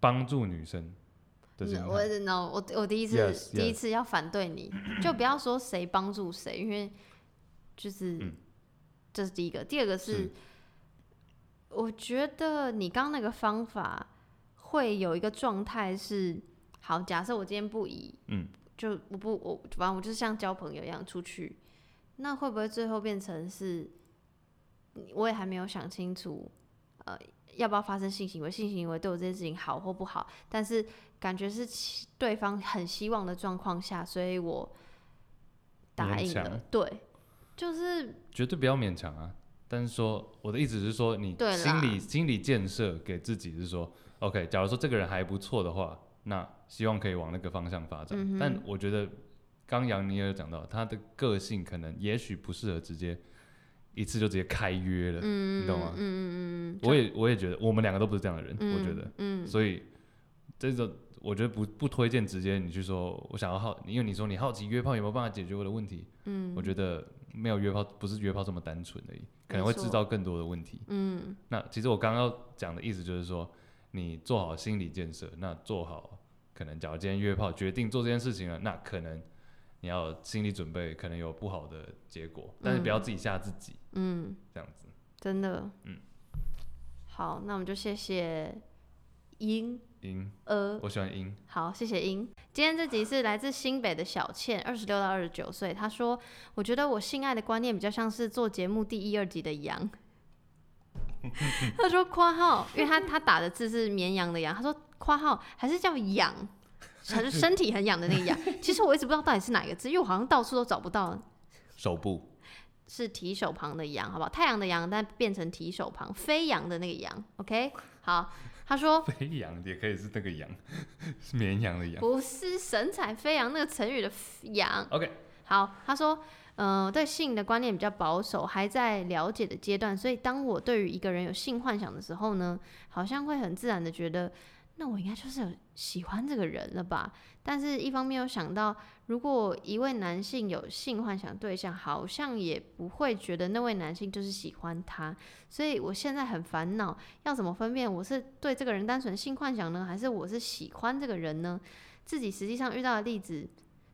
A: 帮助女生的心
C: 嗯我
A: 态。
C: 也 no，我我第一次
A: Yes,
C: 第一
A: yes.
C: 次要反对你，就不要说谁帮助谁，因为就是、
A: 嗯
C: 这是第一个，第二个是
A: 是
C: 我觉得你刚刚那个方法会有一个状态是，好，假设我今天不以，
A: 嗯，
C: 就我不我反正我就是像交朋友一样出去，那会不会最后变成是，我也还没有想清楚，呃，要不要发生性行为？性行为对我这件事情好或不好？但是感觉是期对方很希望的状况下，所以我答应
A: 勉强
C: 了，对，就是
A: 绝对不要勉强啊。但是说，我的意思是说，你
C: 对啦
A: 心理心理建设给自己是说，OK，假如说这个人还不错的话，那希望可以往那个方向发展。
C: 嗯哼
A: 但我觉得，刚杨你也有讲到，他的个性可能也许不适合直接一次就直接开约了，
C: 嗯，
A: 你懂吗
C: 嗯嗯嗯嗯，
A: 我也我也觉得，我们两个都不是这样的人，
C: 嗯
A: 我觉得，，
C: 嗯，
A: 所以这种我觉得不不推荐直接你去说，我想要好，因为你说你好奇约炮有没有办法解决我的问题，
C: 嗯，
A: 我觉得没有约炮不是约炮这么单纯而已，可能会制造更多的问题。
C: 嗯，
A: 那其实我刚刚要讲的意思就是说，你做好心理建设，那做好可能，假如今天约炮决定做这件事情了，那可能你要有心理准备，可能有不好的结果，但是不要自己吓自己，
C: 嗯，
A: 这样子。
C: 真的，
A: 嗯，
C: 好，那我们就谢谢英
A: 赢，
C: 呃
A: 我喜欢赢，
C: 好，谢谢英。今天这集是来自新北的小倩，二十六到二十九岁。她说：“我觉得我性爱的观念比较像是做节目第一、二集的 羊。”她说：“ 括号，因为她她打的字是绵羊的羊。”她说：“括号还是叫痒，还是身体很痒的那个痒。”其实我一直不知道到底是哪个字，因为我好像到处都找不到
A: 手部
C: 是提手旁的羊，好不好？太阳的阳，但变成提手旁，飞扬的那个羊。OK，好。她说：“
A: 飞扬也可以是那个羊，是 绵羊的羊。
C: 不是神采飞扬那个成语的扬。
A: OK
C: 好，他说，嗯、对性的观念比较保守，还在了解的阶段，所以当我对于一个人有性幻想的时候呢，好像会很自然的觉得，那我应该就是有喜欢这个人了吧？但是一方面又想到，如果一位男性有性幻想对象，好像也不会觉得那位男性就是喜欢他，所以我现在很烦恼，要怎么分辨我是对这个人单纯性幻想呢，还是我是喜欢这个人呢？自己实际上遇到的例子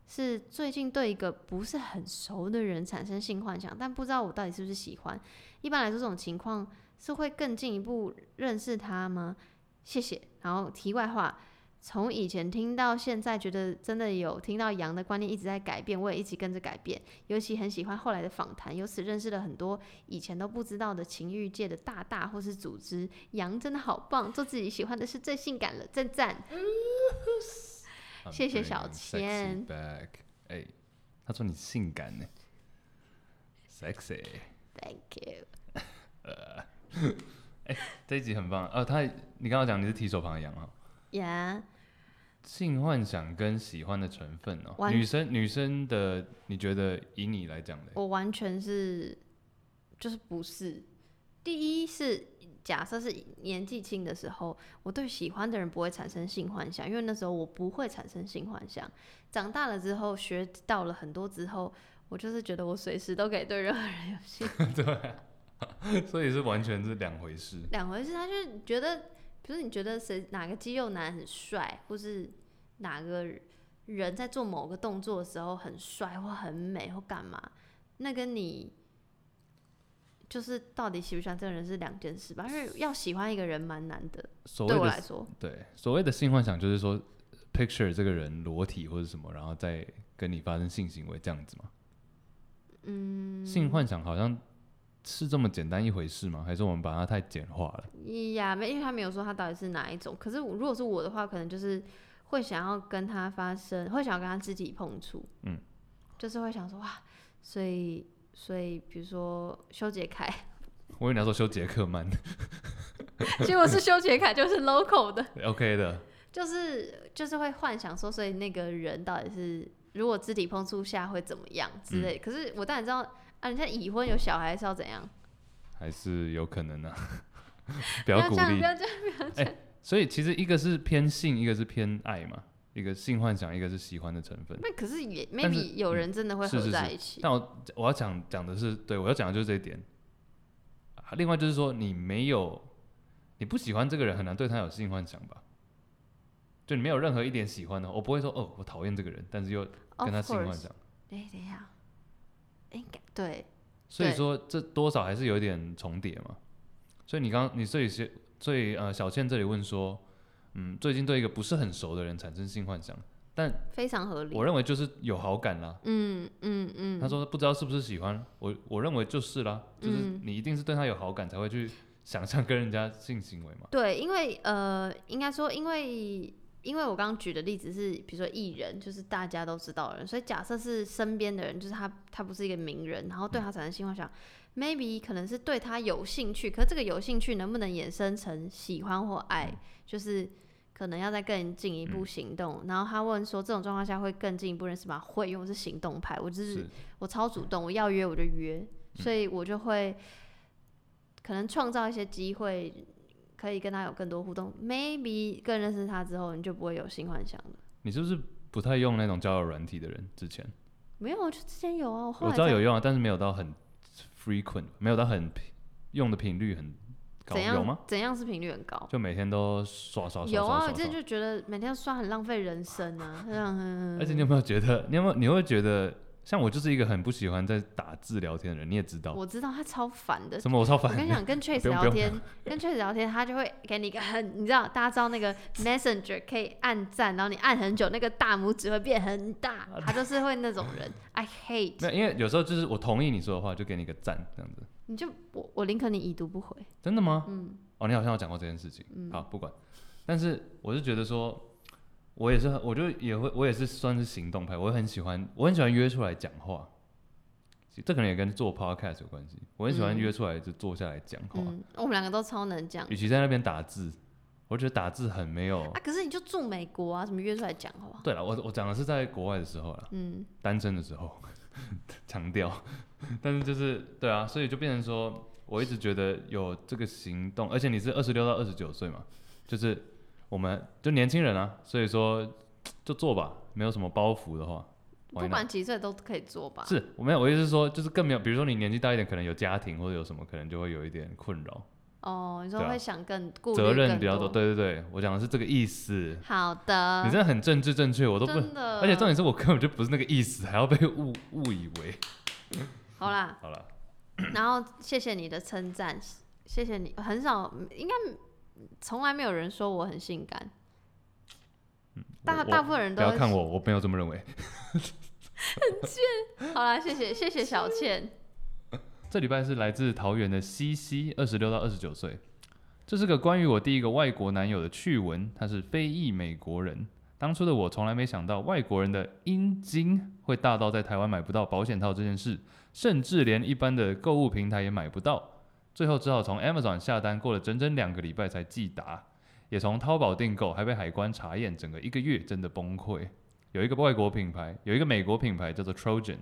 C: 是，最近对一个不是很熟的人产生性幻想，但不知道我到底是不是喜欢。一般来说，这种情况是会更进一步认识他吗？谢谢。然后题外话，从以前听到现在，觉得真的有听到羊的观念一直在改变，我也一起跟着改变。尤其很喜欢后来的访谈，由此认识了很多以前都不知道的情欲界的大大或是组织。羊真的好棒，做自己喜欢的事最性感了，赞赞。
A: I'm
C: 谢谢小
A: bringing 啊 sexy
C: 千
A: Back，哎、他说你性感呢，sexy。
C: Thank you。
A: 这一集很棒，呃，他你刚刚讲你是提手旁的羊啊，
C: 呀、
A: 性幻想跟喜欢的成分哦，
C: 完
A: 女生女生的，你觉得以你来讲嘞，
C: 我完全是就是不是。第一是假设是年纪轻的时候，我对喜欢的人不会产生性幻想，因为那时候我不会产生性幻想。长大了之后，学到了很多之后，我就是觉得我随时都可以对任何人有性，
A: 对啊、所以是完全是两回事。
C: 两回事。他就是觉得，比如你觉得谁哪个肌肉男很帅，或是哪个人在做某个动作的时候很帅或很美或干嘛，那跟你就是到底喜不喜欢这个人是两件事吧。因为要喜欢一个人蛮难的，
A: 所谓
C: 对我
A: 的
C: 来说，
A: 对所谓的性幻想，就是说，picture 呃这个人裸体或者什么，然后再跟你发生性行为这样子嘛。嗯，性幻想好像是这么简单一回事吗？还是我们把它太简化了？
C: 呀，没，因为他没有说他到底是哪一种。可是我如果是我的话，可能就是会想要跟他发生，会想要跟他肢体碰触，
A: 嗯，
C: 就是会想说哇，所以所以比如说修杰楷，
A: 我跟你要说修杰克曼
C: 结果是修杰楷就是 local 的，
A: ，OK 的，
C: 就是就是会幻想说，所以那个人到底是如果肢体碰触下会怎么样之
A: 嗯
C: 类。可是我当然知道啊，人家已婚有小孩是要怎样，
A: 还是有可能啊。 不
C: 不
A: 要
C: 要
A: 鼓
C: 这样，
A: 励
C: 不。要这样，
A: 所以其实一个是偏性，一个是偏爱嘛，一个性幻想，一个是喜欢的成分。
C: 那可是也
A: 但是嗯
C: maybe 有人真的会
A: 是是
C: 合
A: 是
C: 在一起，
A: 但我我要讲讲的是，对我要讲的就是这一点。啊另外就是说，你没有，你不喜欢这个人，很难对他有性幻想吧？就你没有任何一点喜欢的话，我不会说哦，我讨厌这个人，但是又跟他
C: Of
A: 性幻
C: course
A: 想。
C: 哎，等一下，应哎该对，
A: 所以
C: 对
A: 说，这多少还是有一点重叠嘛。所以你刚你所以是所以呃，小倩这里问说，嗯，最近对一个不是很熟的人产生性幻想，
C: 非常合理
A: 我。认为就是有好感啦。
C: 嗯嗯嗯，
A: 他说不知道是不是喜欢我，我认为就是啦，就是
C: 嗯
A: 你一定是对他有好感才会去想象跟人家性行为嘛。
C: 对，因为呃，应该说，因为因为我刚刚举的例子是，比如说艺人，就是大家都知道的人，所以假设是身边的人，就是他他不是一个名人，然后对他产生性幻想、m a y b e 可能是对他有兴趣，可是这个有兴趣能不能衍生成喜欢或爱，就是。可能要再更进一步行动，然后他问说这种状况下会更进一步认识吗？会，因为我是行动派，我就是
A: 是
C: 我超主动，我要约我就约，所以我就会可能创造一些机会，可以跟他有更多互动。Maybe 更认识他之后，你就不会有性幻想了。
A: 你是不是不太用那种交友软体的人？之前
C: 没有，就之前有啊，我后
A: 我
C: 来
A: 知道
C: 才
A: 有用啊，但是没有到很 frequent，没有到很频用的频率很高，
C: 怎样
A: 有吗？哦
C: 怎样是频率很高？
A: 就每天都刷刷刷刷
C: 有啊，
A: 刷
C: 我之前
A: 刷。
C: 就觉得每天刷很浪费人生啊， 这样。嗯
A: 而且哎你有没有觉得，你有没有你会觉得，像我就是一个很不喜欢在打字聊天的人，你也知道，
C: 我知道他超烦的。
A: 什哦么我超
C: 我
A: 烦
C: 跟你
A: 的，
C: 讲，跟 Trace
A: 不用
C: 聊
A: 不用
C: 天，跟 Trace 聊天，他就会给你一个很，你知道，大家知道那个 Messenger 可以按赞，然后你按很久，那个大拇指会变很大，他就是会那种人。I
A: 啊没有，
C: hate，
A: 因为有时候就是我同意你说的话，就给你一个赞这样子。
C: 你就我我宁可你已读不回。
A: 真的吗？
C: 嗯，
A: 哦，你好像有讲过这件事情。好，不管。但是我是觉得说，我也是很，我就也会，我也是算是行动派，我很喜欢，我很喜欢约出来讲话。其实这可能也跟做 podcast 有关系。我很喜欢
C: 嗯
A: 约出来就坐下来讲话，
C: 嗯，我们两个都超能讲
A: 与、其在那边打字，我觉得打字很没有。
C: 啊。可是你就住美国啊，怎么约出来讲好不好？
A: 对了，我我讲的是在国外的时候啦，
C: 嗯，
A: 单身的时候， 强调。但是就是对啊，所以就变成说，我一直觉得有这个行动，而且你是二十六到二十九岁嘛，就是我们就年轻人啊，所以说就做吧，没有什么包袱的话。why
C: 不
A: not？
C: 管几岁都可以做吧。
A: 是我没有，我意思是说，就是更没有，比如说你年纪大一点，可能有家庭或者有什么，可能就会有一点困扰，
C: 哦，你说
A: 对啊
C: 会想更顾虑
A: 责任
C: 更
A: 比较
C: 多。
A: 对对对，我讲的是这个意思。
C: 好的，
A: 你真的很政治正确，我都不，
C: 啊真的，
A: 而且重点是我根本就不是那个意思，还要被误误以为。
C: 好啦，
A: 好了，
C: 然后谢谢你的称赞，谢谢你，很少，应该从来没有人说我很性感，大
A: 嗯我
C: 大部分人
A: 不
C: 都
A: 要
C: 会
A: 看我，我没有这么认为。
C: 好啦，谢谢谢谢小倩，
A: 这礼拜是来自桃园的西西，二十六到二十九岁。这是个关于我第一个外国男友的趣闻，他是非裔美国人。当初的我从来没想到外国人的阴茎会大到在台湾买不到保险套这件事，甚至连一般的购物平台也买不到。最后只好从 Amazon 下单，过了整整两个礼拜才寄达，也从淘宝订购，还被海关查验，整个一个月真的崩溃。有一个外国品牌，有一个美国品牌叫做 Trojan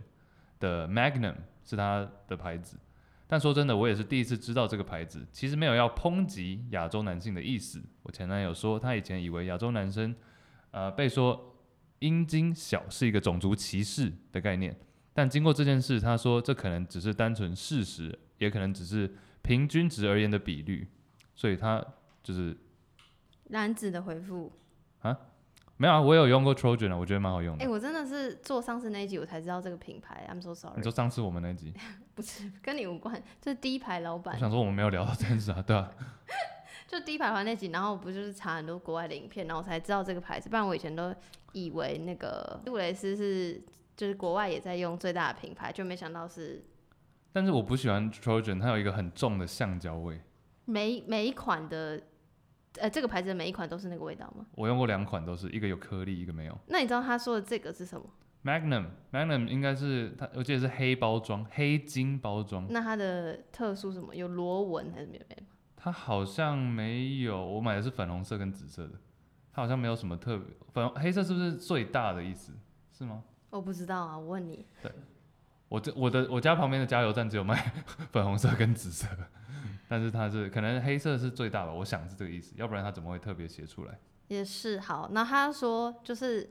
A: 的 Magnum 是它的牌子，但说真的，我也是第一次知道这个牌子。其实没有要抨击亚洲男性的意思。我前男友说，他以前以为亚洲男生，呃，被说阴茎小是一个种族歧视的概念，但经过这件事，他说这可能只是单纯事实，也可能只是平均值而言的比率。所以他就是
C: 男子的回复，
A: 没有啊，我有用过 Trojan 啊，我觉得蛮好用
C: 哎、
A: 的。
C: 我真的是做上次那一集我才知道这个品牌，I'm so
A: 你
C: sorry，
A: 说上次我们那集，
C: 不是跟你无关，就是第一排老
A: 我
C: 板，
A: 想说我们没有聊到这件事啊，对啊，
C: 就第一排环那集，然后我不就是查很多国外的影片，然后我才知道这个牌子，不然我以前都以为那个杜蕾斯是就是国外也在用最大的品牌，就没想到是
A: 但是我不喜欢 Trojan，它有一个很重的橡胶味。
C: 每每一款的，呃，这个牌子的每一款都是那个味道吗？
A: 我用过两款，都是一个有颗粒，一个没有。
C: 那你知道他说的这个是什么？
A: Magnum Magnum 应该是它，我记得是黑包装，黑金包装。
C: 那它的特殊什么？有螺纹还是没有？
A: 它好像没有，我买的是粉红色跟紫色的，它好像没有什么特别。粉红黑色是不是最大的意思？是吗？
C: 我不知道啊，我问你。
A: 我这我的我家旁边的加油站只有卖粉红色跟紫色， 但是它是可能黑色是最大吧，我想是这个意思，要不然它怎么会特别写出来？
C: 也是好，那他说就是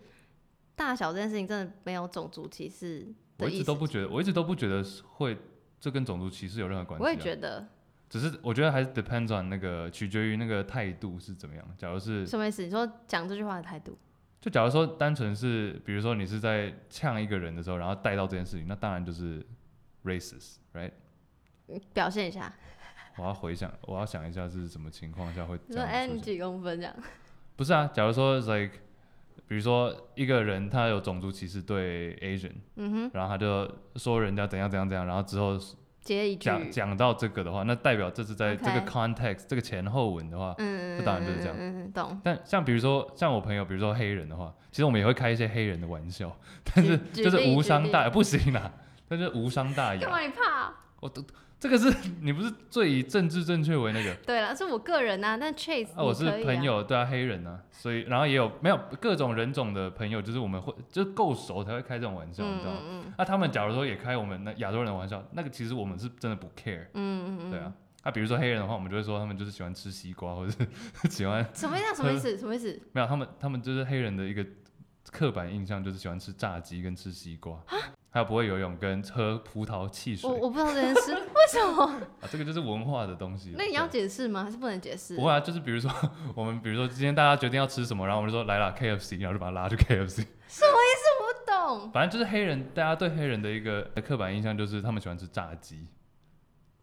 C: 大小这件事情真的没有种族歧视
A: 我
C: 的
A: 一
C: 意
A: 直
C: 思
A: 都，不觉得，我一直都不觉得是会这跟种族歧视有任何关系、啊。
C: 我也觉得
A: 只是我觉得还是 depends on 那个，取决于那个态度是怎么样。假如是，
C: 什么意思？你说讲这句话的态度，
A: 就假如说单纯是，比如说你是在呛一个人的时候，然后带到这件事情，那当然就是 racist，right？
C: 你表现一下，
A: 我要回想，我要想一下是什么情况下会这
C: 你说
A: 样
C: 哎、
A: 出
C: 你
A: 现。
C: 几公分这样？
A: 不是啊，假如说 like，比如说一个人他有种族歧视对 Asian，
C: 嗯哼，
A: 然后他就说人家怎样怎样怎样，然后之后
C: 接一句，
A: 讲讲到这个的话，那代表这是在这个
C: OK
A: context 这个前后文的话，
C: 嗯，
A: 这当然就是这样
C: 嗯嗯嗯，懂。
A: 但像比如说像我朋友，比如说黑人的话，其实我们也会开一些黑人的玩笑，但是
C: 举
A: 就是
C: 例
A: 无
C: 举
A: 伤
C: 例
A: 大不行啦，但是无伤大
C: 干嘛
A: 雅。
C: 你怕、
A: 我都这个是你不是最以政治正确为那个啊
C: 对了，是我个人啊，但 Chase、
A: 啊？我是朋，友，对啊，黑人啊，所以然后也有没有各种人种的朋友，就是我们会就是够熟才会开这种玩笑，你
C: 嗯
A: 知道吗？
C: 嗯嗯
A: 那、他们假如说也开我们那亚洲人的玩笑，那个其实我们是真的不 care，
C: 嗯嗯，
A: 对啊。那、比如说黑人的话，我们就会说他们就是喜欢吃西瓜，或者是 喜欢
C: 什么意思啊？什么意思？什么意思？
A: 没有，他们他们就是黑人的一个刻板印象，就是喜欢吃炸鸡跟吃西瓜，还有不会游泳跟喝葡萄汽水
C: 啊我我不知道这件事，为什么？
A: 啊，这个就是文化的东西。啊
C: 那你要
A: 对
C: 解释吗？还是不能解释
A: 不？会啊，就是比如说我们比如说今天大家决定要吃什么，然后我们就说来啦 KFC，然后就把他拉去 KFC。
C: 不懂，
A: 反正就是黑人，大家对黑人的一个刻板印象就是他们喜欢吃炸鸡，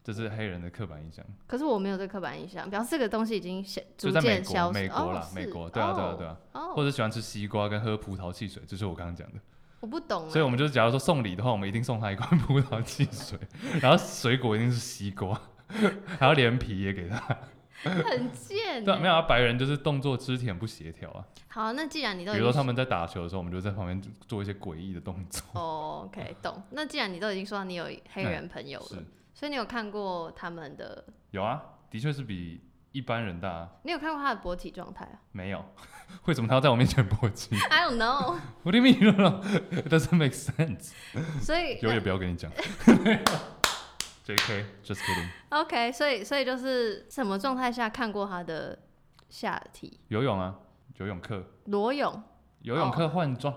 A: 这是黑人的刻板印象，
C: 可是我没有这刻板印象，表示这个东西已经消逐
A: 就在美
C: 渐
A: 国
C: 消
A: 美
C: 失。
A: 国啦
C: 哦，，
A: 美
C: 是
A: 国对啊对啊
C: 哦
A: 对啊，或
C: 哦，
A: 者喜欢吃西瓜跟喝葡萄汽水，这是我刚刚讲的。
C: 我不懂
A: 所以
C: 欸，
A: 我们就是，假如说送礼的话，我们一定送他一罐葡萄汽水， 然后水果一定是西瓜， 还要连皮也给他。
C: 很贱
A: 对啊、
C: 欸。
A: 没有啊，白人就是动作肢体很不协调啊。
C: 好，那既然你都
A: 比
C: 已
A: 如
C: 经
A: 说他们在打球的时候，我们就在旁边做一些诡异的动作。
C: 哦，OK，懂。那既然你都已经说到你有黑
A: 嗯
C: 人朋友了
A: 是，
C: 所以你有看过他们的，
A: 有啊，的确是比一般人大、啊。
C: 你有看过他的勃起状态啊
A: 没有， 为什么他要在我面前勃起
C: ？I don't know。
A: 我的 命了，It doesn't make sense。
C: 所以
A: 有也不要跟你讲。J.K.，just kidding。
C: OK，所以所以就是什么状态下看过他的下体
A: 游泳啊，游泳课。
C: 裸泳？
A: 游泳课换装，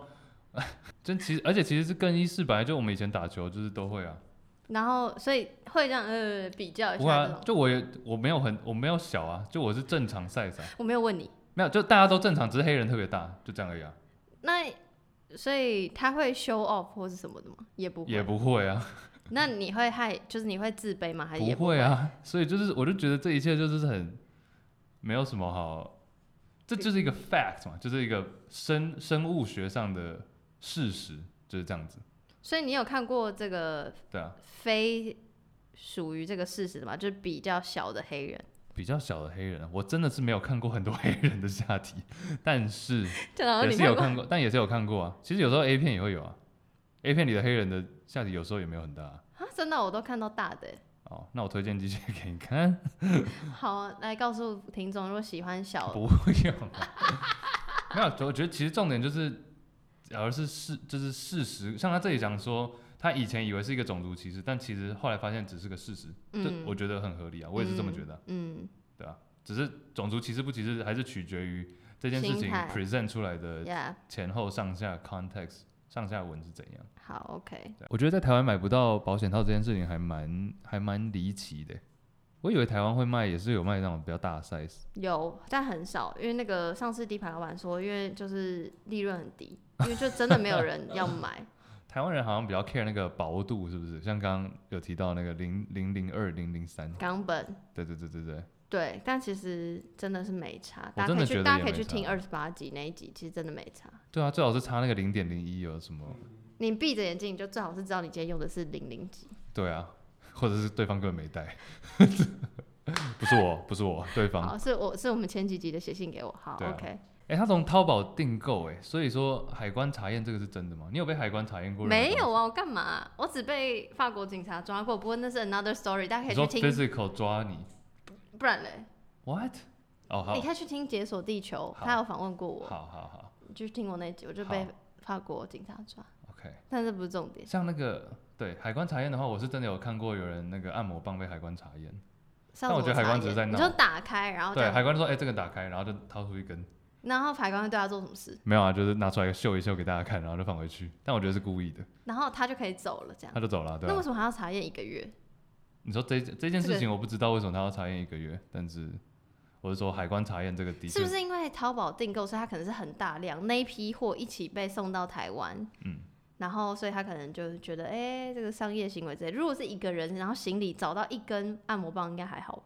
A: 真其实而且其实是更衣室本来就我们以前打球就是都会啊，
C: 然后所以会让呃比较一
A: 不会
C: 下这
A: 啊
C: 种，。
A: 就我也我没有很我没有小啊，就我是正常 size 啊，
C: 我没有问你，
A: 没有就大家都正常，只是黑人特别大，就这样而已啊，
C: 那所以他会 show off 或是什么的吗？也不会。
A: 也不会啊，
C: 那你会害，就是你会自卑吗？ 还是也
A: 不会啊，所以就是我就觉得这一切就是很没有什么好，这就是一个 fact 嘛，就是一个生生物学上的事实，就是这样子，
C: 所以你有看过这个
A: 对啊，
C: 非属于这个事实的吗？就是比较小的黑人，
A: 比较小的黑人啊，我真的是没有看过很多 黑人的下体，但是。
C: 啊然后
A: 也
C: 哦你
A: 是有
C: 过
A: 看过，但也是有看过啊。其实有时候 A 片也会有啊，A 片里的黑人的下体有时候也没有很大啊、
C: 啊？真的，我都看到大的欸。
A: 哦，那我推荐机器给你看，
C: 好啊，来告诉听众，如果喜欢小，
A: 不用啊。没有，我觉得其实重点就是，而是事就是事实。像他这里讲说，他以前以为是一个种族歧视，但其实后来发现只是个事实，这
C: 嗯
A: 我觉得很合理啊，我也是这么觉得啊、
C: 嗯，
A: 对啊，只是种族歧视不歧视还是取决于这件事
C: 心
A: 情
C: 态
A: present 出来
C: 嗯
A: 的
C: ，Yeah，
A: 前后上下 context 上下文是怎样。
C: 好，OK，
A: 对我觉得在台湾买不到保险套这件事情还蛮还蛮离奇的。我以为台湾会卖，也是有卖那种比较大的 size，
C: 有，但很少，因为那个上次地盘老板说，因为就是利润很 低，因为就真的没有人要买，
A: 台湾人好像比较 care 那个薄度，是不是？像刚刚有提到那个零零零二零零三，
C: 冈本。
A: 对对对对对，
C: 对，但其实真的是没差，
A: 我
C: 大家
A: 真
C: 可
A: 的
C: 以
A: 觉
C: 去，
A: 得
C: 大
A: 也
C: 家可以
A: 没
C: 去听
A: 差
C: 二十八集那一集，其实真的没差。
A: 对啊，最好是差那个零点零一有什么？
C: 你闭着眼睛，你就最好是知道你今天用的是零零几。
A: 对啊，或者是对方根本没带， 不是我，不是我，对方。
C: 好，是我是我们前几集的写信给我。好、
A: 对啊
C: o k
A: 哎、他从淘宝订购，哎，所以说海关查验这个是真的吗？你有被海关查验过？
C: 没有。啊，我干嘛、我只被法国警察抓过，不过那是 another story，大
A: 你
C: 家可以去
A: 说
C: 听，
A: physical 抓你
C: 不然嘞，
A: ？What？哦，好
C: 你，可以去听《解锁地球》，
A: 好
C: 他有访问过我，
A: 好好好
C: 你就去听我那集，我就被
A: 好
C: 法国警察抓，
A: ，OK。
C: 但这不是重点。
A: 像那个对海关查验的话，我是真的有看过有人那个按摩棒被海关查验，但
C: 上
A: 我
C: 什
A: 觉得
C: 么
A: 海
C: 查
A: 关只是
C: 验
A: 在
C: 你
A: 闹
C: 就打开，然后哦这
A: 对，
C: 样
A: 海关就说哎、这个打开，然后就掏出一根，
C: 然后海关会对他做什么事，
A: 没有啊，就是拿出来秀一秀给大家看，然后就放回去，但我觉得是故意的，
C: 然后他就可以走了，这样。
A: 他就走了，对啊
C: 那
A: 吧、
C: 为什么还要查验一个月？
A: 你说这这件
C: 这个
A: 事情我不知道为什么他要查验一个月，但是我是说海关查验这个的确
C: 是不是因为淘宝订购，所以它可能是很大量，那一批货一起被送到台湾，
A: 嗯，
C: 然后所以他可能就是觉得，哎、这个商业行为之类。如果是一个人，然后行李找到一根按摩棒，应该还好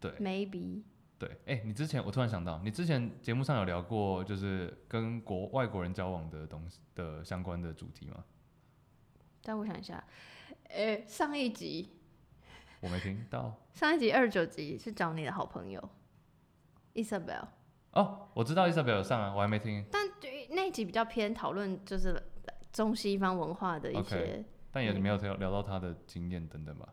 A: 对
C: ，maybe。
A: 对，哎、你之前我突然想到，你之前节目上有聊过就是跟国外国人交往的东西的相关的主题吗？
C: 但我想一下，哎、上一集，
A: 我没听到
C: 上一集二十九集是找你的好朋友 Isabel，
A: 哦，我知道 Isabel 有上啊，我还没听，
C: 但对那一集比较偏讨论就是中西方文化的一
A: OK
C: 些。
A: 但
C: 嗯
A: 也没有聊聊到他的经验等等吧。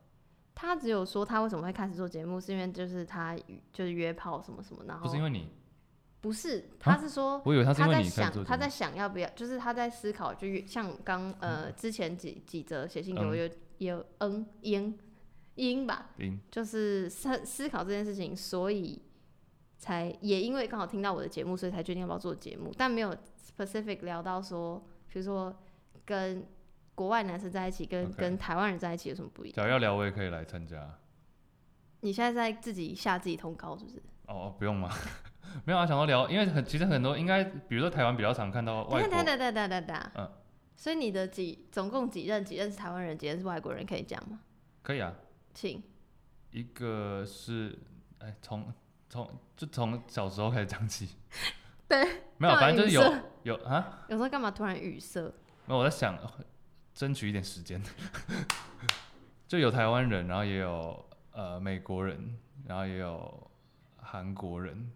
C: 他只有说他为什么会开始做节目，是因为就是他就是约炮什么什么，然后
A: 不是因为你，
C: 不是，
A: 啊
C: 他是说
A: 我以为他是因为
C: 在
A: 你开始
C: 想
A: 做
C: 哦他
A: 节
C: 在
A: 目。
C: 想要不要，就是他在思考，就约像刚呃之前几几则写信给我
A: 嗯
C: 有有嗯英英吧，
A: 嗯
C: 就是思思考这件事情，所以才也因为刚好听到我的节目，所以才决定要不要做节目，但没有 specific 聊到说，比如说跟国外男生在一起跟
A: OK
C: 跟台湾人在一起有什么不一样。
A: 假如要聊，我也可以来参加。
C: 你现在在自己下自己通告是不是？
A: 哦，不用吗？ 没有啊，想要聊，因为很其实很多应该，比如说台湾比较常看到
C: 等
A: 外
C: 等
A: 国
C: 等等等等等，
A: 嗯
C: 所以你的几总共几任？几任是台湾人，几任是外国人？可以讲吗？
A: 可以啊，
C: 请。
A: 一个是哎从从就从小时候开始讲起，
C: 对，
A: 没有，啊
C: 干嘛
A: 反正就是
C: 语塞
A: 有有啊，
C: 有时候干嘛突然语塞？
A: 没有我在想争取一点时间， 就有台湾人，然后也有呃美国人，然后也有韩国人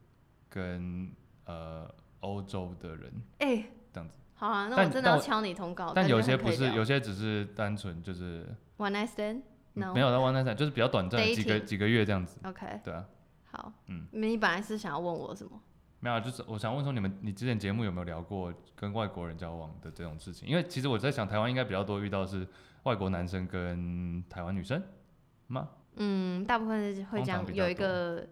A: 跟呃欧洲的人，
C: 哎、
A: 这样子。
C: 好啊，那
A: 但
C: 我真的
A: 但
C: 要
A: 我
C: 敲你通告。
A: 哦但
C: 感觉
A: 有些
C: 很可
A: 不
C: 以
A: 是，
C: 聊
A: 有些只是单纯就是
C: one night stand，no，
A: 没有到 one night stand，就是比较短暂的几个
C: Dating
A: 几个月这样子。
C: OK，
A: 对啊，
C: 好，
A: 嗯
C: 嗯，你本来是想要问我什么？
A: 没有啊，就是我想问说你们，你之前节目有没有聊过跟外国人交往的这种事情？因为其实我在想，台湾应该比较多遇到的是外国男生跟台湾女生吗？
C: 嗯，大部分是会
A: 通
C: 这
A: 常
C: 样
A: 比较
C: 有一个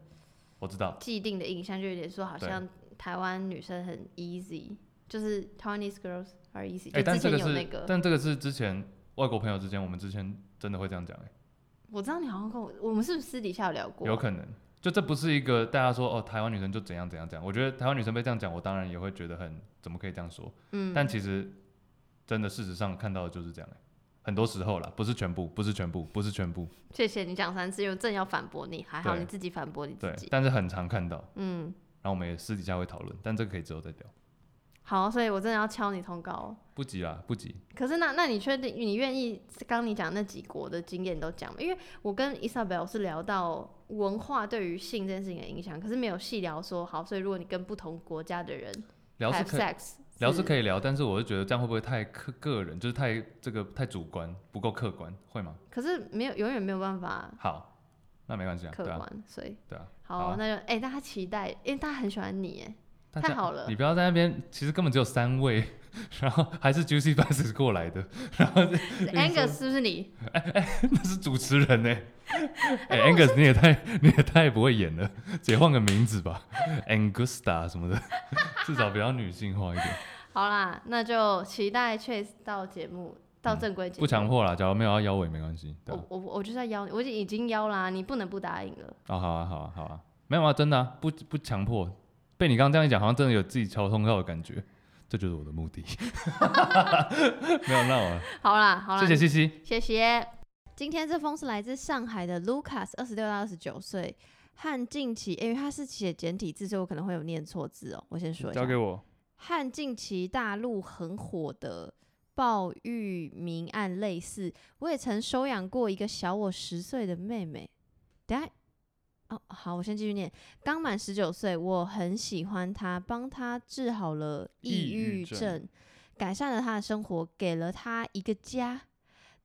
A: 我知道，
C: 既定的印象，就有点说好
A: 对
C: 像台湾女生很 easy，就是 Taiwanese girls are easy，、
A: 哎、
C: 就
A: 但
C: 之
A: 这
C: 前
A: 个
C: 有
A: 是，
C: 那个。
A: 但这个是之前外国朋友之间，我们之前真的会这样讲、欸，
C: 我知道你好像跟我，我们是不是私底下有聊过？
A: 有可能，就这不是一个大家说哦，台湾女生就怎样怎样怎样。我觉得台湾女生被这样讲，我当然也会觉得很怎么可以这样说，
C: 嗯，
A: 但其实真的事实上看到的就是这样、欸，很多时候啦，不是全部，不是全部，不是全部，
C: 谢谢你讲三次，因为我正要反驳你，还好
A: 对
C: 你自己反驳你自
A: 对，
C: 己。
A: 但是很常看到，
C: 嗯，
A: 然后我们也私底下会讨论，但这个可以之后再聊，
C: 好，所以我真的要敲你通告哦。
A: 不急啦，不急，
C: 可是那那你确定你愿意刚你讲那几国的经验都讲吗？因为我跟 Isabel 是聊到文化对于性这件事情的影响，可是没有细聊说好。所以如果你跟不同国家的人
A: 聊是
C: have
A: 可以。
C: sex，嗯
A: 聊是
C: 以，
A: 可以聊，但是我就觉得这样会不会太客个人，就是太这个太主观，不够客观，会吗？
C: 可是没有永远没有办法
A: 好，那没关系啊，
C: 客
A: 对
C: 观，
A: 啊，
C: 所以
A: 对啊。
C: 好，
A: 啊
C: 那就哎、大家期待，因为大家很喜欢你哎。
A: 大
C: 太
A: 家
C: 好了
A: 你不要在那边，其实根本只有三位， 然后还是 Juicy Passes 过来的， 然后这
C: 是 Angus 是不是你？
A: 那是主持人呢、 哎、a n g u s 你也太你也太不会演了，姐换个名字吧，Angusta 什么的， 至少比较女性化一 点。
C: 好啦，那就期待 Chase 到节目到正规节目、
A: 不强迫啦，假如没有要邀我也没关系。对啊
C: 我我我就是要邀你，我已经已经邀啦，你不能不答应了。
A: 啊，好啊，好啊，好啊，没有啊，真的、啊、不不强迫。被你刚刚这样一讲，好像真的有自己敲通告的感觉，这就是我的目的。 没有闹啊，
C: 好啦，好啦，
A: 谢谢西西。
C: 谢谢。今天这封是来自上海的 Lucas，二十六到二十九岁，和近期，因为他是写简体字，所以我可能会有念错字哦。我先说一下，
A: 我。
C: 和近期大陆很火的暴育民案类似，我也曾收养过一个小我十岁的妹妹。等一下，哦，好，我先继续念。刚满十九岁，我很喜欢她，帮她治好了抑
A: 抑郁
C: 郁
A: 症
C: 症，改善了她的生活，给了她一个家。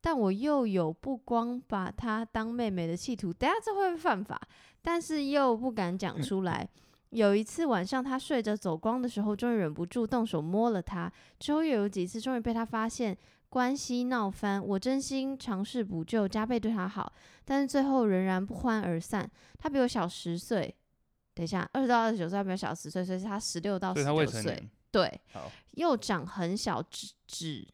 C: 但我又有不光把她当妹妹的企图，等一下这会不会犯法？但是又不敢讲出来。有一次晚上，他睡着走光的时候，终于忍不住动手摸了他。之后又有几次，终于被他发现，关系闹翻。我真心尝试补救，加倍对他好，但是最后仍然不欢而散。他比我小十岁，等一下，二十到二十九岁，他比我小十岁，所以是他十六到
A: 所
C: 十
A: 以他
C: 九
A: 未成
C: 岁
A: 年。。
C: 对
A: 好，
C: 又长很小，只只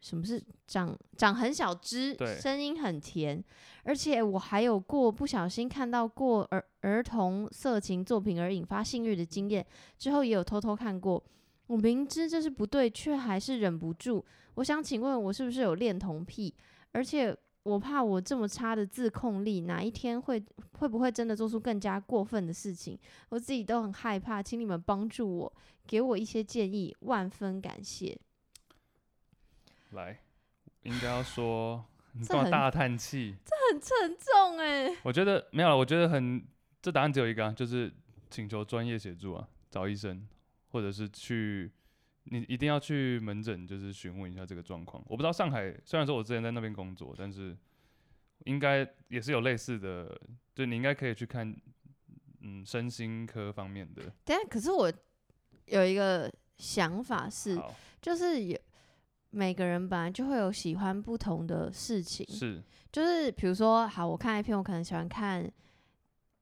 C: 什么是长长很小只
A: 对，
C: 声音很甜，而且我还有过不小心看到过儿儿童色情作品而引发性欲的经验，之后也有偷偷看过。我明知这是不对，却还是忍不住。我想请问，我是不是有恋童癖？而且我怕我这么差的自控力，哪一天会会不会真的做出更加过分的事情？我自己都很害怕，请你们帮助我，给我一些建议，万分感谢。
A: 来，应该要 说，你
C: 这
A: 干嘛
C: 很
A: 大叹气？
C: 很沉重哎、
A: 我觉得没有了，我觉得很，这答案只有一个、啊，就是请求专业协助啊，找医生，或者是去，你一定要去门诊，就是询问一下这个状况。我不知道上海，虽然说我之前在那边工作，但是应该也是有类似的，就你应该可以去看，嗯，身心科方面的。
C: 等一下，可是我有一个想法是，
A: 好
C: 就是有每个人本来就会有喜欢不同的事情，
A: 是
C: 就是比如说，好，我看 A 片，我可能喜欢看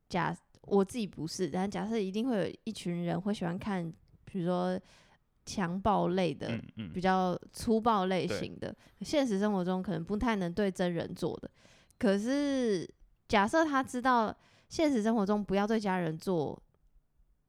C: 假，我自己不是，但假设一定会有一群人会喜欢看，比如说强暴类的，
A: 嗯嗯
C: 比，较粗暴类
A: 对
C: 型的，现实生活中可能不太能对真人做的。可是假设他知道现实生活中不要对家人做，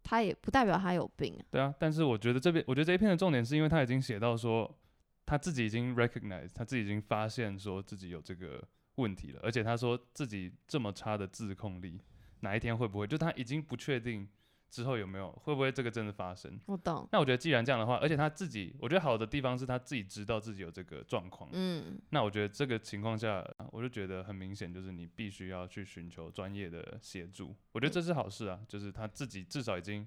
C: 他也不代表他有病啊。
A: 对啊，但是我觉得这边，我觉得这一篇的重点是因为他已经写到说，他自己已经 recognize，他自己已经发现说自己有这个问题了，而且他说自己这么差的自控力，哪一天会不会，就他已经不确定之后有没有，会不会这个真的发生。
C: 我懂，
A: 那我觉得既然这样的话，而且他自己，我觉得好的地方是他自己知道自己有这个状况。
C: 嗯，
A: 那我觉得这个情况下，我就觉得很明显，就是你必须要去寻求专业的协助。我觉得这是好事啊，就是他自己至少已经，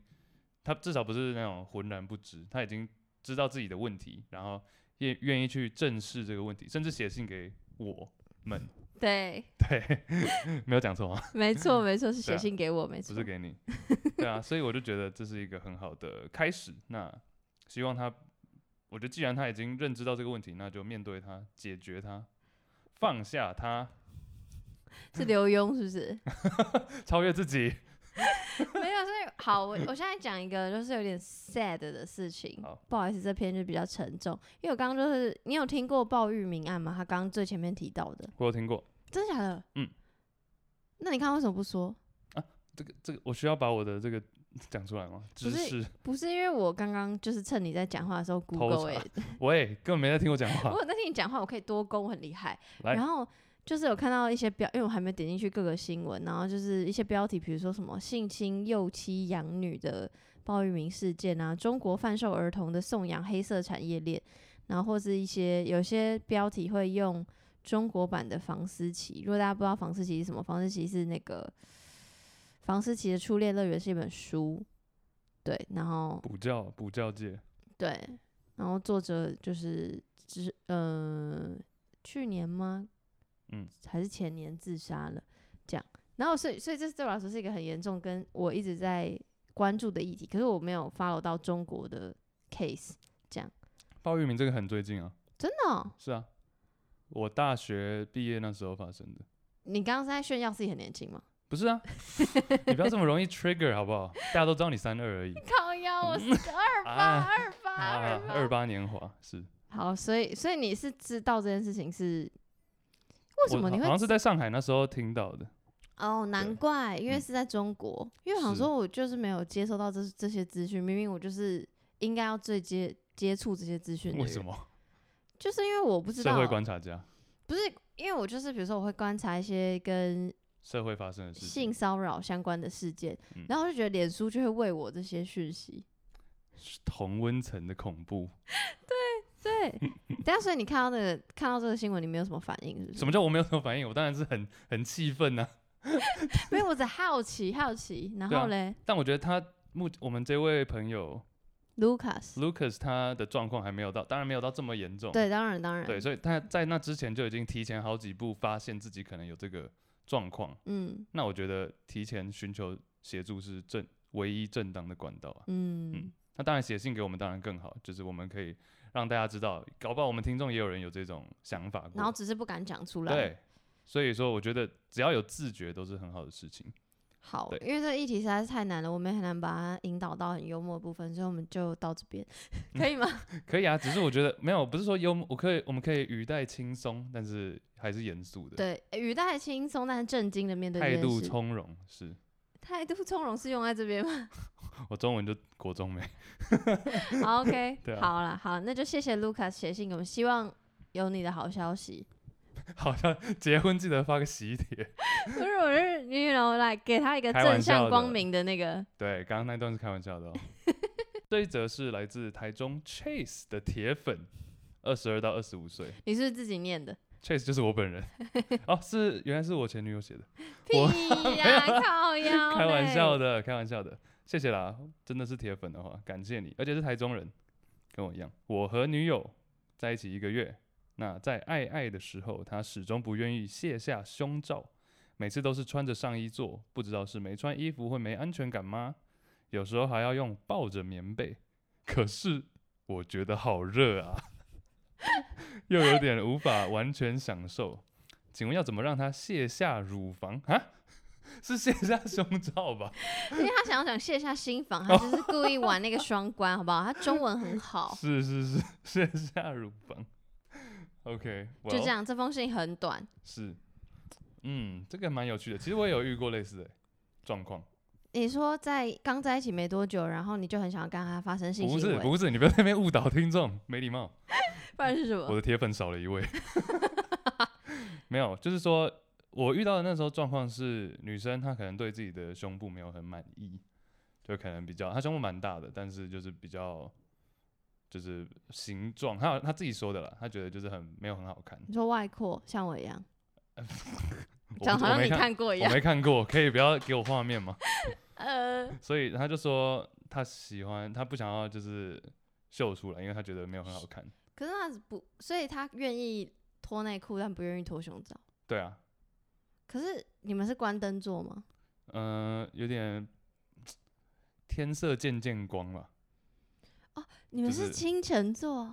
A: 他至少不是那种浑然不知，他已经知道自己的问题，然后也愿意去正视这个问题，甚至写信给我们。
C: 对，
A: 对， 没有讲错啊，
C: 没错，没错，是
A: 对
C: 写
A: 啊
C: 信给我，没
A: 不
C: 错
A: 是。给你。对啊，所以我就觉得这是一个很好的开始。那希望他，我觉得既然他已经认知到这个问题，那就面对他，解决他，放下他。
C: 是刘墉是不 是？
A: 超越自己。
C: 没有，所以好，我我现在讲一个就是有点 sad 的事情
A: 好，
C: 不好意思，这篇就比较沉重，因为我刚刚就是你有听过鲍玉明案吗？他刚刚最前面提到的，
A: 我有听过
C: 真假的？
A: 嗯，
C: 那你看为什么不说？
A: 这个，这个我需要把我的这个 讲出来吗？知
C: 是
A: 识，
C: 不是因为我刚刚就是趁你在讲话的时候 Google 哎、
A: 喂，根本没在听我讲
C: 我
A: 话。
C: 有在听你讲话，我可以多攻，我很厉害。
A: 来
C: 然后就是有看到一些标，因为我还没点进去各个新闻，然后就是一些标题，比如说什么性侵幼妻养女的鲍玉明事件啊，中国贩售儿童的送养黑色产业链，然后或是一些有些标题会用中国版的房思琪。如果大家不知道房思琪是什么，房思琪是那个房思琪的初恋乐园是一本书，对，然后
A: 补教，补教界，
C: 对，然后作者就是只呃去年吗？
A: 嗯，
C: 还是前年自杀了，这样。然后所以所以这对我来说是一个很严重，跟我一直在关注的议题，可是我没有 follow 到中国的 case，这样。
A: 鲍玉明这个很最近啊，
C: 真的哦、
A: 是啊，我大学毕业那时候发生的。
C: 你刚刚是在炫耀自己很年轻吗？
A: 不是啊，你不要这么容易 trigger 好不好？大家都知道你三二而已
B: 靠腰，我是 个二八
A: 啊
B: 二八
A: 啊
B: 二，八，
A: 二八年华是。
C: 好，所以所以你是知道这件事情是为什
A: 我
C: 么你
A: 好
C: 会
A: 好像是在上海那时候听到的。
C: 哦，难怪，因为
A: 嗯
C: 是在中国，因为好像
A: 是
C: 说我就是没有接收到这这些资讯，明明我就是应该要最接接触这些资讯的
A: 为
C: 人，
A: 什么？
C: 就是因为我不知
A: 社
C: 道
A: 会，观察家，
C: 不是因为我就是比如说我会观察一些跟
A: 社会发生的事情
C: 性。骚扰相关的事件，
A: 嗯
C: 然后我就觉得脸书就会喂我这些讯息，
A: 同温层的恐怖。
C: 对，但所以你看到那个看到这个新闻，你没有什么反应，是不是？
A: 什么叫我没有什么反应？我当然是很很气愤啊呐。
C: 没有，我只好奇好奇，然
A: 对啊
C: 后嘞、
A: 但我觉得他目我们这位朋友
C: l u c a s
A: Lucas 他的状况还没有到，当然没有到这么严重。
C: 对，当然当然，
A: 对，所以他在那之前就已经提前好几步发现自己可能有这个状况。
C: 嗯
A: 那我觉得提前寻求协助是正唯一正当的管道啊。
C: 嗯，
A: 那当然写信给我们当然更好，就是我们可以让大家知道，搞不好我们听众也有人有这种想法过
C: 然后只是不敢讲出来，
A: 对，所以说我觉得只要有自觉都是很好的事情。
C: 好，
A: 对
C: 因为这个议题实在是太难了，我们也很难把它引导到很幽默的部分，所以我们就到这边，可以吗？
A: 可以啊，嗯只是我觉得没有，不是说幽默，我可以，我们可以语带轻松，但是还是严肃的，
C: 对，语带轻松但是震惊的面对这
A: 态
C: 件
A: 度
C: 事
A: 从容。是
C: 态度从容是用在这边吗
A: 我中文就国中没，
C: 好？OK，
A: 对啊
C: 好了，好，那就谢谢 Lucas 写信给我们，希望有你的好 消息。
A: 好像结婚记得发个喜帖。
C: 不是，我是 you know like 给他一个
A: 开玩
C: 正
A: 笑
C: 向
A: 的
C: 光明的那个，
A: 对，刚刚那段是开玩笑 的、哦。这一则是来自台中 Chase 的铁粉，二十二到二十五岁。
C: 你是不是自己念的？
A: Chase 就是我本 人，哦，是原来是我前女友写的，我
C: 屁呀、靠腰嘞，
A: 开玩笑的，开玩笑的，谢谢啦，真的是铁粉的话，感谢你，而且是台中人，跟我一样，我和女友在一起一个月，那在爱爱的时候，她始终不愿意卸下胸罩，每次都是穿着上衣做，不知道是没穿衣服会没安全感吗？有时候还要用抱着棉被，可是我觉得好热啊， 又有点无法完全享受。请问要怎么让她卸下乳房啊？是卸下胸罩吧？
C: 因为他想要想卸下心防，他就是故意玩那个双关，好不好？他中文 很好，
A: 是是是，卸下乳房。OK，
C: 就这
A: well，
C: 样。这封信很短，
A: 是，嗯，这个蛮有趣的。其实我也有遇过类似的状况，
C: 你说在刚在一起没多久，然后你就很想要跟他发生性
A: 不
C: 行
A: 是
C: 为，
A: 不是，你不要在那边误导听众，没礼
C: 哦
A: 貌。
C: 不然是什么
A: 我？的铁粉少了一位， 没有，就是说我遇到的那时候状况是，女生她可能对自己的胸部没有很满意，就可能比较她胸部蛮大的，但是就是比较就是形状，她她自己说的啦，她觉得就是很没有很好看。
C: 你说外扩像 我一样，
A: 我
C: 讲
A: 不
C: 好
A: 我
C: 像
A: 没
C: 你看过一
A: 我
C: 样。
A: 没看过，可以不要给我画面吗？
C: 呃，
A: 所以他就说他喜欢，他不想要就是秀出来，因为他觉得没有很好看。
C: 可是他不，所以他愿意脱内裤，但不愿意脱胸罩。
A: 对啊，
C: 可是你们是关灯做吗？
A: 嗯、有点天色渐渐光了，
C: 你们
A: 就是
C: 是清晨做？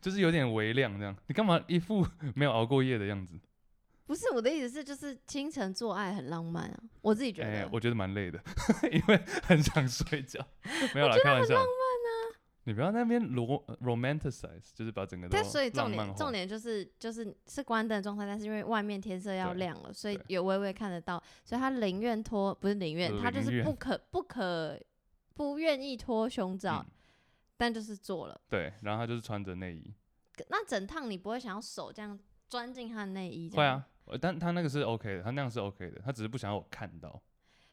A: 就是有点微亮这样。你干嘛一副没有熬过夜的样子？
C: 不是我的意思是，就是清晨做爱很浪漫啊，我自己觉
A: 哎、
C: 得。
A: 我觉得蛮累的， 因为很想睡觉。没有啦，开玩笑。浪漫啊！你不要那边罗 romanticize，就是把整个都
C: 但所以重
A: 浪漫
C: 点
A: 化
C: 重点就是就是是关灯的状态，但是因为外面天色要
A: 对
C: 亮了，所以
A: 对呃
C: 有微微看得到，所以他宁愿脱不是宁愿，他就
A: 宁
C: 是
A: 愿
C: 不可不可不愿意脱胸罩，
A: 嗯
C: 但就是做了。
A: 对，然后他就是穿着内衣。
C: 可那整趟你不会想要手这样钻进他的内衣？
A: 会啊，，呃但他那个是 OK 的，他那样是 OK 的，他只是不想要我看到。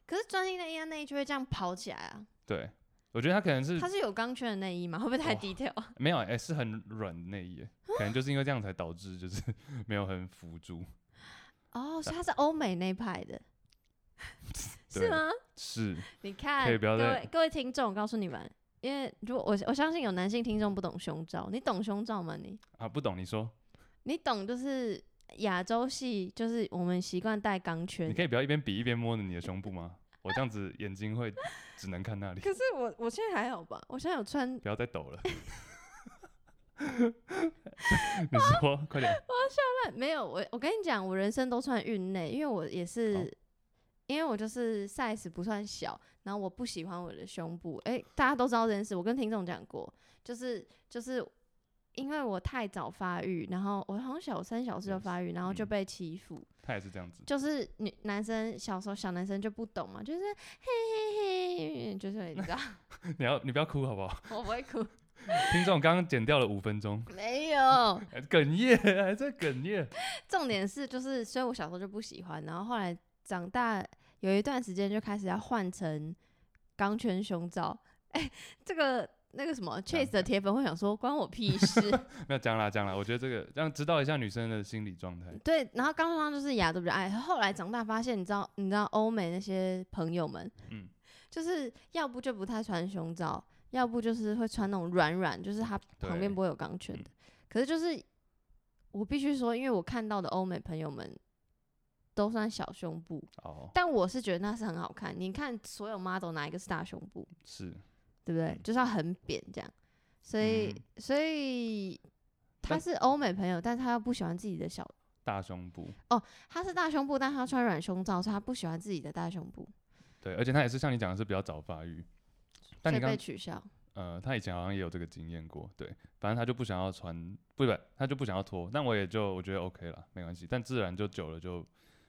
C: 可是钻进内衣，他内衣就会这样跑起来啊。
A: 对，我觉得他可能是哦
C: 它是有钢圈的内衣吗？会不会太
A: 哇
C: detail？啊
A: 没有，哎、是很软的内衣耶，可能就是因为这样才导致就是 没有很辅助。
C: 哦，所以它是欧美那派的，
A: 对
C: 是吗？
A: 是，
C: 你看，
A: 可以不要
C: 各
A: 再
C: 位各位听众，我告诉你们，因为如果我我相信有男性听众不懂胸罩，你懂胸罩吗你？你
A: 啊，不懂你说，
C: 懂就是亚洲系，就是我们习惯戴钢圈
A: 你。可以不要一边比一边摸着你的胸部吗？我这样子眼睛会只能看那里，
C: 可是我我现在还好吧？我现在有穿
A: 不要再抖了。 你说快点，
C: 没有，我我跟你讲，我人生都算运内，因为我也是，
A: 哦
C: 因为我就是 size 不算小，然后我不喜欢我的胸部。诶，大家都知道这件事，我跟听众讲过，就是就是因为我太早发育，然后我好像小三小四就发育，然后就被欺负。
A: 他也是这样子，
C: 就是女男生小时候小男生就不懂嘛，就是嘿嘿嘿，就是你知道，
A: 你要你不要哭好不好？
C: 我不会哭，
A: 听众刚刚剪掉了五分钟，
C: 没 有。
A: 还哽咽还在哽咽，
C: 重点是就是，所以我小时候就不喜欢，然后后来长大有一段时间就开始要换成钢圈胸罩。哎、这个那个什么 Chase 的铁粉会想说关我屁事，
A: 没有讲啦讲啦，我觉得这个让知道一下女生的心理状态，
C: 对，然后刚刚就是亚洲比较爱，后来长大发现，你知道，你知道欧美那些朋友们，
A: 嗯
C: 就是要不就不太穿胸罩，要不就是会穿那种软软，就是它
A: 对
C: 旁边不会有钢圈的。可是就是我必须说，因为我看到的欧美朋友们都算小胸部，
A: 哦，
C: 但我是觉得那是很好看。你看所有 model 哪一个是大胸部，
A: 是，
C: 对不对？就是要很扁这样，所以、
A: 嗯
C: 所以他
A: 但
C: 是欧美朋友，但是他又不喜欢自己的小
A: 大胸部，
C: 他是大胸部，但他穿软胸罩，所以他不喜欢自己的大胸部，
A: 对，而且他也是像你讲的是比较早发育，但
C: 所
A: 你
C: 以
A: 刚
C: 被取消。
A: 呃，他以前好像也有这个经验过，对，反正他就不想要穿，不不，他就不想要脱，那我也就我觉得 OK 了，没关系，但自然就久了就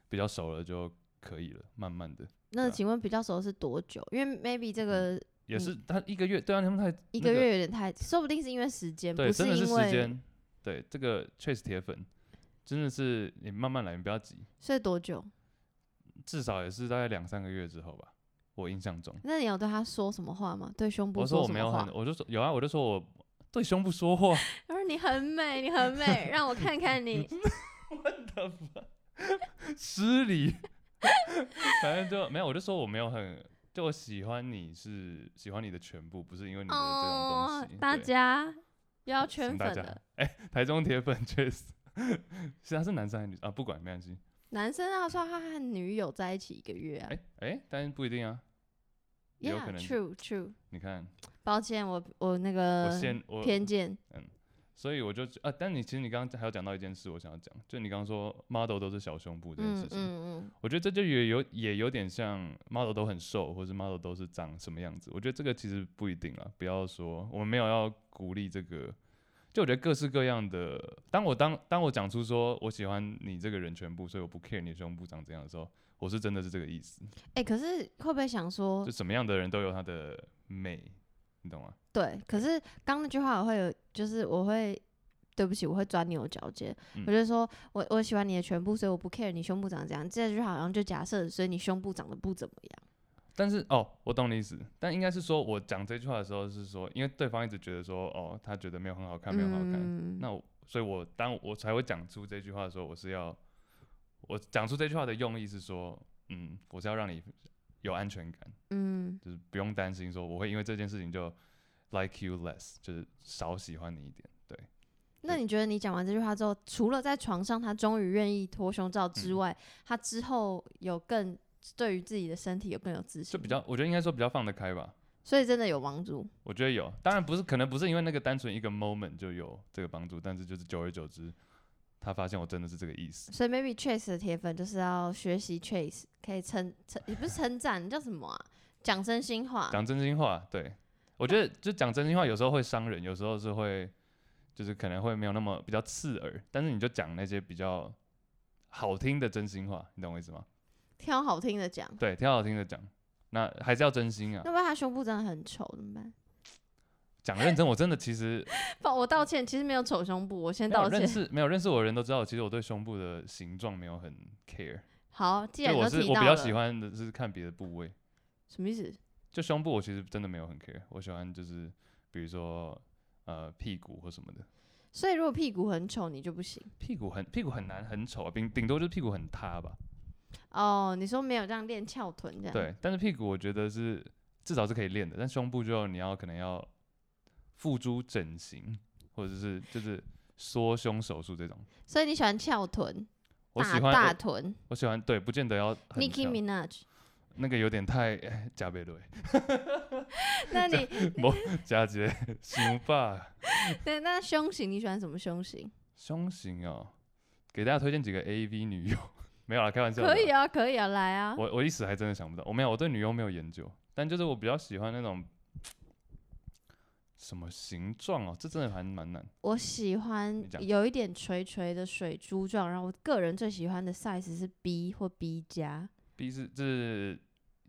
A: 比较熟了就可以了，慢慢的对
C: 那
A: 啊
C: 请问比较熟是多久？因为 maybe 这个
A: 也是
C: 嗯
A: 他一个月，对啊，他们太
C: 一
A: 那
C: 个月有点太，说不定是因为时间，
A: 对，
C: 不
A: 真的是
C: 因
A: 时
C: 为，
A: 间，对，这个确实铁粉真的是你慢慢来，你不要急，
C: 所以多久？
A: 至少也是大概两三个月之后吧，我印象中。
C: 那你有对他说什么话吗？对胸部
A: 我说我
C: 什
A: 没有
C: 么话
A: 很，？我就说有啊，我就说我对胸部 说话，
C: 他说你很美，你很 美，让我看看你。
A: 失礼， 反正就没有，我就说我没有很，就我喜欢你是喜欢你的全部，不是因为你的这种
C: 哦
A: 东西。，
C: 大
A: 对
C: 家又要圈
A: 什么大
C: 粉
A: 家
C: 了。，
A: 哎、台中铁粉确实，是他是男生还是女生啊？不管没关系，
C: 男生啊，说他和女友在一起一个月啊
A: 哎、哎、但是不一定啊，也有可
C: ，Yeah
A: 能
C: true true。
A: 你看
C: 抱歉，我我那个
A: 我先我
C: 偏见，
A: 所以我就啊，但你其实你刚刚还有讲到一件事，我想要讲，就你刚刚说 model 都是小胸部这件
C: 嗯
A: 事情，
C: 嗯嗯，
A: 我觉得这就也有也有点像 model 都很瘦，或是 model 都是长什么样子。我觉得这个其实不一定啦，不要说我们没有要鼓励这个。就我觉得各式各样的，当我当当我讲出说我喜欢你这个人全部，所以我不 care 你的胸部长怎样的时候，我是真的是这个意思。
C: 哎、可是会不会想说
A: 就，什么样的人都有他的美，你懂吗？
C: 对，可是刚那句话我会有，就是我会，对不起，我会钻牛角尖。
A: 嗯
C: 我就说我我喜欢你的全部，所以我不 care 你胸部长怎样。这句话好像就假设，所以你胸部长得不怎么样。
A: 但是哦，我懂你意思，但应该是说我讲这句话的时候是说，因为对方一直觉得说哦，他觉得没有很好看，没有很好看，
C: 嗯，
A: 那我，所以我当我才会讲出这句话的时候，我是要我讲出这句话的用意是说，嗯，我是要让你有安全感，
C: 嗯，
A: 就是不用担心说我会因为这件事情就 like you less，就是少喜欢你一点。对，
C: 那你觉得你讲完这句话之后，除了在床上他终于愿意脱胸罩
A: 嗯
C: 之外，他之后有更对于自己的身体有更有自信，
A: 就比，较，我觉得应该说比较放得开吧。
C: 所以真的有帮助。
A: 我觉得有，当然不是，可能不是因为那个单纯一个 moment 就有这个帮助，但是就是久而久之，他发现我真的是这个意思。
C: 所以 maybe Chase 的铁粉就是要学习 Chase，可以称称也不是称赞，叫什么啊？讲真心话，
A: 讲真心话，对我觉得就讲真心话，有时候会伤人，有时候是会就是可能会没有那么比较刺耳，但是你就讲那些比较好听的真心话，你懂我意思吗？
C: 挑好听的讲。
A: 对，挺好听的讲，那还是要真心啊
C: 那。万一他胸部真的很丑怎么办？
A: 讲认真，我真的其实
C: 不，我道歉，其实没有丑胸部，我先
A: 没有
C: 道
A: 认
C: 歉。
A: 识没有认识我的人都知道，其实我对胸部的形状没有很 care，
C: 好，既
A: 就
C: 然
A: 我
C: 都
A: 是
C: 提
A: 我
C: 到
A: 比较喜
C: 了，
A: 欢的是看别的部位，
C: 什么意思？
A: 就胸部我其实真的没有很 care，我喜欢就是比如说呃屁股或什么的。
C: 所以如果屁股很丑，你就不行
A: 屁股很屁股很难很丑啊，顶顶多就是屁股很塌吧。
C: 哦。你说没有这样练翘臀这样？，
A: 对，但是屁股我觉得是至少是可以练的，但胸部就你要可能要付诸整形，或者是就是缩胸手术这种。
C: 所以你喜欢翘臀、
A: 我喜
C: 大
A: 欢
C: 大
A: 我
C: 臀
A: 我喜欢对，不见得要很
C: ，Nicki
A: 翘
C: Minaj。
A: 那个有点太 哎加倍了，
C: 那你
A: 我加一个 想法。
C: 对那胸型你喜欢什么胸型？
A: 胸型哦，给大家推荐几个 AV 女优， 没有啦，开玩笑的啦。
C: 可以啊，可以啊，来啊！
A: 我我一时还真的想不到，我没有，我对女优没有研究，但就是我比较喜欢那种什么形状哦，这真的还蛮难。
C: 我喜欢
A: 你讲
C: 有一点垂垂的水珠状，然后我个人最喜欢的 size 是 B 或 B 加，
A: B 是这是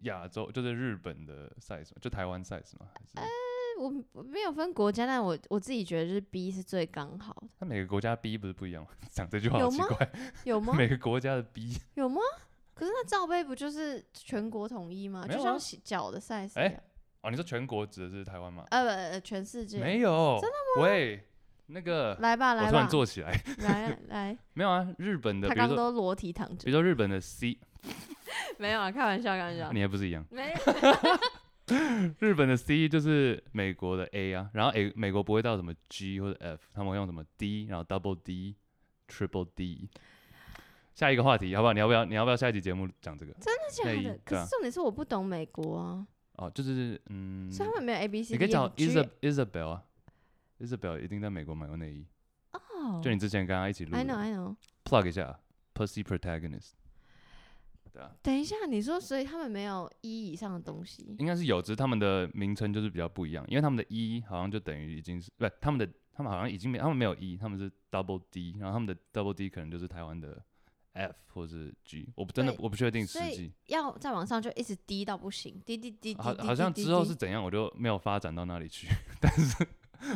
A: 亚洲，就是日本的 size 嘛，就台湾 size 嘛，还是
C: 但是我我没有分国家，但我我自己觉得就是 B 是最刚好的，
A: 它每个国家 B 不是不一样吗？ 讲这句话好
C: 有
A: 奇
C: 吗
A: 怪，
C: 有吗？
A: 每个国家的 B，
C: 有吗？可是那罩杯不就是全国统一吗？
A: 没有
C: 就
A: 啊
C: 像洗脚的 size 一
A: 哎
C: 样，
A: 哦，你说全国指的是台湾吗？
C: 呃不呃，全世界。
A: 没有，真的吗？喂，那个
C: 来吧
A: 我
C: 来
A: 突然
C: 吧，
A: 坐起来，
C: 来来，
A: 没有啊，日本的，
C: 他
A: 比如
C: 刚刚
A: 说
C: 都裸体躺着
A: 比，如说日本的 C，
C: 没有啊，开玩笑开玩笑，
A: 你还不是一样？
C: 没有
A: 日本的 C 就是美国的 A 啊，然后 A 美国不会到什么 G 或者 F，他们会用什么 D，然后 Double D、Triple D。下一个话题好不好？你要不要？你要不要下一集节目讲这个？
C: 真的假
A: 内
C: 的
A: 衣？
C: 可
A: 对啊
C: 是重点是我不懂美国啊，
A: 哦，就是嗯，
C: 所以他们没有 A B C
A: 你可以
C: D
A: 找
C: E F G
A: Isab Isabel 啊，Isabel 一定在美国买过内衣，
C: 哦
A: 就你之前跟他一起录的
C: I know I know。
A: plug 一下 Pussy Protagonist，对啊，
C: 等一下，你说所以他们没有一以上的东西
A: 应该是有，只是他们的名称就是比较不一样，因为他们的 E 好像就等于已经是不是他们的，他们好像已经没，他们没有 E，他们是 double D，然后他们的 double D 可能就是台湾的 F 或是 G，我不真的
C: 对
A: 我不确定实
C: 所以
A: 际，
C: 要再往上就一直低到不行，低低低低
A: 好
C: 低低
A: 好像
C: 低
A: 之后
C: 低
A: 是怎样我就没有发展到那里去，但是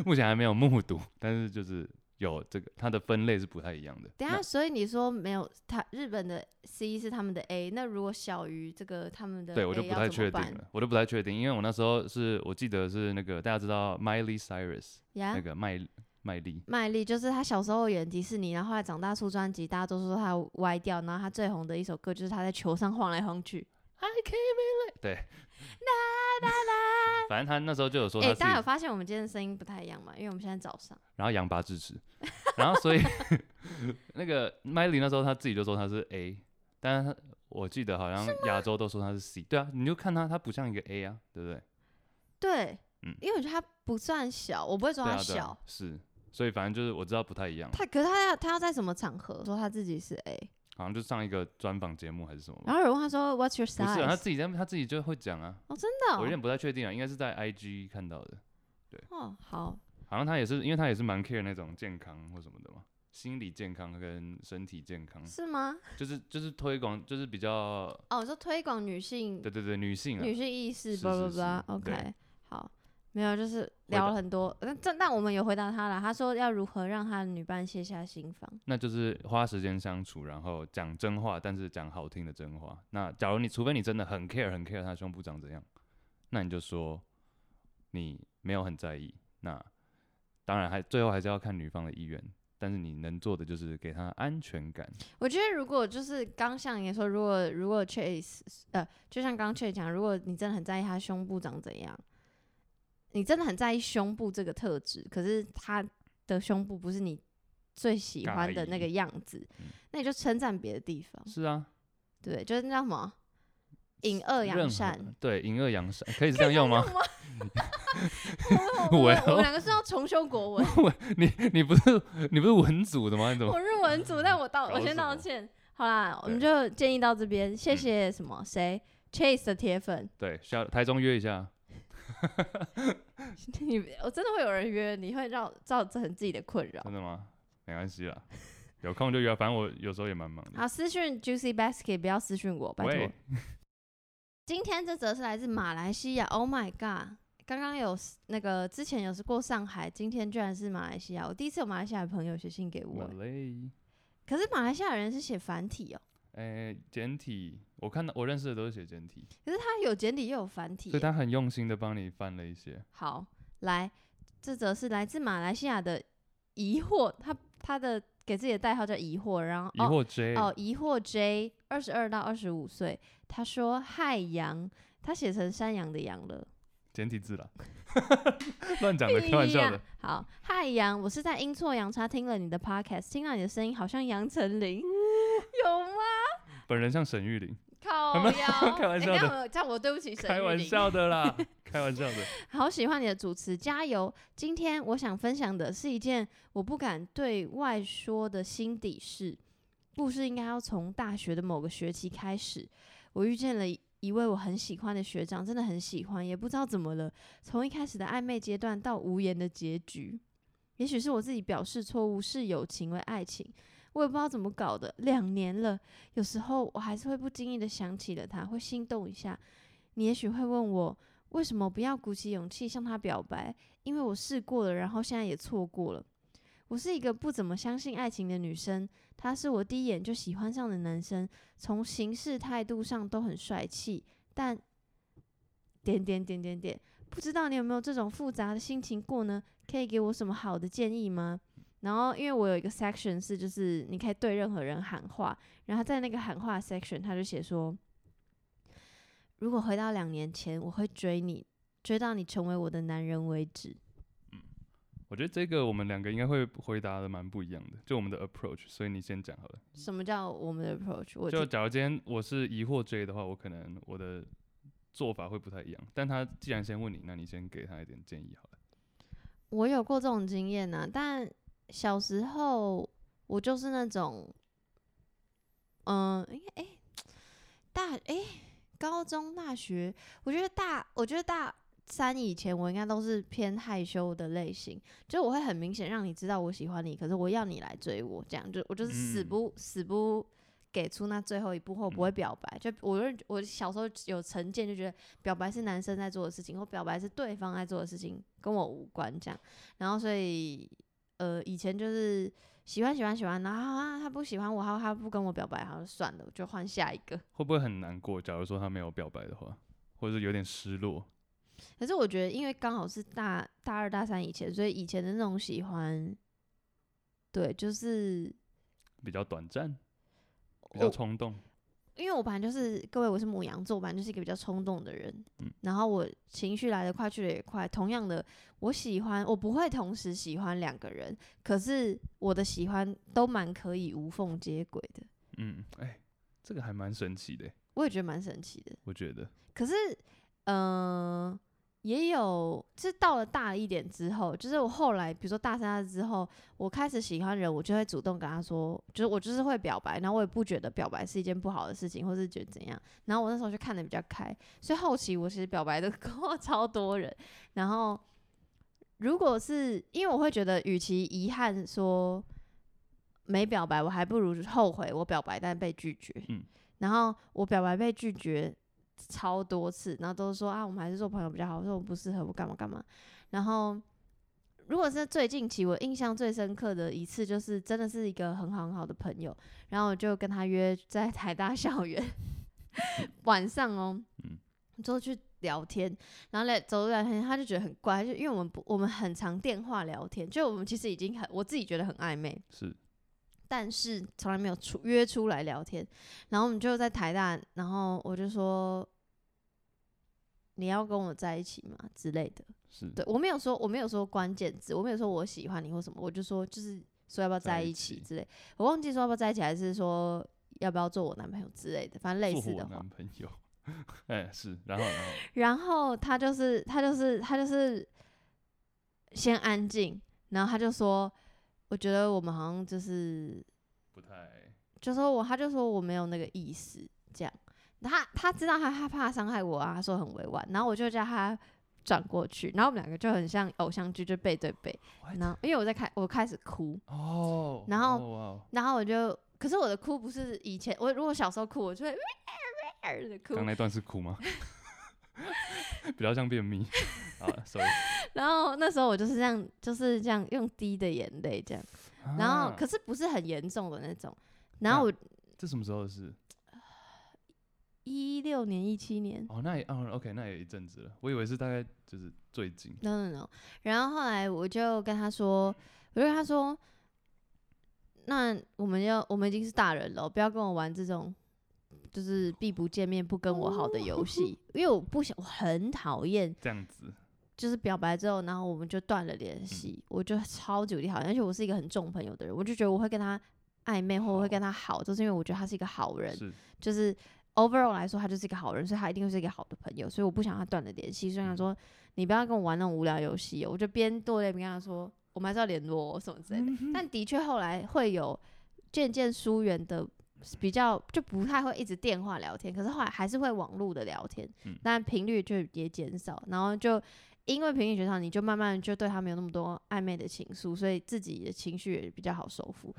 A: 目前还没有目睹，但是就是有这个它的分类是不太一样的。
C: 等一
A: 那
C: 下，所以你说没有他日本的 C 是他们的 A，那如果小于这个他们的 A
A: 对我就不太
C: 要怎
A: 确定
C: 么办
A: 了，我就不太确定，因为我那时候是我记得是那个大家知道 Miley Cyrus、
C: 呀。
A: 那个麦麦莉，
C: 麦莉就是她小时候演迪士尼，然后后来长大出专辑，大家都说她歪掉，然后她最红的一首歌就是她在球上晃来晃去。
A: 反正他那时候就 有说
C: 哎、
A: 他自
C: 大家有
A: 己，
C: 发现我们今天的声音不太一样吗？因为我们现在早上。
A: 然后羊拔智齿，然后所以 那个麦莉那时候他自己就说他是 A，但是他我记得好像亚洲都说他是 C，对啊，你就看他他不像一个 A 啊，对不对？
C: 对，
A: 嗯
C: 因为我觉得她不算小，我不会说
A: 对
C: 她
A: 啊，对
C: 小。
A: 啊，是，所以反正就是我知道不太一样，
C: 她可是她要她要在什么场合说她自己是 A？
A: 好像就上一个专访节目还是什么吧。
C: 然后有人问她说 What's your
A: 嗯不是、啊，他
C: size？
A: 自己在他自己就会讲啊，
C: 哦，真的
A: 我有
C: 哦
A: 点不太确定啊，应该是在 IG 看到的，
C: 哦，好，
A: 好像他也是，因为他也是蛮 care 那种健康或什么的嘛，心理健康跟身体健康，
C: 是吗？
A: 就是就是推广，就是比较
C: 哦，你说推广女性
A: 对对对，女性啊，
C: 女性意识，
A: 是
C: 叭叭
A: 是
C: 叭
A: 是
C: ，OK，
A: 对
C: 好，没有，就是
A: 答
C: 聊了很多，但但但我们有回答他了，他说要如何让他的女伴卸下心防，
A: 那就是花时间相处，然后讲真话，但是讲好听的真话。那假如你，除非你真的很 care 很 care 他胸部长怎样，那你就说你没有很在意。那当然还最后还是要看女方的意愿，但是你能做的就是给她安全感。
C: 我觉得如果就是刚像你说，如果如果 Chase 呃，就像刚刚 Chase 讲，如果你真的很在意他胸部长怎样，你真的很在意胸部这个特质，可是他的胸部不是你最喜欢的那个样子
A: 嗯，
C: 那你就称赞别的地方，
A: 是啊，
C: 对，就是那叫什么引恶
A: 任
C: 扬
A: 何
C: 善。
A: 对，引恶扬善可以是这样用吗？
C: 我
A: 我
C: 们
A: 要
C: 我们两个是要重修国文，
A: 你你不是你不是文组的吗？你怎么
C: 我？是文组，但我道
A: 搞
C: 我先
A: 什么嗯
C: 道歉。好啦，我们就建议到这边，谢谢什么谁 Chase 的铁粉，
A: 对，下台中约一下，
C: 你我真的会有人约，你会让造成自己的困扰。
A: 真的吗？没关系啦，有空就约，反正我有时候也蛮忙的。
C: 好，私讯 Juicy Basket，不要私讯我，拜托
A: 嗯喂。，
C: 今天这则是来自马来西亚，Oh my god！刚刚有 s- 那个之前有是过上海，今天居然是马来西亚，我第一次有马来西亚的朋友写信给我
A: 我，嘞。
C: 可是马来西亚人是写繁体哦，
A: 诶、简体，我看到我认识的都是写简体，
C: 可是他有简体又有繁体耶，
A: 所以他很用心的帮你翻了一些。
C: 好，来，这则是来自马来西亚的疑惑，他他的给自己的代号叫疑惑，然后
A: 疑惑 J，、
C: 哦哦疑惑 J，二十二到二十五岁，他说嗨羊，他写成山羊的羊了。
A: 简体字啦， 乱讲的，开玩笑的。
C: 好，嗨杨，我是在阴错阳差听了你的 podcast，听到你的声音好像杨丞琳，有吗？
A: 本人像沈玉玲，
C: 靠靠腰，
E: 开玩笑的
C: 哎这样我这样我对不起沈玉
E: 开玩
C: 玲
E: 笑的啦， 开玩笑的。
C: 好喜欢你的主持，加油！今天我想分享的是一件我不敢对外说的心底事。故事应该要从大学的某个学期开始。我遇见了一位我很喜欢的学长，真的很喜欢，也不知道怎么了，从一开始的暧昧阶段到无言的结局。也许是我自己表示错误，视友情为爱情，我也不知道怎么搞的。两年了，有时候我还是会不经意的想起了他，会心动一下。你也许会问我，为什么不要鼓起勇气向他表白？因为我试过了，然后现在也错过了。我是一个不怎么相信爱情的女生，他是我第一眼就喜欢上的男生，从行事态度上都很帅气，但点点点点点，不知道你有没有这种复杂的心情过呢？可以给我什么好的建议吗？然后，因为我有一个 section 是就是你可以对任何人喊话，然后在那个喊话 section 他就写说，如果回到两年前，我会追你，追到你成为我的男人为止。
A: 我觉得这个我们两个应该会回答的蛮不一样的，就我们的 approach，所以你先讲好了。
C: 什么叫我们的 approach？我
A: 就
C: 听
A: 假如今天我是疑惑 J 的话，我可能我的做法会不太一样。但他既然先问你，那你先给他一点建议好了。
C: 我有过这种经验呐、但小时候我就是那种，嗯、应该哎，大哎、高中、大学，我觉得大，我觉得大三以前我应该都是偏害羞的类型，就我会很明显让你知道我喜欢你，可是我要你来追我，这样就我就是死
A: 嗯
C: 不、死不。给出那最后一步后不会表白，就我认我小时候有成见，就觉得表白是男生在做的事情，或表白是对方在做的事情，跟我无关这样。然后所以呃，以前就是喜欢喜欢喜欢，然后啊他不喜欢我，他他不跟我表白，好就算了，我就换下一个。
A: 会不会很难过？假如说他没有表白的话，或者是有点失落？
C: 可是我觉得，因为刚好是大大二大三以前，所以以前的那种喜欢，对，就是
A: 比较短暂，比较
C: 我
A: 冲动。
C: 因为我本来就是各位，我是母羊座，我本来就是一个比较冲动的人，
A: 嗯
C: 然后我情绪来得快，去得也快。同样的，我喜欢我不会同时喜欢两个人，可是我的喜欢都蛮可以无缝接轨的，
A: 嗯，哎、这个还蛮神奇的，
C: 我也觉得蛮神奇的。
A: 我觉得。
C: 可是，嗯、也有，是到了大一点之后，就是我后来，比如说大三之后，我开始喜欢人，我就会主动跟他说，就是我就是会表白，然后我也不觉得表白是一件不好的事情，或是觉得怎样。然后我那时候就看的比较开，所以后期我其实表白的 过超多人。然后，如果是因为我会觉得，与其遗憾说没表白，我还不如后悔我表白但被拒绝。
A: 嗯
C: 然后我表白被拒绝，超多次，然后都说啊，我们还是做朋友比较好，我说我不适合，我干嘛干嘛。然后如果是最近期，我印象最深刻的一次，就是真的是一个很好很好的朋友，然后我就跟他约在台大校园 晚上哦，
A: 嗯
C: 之后去聊天，然后来走路聊天，他就觉得很怪，就因为我们不我们很常电话聊天，就我们其实已经很我自己觉得很暧昧，
A: 是，
C: 但是从来没有出约出来聊天。然后我们就在台大，然后我就说你要跟我在一起吗之类的。
A: 是
C: 对我没有说我没有说关键字，我没有说我喜欢你或什么，我就说就是说要不要
A: 在
C: 在
A: 一
C: 一
A: 起
C: 起之类。我忘记说要不要在一起，还是说要不要做我男朋友之类的，反正类
A: 做
C: 似
A: 我
C: 的话
A: 男。朋友。哎、是，然后然后
C: 然后他就是他就是他就是先安静，然后他就说，我觉得我们好像就是
A: 不 太
C: 就说我，他就说我没有那个意思，这样。他他知道他他怕伤害我啊，他说很委婉，然后我就叫他转过去，然后我们两个就很像偶像剧，就背对背。
A: What？
C: 然后因为我在开，我开始哭，
A: 哦。
C: 然后
A: 哦哇哦
C: 然后我就，可是我的哭不是以前我如果小时候哭，我就会 的哭
A: 刚，那段是哭吗？ 比较像便秘 啊，sorry。
C: 然后那时候我就是这样，就是这样用滴的眼泪这样，然后
A: 啊
C: 可是不是很严重的那种。然后我
A: 这什么时候的事？
C: 一六年一七年，
A: 哦，那也哦，OK，那也一阵子了。我以为是大概就是最近。
C: no no no。然后后来我就跟他说，我就跟他说，那我们要我们已经是大人了，不要跟我玩这种就是避不见面不跟我好的游戏，因为我不想，我很讨厌
A: 这样子，
C: 就是表白之后，然后我们就断了联系，我就超级无敌好，而且我是一个很重朋友的人，我就觉得我会跟他暧昧或我会跟他好，就是因为我觉得他是一个好人，
A: 是
C: 就是 overall 来说，他就是一个好人，所以他一定是一个好的朋友，所以我不想他断了联系。所以想说，你不要跟我玩那种无聊游戏哦，我就边剁泪边跟他说，我们还是要联络哦什么之类的。但的确后来会有渐渐疏远的，比较就不太会一直电话聊天，可是后来还是会网络的聊天，
A: 嗯
C: 但频率就也减少，然后就。因为频率减少，你就慢慢就对他没有那么多暧昧的情愫，所以自己的情绪也比较好收服。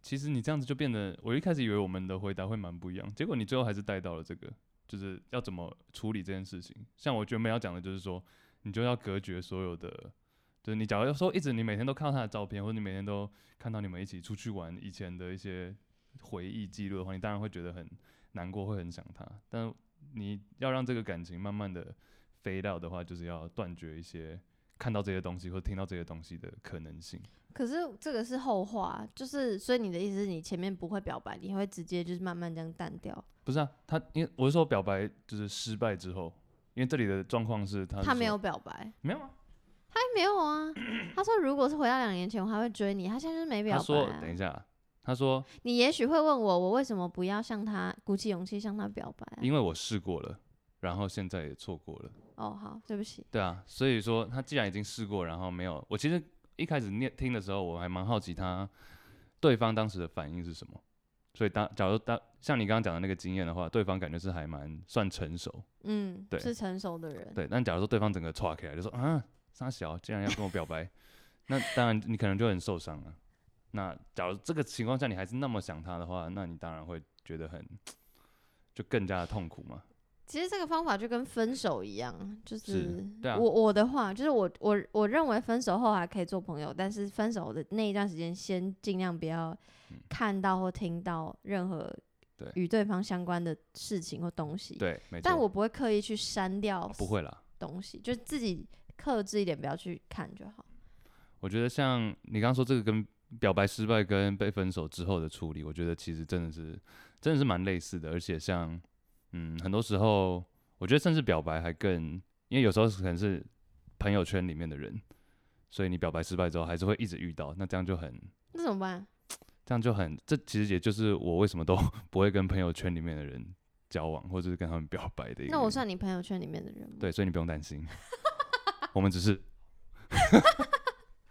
A: 其实你这样子就变得，我一开始以为我们的回答会蛮不一样，结果你最后还是带到了这个，就是要怎么处理这件事情。像我原本要讲的就是说，你就要隔绝所有的，就是你假如说一直你每天都看到他的照片，或者你每天都看到你们一起出去玩以前的一些回忆记录的话，你当然会觉得很难过，会很想他。但你要让这个感情慢慢的飞掉的话，就是要断绝一些看到这些东西或听到这些东西的可能性。
C: 可是这个是后话，啊就是所以你的意思是你前面不会表白，你会直接就是慢慢这样淡掉。
A: 不是啊，他因为我是说表白就是失败之后，因为这里的状况是他是
C: 他没
A: 说
C: 有表白，
A: 没有啊，
C: 他没有啊。他说如果是回到两年前，我还会追你。他现在就是没表
A: 他
C: 白
A: 说
C: 啊、嗯
A: 等一下，他说
C: 你也许会问我，我为什么不要向他鼓起勇气向他表白啊、
A: 因为我试过了，然后现在也错过了，
C: 哦，好，对不起。
A: 对啊，所以说他既然已经试过，然后没有，我其实一开始念听的时候我还蛮好奇他对方当时的反应是什么，所以当假如当像你刚刚讲的那个经验的话，对方感觉是还蛮算成熟，
C: 嗯
A: 对，
C: 是成熟的人。
A: 对，但假如说对方整个岔开来，就说啊，傻小，竟然要跟我表白，那当然你可能就很受伤了。那假如这个情况下你还是那么想他的话，那你当然会觉得很，就更加的痛苦嘛。
C: 其实这个方法就跟分手一样，就是
A: 对啊
C: 我我的话就是我我我认为分手后还可以做朋友，但是分手的那一段时间，先尽量不要看到或听到任何
A: 嗯对
C: 与对方相关的事情或东西。
A: 对，没错。啊
C: 但我不会刻意去删掉
A: 不会啦，
C: 东西，就自己克制一点，不要去看就好。
A: 我觉得像你刚刚说这个跟表白失败跟被分手之后的处理，我觉得其实真的是真的是蛮类似的，而且像嗯，很多时候我觉得甚至表白还更，因为有时候可能是朋友圈里面的人，所以你表白失败之后还是会一直遇到，那这样就很
C: 那怎么办？
A: 这样就很，这其实也就是我为什么都 不会跟朋友圈里面的人交往，或者是跟他们表白的一个原因。
C: 那我算你朋友圈里面的人吗？
A: 对，所以你不用担 心，我们只是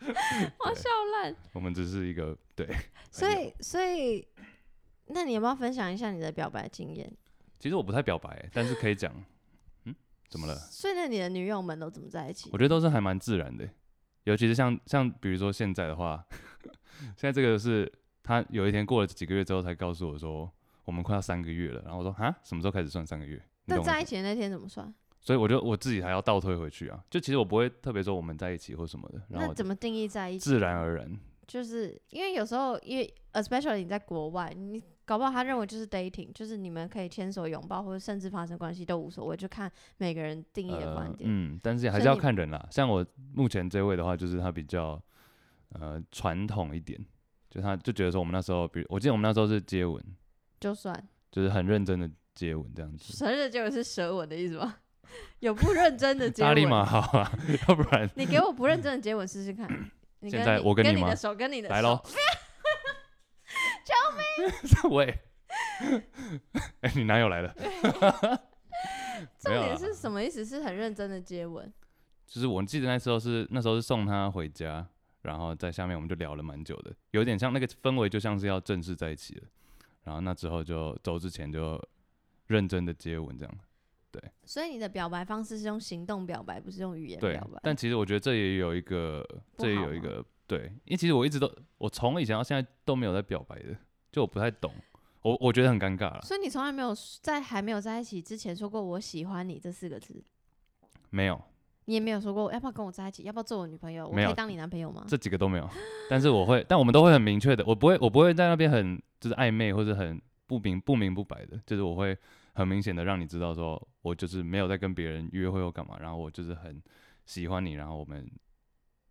C: 我笑烂。
A: 我们只是一个对。哎
C: 所以所以，那你有没有分享一下你的表白经验？
A: 其实我不太表白、但是可以讲，嗯，怎么了？
C: 所以那你的女友们都怎么在一起
A: 我？觉得都是还蛮自然的欸，尤其是像像比如说现在的话， 现在这个是他有一天过了几个月之后才告诉我说，我们快要三个月了。然后我说啊，什么时候开始算三个月？你
C: 那
A: 懂我
C: 在
A: 意
C: 一
A: 思
C: 起的那天怎么算？
A: 所以我就我自己还要倒退回去啊。就其实我不会特别说我们在一起或什么的，然后
C: 那
A: 我
C: 怎么定义在一起？
A: 自然而然。
C: 就是因为有时候，因为 especially 你在国外，你搞不好他认为就是 dating，就是你们可以牵手、拥抱，或者甚至发生关系都无所谓，就看每个人定义的观
A: 呃，
C: 点。
A: 嗯，但是还
C: 所
A: 是
C: 以
A: 要
C: 你
A: 看人啦。像我目前这位的话，就是他比较呃传统一点，就他就觉得说我们那时候，比如我记得我们那时候是接吻，
C: 就算
A: 就是很认真的接吻这样子。
C: 承认就是舌吻的意思吗？ 有不认真的接
A: 哪里嘛
C: 吻，
A: 好啊？要不然
C: 你给我不认真的接吻试试 看。你跟
A: 现在
C: 你
A: 我跟
C: 跟
A: 你吗
C: 的手跟你的
A: 来喽
C: 手，
A: 救命！喂， 哎、你男友 来了。
C: 重
A: 没有啊
C: 点
A: 啦
C: 是什么意思？是很认真的接吻。
A: 就是我记得那时候是那时候是送他回家，然后在下面我们就聊了蛮久的，有点像那个氛围，就像是要正式在一起了。然后那之后就走之前就认真的接吻这样。
C: 所以你的表白方式是用行动表白，不是用语言
A: 对
C: 表白。，
A: 但其实我觉得这也有一个，
C: 不
A: 这也
C: 好
A: 有一
C: 吗
A: 个对，因为其实我一直都我从以前到现在都没有在表白的，就我不太懂，我我觉得很尴尬了。
C: 所以你从来没有在还没有在一起之前说过“我喜欢你”这四个字，
A: 没有，
C: 你也没有说过要不要跟我在一起，要不要做我女朋友，我可
A: 没有
C: 以当你男朋友吗？
A: 这几个都没有，但是我会，但我们都会很明确的，我不会，我不会在那边很就是暧昧或者很不明不明不白的，就是我会很明显的让你知道说，我就是没有在跟别人约会或干嘛，然后我就是很喜欢你，然后我们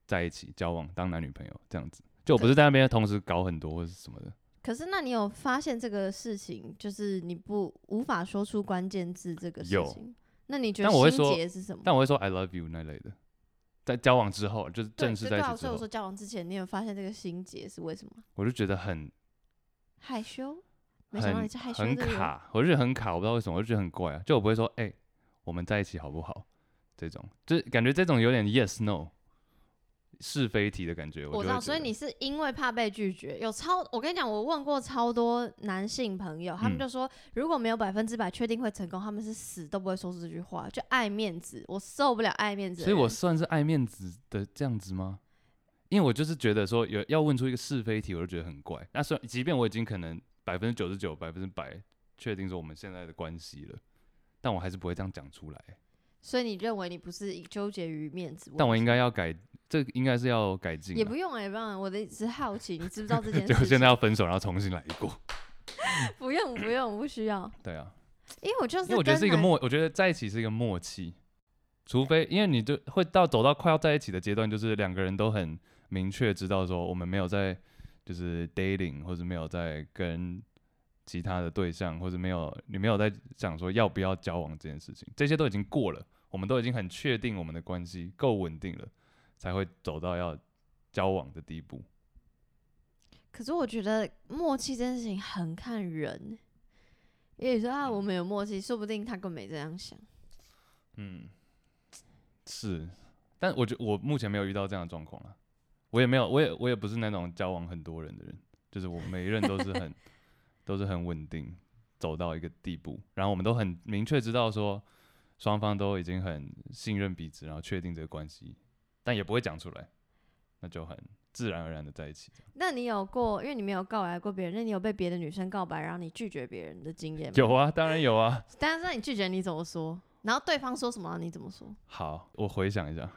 A: 在一起交往当男女朋友这样子，就我不是在那边同时搞很多或是什么的，
C: 可是那你有发现这个事情，就是你不无法说出关键字这个事
A: 有
C: 情，那你觉得
A: 但我会
C: 心
A: 说
C: 结是什么？
A: 但我会说 I love you 那类的，在交往之后就是
C: 对
A: 正式
C: 就
A: 在
C: 对
A: 一
C: 啊
A: 起之
C: 所以
A: 后
C: 我，说交往之前，你有发现这个心结是为什么？
A: 我就觉得很
C: 害羞、没想到
A: 很
C: 你是害羞
A: 很
C: 的人
A: 卡，我就觉得很卡，我不知道为什么，我就觉得很怪啊，就我不会说，哎、我们在一起好不好？这种，就是感觉这种有点 yes no 是非题的感觉，
C: 我
A: 就
C: 知
A: 会
C: 道，
A: 觉
C: 所以
A: 得
C: 你是因为怕被拒绝，有超我跟你讲，我问过超多男性朋友，他们
A: 嗯
C: 就说、如果没有百分之百确定会成功，他们是死都不会说出这句话，就爱面子，我受不了爱面子的
A: 所以
C: 人。
A: 我算是爱面子的这样子吗？因为我就是觉得说有要问出一个是非题，我就觉得很怪。那虽然即便我已经可能百分之九十九、百分之百确定说我们现在的关系了，但我还是不会这样讲出来。
C: 所以你认为你不是纠结于面子？
A: 但我应
C: 应
A: 该要改，这个应该是要改进
C: 也
A: 啦。
C: 不用哎、也不用，我的只是好奇，你知不 知道这件
A: 就
C: 事情？
A: 现在要分手，然后重新来过。
C: 不用不用不需要，
A: 对啊，
C: 因为我就是
A: 因为我觉得
C: 跟
A: 是一个
C: 男
A: 默，我觉得在一起是一个默契，除非因为你就会到走到快要在一起的阶段，就是两个人都很明确知道说我们没有在就是 dating 或者没有在跟其他的对象，或者没有你没有在想说要不要交往这件事情，这些都已经过了，我们都已经很确定我们的关系够稳定了，才会走到要交往的地步。
C: 可是我觉得默契这件事情很看人，因为你说啊，我们有默契，说不定他根本没这样想。
A: 嗯，是，但我觉我目前没有遇到这样的状况啊，我也没有，我也我也不是那种交往很多人的人，就是我每一任都是很 都是很稳定，走到一个地步，然后我们都很明确知道说双方都已经很信任彼此，然后确定这个关系，但也不会讲出来，那就很自然而然的在一起这样。
C: 那你有过，因为你没有告白过别人，那你有被别的女生告白，然后你拒绝别人的经验吗？
A: 有啊，当然有啊。
C: 但是那你拒绝你怎么说？然后对方说什么，你怎么说？
A: 好，我回想一下，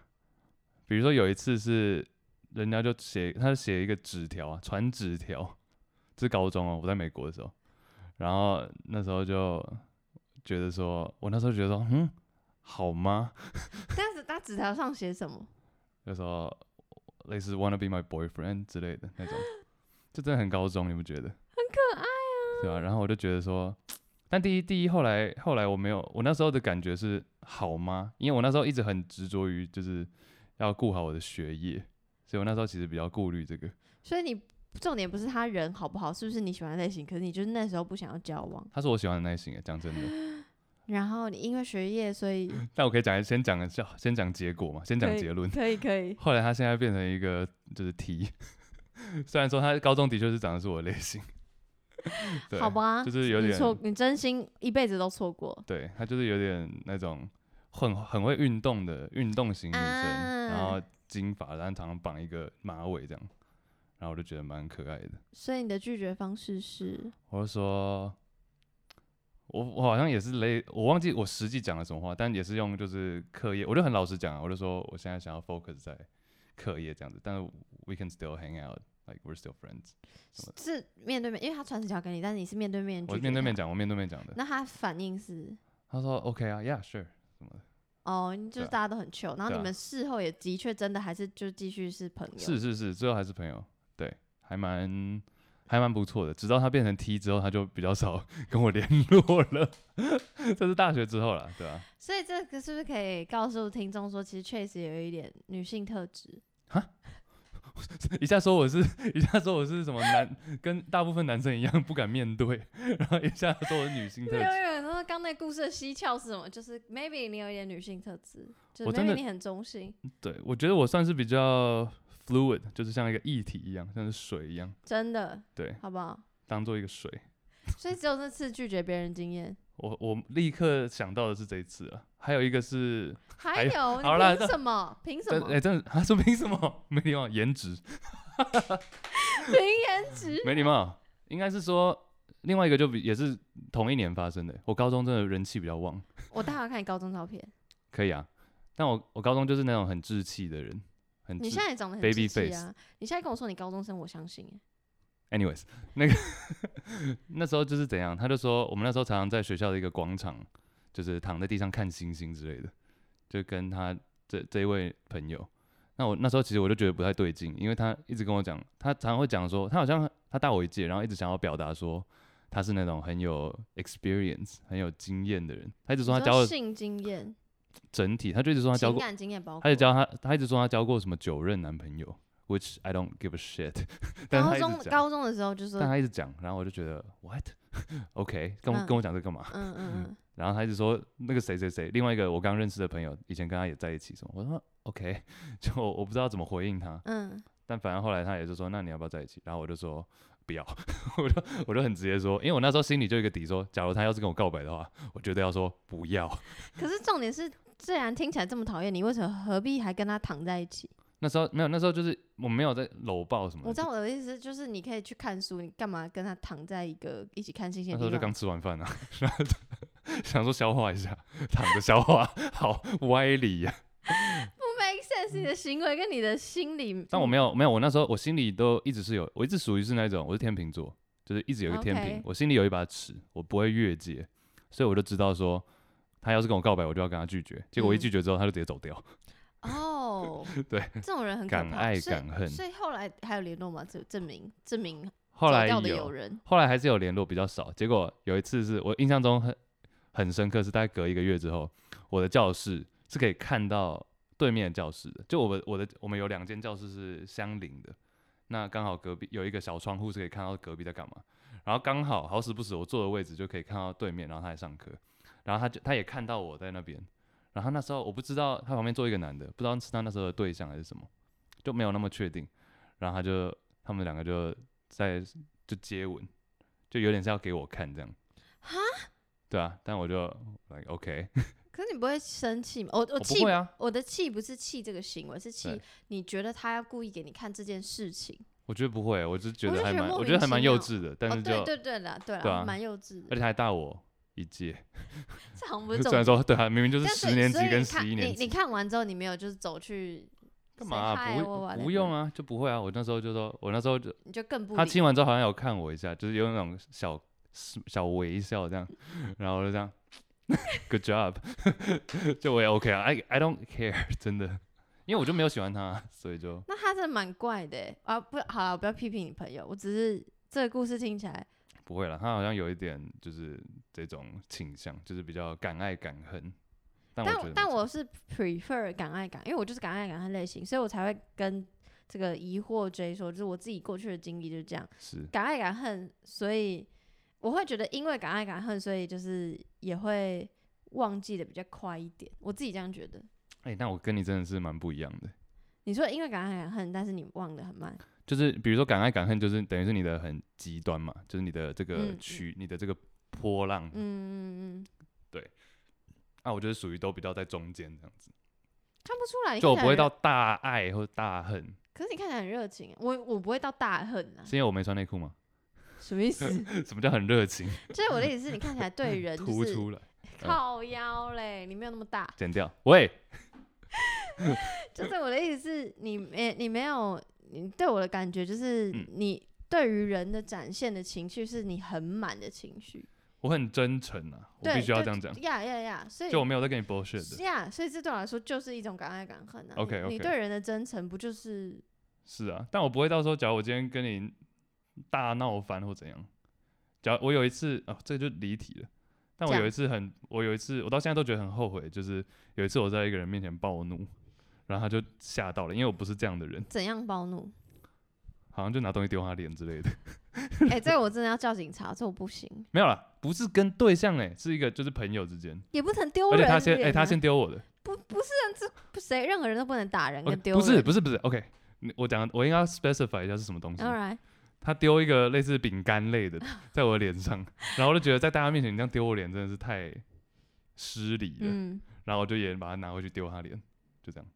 A: 比如说有一次是人家就写，他写一个纸条啊，传纸条，这是高中哦，我在美国的时候，然后那时候就觉得说，我那时候觉得说，嗯，好吗？
C: 但是他纸条上写什么？
A: 就说类似 wanna be my boyfriend 之类的那 种，就真的很高中，你不觉得？
C: 可爱啊！
A: 对啊，然后我就觉得说，但第一第一后来后来我没有，我那时候的感觉是好吗？因为我那时候一直很执着于就是要顾好我的学业，所以我那时候其实比较顾虑这个。
C: 所以你重点不是他人好不好，是不是你喜欢的类型？可是你就是那时候不想要交往，
A: 他是我喜欢的类型，讲真 的。
C: 然后你因为学业，所以
A: 但我可以讲先讲先先讲结果嘛，先讲
C: 可以
A: 结论。
C: 可以可以。
A: 后来他现在变成一个就是题， 虽然说他高中的确是长得是我的类型，对，
C: 好吧
A: 就是有
C: 你
A: 点
C: 错，你真心一辈子都错过。
A: 对他就是有点那种很很会运动的运动型女生，然
C: 啊
A: 后金发，然后常常绑一个马尾这样，然后我就觉得蛮可爱的。
C: 所以你的拒绝方式是，
A: 我就说，我我好像也是类，我忘记我实际讲了什么话，但也是用就是课业，我就很老实讲啊，我就说我现在想要 focus 在课业这样子，但是 we can still hang out，like we're still friends。
C: 是面对面，因为他传纸条给你，但是你是面对面拒
A: 我
C: 绝。
A: 面对面。讲，我面对面讲的。
C: 那他反应是，
A: 他说 OK 啊，Yeah，sure。
C: 哦，你就
A: 对啊
C: 是大家都很 chill，然后
A: 对
C: 你
A: 啊
C: 们事后也的确真的还是就继续是朋友。
A: 是是是，最后还是朋友，对，还蛮还蛮不错的。直到他变成 T 之后，他就比较少 跟我联络了。 这是大学之后了，对啊吧、
C: 所以这个是不是可以告诉听众说，其实确实有一点女性特质？
A: 一下说我是，一下说我是什么男，跟大部分男生一样不敢面对， 然后一下说我是女性特
C: 没有，
A: 质。
C: 有人说刚那故事的蹊跷是什么？就是 maybe 你有一点女性特质，就
A: 我
C: 是
A: 真的
C: maybe 你很中性，
A: 对，我觉得我算是比较 fluid，就是像一个液体一样，像是水一样，
C: 真的
A: 对，
C: 好不好？
A: 当做一个水。
C: 所以只有那次拒绝别人经 验，
A: 我我立刻想到的是这一次了，还有一个是，
C: 还
A: 有
C: 有
A: 好啦
C: 你凭什么？凭什
A: 真
C: 么？
A: 哎、真的，他说凭什么？ 没礼貌，颜值。
C: 凭 颜值？
A: 没礼貌，应该是说另外一个就比也是同一年发生的。我高中真的人气比较旺，
C: 我待会要看你高中照片，
A: 可以啊。但我我高中就是那种很稚气的人，很
C: 你
A: 稚
C: 现在也长得很
A: Baby
C: 稚气啊！你现在跟我说你高中生，我相信耶。
A: Anyways，那个那时候就是怎样，他就说我们那时候常常在学校的一个广场，就是躺在地上看星星之类的，就跟他这这一位朋友。那我那时候其实我就觉得不太对劲，因为他一直跟我讲，他常常会讲说，他好像他大我一届，然后一直想要表达说他是那种很有 experience、很有经验的人。他一直说他
C: 你
A: 教了
C: 性经验、
A: 整体，他就一直说他教
C: 情
A: 过，
C: 感经验包括，哦
A: 他就教他，他一直说他交过什么九任男朋友， ，which I don't give a shit 。 但是
C: 高
A: 他一
C: 中
A: 直讲，
C: 高中的时候就
A: 但
C: 说，
A: 他一直讲，然后我就觉得 what？OK，、OK，跟我、
C: 嗯
A: 跟我讲这干嘛？
C: 嗯 嗯
A: 然后他一直说那个谁谁谁，另外一个我刚认识的朋友，以前跟他也在一起什么。我说 OK，就 我我不知道怎么回应他，
C: 嗯嗯，
A: 但反正后来他也是说，那你要不要在一起？然后我就说不要， 我就我就很直接说，因为我那时候心里就有一个底说，假如他要是跟我告白的话，我绝对要说不要。
C: 可是重点是，既然听起来这么讨厌你，为什么何必还跟他躺在一起？
A: 那时候没有，那时候就是我没有在搂抱什么的，
C: 我知道我的意思就是，你可以去看书，你干嘛跟他躺在一个一起看星星
A: 那
C: 的
A: 时候就
C: 地
A: 刚
C: 方？
A: 吃完饭啊， 然后就 想说消化一下，躺着消化， 好歪理啊呀、
C: 不 make sense，你的行为跟你的心理。
A: 但我没有没有，我那时候我心里都一直是有，我一直属于是那种我是天秤座，就是一直有一个天平
C: OK
A: 我心里有一把尺，我不会越界，所以我就知道说。他要是跟我告白，我就要跟他拒绝。结果我一
C: 嗯
A: 拒绝之后，他就直接走掉。
C: 哦，
A: 对，
C: 这种人很可
A: 敢
C: 怕
A: 爱
C: 所以
A: 敢恨
C: 所以后来还有联络吗？证证明证明
A: 后来
C: 走掉的
A: 有
C: 有人，
A: 后来还是有联络，比较少。结果有一次是我印象中很很深刻，是大概隔一个月之后，我的教室是可以看到对面的教室的。就我们我的我们有两间教室是相邻的，那刚好隔壁有一个小窗户是可以看到隔壁在干嘛。然后刚好好死不死，我坐的位置就可以看到对面，然后他还上课，然后他就他也看到我在那边。然后那时候我不知道他旁边坐一个男的，不知道是他那时候的对象还是什么，就没有那么确定。然后他就他们两个就在就接吻，就有点是要给我看这样。
C: 哈？
A: 对啊，但我就 like OK，
C: 可是你不会生气吗？我我
A: 我
C: 气
A: 不会啊，
C: 我的气不是气这个行为，是气
A: 对
C: 你觉得他要故意给你看这件事情。
A: 我觉得不会，我就觉
C: 我
A: 得
C: 就
A: 还
C: 觉得
A: 蛮，
C: 莫
A: 我
C: 名
A: 觉得还蛮
C: 其妙
A: 幼稚的，但
C: 哦，
A: 是就、
C: 对对对啦，对
A: 对啊
C: 啦，蛮幼稚
A: 而
C: 的，
A: 且他还大我一届，
C: 这好像不是 重
A: 虽然
C: 点。
A: 说对啊，明明就是
C: 但是
A: 十年级
C: 所以
A: 跟
C: 你看
A: 十一年
C: 你你
A: 级，
C: 看完之后，你没有就是走去
A: 干嘛啊、
C: say hi
A: 不
C: or
A: 不用
C: whatever，
A: 啊，就不会啊。我那时候就说，我那时候就
C: 你就更不
A: 他
C: 理
A: 亲完之后好像有看我一下，就是有那种小小微笑这样，然后我就这样 ，Good job，就我也 OK 啊，I I don't care，真的，因为我就没有喜欢他，啊所以就
C: 那他真的蛮怪的欸啊！不好了，我不要批评你朋友，我只是这个故事听起来，
A: 不会了。他好像有一点就是这种倾向，就是比较敢爱敢恨。但我觉得
C: 但
A: 没
C: 但
A: 差
C: 我是 prefer 敢爱敢，因为我就是敢爱敢恨类型，所以我才会跟这个疑惑 J 说，就是我自己过去的经历就是这样，
A: 是
C: 敢爱敢恨，所以我会觉得因为敢爱敢恨，所以就是也会忘记的比较快一点，我自己这样觉得。
A: 哎、那我跟你真的是蛮不一样的。
C: 你说因为敢爱敢恨，但是你忘得很慢，
A: 就是比如说敢爱敢恨，就是等于是你的很极端嘛，就是你的这个
C: 嗯
A: 曲，你的这个波浪。
C: 嗯嗯嗯，
A: 啊，我觉得属于都比较在中间这样子，
C: 看不出来，你
A: 就我
C: 看
A: 不
C: 起来
A: 会
C: 很
A: 到，大爱或大恨，
C: 可是你看起来很热情，欸我我不会到大恨啊，
A: 是因为我没穿内裤吗？
C: 什么意思？
A: 什么叫很热情？
C: 就是我的意思是，你看起 来对人
A: 突
C: 呃就是
A: 出嗯来，
C: 靠腰嘞，你没有那么大。
A: 剪掉。喂，
C: 就是我的意思是，你没你没有，你对我的感觉就是
A: 嗯
C: 你对于人的展现的情绪是你很满的情绪。
A: 我很真诚啊，我
C: 对，
A: 必须要这样讲，
C: 呀呀呀！所以
A: 就我没有在跟你 bullshit 的。
C: 呀所以这对我来说就是一种敢爱敢恨啊。你
A: OK，OK
C: 你对人的真诚不就是？
A: 是啊，但我不会到时候，假如我今天跟你大闹翻或怎样，假如我有一次哦，这就离题了。但我
C: 讲
A: 有一次很，我有一次，我到现在都觉得很后悔，就是有一次我在一个人面前暴怒，然后他就吓到了，因为我不是这样的人，
C: 怎样暴怒？
A: 好像就拿东西丢他脸之类的。
C: 哎、这个我真的要叫警察，这我不行，
A: 没有啦，不是跟对象哎、是一个就是朋友之间，
C: 也不能丢
A: 而且
C: 人、啊。
A: 他先哎、他先丢我的，
C: 不不是啊这谁任何人都不能打人
A: OK，
C: 跟丢
A: 呃不
C: 人。
A: 是不是不是，OK，你我讲我应该要 specify 一下是什么东西。
C: 当然，
A: 他丢一个类似饼干类的在我的脸上， 然后我就觉得在大家面前你这样丢我脸真的是太失礼了，
C: 嗯，
A: 然后我就也把它拿回去丢他脸，就这样。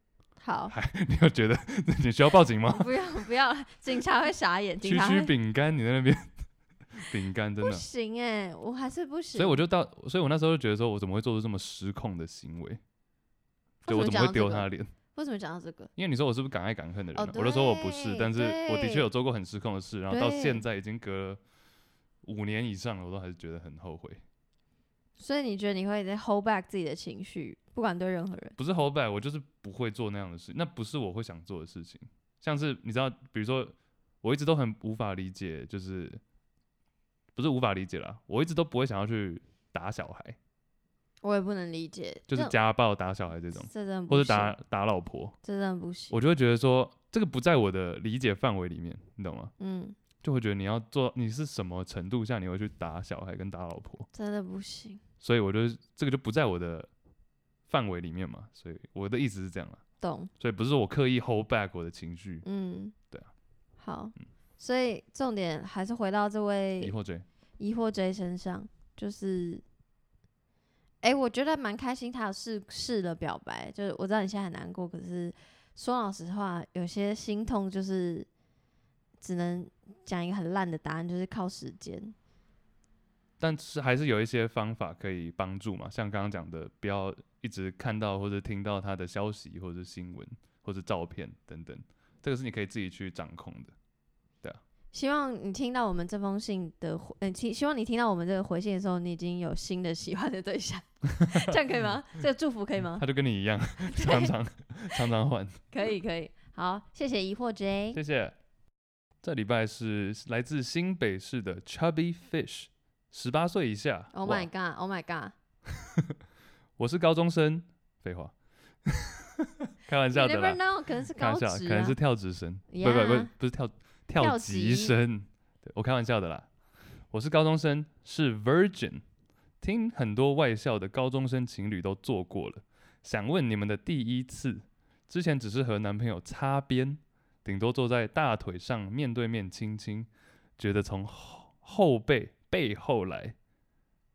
C: 好。
A: 你有觉得你需要报警吗？
C: 不要不要，警察会傻眼， 警
A: 区
C: 察
A: 区
C: 会
A: 饼干，你在那边 饼干真
C: 不
A: 的，
C: 行哎、我还是不行。
A: 所以我就到，所以我那时候就觉得说我怎么会做出这么失控的行为？就我怎么会丢他的脸？
C: 为什么讲到这个？
A: 因为你说我是不是敢爱敢恨的人啊、
C: 哦
A: 我就说我不是，
C: 对
A: 但是我的确
C: 对
A: 有做过很失控的事，然后到
C: 对
A: 现在已经隔了五年以上了，我都还是觉得很后悔。
C: 所以你觉得你会在 hold back 自己的情绪，不管对任何人？
A: 不是 hold back，我就是不会做那样的事，那不是我会想做的事情。像是你知道，比如说，我一直都很无法理解，就是不是无法理解啦，我一直都不会想要去打小孩，
C: 我也不能理解，
A: 就是
C: 这
A: 家暴打小孩这种，
C: 这真的不
A: 或
C: 行
A: 是打打老婆，
C: 这真的不行。
A: 我就会觉得说，这个不在我的理解范围里面，你懂吗？
C: 嗯，
A: 就会觉得你要做，你是什么程度下你会去打小孩跟打老婆，
C: 真的不行，
A: 所以我就是这个就不在我的范围里面嘛，所以我的意思是这样啦，
C: 懂，
A: 所以不是说我刻意 hold back 我的情绪，
C: 嗯，
A: 对啊，
C: 好，所以重点还是回到这
A: 疑
C: 位
A: 惑 J，
C: 疑惑 J 身上，就是，哎、我觉得蛮开心，他有试试了表白，就是我知道你现在很难过，可是说老实话，有些心痛就是只能讲一个很烂的答案，就是靠时间，
A: 但是还是有一些方法可以帮助嘛，像刚刚讲的，不要一直看到或者听到他的消息或者新闻或者照片等等，这个是你可以自己去掌控的。
C: 希望你听到我们这封信的回，嗯、希希望你听到我们这个回信的时候，你已经有新的喜欢的对象， 这样可以吗？这个祝福可以吗
A: 他？就跟你一 样，常常常常换。
C: 可以，可以。好，谢谢疑惑 J。
A: 谢谢。这礼拜是来自新北市的 Chubby Fish，十八岁以下。
C: Oh
A: 哇
C: my god！Oh my god！
A: 我是高中生，废话， 开玩
C: You
A: 笑的啦，
C: never know，可能是
A: 开
C: 高
A: 玩
C: 职、
A: 笑
C: 啊，，
A: 可能是跳职生，不不不
C: Yeah，
A: 不是跳
C: 跳
A: 级
C: 级
A: 生，对我开玩笑的啦。我是高中生，是 Virgin，听很多外校的高中生情侣都做过了，想问你们的第一次，之前只是和男朋友擦边，顶多坐在大腿上面对面亲亲，觉得从后后背背后来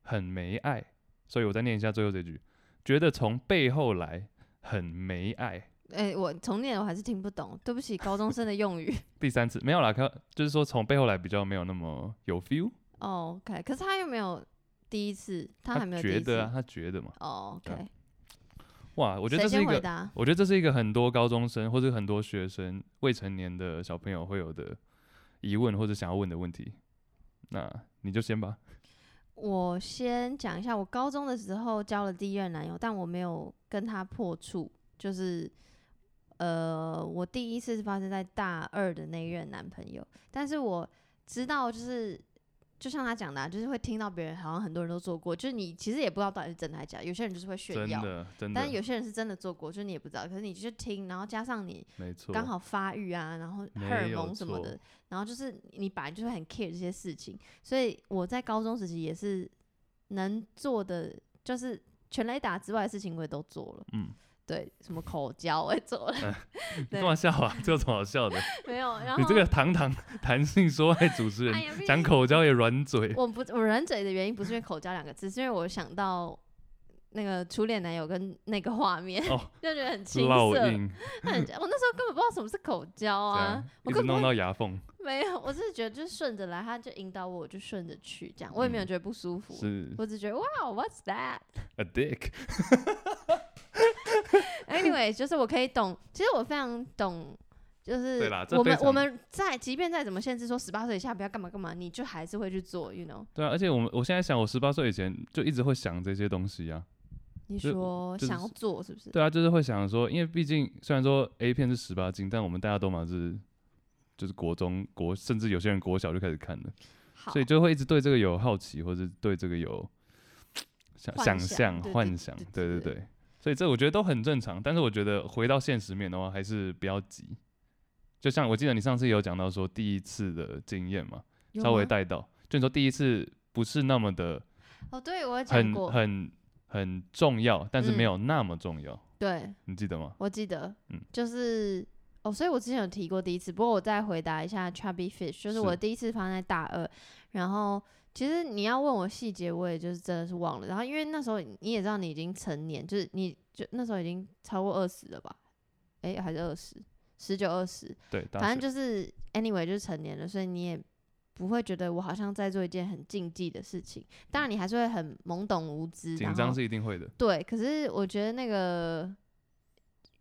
A: 很没爱，所以我再念一下最后这句，觉得从背后来很没爱。
C: 哎、我重念我还是听不懂，对不起，高中生的用语。
A: 第三次没有啦，可就是说从背后来比较没有那么有 feel，
C: 哦 OK，可是他又没有第一次，他还没有第一
A: 觉
C: 次。
A: 得啊，他觉得嘛，
C: 哦
A: 对
C: OK，
A: 哇，我
C: 我
A: 觉得这是一
C: 先回
A: 个，
C: 答。
A: 我觉得这是一个很多高中生或者很多学生未成年的小朋友会有的疑问或者想要问的问题，那你就先吧，
C: 我先讲一下，我高中的时候交了第一任男友，但我没有跟他破处，就是呃，我第一次是发生在大二的那一任男朋友，但是我知道就是。就像他讲的、啊，就是会听到别人好像很多人都做过，就是你其实也不知道到底是真的还是假的。有些人就是会炫
A: 真
C: 耀，
A: 的真
C: 但是有
A: 的，
C: 些人是真的做过，就是你也不知道。可是你就听，然后加上你
A: 没错，
C: 刚好发育啊，然后荷尔
A: 没有
C: 蒙什么的
A: 错，
C: 然后就是你本来就会很 care 这些事情，所以我在高中时期也是能做的，就是全雷打之外的事情我也都做了，
A: 嗯，
C: 对，什么口交我也做了，
A: 你
C: 对
A: 干嘛笑啊？这有什么好笑的？
C: 没有，然后
A: 你这个堂堂弹性说爱主持
C: 哎
A: 人，
C: 呀，毕
A: 讲
C: 竟
A: 口交也软嘴，
C: 我不我忍嘴的原因不是因为口交两个字，是因为我想到那个初恋男友跟那个画面，
A: 哦
C: 就觉得很青
A: 烙
C: 涩，
A: 印，
C: 很我那时候根本不知道什么是口交
A: 这
C: 啊
A: 样，
C: 我
A: 一
C: 根
A: 直
C: 本不
A: 弄
C: 会
A: 到牙缝，
C: 没有，我是觉得就是顺着来，他就引导我，我就顺着去，这样我也没有
A: 嗯
C: 觉得不舒服，
A: 是
C: 我只觉得哇，What's that？Anyway，
A: a dick。
C: 就是我可以懂，其实我非常懂，就是
A: 对啦这
C: 我
A: 非
C: 们
A: 常
C: 我们在即便再怎么限制说十八岁以下不要干嘛干嘛，你就还是会去做，you know？
A: 对啊，而且我们我现在想，我十八岁以前就一直会想这些东西啊。
C: 你
A: 就
C: 说
A: 就是
C: 想要做是不是？
A: 对啊，就是会想说，因为毕竟虽然说 A 片是十八禁，但我们大家都嘛是就是国中国，甚至有些人国小就开始看了，
C: 好
A: 所，以就会一直对这个有好奇，或者对这个有想
C: 幻
A: 想
C: 想
A: 象、
C: 对
A: 幻
C: 对
A: 想
C: 对，
A: 对
C: 对
A: 对对。所以这我觉得都很正常，但是我觉得回到现实面的话，还是不要急。就像我记得你上次也有讲到说第一次的经验嘛，
C: 有
A: 稍微
C: 吗
A: 带到，就你说第一次不是那么的
C: 哦，对我有讲
A: 很
C: 过，
A: 很很重要，但是没
C: 嗯
A: 有那么重要，
C: 对
A: 你记得吗？
C: 我记得，
A: 嗯
C: 就是哦，所以我之前有提过第一次，不过我再回答一下 Chubby Fish，就是
A: 是
C: 我第一次发生在大二，然后其实你要问我细节，我也就是真的是忘了，然后因为那时候你也知道你已经成年，就是你就那时候已经超过二十了吧，诶，还是二十，十九二十，
A: 对，大
C: 反正
A: 学
C: 就是 anyway 就是成年了，所以你也不会觉得我好像在做一件很禁忌的事情，当然你还是会很懵懂无知，
A: 紧
C: 然
A: 张
C: 后
A: 是一定会的，
C: 对，可是我觉得那个，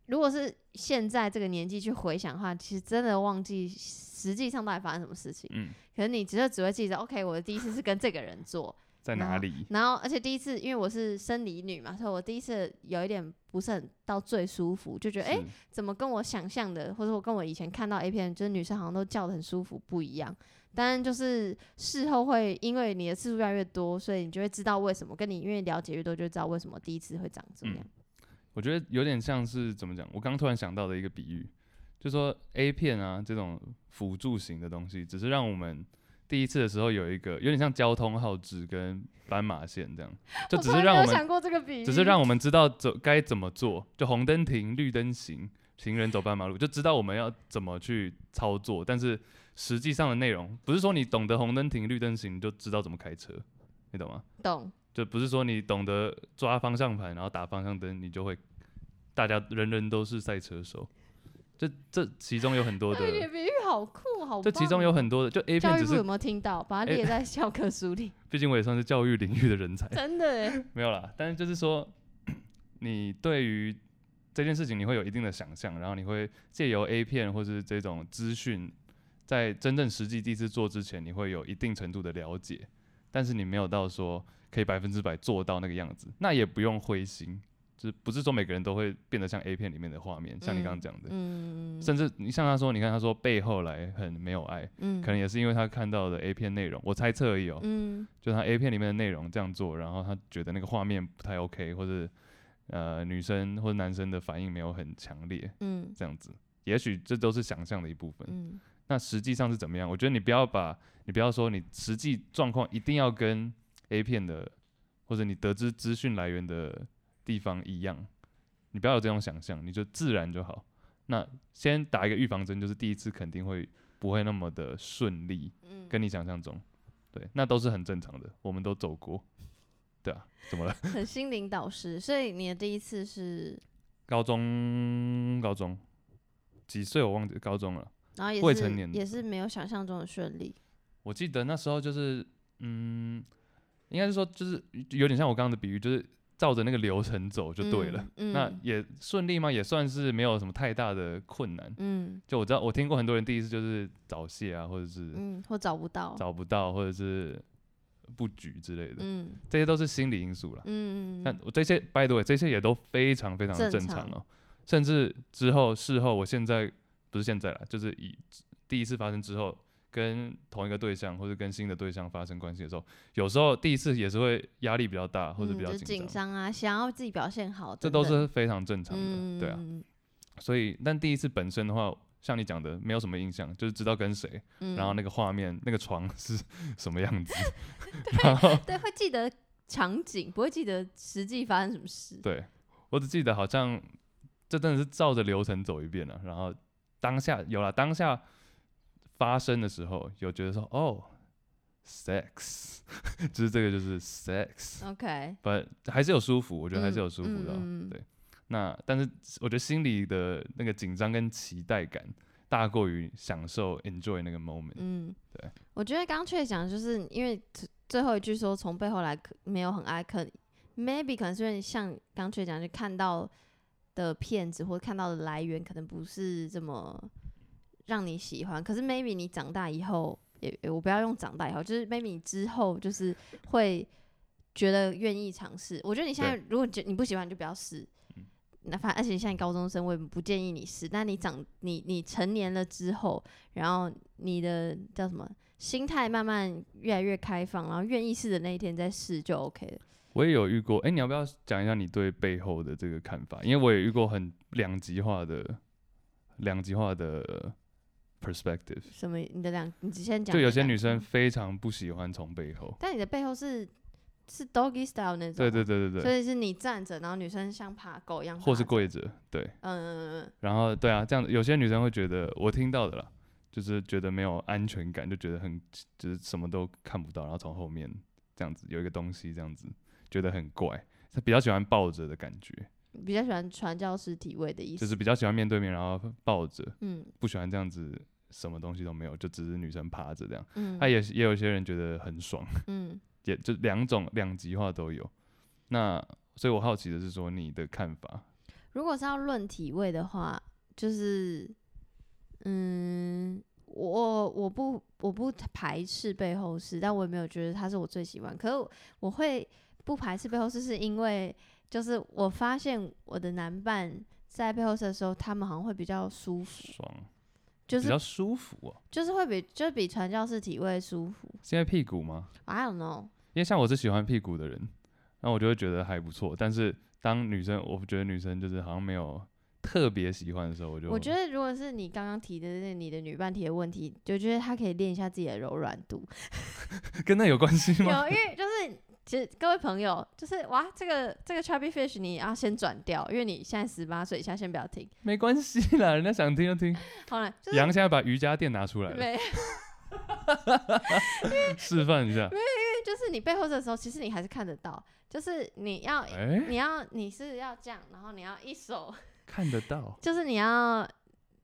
C: 如果是现在这个年纪去回想的话，其实真的忘记实际上到底发生什么事情。
A: 嗯，
C: 可是你只是只会记得，OK，我的第一次是跟这个人做，
A: 在
C: 然后
A: 哪里？
C: 然后而且第一次因为我是生理女嘛，所以我第一次有一点不是很到最舒服，就觉得哎、诶
A: 是
C: 怎么跟我想象的，或者我跟我以前看到 A 片，就是女生好像都叫的很舒服不一样。当然，就是事后会因为你的次数越来越多，所以你就会知道为什么，跟你因为了解越多，就知道为什么第一次会长这样。
A: 我觉得有点像是怎么讲？我刚突然想到的一个比喻，就说 A 片啊这种辅助型的东西，只是让我们第一次的时候有一个有点像交通号志跟斑马线这样，就只
B: 从
A: 是
B: 来
A: 让
B: 没
A: 我
B: 有
A: 们
B: 想过这个
C: 嗯
B: 比喻，
A: 只是让我们知道走该怎么做，就红灯停，绿灯行，行人走斑马路，就知道我们要怎么去操作。但是实际上的内容，不是说你懂得红灯停，绿灯行你就知道怎么开车，你懂吗？
C: 懂
A: 就不是说你懂得抓方向盘，然后打方向灯，你就会，大家人人都是赛车手。这这其中有很多
B: 这个
A: 的，
B: 比喻好酷，好棒。
A: 这其中有很多的，就 A 片
B: 教育
A: 只
B: 部有
A: 是，
B: 没有听到？把它列在教科书 里，
A: 毕竟我也算是教育领域的人才，
B: 真的哎，
A: 没有啦，但是就是说， 你对于这件事情你会有一定的想象，然后你会借由 A 片或是这种资讯，在真正实际第一次做之前，你会有一定程度的了解，但是你没有到说可以百分之百做到那个样子，那也不用灰心，就是不是说每个人都会变得像 A 片里面的画面，像你刚刚讲的，
C: 嗯
A: 甚至你像他说，你看他说背后来很没有爱，
C: 嗯
A: 可能也是因为他看到的 A 片内容，我猜测而已哦、
C: 嗯
A: 就他 A 片里面的内容这样做，然后他觉得那个画面不太 OK，或者呃女生或者男生的反应没有很强烈，
C: 嗯
A: 这样子，也许这都是想象的一部分。
C: 嗯
A: 那实际上是怎么样？我觉得你不要把你不要说你实际状况一定要跟 A 片的或者你得知资讯来源的地方一样，你不要有这种想象，你就自然就好。那先打一个预防针，就是第一次肯定会不会那么的顺利，
C: 嗯，
A: 跟你想象中，对，那都是很正常的，我们都走过，对啊，怎么了？
C: 很心灵导师。所以你的第一次是，
A: 高中，高中几岁我忘记，高中了，
C: 然后也是
A: 未成年的
C: 也是没有想象中的顺利。
A: 我记得那时候就是，嗯，应该是说就是有点像我刚刚的比喻，就是照着那个流程走就对了，
C: 嗯
A: 那
C: 嗯
A: 也顺利吗？也算是没有什么太大的困难，
C: 嗯
A: 就我知道我听过很多人第一次就是早泄啊，或者是
C: 嗯，或找不到。
A: 找不到，或者是不举之类的，
C: 嗯
A: 这些都是心理因素啦。
C: 嗯嗯
A: 那
C: 嗯
A: 我这些，by the way，这些也都非常非常的正常
C: 正
A: 哦。甚至之后事后，我现在不是现在啦，就是以第一次发生之后，跟同一个对象或者跟新的对象发生关系的时候，有时候第一次也是会压力比较大或者
C: 嗯
A: 比较
C: 就
A: 紧
C: 紧
A: 张，
C: 张啊，想要自己表现好
A: 这
C: 等等，
A: 都是非常正常
C: 嗯
A: 的，对啊。
C: 嗯
A: 所以，但第一次本身的话，像你讲的，没有什么印象，就是知道跟谁，
C: 嗯
A: 然后那个画面、那个床 是什么 样子，然后
C: 对会记得场景，不会记得实际发生什么事。
A: 对我只记得好像这真的是照着流程走一遍了、啊然后当下有了当下发生的时候，有觉得说哦，sex，就是 这个就是 sex，
C: OK，
A: 不、还是有舒服，我觉得还是有舒服
C: 嗯
A: 的哦、
C: 嗯嗯
A: 对，那但是我觉得心里的那个紧张跟期待感大过于享受 enjoy 那个 moment，、
C: 嗯，
A: 对。
C: 我觉得刚确讲，就是因为最最后一句说从背后来可没有很爱，可 maybe 可能是因为像刚确讲，就看到的片子或看到的来源可能不是这么让你喜欢，可是 maybe 你长大以后也也我不要用长大以后，就是 maybe 你之后就是会觉得愿意尝试。我觉得你现在如果觉你不喜欢，你就不要试。那反而且你现在高中生，我也不建议你试。但你长你你成年了之后，然后你的叫什么心态慢慢越来越开放，然后愿意试的那一天再试就 OK 了。
A: 我也有遇过，哎、你要不要讲一下你对背后的这个看法？因为我也遇过很两极化的、两极化的 perspective，
C: 什么？你的两，你先讲。
A: 就有些女生，非常不喜欢从背后。
C: 但你的背后是是 doggy style 那种，
A: 对对对对
C: 所
A: 对，
C: 以是你站着，然后女生像爬狗一样，
A: 或是，跪着，对，
C: 嗯嗯
A: 然后对啊，这样子有些女生会觉得，我听到的啦，就是觉得没有安全感，就觉得很就是什么都看不到，然后从后面这样子有一个东西这样子，觉得很怪，她比较喜欢抱着的感觉，
C: 嗯，比较喜欢传教士体位的意
A: 就
C: 思，
A: 是比较喜欢面对面，然后抱着，
C: 嗯
A: 不喜欢这样子，什么东西都没有，就只是女生趴着这样。
C: 嗯
A: 那、也是也有些人觉得很爽，
C: 嗯
A: 也就两种两极化都有。那所以我好奇的是说你的看法，
C: 如果是要论体位的话，就是，嗯，我我不我不排斥背后式，但我也没有觉得它是我最喜欢。可是我我会不排斥背后式，是因为就是我发现我的男伴在背后式的时候，他们好像会比较舒服，
A: 爽
C: 就
A: 比较
C: 是
A: 舒服哦。
C: 就是会比就是比传教士体位舒服。
A: 是因为屁股吗？
C: I don't know，
A: 因为像我是喜欢屁股的人，那我就会觉得还不错。但是当女生，我觉得女生就是好像没有特别喜欢的时候，我就
C: 我觉得如果是你刚刚提的那你的女伴提的问题，就觉得她可以练一下自己的柔软度。
A: 跟那有关系吗？
C: 有，因为就是其实各位朋友，就是哇，这个这个 chubby fish 你要先转掉，因为你现在十八岁以下先不要听。
A: 没关系啦，人家想听就听。
C: 好了，就是
A: 杨现在把瑜伽垫拿出来了，
C: 没，因为
A: 示范一下。
C: 就是你背后的时候，其实你还是看得到，就是你要
A: 哎，
C: 你要你是要这样，然后你要一手，
A: 看得到。
C: 就是你要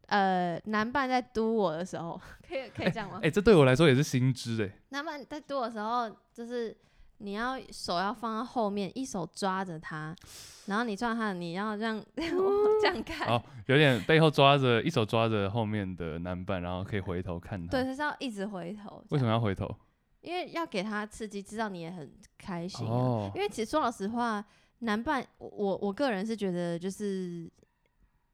C: 呃男伴在嘟我的时候，可以可以这样吗？
A: 哎，这对我来说也是新知哎。
C: 男伴在嘟我的时候，就是你要手要放到后面，一手抓着他，然后你抓他，你要让 我这样看，
A: 好，有点背后抓着，一手抓着后面的男伴，然后可以回头看他。
C: 对，，就是要一直回头。
A: 为什么要回头？
C: 因为要给他刺激，知道你也很开心啊、
A: 哦
C: 因为其实说老实话，男伴，我我我个人是觉得就是。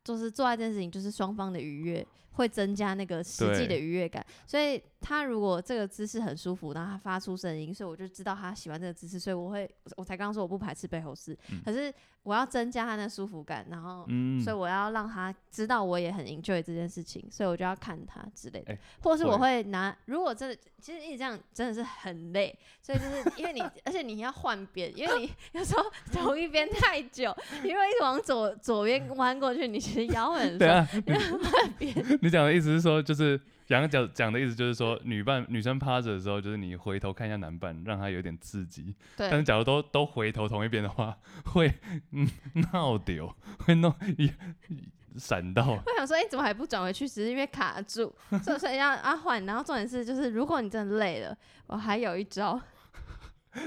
C: 就是做爱这件事情，就是双方的愉悦会增加那个实际的
A: 对
C: 愉悦感，所以他如果这个姿势很舒服，然后他发出声音，所以我就知道他喜欢这个姿势，所以我会，我才刚刚说我不排斥背后式，
A: 嗯
C: 可是我要增加他的舒服感，然后
A: 嗯，
C: 所以我要让他知道我也很 enjoy 这件事情，所以我就要看他之类的，
A: 哎
C: 或是我
A: 会
C: 会拿，如果真的其实一直这样真的是很累，所以就是因为你，而且你要换边，因 为你有时候同一边太久，你如果一直往左左边弯过去，你其实腰会 很
A: 对
C: 酸。
A: 啊， 你你讲的意思是说，就是杨讲讲的意思就是说，女伴女生趴着的时候，就是你回头看一下男伴，让他有点刺激。但是
C: 对，
A: 假如都都回头同一边的话，会嗯闹丢，会弄一闪到。
C: 我想说，哎、怎么还不转回去？只是因为卡住，所以所以要啊换。然后重点是，就是如果你真的累了，我还有一招，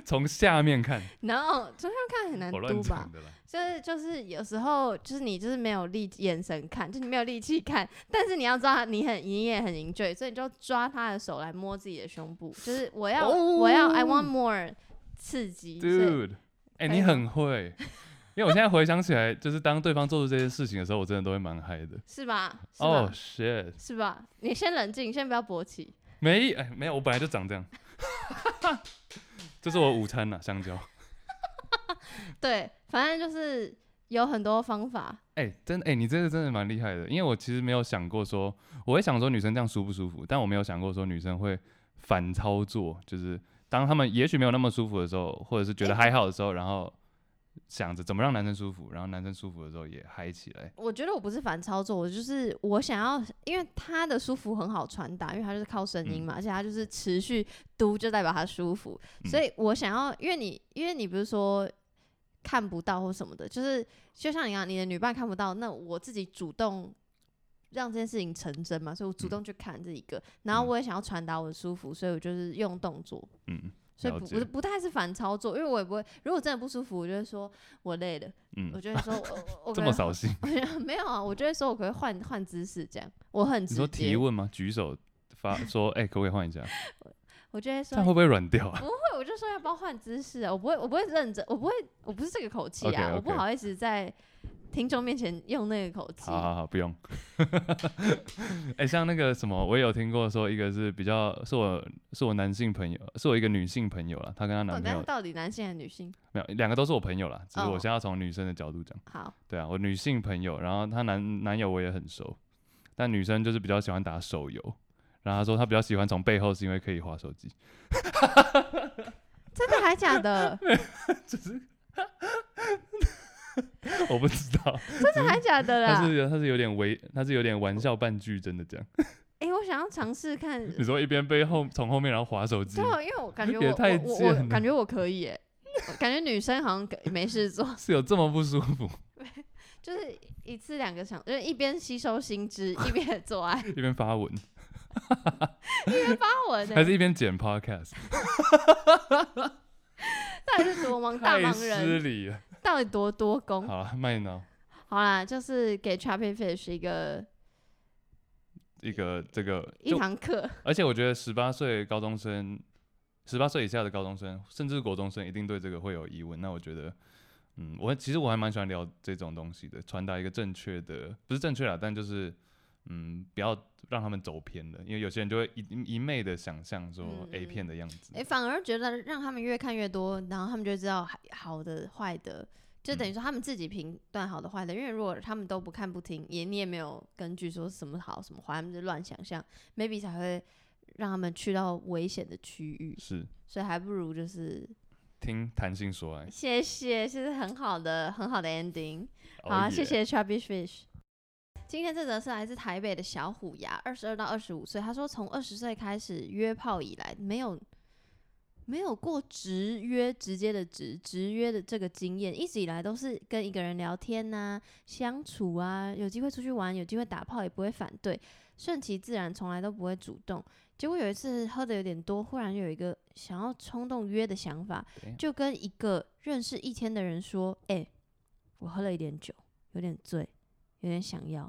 A: 从下面看，
C: 然后从上看很难
A: 我乱
C: 嘟吧
A: 讲。的啦。
C: 就是就是有时候就是你就是没有力眼神看，就你没有力气看，但是你要知道你很你也很 enjoy，所以你就抓他的手来摸自己的胸部，就是我要、我要 I want more 刺激，所以
A: Oh Dude，哎、你很会，因为我现在回想起来，就是当对方做出这些事情的时候，我真的都会蛮嗨的。
C: 是吧？是吧
A: 哦、s h i t
C: 是吧？你先冷静，先不要勃起。
A: 没哎、没有，我本来就长这样。 这是我午餐呐、香蕉。
C: 对，反正就是有很多方法。
A: 哎、真哎、你这个真的蛮厉害的，因为我其实没有想过说，我会想说女生这样舒不舒服，但我没有想过说女生会反操作，就是当他们也许没有那么舒服的时候，或者是觉得还好的时候，然后想着怎么让男生舒服，然后男生舒服的时候也嗨起来。
C: 我觉得我不是反操作，我就是我想要，因为他的舒服很好传达，因为他就是靠声音嘛，而且他就是持续读就代表他舒服，
A: 嗯
C: 所以我想要，因为你因为你不是说看不到或什么的，就是就像你讲，你的女伴看不到，那我自己主动。让这件事情成真嘛，所以我
A: 嗯
C: 主动去看这一个，然后我也想要传达我的舒服，所以我就是用动作，
A: 嗯
C: 所以
A: 了
C: 不
A: 解
C: 不不太是反操作，因为我也不会，如果真的不舒服，我就会说我累了，我
A: 嗯，
C: 就会说我我我
A: 这
C: 可
A: 么
C: 能
A: 扫兴。
C: 没有啊，我就会说我可不可以换换姿势这样，我 很
A: 你
C: 直
A: 说
C: 接。
A: 提问吗？举手 发说，哎、可不可以换一下？
C: 我就会
A: 这
C: 说
A: 样会不会软掉啊？
C: 不会，我就说要不要换姿势啊？我不会，我不会认真，我不会，我不是这个口气啊
A: OK，OK
C: 我不好意思在听众面前用那个口气。
A: 好好好，不用。 哎、像那个什么，我也有听过说，一个是比较是我是我男性朋友，是我一个女性朋友啦，她跟她
C: 哦
A: 男朋
C: 但是
A: 友
C: 到底男性还是女性？
A: 没有，两个都是我朋友啦，只是
C: 哦
A: 我现在要从女生的角度讲。
C: 好，
A: 对啊，我女性朋友，然后她男男友我也很熟，但女生就是比较喜欢打手游。然后她说她比较喜欢从背后，是因为可以划手机。
C: 真的还 假的？
A: 我不知道，
C: 真的还假的啊啦
A: 她？是有她是有点微，她是有点玩笑半句真的这样。
C: 哎、我想要尝试 看。
A: 你说一边背后从后面然后划手机
C: 对，啊，因为我感觉
A: 也
C: 我
A: 太
C: 我我
A: 贱了
C: 我感觉我可以、耶，我感觉女生好像可没事做，
A: 是有这么不舒服？
C: 就是一次两个小，就是一边吸收新 知，一边做爱，
A: 一边发文，
C: 发文、欸
A: 还。是一边剪 podcast？
C: 到底是多忙大
A: 太
C: 忙
A: 失
C: 人，
A: 礼了。
C: 到底多多功？
A: 好了，麦脑
C: 好啦，就是给 Chubby Fish 一个
A: 一个这个，
C: 一
A: 就
C: 堂课，
A: 而且我觉得十八岁高中生、十八岁以下的高中生，甚至是国中生，一定对这个会有疑问。那我觉得，嗯，我其实我还蛮喜欢聊这种东西的，传达一个正确的，不是正确啦，但就是。嗯，不要让他们走偏了，因为有些人就会一一昧的想象说
C: 嗯
A: A 片的样子。
C: 诶，反而觉得让他们越看越多，然后他们就知道还好的、坏的就
A: 嗯
C: 等于说他们自己评断好的坏的，因为如果他们都不看不听，也你也没有根据说什么好什么坏，他们就乱想象，maybe 才会让他们去到危险的区域，
A: 是
C: 所以还不如就是
A: 听弹性说爱。
C: 谢谢，这是很好的很好的 ending。好、
A: Oh
C: 啊，
A: yeah
C: 谢。谢 Chubby Fish。今天这则是来自台北的小虎牙，二十二到二十五岁。他说，从二十岁开始约炮以来，没有没有过直约直接的直直约的这个经验，一直以来都是跟一个人聊天呐、相处啊，有机会出去玩，有机会打炮也不会反对，顺其自然，从来都不会主动。结果有一次喝的有点多，忽然有一个想要冲动约的想法，
A: Damn
C: 就跟一个认识一天的人说：“哎、我喝了一点酒，有点醉，有点想要。”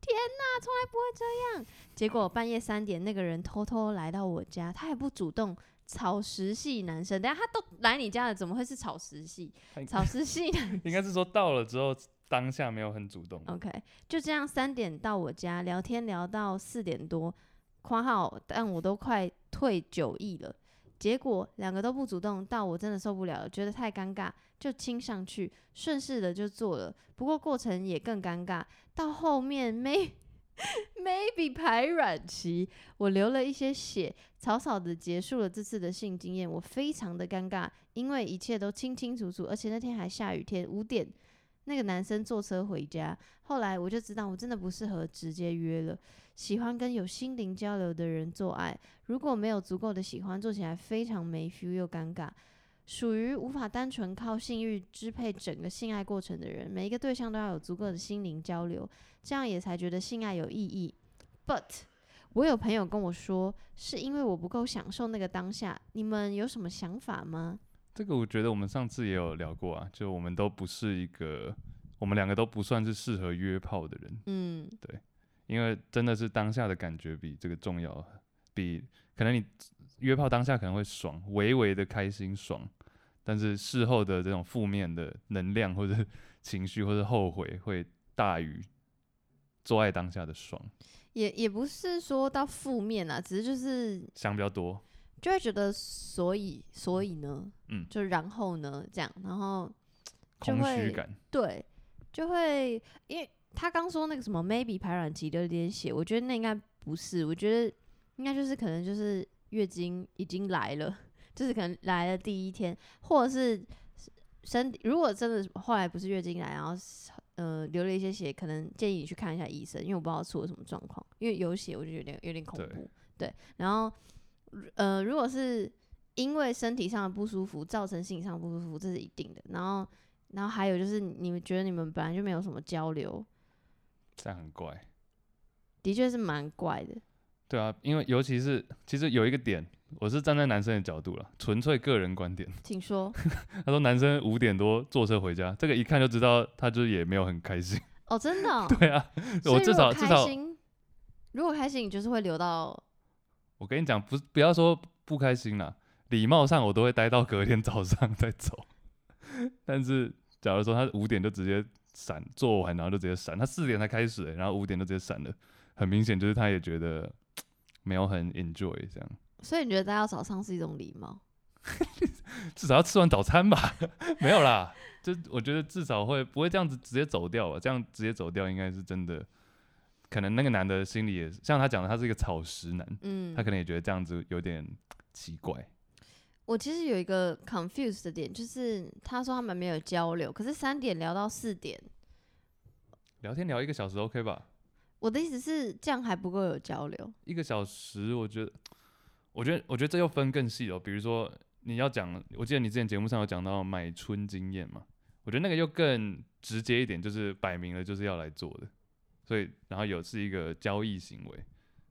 C: 天哪，从来不会这样。结果半夜三点，那个人偷偷来到我家，他也不主动，草食系男生。等一下他都来你家了，怎么会是草食系
A: 他？应
C: 草食系男
A: 应该是说到了之后，当下没有很主动。
C: OK，就这样三点到我家聊天聊到四点多，括号但我都快退酒意了。结果两个都不主动，到我真的受不了了，觉得太尴尬，就亲上去，顺势的就做了。不过过程也更尴尬，到后面 may maybe 排卵期，我流了一些血，草草的结束了这次的性经验，我非常的尴尬，因为一切都清清楚楚，而且那天还下雨天，五点那个男生坐车回家，后来我就知道我真的不适合直接约了，喜欢跟有心灵交流的人做爱，如果没有足够的喜欢，做起来非常没 feel 又尴尬，属于无法单纯靠性欲支配整个性爱过程的人。每一个对象都要有足够的心灵交流，这样也才觉得性爱有意义。But 我有朋友跟我说，是因为我不够享受那个当下。你们有什么想法吗？
A: 这个我觉得我们上次也有聊过啊，就我们都不是一个，我们两个都不算是适合约炮的人，
C: 嗯，
A: 因为真的是当下的感觉比这个重要，比可能你约炮当下可能会爽，微微的开心爽，但是事后的这种负面的能量或者 情绪或者后悔会大于做爱当下的爽，
C: 也也不是说到负面啦，只是就是
A: 想比较多。
C: 就会觉得，所以所以呢，
A: 嗯
C: 就然后呢，这样，然后就
A: 空虚
C: 会
A: 感，
C: 对，就会因为他刚说那个什么 maybe 排卵期流点血，我觉得那应该不是，我觉得应该就是可能就是月经已经来了，就是可能来了第一天，或者是身体如果真的后来不是月经来，然后是呃流了一些血，可能建议你去看一下医生，因为我不知道出了什么状况，因为有血我就有点有点恐
A: 对
C: 怖，对，然后呃如果是。因为身体上的不舒服造成心理上的不舒服，这是一定的。然后然后还有就是，你们觉得你们本来就没有什么交流，
A: 这样很怪。
C: 的确是蛮怪的。
A: 对啊，因为尤其是其实有一个点，我是站在男生的角度了，纯粹个人观点。
C: 请说，
A: 他说男生五点多坐车回家，这个一看就知道他就是也没有很开心。 ，
C: 哦，真的、哦
A: 对啊，
C: 所以
A: 我至
C: 如
A: 少
C: 果
A: 至
C: 开
A: 少，
C: 心，如果开心，你就是会留到
A: 我跟你讲，不是不要说不开心啦，礼貌上我都会待到隔天 早上再走。但是假如说他五点就直接闪做完，然后就直接闪，他四点才开始欸、然后五点就直接闪了，很明显就是他也觉得没有很 enjoy 这样。
C: 所以你觉得待到早上是一种礼貌？
A: 至少要吃完早餐吧？ 没有啦，就我觉得至少会不会这样子直接走掉吧？啊这样直接走掉应该是真的，可能那个男的心里也像他讲的，他是一个草食男，
C: 嗯
A: 他，可能也觉得这样子有点奇怪。
C: 我其实有一个 confused 的点，就是他说他们没有交流，可是三点聊到四点，
A: 聊天聊一个小时 OK 吧？
C: 我的意思是这样还不够有交流。
A: 一个小时，我觉得，我觉得，我觉得这又分更细哦。比如说你要讲，我记得你之前节目上有讲到买春经验嘛，我觉得那个又更直接一点，就是摆明了就是要来做的，所以然后有是一个交易行为，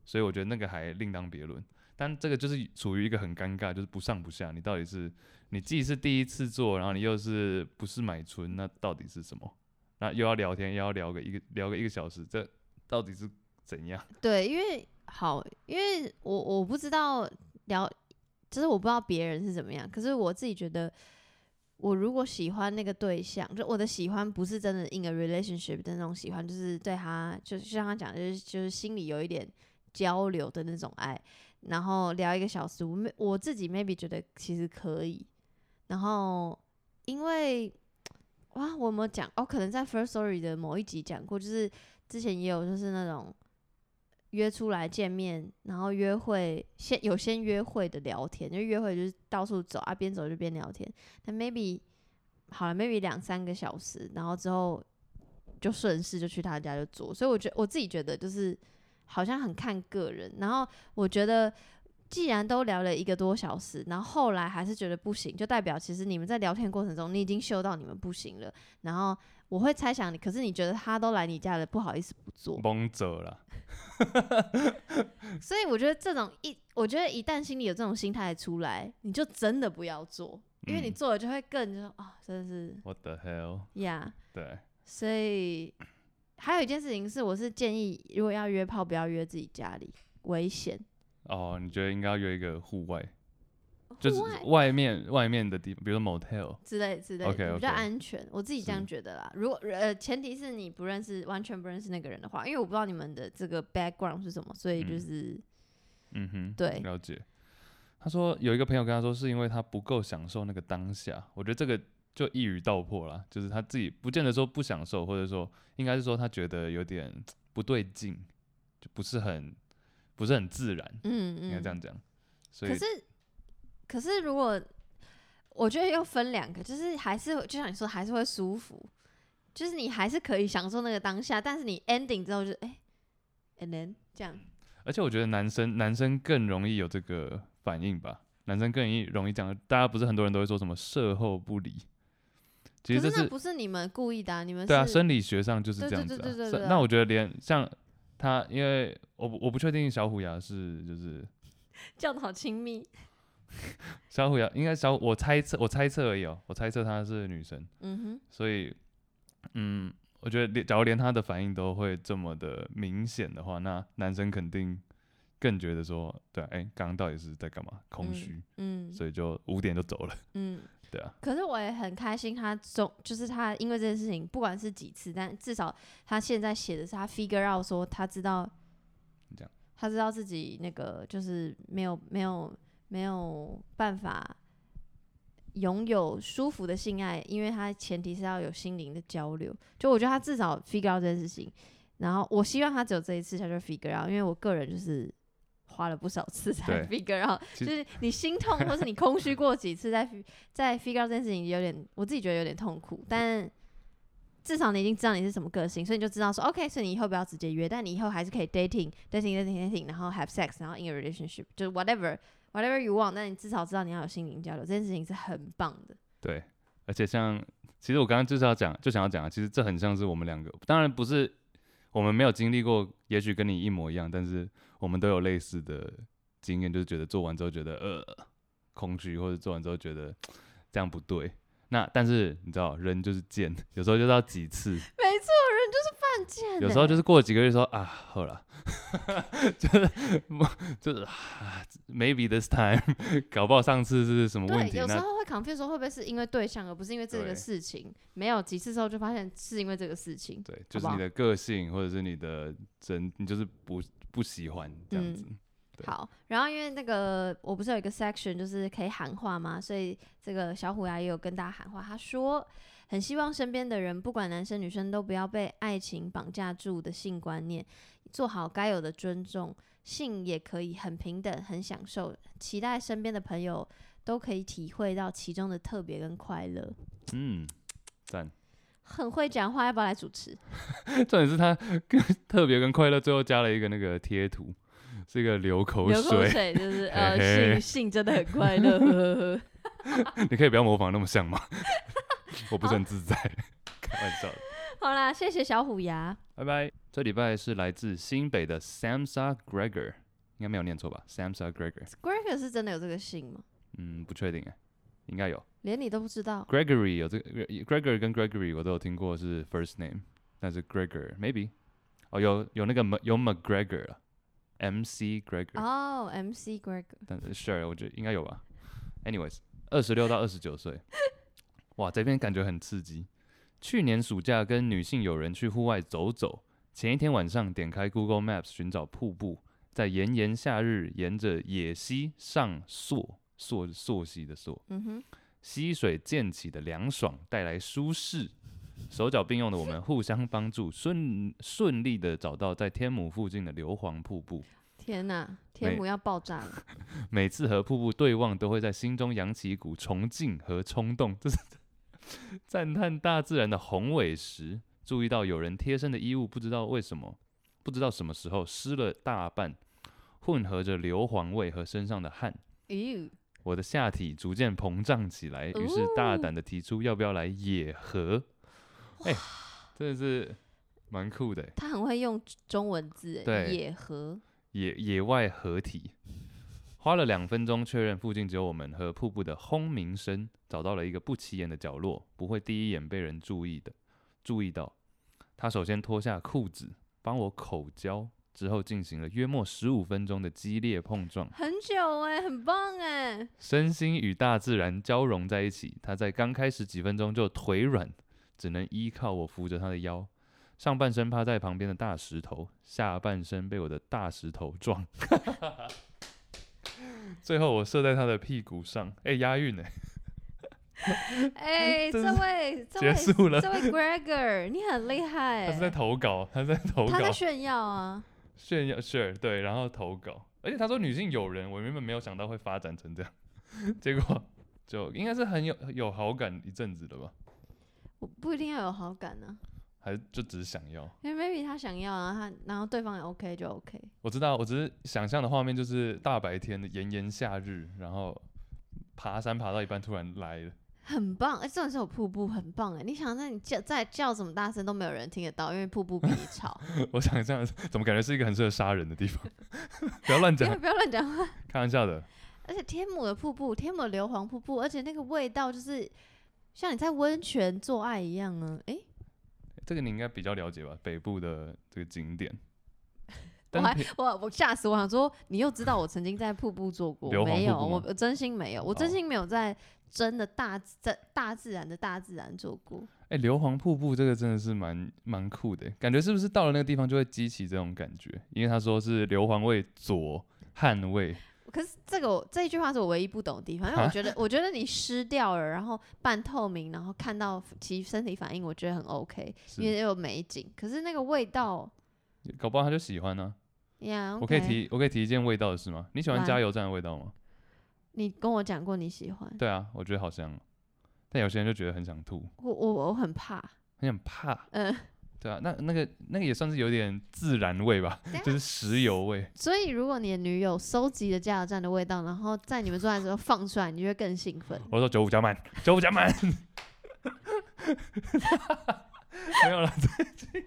A: 所以我觉得那个还另当别论。但这个就是处于一个很尴尬，就是不上不下，你到底是你既是第一次做，然后你又是不是买春，那到底是什么？那又要聊天，又要聊个一个聊个一个小时，这到底是怎样？
C: 对，因为好，因为我我不知道聊，就是我不知道别人是怎么样，可是我自己觉得，我如果喜欢那个对象，就我的喜欢不是真的 in a relationship 的那种喜欢，就是对他，就是像他讲的，就是就是心里有一点交流的那种爱，然后聊一个小时，我没我自己 maybe 觉得其实可以，然后因为。哇，我有没有讲？哦，可能在 First Story 的某一集讲过，就是之前也有就是那种约出来见面，然后约会先有先约会的聊天，就约会就是到处走啊，边走就边聊天。但 maybe 好了，maybe 两三个小时，然后之后就顺势就去他家就做。所以我觉我自己觉得就是好像很看个人。然后我觉得既然都聊了一个多小时，然后后来还是觉得不行，就代表其实你们在聊天过程中你已经修到你们不行了。然后我会猜想你，可是你觉得他都来你家了，不好意思不做。
A: 蒙者了。
C: 所以我觉得这种一，我觉得一旦心里有这种心态出来，你就真的不要做，因为你
A: 嗯
C: 做了就会更就说啊、真的是
A: What the hell？
C: 呀。
A: 对，
C: 所以还有一件事情是，我是建议如果要约炮，不要约自己家里，危险。
A: 哦，你觉得应该要约一个户外，就是
C: 外
A: 外面外面的地方，比如说 motel。
C: 之类之类
A: OK，OK 嗯
C: 的比较安全。我自己这样
A: 是
C: 觉得啦。如果呃，前提是你不认识，完全不认识那个人的话，因为我不知道你们的这个 background 是什么，所以就
A: 嗯
C: 是、
A: 嗯哼，
C: 对
A: 了解。他说有一个朋友跟他说，是因为他不够享受那个当下。我觉得这个就一语道破了，就是他自己不见得说不享受，或者说应该是说他觉得有点不对劲，就不是很不是很自然，
C: 嗯嗯，
A: 应该这样讲。所以
C: 可是，可是如果我觉得又分两个，就是还是会就像你说，还是会舒服，就是你还是可以享受那个当下，但是你 ending 之后就哎、and then 这样，
A: 而且我觉得男生男生更容易有这个反应吧，男生更容易容易讲，大家不是很多人都会说什么事后不理，其实
C: 可
A: 这
C: 是那不是你们故意的、啊，你们是
A: 对啊，生理学上就是
C: 对
A: 这
C: 对
A: 样子、
C: 对
A: 啊。
C: 对对
A: 是
C: 对啊
A: 那我觉得连像他，因为我不我不确定小虎牙是就是
C: 叫的好亲密，
A: 小虎牙，应该小我猜测我猜测而已哦，我猜测她是女生，
C: 嗯
A: 所以嗯，我觉得连假如连她的反应都会这么的明显的话，那男生肯定更觉得说，对、啊，哎、刚刚到底是在干嘛？空虚，
C: 哼，嗯
A: 所以就五点就走了，
C: 嗯。
A: 对啊，
C: 可是我也很开心，他总就是他因为这件事情，不管是几次，但至少他现在写的是他 figure out 说他知道
A: 你讲，
C: 他知道自己那个就是没有没有没有办法拥有舒服的性爱，因为他前提是要有心灵的交流。就我觉得他至少 figure out 这件事情，然后我希望他只有这一次他就 figure out，因为我个人就是。花了不少次才 figure out，
A: 其
C: 就是你心痛或是你空虚过几次再在 figure out 这件事情有点，我自己觉得有点痛苦，但至少你已经知道你是什么个性，所以你就知道说 OK，所以你以后不要直接约，但你以后还是可以 dating dating dating dating，然后 have sex，然后 in a relationship，就是 whatever whatever you want，但你至少知道你要有心灵交流，这件事情是很棒的。
A: 对，而且像，其实我刚刚就是要讲，就想要讲啊，其实这很像是我们两个，当然不是我们没有经历过，也许跟你一模一样，但是我们都有类似的经验，就是觉得做完之后觉得呃空虚，或者做完之后觉得呃这样不对。那但是你知道，人就是贱，有时候就是要几次，
C: 没错，人就是犯贱、欸
A: 有时候就是是过了几个月说啊，好了， 就是就是啊，maybe this time，搞不好上次是什么问
C: 对，
A: 题，
C: 有时
A: 那
C: 候会 confuse 说会不会是因为对象，而不是因为这
A: 对
C: 个事情。没有几次之后就发现是因为这个事情。
A: 对，就是
C: 好不好
A: 你的个性或者是你的真，你就是不不喜欢这样
C: 嗯
A: 子。对
C: 好，然后因为那个我不是有一个 section 就是可以喊话嘛，所以这个小虎牙也有跟大家喊话，他说很希望身边的人，不管男生女生，都不要被爱情绑架住的性观念，做好该有的尊重，性也可以很平等、很享受，期待身边的朋友都可以体会到其中的特别跟快乐。
A: 嗯，赞。
C: 很会讲话，要不要来主 持？
A: 重点是他跟 特别跟快乐最后加了一个那个贴图，是一个流口
C: 流口
A: 水。
C: 水就是
A: 嘿
C: 呃，
A: 嘿
C: 性性真的很快乐，呵呵呵。
A: 你可以不要模仿那么像吗？ 我不是很自在，开玩笑的。
C: 好啦，谢谢小虎牙。
A: 拜拜。这礼拜是来自新北的 Samsa Gregor，应该没有念错吧？Samsa Gregor，
C: Greg 是真的有这个姓吗？
A: 嗯，不确定哎，应该有。
C: 连你都不知道，
A: Gregory 有这个 Gregor 跟 Gregory 我都有听过是 first name，但是 Gregor maybe 哦有有那个 M- 有 McGregor 了，MC Gregor，、
C: 哦、m c Greg，
A: 但是 sure 我觉得应该有吧。Anyways，二十六到二十九岁，哇这边感觉很刺激。去年暑假跟女性友人去户外走走，前一天晚上点开 Google Maps 寻找瀑布，在炎炎夏日沿着野溪上溯溯溯溪的溯
C: 嗯哼，
A: 溪水溅起的凉爽带来舒适，手脚并用的我们互相帮助，顺顺利的找到在天母附近的硫磺瀑布。
C: 天哪，天
A: 没
C: 母要爆炸 了！
A: 每次和瀑布对望，都会在心中扬起一股崇敬和冲动， 这是赞叹大自然的宏伟时，注意到有人贴身的衣物不知道为什么，不知道什么时候湿了大半，混合着硫磺味和身上的汗。
C: 咦，
A: 我的下体逐渐膨胀起来，于是大胆的提出要不要来野合。哎、真的是蛮酷的欸，
C: 他很会用中文字欸，
A: 对
C: 野合
A: 野野外合体。花了两分钟确认附近只有我们和瀑布的轰鸣声，找到了一个不起眼的角落，不会第一眼被人注意的。注意到，他首先脱下裤子，帮我口交，之后进行了约莫十五分钟的激烈碰撞。
C: 很久哎、很棒哎、
A: 身心与大自然交融在一起。他在刚开始几分钟就腿软，只能依靠我扶着他的腰，上半身趴在旁边的大石头，下半身被我的大石头撞。 最后我射在他的屁股上， 哎、押韵哎、
C: 哎、
A: 真
C: 这位这
A: 结
C: 位
A: 束了。
C: 这位 Gregor，你很厉害、
A: 他是在
C: 欸，
A: 投稿，他是在投
C: 他
A: 稿
C: 在炫耀啊！
A: 炫耀，sure 对，然后投稿，而且他说女性友人，我原本没有想到会发展成这样， 结果就应该是很有有好感一阵子的吧，
C: 我不一定要有好感呢、
A: 还是就只是想要。
C: 因为 maybe 他想要，然后他然后对方也 OK 就 OK。
A: 我知道，我只是想象的画面就是大白天的炎炎夏日，然后爬山爬到一半突然来了，
C: 很棒，哎、这种是有瀑布，很棒哎！你想，那你叫再叫怎么大声都没有人听得到，因为瀑布比你 吵。
A: 我想象怎么感觉是一个很适合杀人的地方？ 不要乱
C: 不要
A: 讲，
C: 不要乱讲话。
A: 开玩笑的。
C: 而且天母的瀑布，天母的硫磺瀑布，而且那个味道就是像你在温泉做爱一样啊！ 哎、
A: 这个你应该比较了解吧？北部的这个景点，
C: 我
A: 但
C: 还
A: 是
C: 我我吓死我，想说你又知道我曾经在瀑布做过
A: 硫磺，
C: 没有，
A: 瀑布吗哦
C: 我我真心没有，我真心没有在真的大自在大自然的大自然做过。
A: 哎、硫磺瀑布这个真的是蛮蛮酷的，欸感觉是不是到了那个地方就会激起这种感觉？因为他说是硫磺味佐汗味，
C: 可是这个我这一句话是我唯一不懂的地方，因为我觉得我觉得你湿掉了，然后半透明，然后看到其身体反应，我觉得很 OK，
A: 是
C: 因为有美景。可是那个味道
A: 搞不好他就喜欢呢、
C: 呀
A: 我可以，提，我可以提一件味道的事吗？你喜欢
C: 来
A: 加油站的味道吗？
C: 你跟我讲过你喜欢，
A: 对啊，我觉得好香哦，但有些人就觉得很想吐，
C: 我我我很怕，
A: 很想怕。
C: 嗯、
A: 对啊，那那个那个也算是有点自然味吧
C: 等，
A: 就是石油味。
C: 所以如果你的女友收集了加油站的味道，然后在你们做爱的时候放出来，你就会更兴奋。
A: 我说九五加满，九五加满。 没有了，最近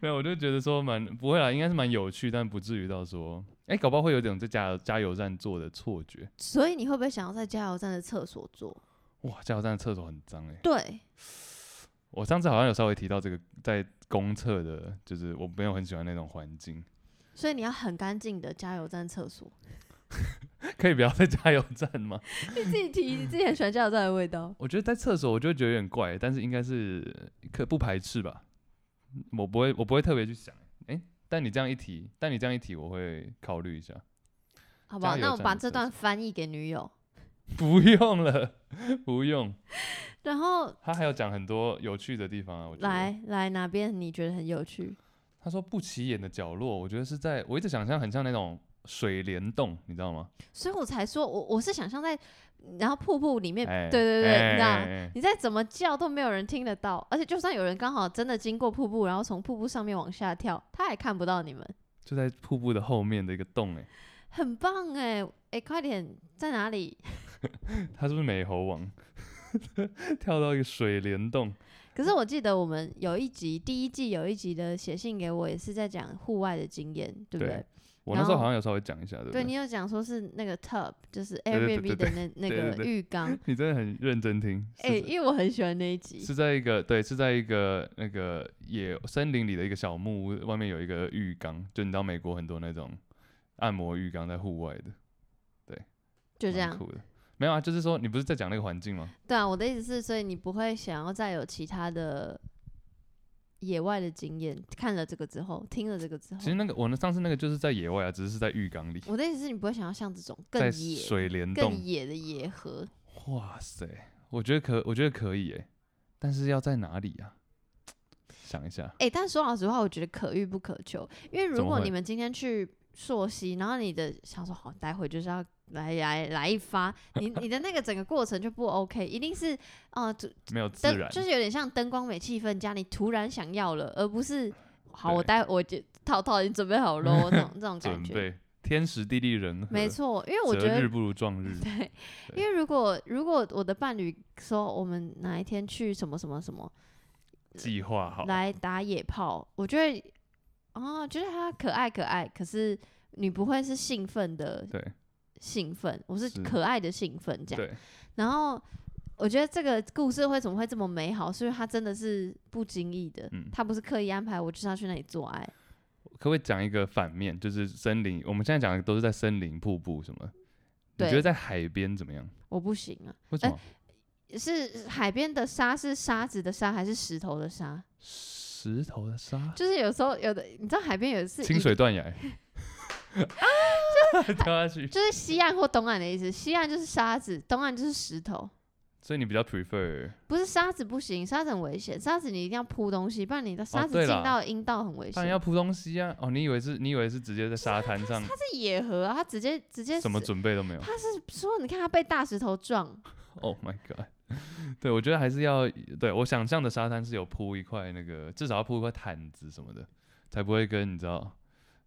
A: 没有，我就觉得说蛮不会啦，应该是蛮有趣，但不至于到说，哎、搞不好会有点在加油加油站做的错觉。
C: 所以你会不会想要在加油站的厕所做？
A: 哇，加油站的厕所很脏哎、
C: 对，
A: 我上次好像有稍微提到这个，在公厕的，就是我没有很喜欢那种环境。
C: 所以你要很干净的加油站厕所。
A: 可以不要 在加油站吗？
C: 你自己提，你自己很喜欢加油站的味道。
A: 我觉得在厕所我就会觉得有点怪，但是应该是可不排斥吧。我不会，我不会特别去想。哎、但你这样一提，但你这样一提，我会考虑一下。
C: 好不好？
A: 加油
C: 那我
A: 站
C: 把
A: 的
C: 这
A: 厕
C: 段翻译给女友，
A: 不用了，不用。
C: 然后
A: 他还有讲很多有趣的地方啊。我觉得，
C: 来来哪边你觉得很有趣？
A: 他说不起眼的角落，我觉得是在我一直想象很像那种水帘洞，你知道吗？
C: 所以我才说我我是想象在然后瀑布里面，
A: 哎
C: 对对对，
A: 哎
C: 你知道。
A: 哎哎
C: 你再怎么叫都没有人听得到，而且就算有人刚好真的经过瀑布，然后从瀑布上面往下跳，他也看不到你们，
A: 就在瀑布的后面的一个洞、哎，
C: 很棒哎、哎、快点在哪 里？
A: 他是不是美猴王？ 跳到一个水帘洞，
C: 可是我记得我们有一集第一季有一集的写信给我，也是在讲户外的经验，对
A: 对
C: 不对？
A: 我那时候
C: 然后
A: 好像有稍微讲一下，对不
C: 对你有讲说是那个 tub，就是
A: 对对
C: Airbnb
A: 对
C: 的那那
A: 对对
C: 个
A: 对
C: 浴缸。
A: 你真的很认真听，是
C: 哎、因为我很喜欢那一集，
A: 是在一个对，是在一个那个野森林里的一个小木屋，外面有一个浴缸，就你知道美国很多那种按摩浴缸在户外的，
C: 就这
A: 蛮
C: 样。
A: 酷的。没有啊，就是说你不是在讲那个环境吗？
C: 对啊，我的意思是，所以你不会想要再有其他的野外的经验。看了这个之后，听了这个之后
A: 其，实那个我那上次那个就是在野外啊，只是是在浴缸里，
C: 我的意思是你不会想要像这种更
A: 在
C: 野、
A: 水帘
C: 更
A: 洞。
C: 野的野河。
A: 哇塞，我觉得可，我觉得可以诶，但是要在哪里啊？想一下，
C: 哎、但说老实话，我觉得可遇不可求，因为
A: 怎
C: 如
A: 么
C: 果
A: 会
C: 你们今天去朔溪，然后你的想说好，待会就是要来来来一发，你你的那个整个过程就不 OK，一定是呃就
A: 没有自
C: 灯
A: 然，
C: 就是有点像灯光美气氛加你突然想要了，而不是好我
A: 对
C: 待我就套套已经准备好喽， 那种这种
A: 准
C: 感觉。
A: 备天时地利人和，
C: 没错，因为我
A: 择
C: 觉得
A: 日不如撞日，
C: 对，
A: 对
C: 因为如果如果我的伴侣说我们哪一天去什么什么什么
A: 计划好，
C: 来打野炮，我觉得哦，觉得他可爱可爱，可是你不会是兴奋的
A: 对
C: 兴奋，我是
A: 是
C: 可爱的兴奋这样。
A: 对，
C: 然后我觉得这个故事为什么会这么美好，是因为他真的是不经意的，
A: 嗯
C: 他不是刻意安排我就是要去那里做爱。
A: 可不可以讲一个反面，就是森林？我们现在讲的都是在森林、瀑布什么？你
C: 对
A: 觉得在海边怎么样？
C: 我不行啊，
A: 为什么？
C: 是海边的沙是沙子的沙还是石头的沙？
A: 石头的沙，
C: 就是有时候有的，你知道海边有的是
A: 清
C: 一
A: 水断 崖， 掉下去。
C: 就是西岸或东岸的意思。西岸就是沙子，东岸就是石头。
A: 所以你比较 prefer
C: 不是沙子不行，沙子很危险，沙子你一定要铺东西，不然你的沙子
A: 哦对
C: 进
A: 啦
C: 到阴道很危险。
A: 当然要铺东西啊！哦，你以为是，你以为是直接在沙滩上，
C: 它是野河啊，它直接直接
A: 什么
C: 死
A: 准备都没有。
C: 说你看它被大石头撞，
A: Oh my god！对，我觉得还是要对我想象的沙滩是有铺一块那个，至少要铺一块毯子什么的，才不会跟你知道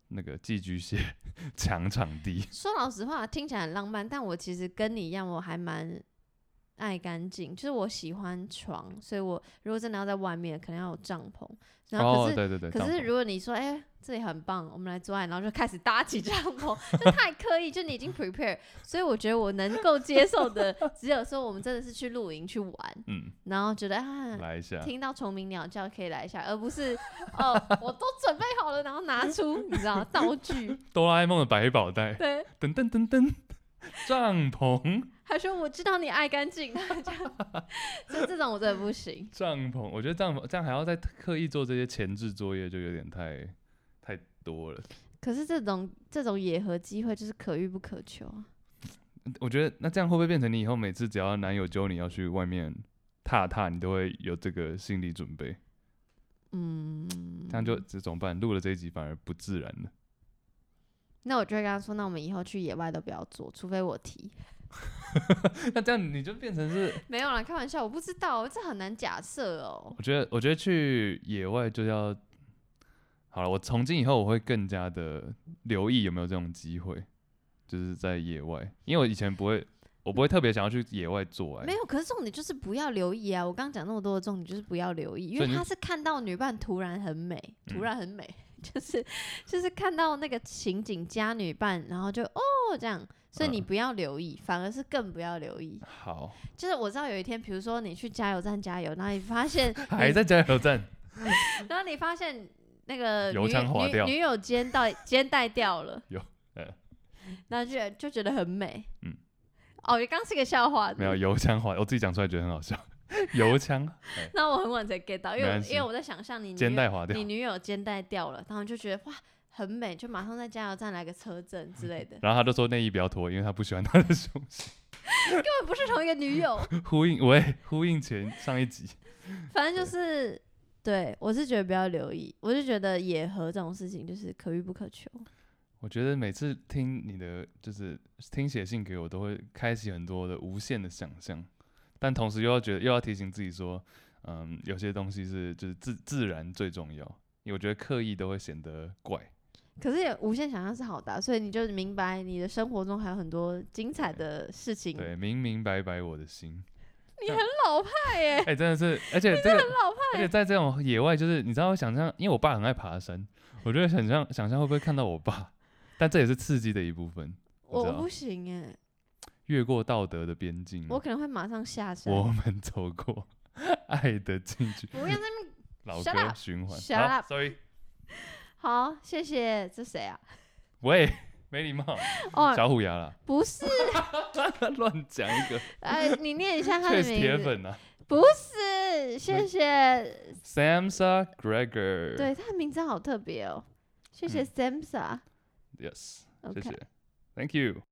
A: 那个寄居蟹 抢场地。
C: 说老实话听起来很浪漫，但我其实跟你一样，我还蛮爱干净，就是我喜欢床，所以我如果真的要在外面，可能要有帐篷。然
A: 哦
C: 后可，是、
A: 对对对，
C: 可
A: 帐
C: 是
A: 篷
C: 如果你说哎、这里很棒，我们来做爱，然后就开始搭起帐篷，就太刻意，就你已经 prepare，所以我觉得我能够接受的只有说我们真的是去露营去玩，
A: 嗯，
C: 然后觉得啊
A: 来一下，
C: 听到虫鸣鸟叫可以来一下，而不是哦，我都准备好了，然后拿出你知道道具，
A: 哆啦 A 梦的百宝袋，
C: 对，
A: 噔噔噔噔，帐篷，
C: 他说我知道你爱干净，啊这样，就这种我真的不行。
A: 帐篷。我觉得帐篷这样还要再刻意做这些前置作业，就有点太太多了。
C: 可是这种这种野合机会就是可遇不可求啊，
A: 我觉得那这样会不会变成你以后每次只要男友揪你要去外面踏踏，你都会有这个心理准备？
C: 嗯，
A: 这样就这怎么办？录了这一集反而不自然了。
C: 那我就会跟他说，那我们以后去野外都不要做，除非我提。
A: 那这样你就变成是，
C: 没有啦，开玩笑，我不知道，这很难假设哦。
A: 我觉得，我觉得去野外就要好了。我从今以后我会更加的留意有没有这种机会，就是在野外，因为我以前不会，我不会特别想要去野外做爱
C: 没。有，可是重点就是不要留意啊！我刚刚讲那么多的重点就是不要留意，因
A: 所以
C: 为
A: 你
C: 他是看到女伴突然很美，突
A: 嗯
C: 然很美， 就是就是看到那个情景加女伴，然后就哦这样，所以你
A: 嗯
C: 不要留意，反而是更不要留意。
A: 好，
C: 就是我知道有一天，比如说你去加油站加油，然后你发现
A: 还在加油站，
C: 然后你发现那个
A: 油
C: 女
A: 枪滑
C: 女
A: 掉
C: 女友肩 带肩带掉了，
A: 有呃
C: 然后就就觉得很美，
A: 嗯，
C: 哦，刚刚是个笑话，
A: 没有。油腔滑，我自己讲出来觉得很好笑。油腔，哎
C: 那我很晚才 get 到，因
A: 没
C: 为我
A: 关系
C: 因为我在想象你女
A: 肩
C: 友
A: 带滑掉，
C: 你，女友肩带掉了，然后就觉得哇很美，就马上在加油站来个车震之类的
A: 然后他就说内衣不要脱，因为他不喜欢他的胸型。
C: 根本不是同一个 女友，
A: 呼应喂，呼应前上一集。
C: 反正就是。对，我是觉得不要留意，我是觉得野合这种事情就是可遇不可求。
A: 我觉得每次听你的就是听写信给我，都会开启很多的无限的想象，但同时又要觉得又要提醒自己说，嗯，有些东西是就是自自然最重要，因为我觉得刻意都会显得怪。
C: 可是也无限想象是好的啊、所以你就明白你的生活中还有很多精彩的事情。
A: 对，明明白白我的心，
C: 你很老派耶、
A: 哎、真的是，而且这个
C: 老派。
A: 而且在这种野外，就是你知道，想象，因为我爸很爱爬山，我觉得想象想象会不会看到我爸，但这也是刺激的一部分，
C: 我
A: 知
C: 我
A: 道
C: 不行哎、
A: 越过道德的边境，
C: 我可能会马上下山。
A: 我们走过 爱的禁区，
C: 不要在那边。
A: 老
C: Shut
A: 歌
C: up.
A: 循环。
C: Shut
A: 好
C: up.
A: Sorry，
C: 好，谢谢。这谁 啊？
A: 喂，没礼貌，
C: 哦，
A: 小虎牙啦，
C: 不是，
A: 乱讲一个，
C: 呃，你念一下他
A: 确
C: 的
A: 实铁
C: 名字。
A: 粉啊
C: 不是，谢谢。
A: ，Samsa Gregor。
C: 对，他的名字好特别哦。谢谢 Samsa。
A: 嗯，Yes，谢
C: OK。
A: 谢，Thank you。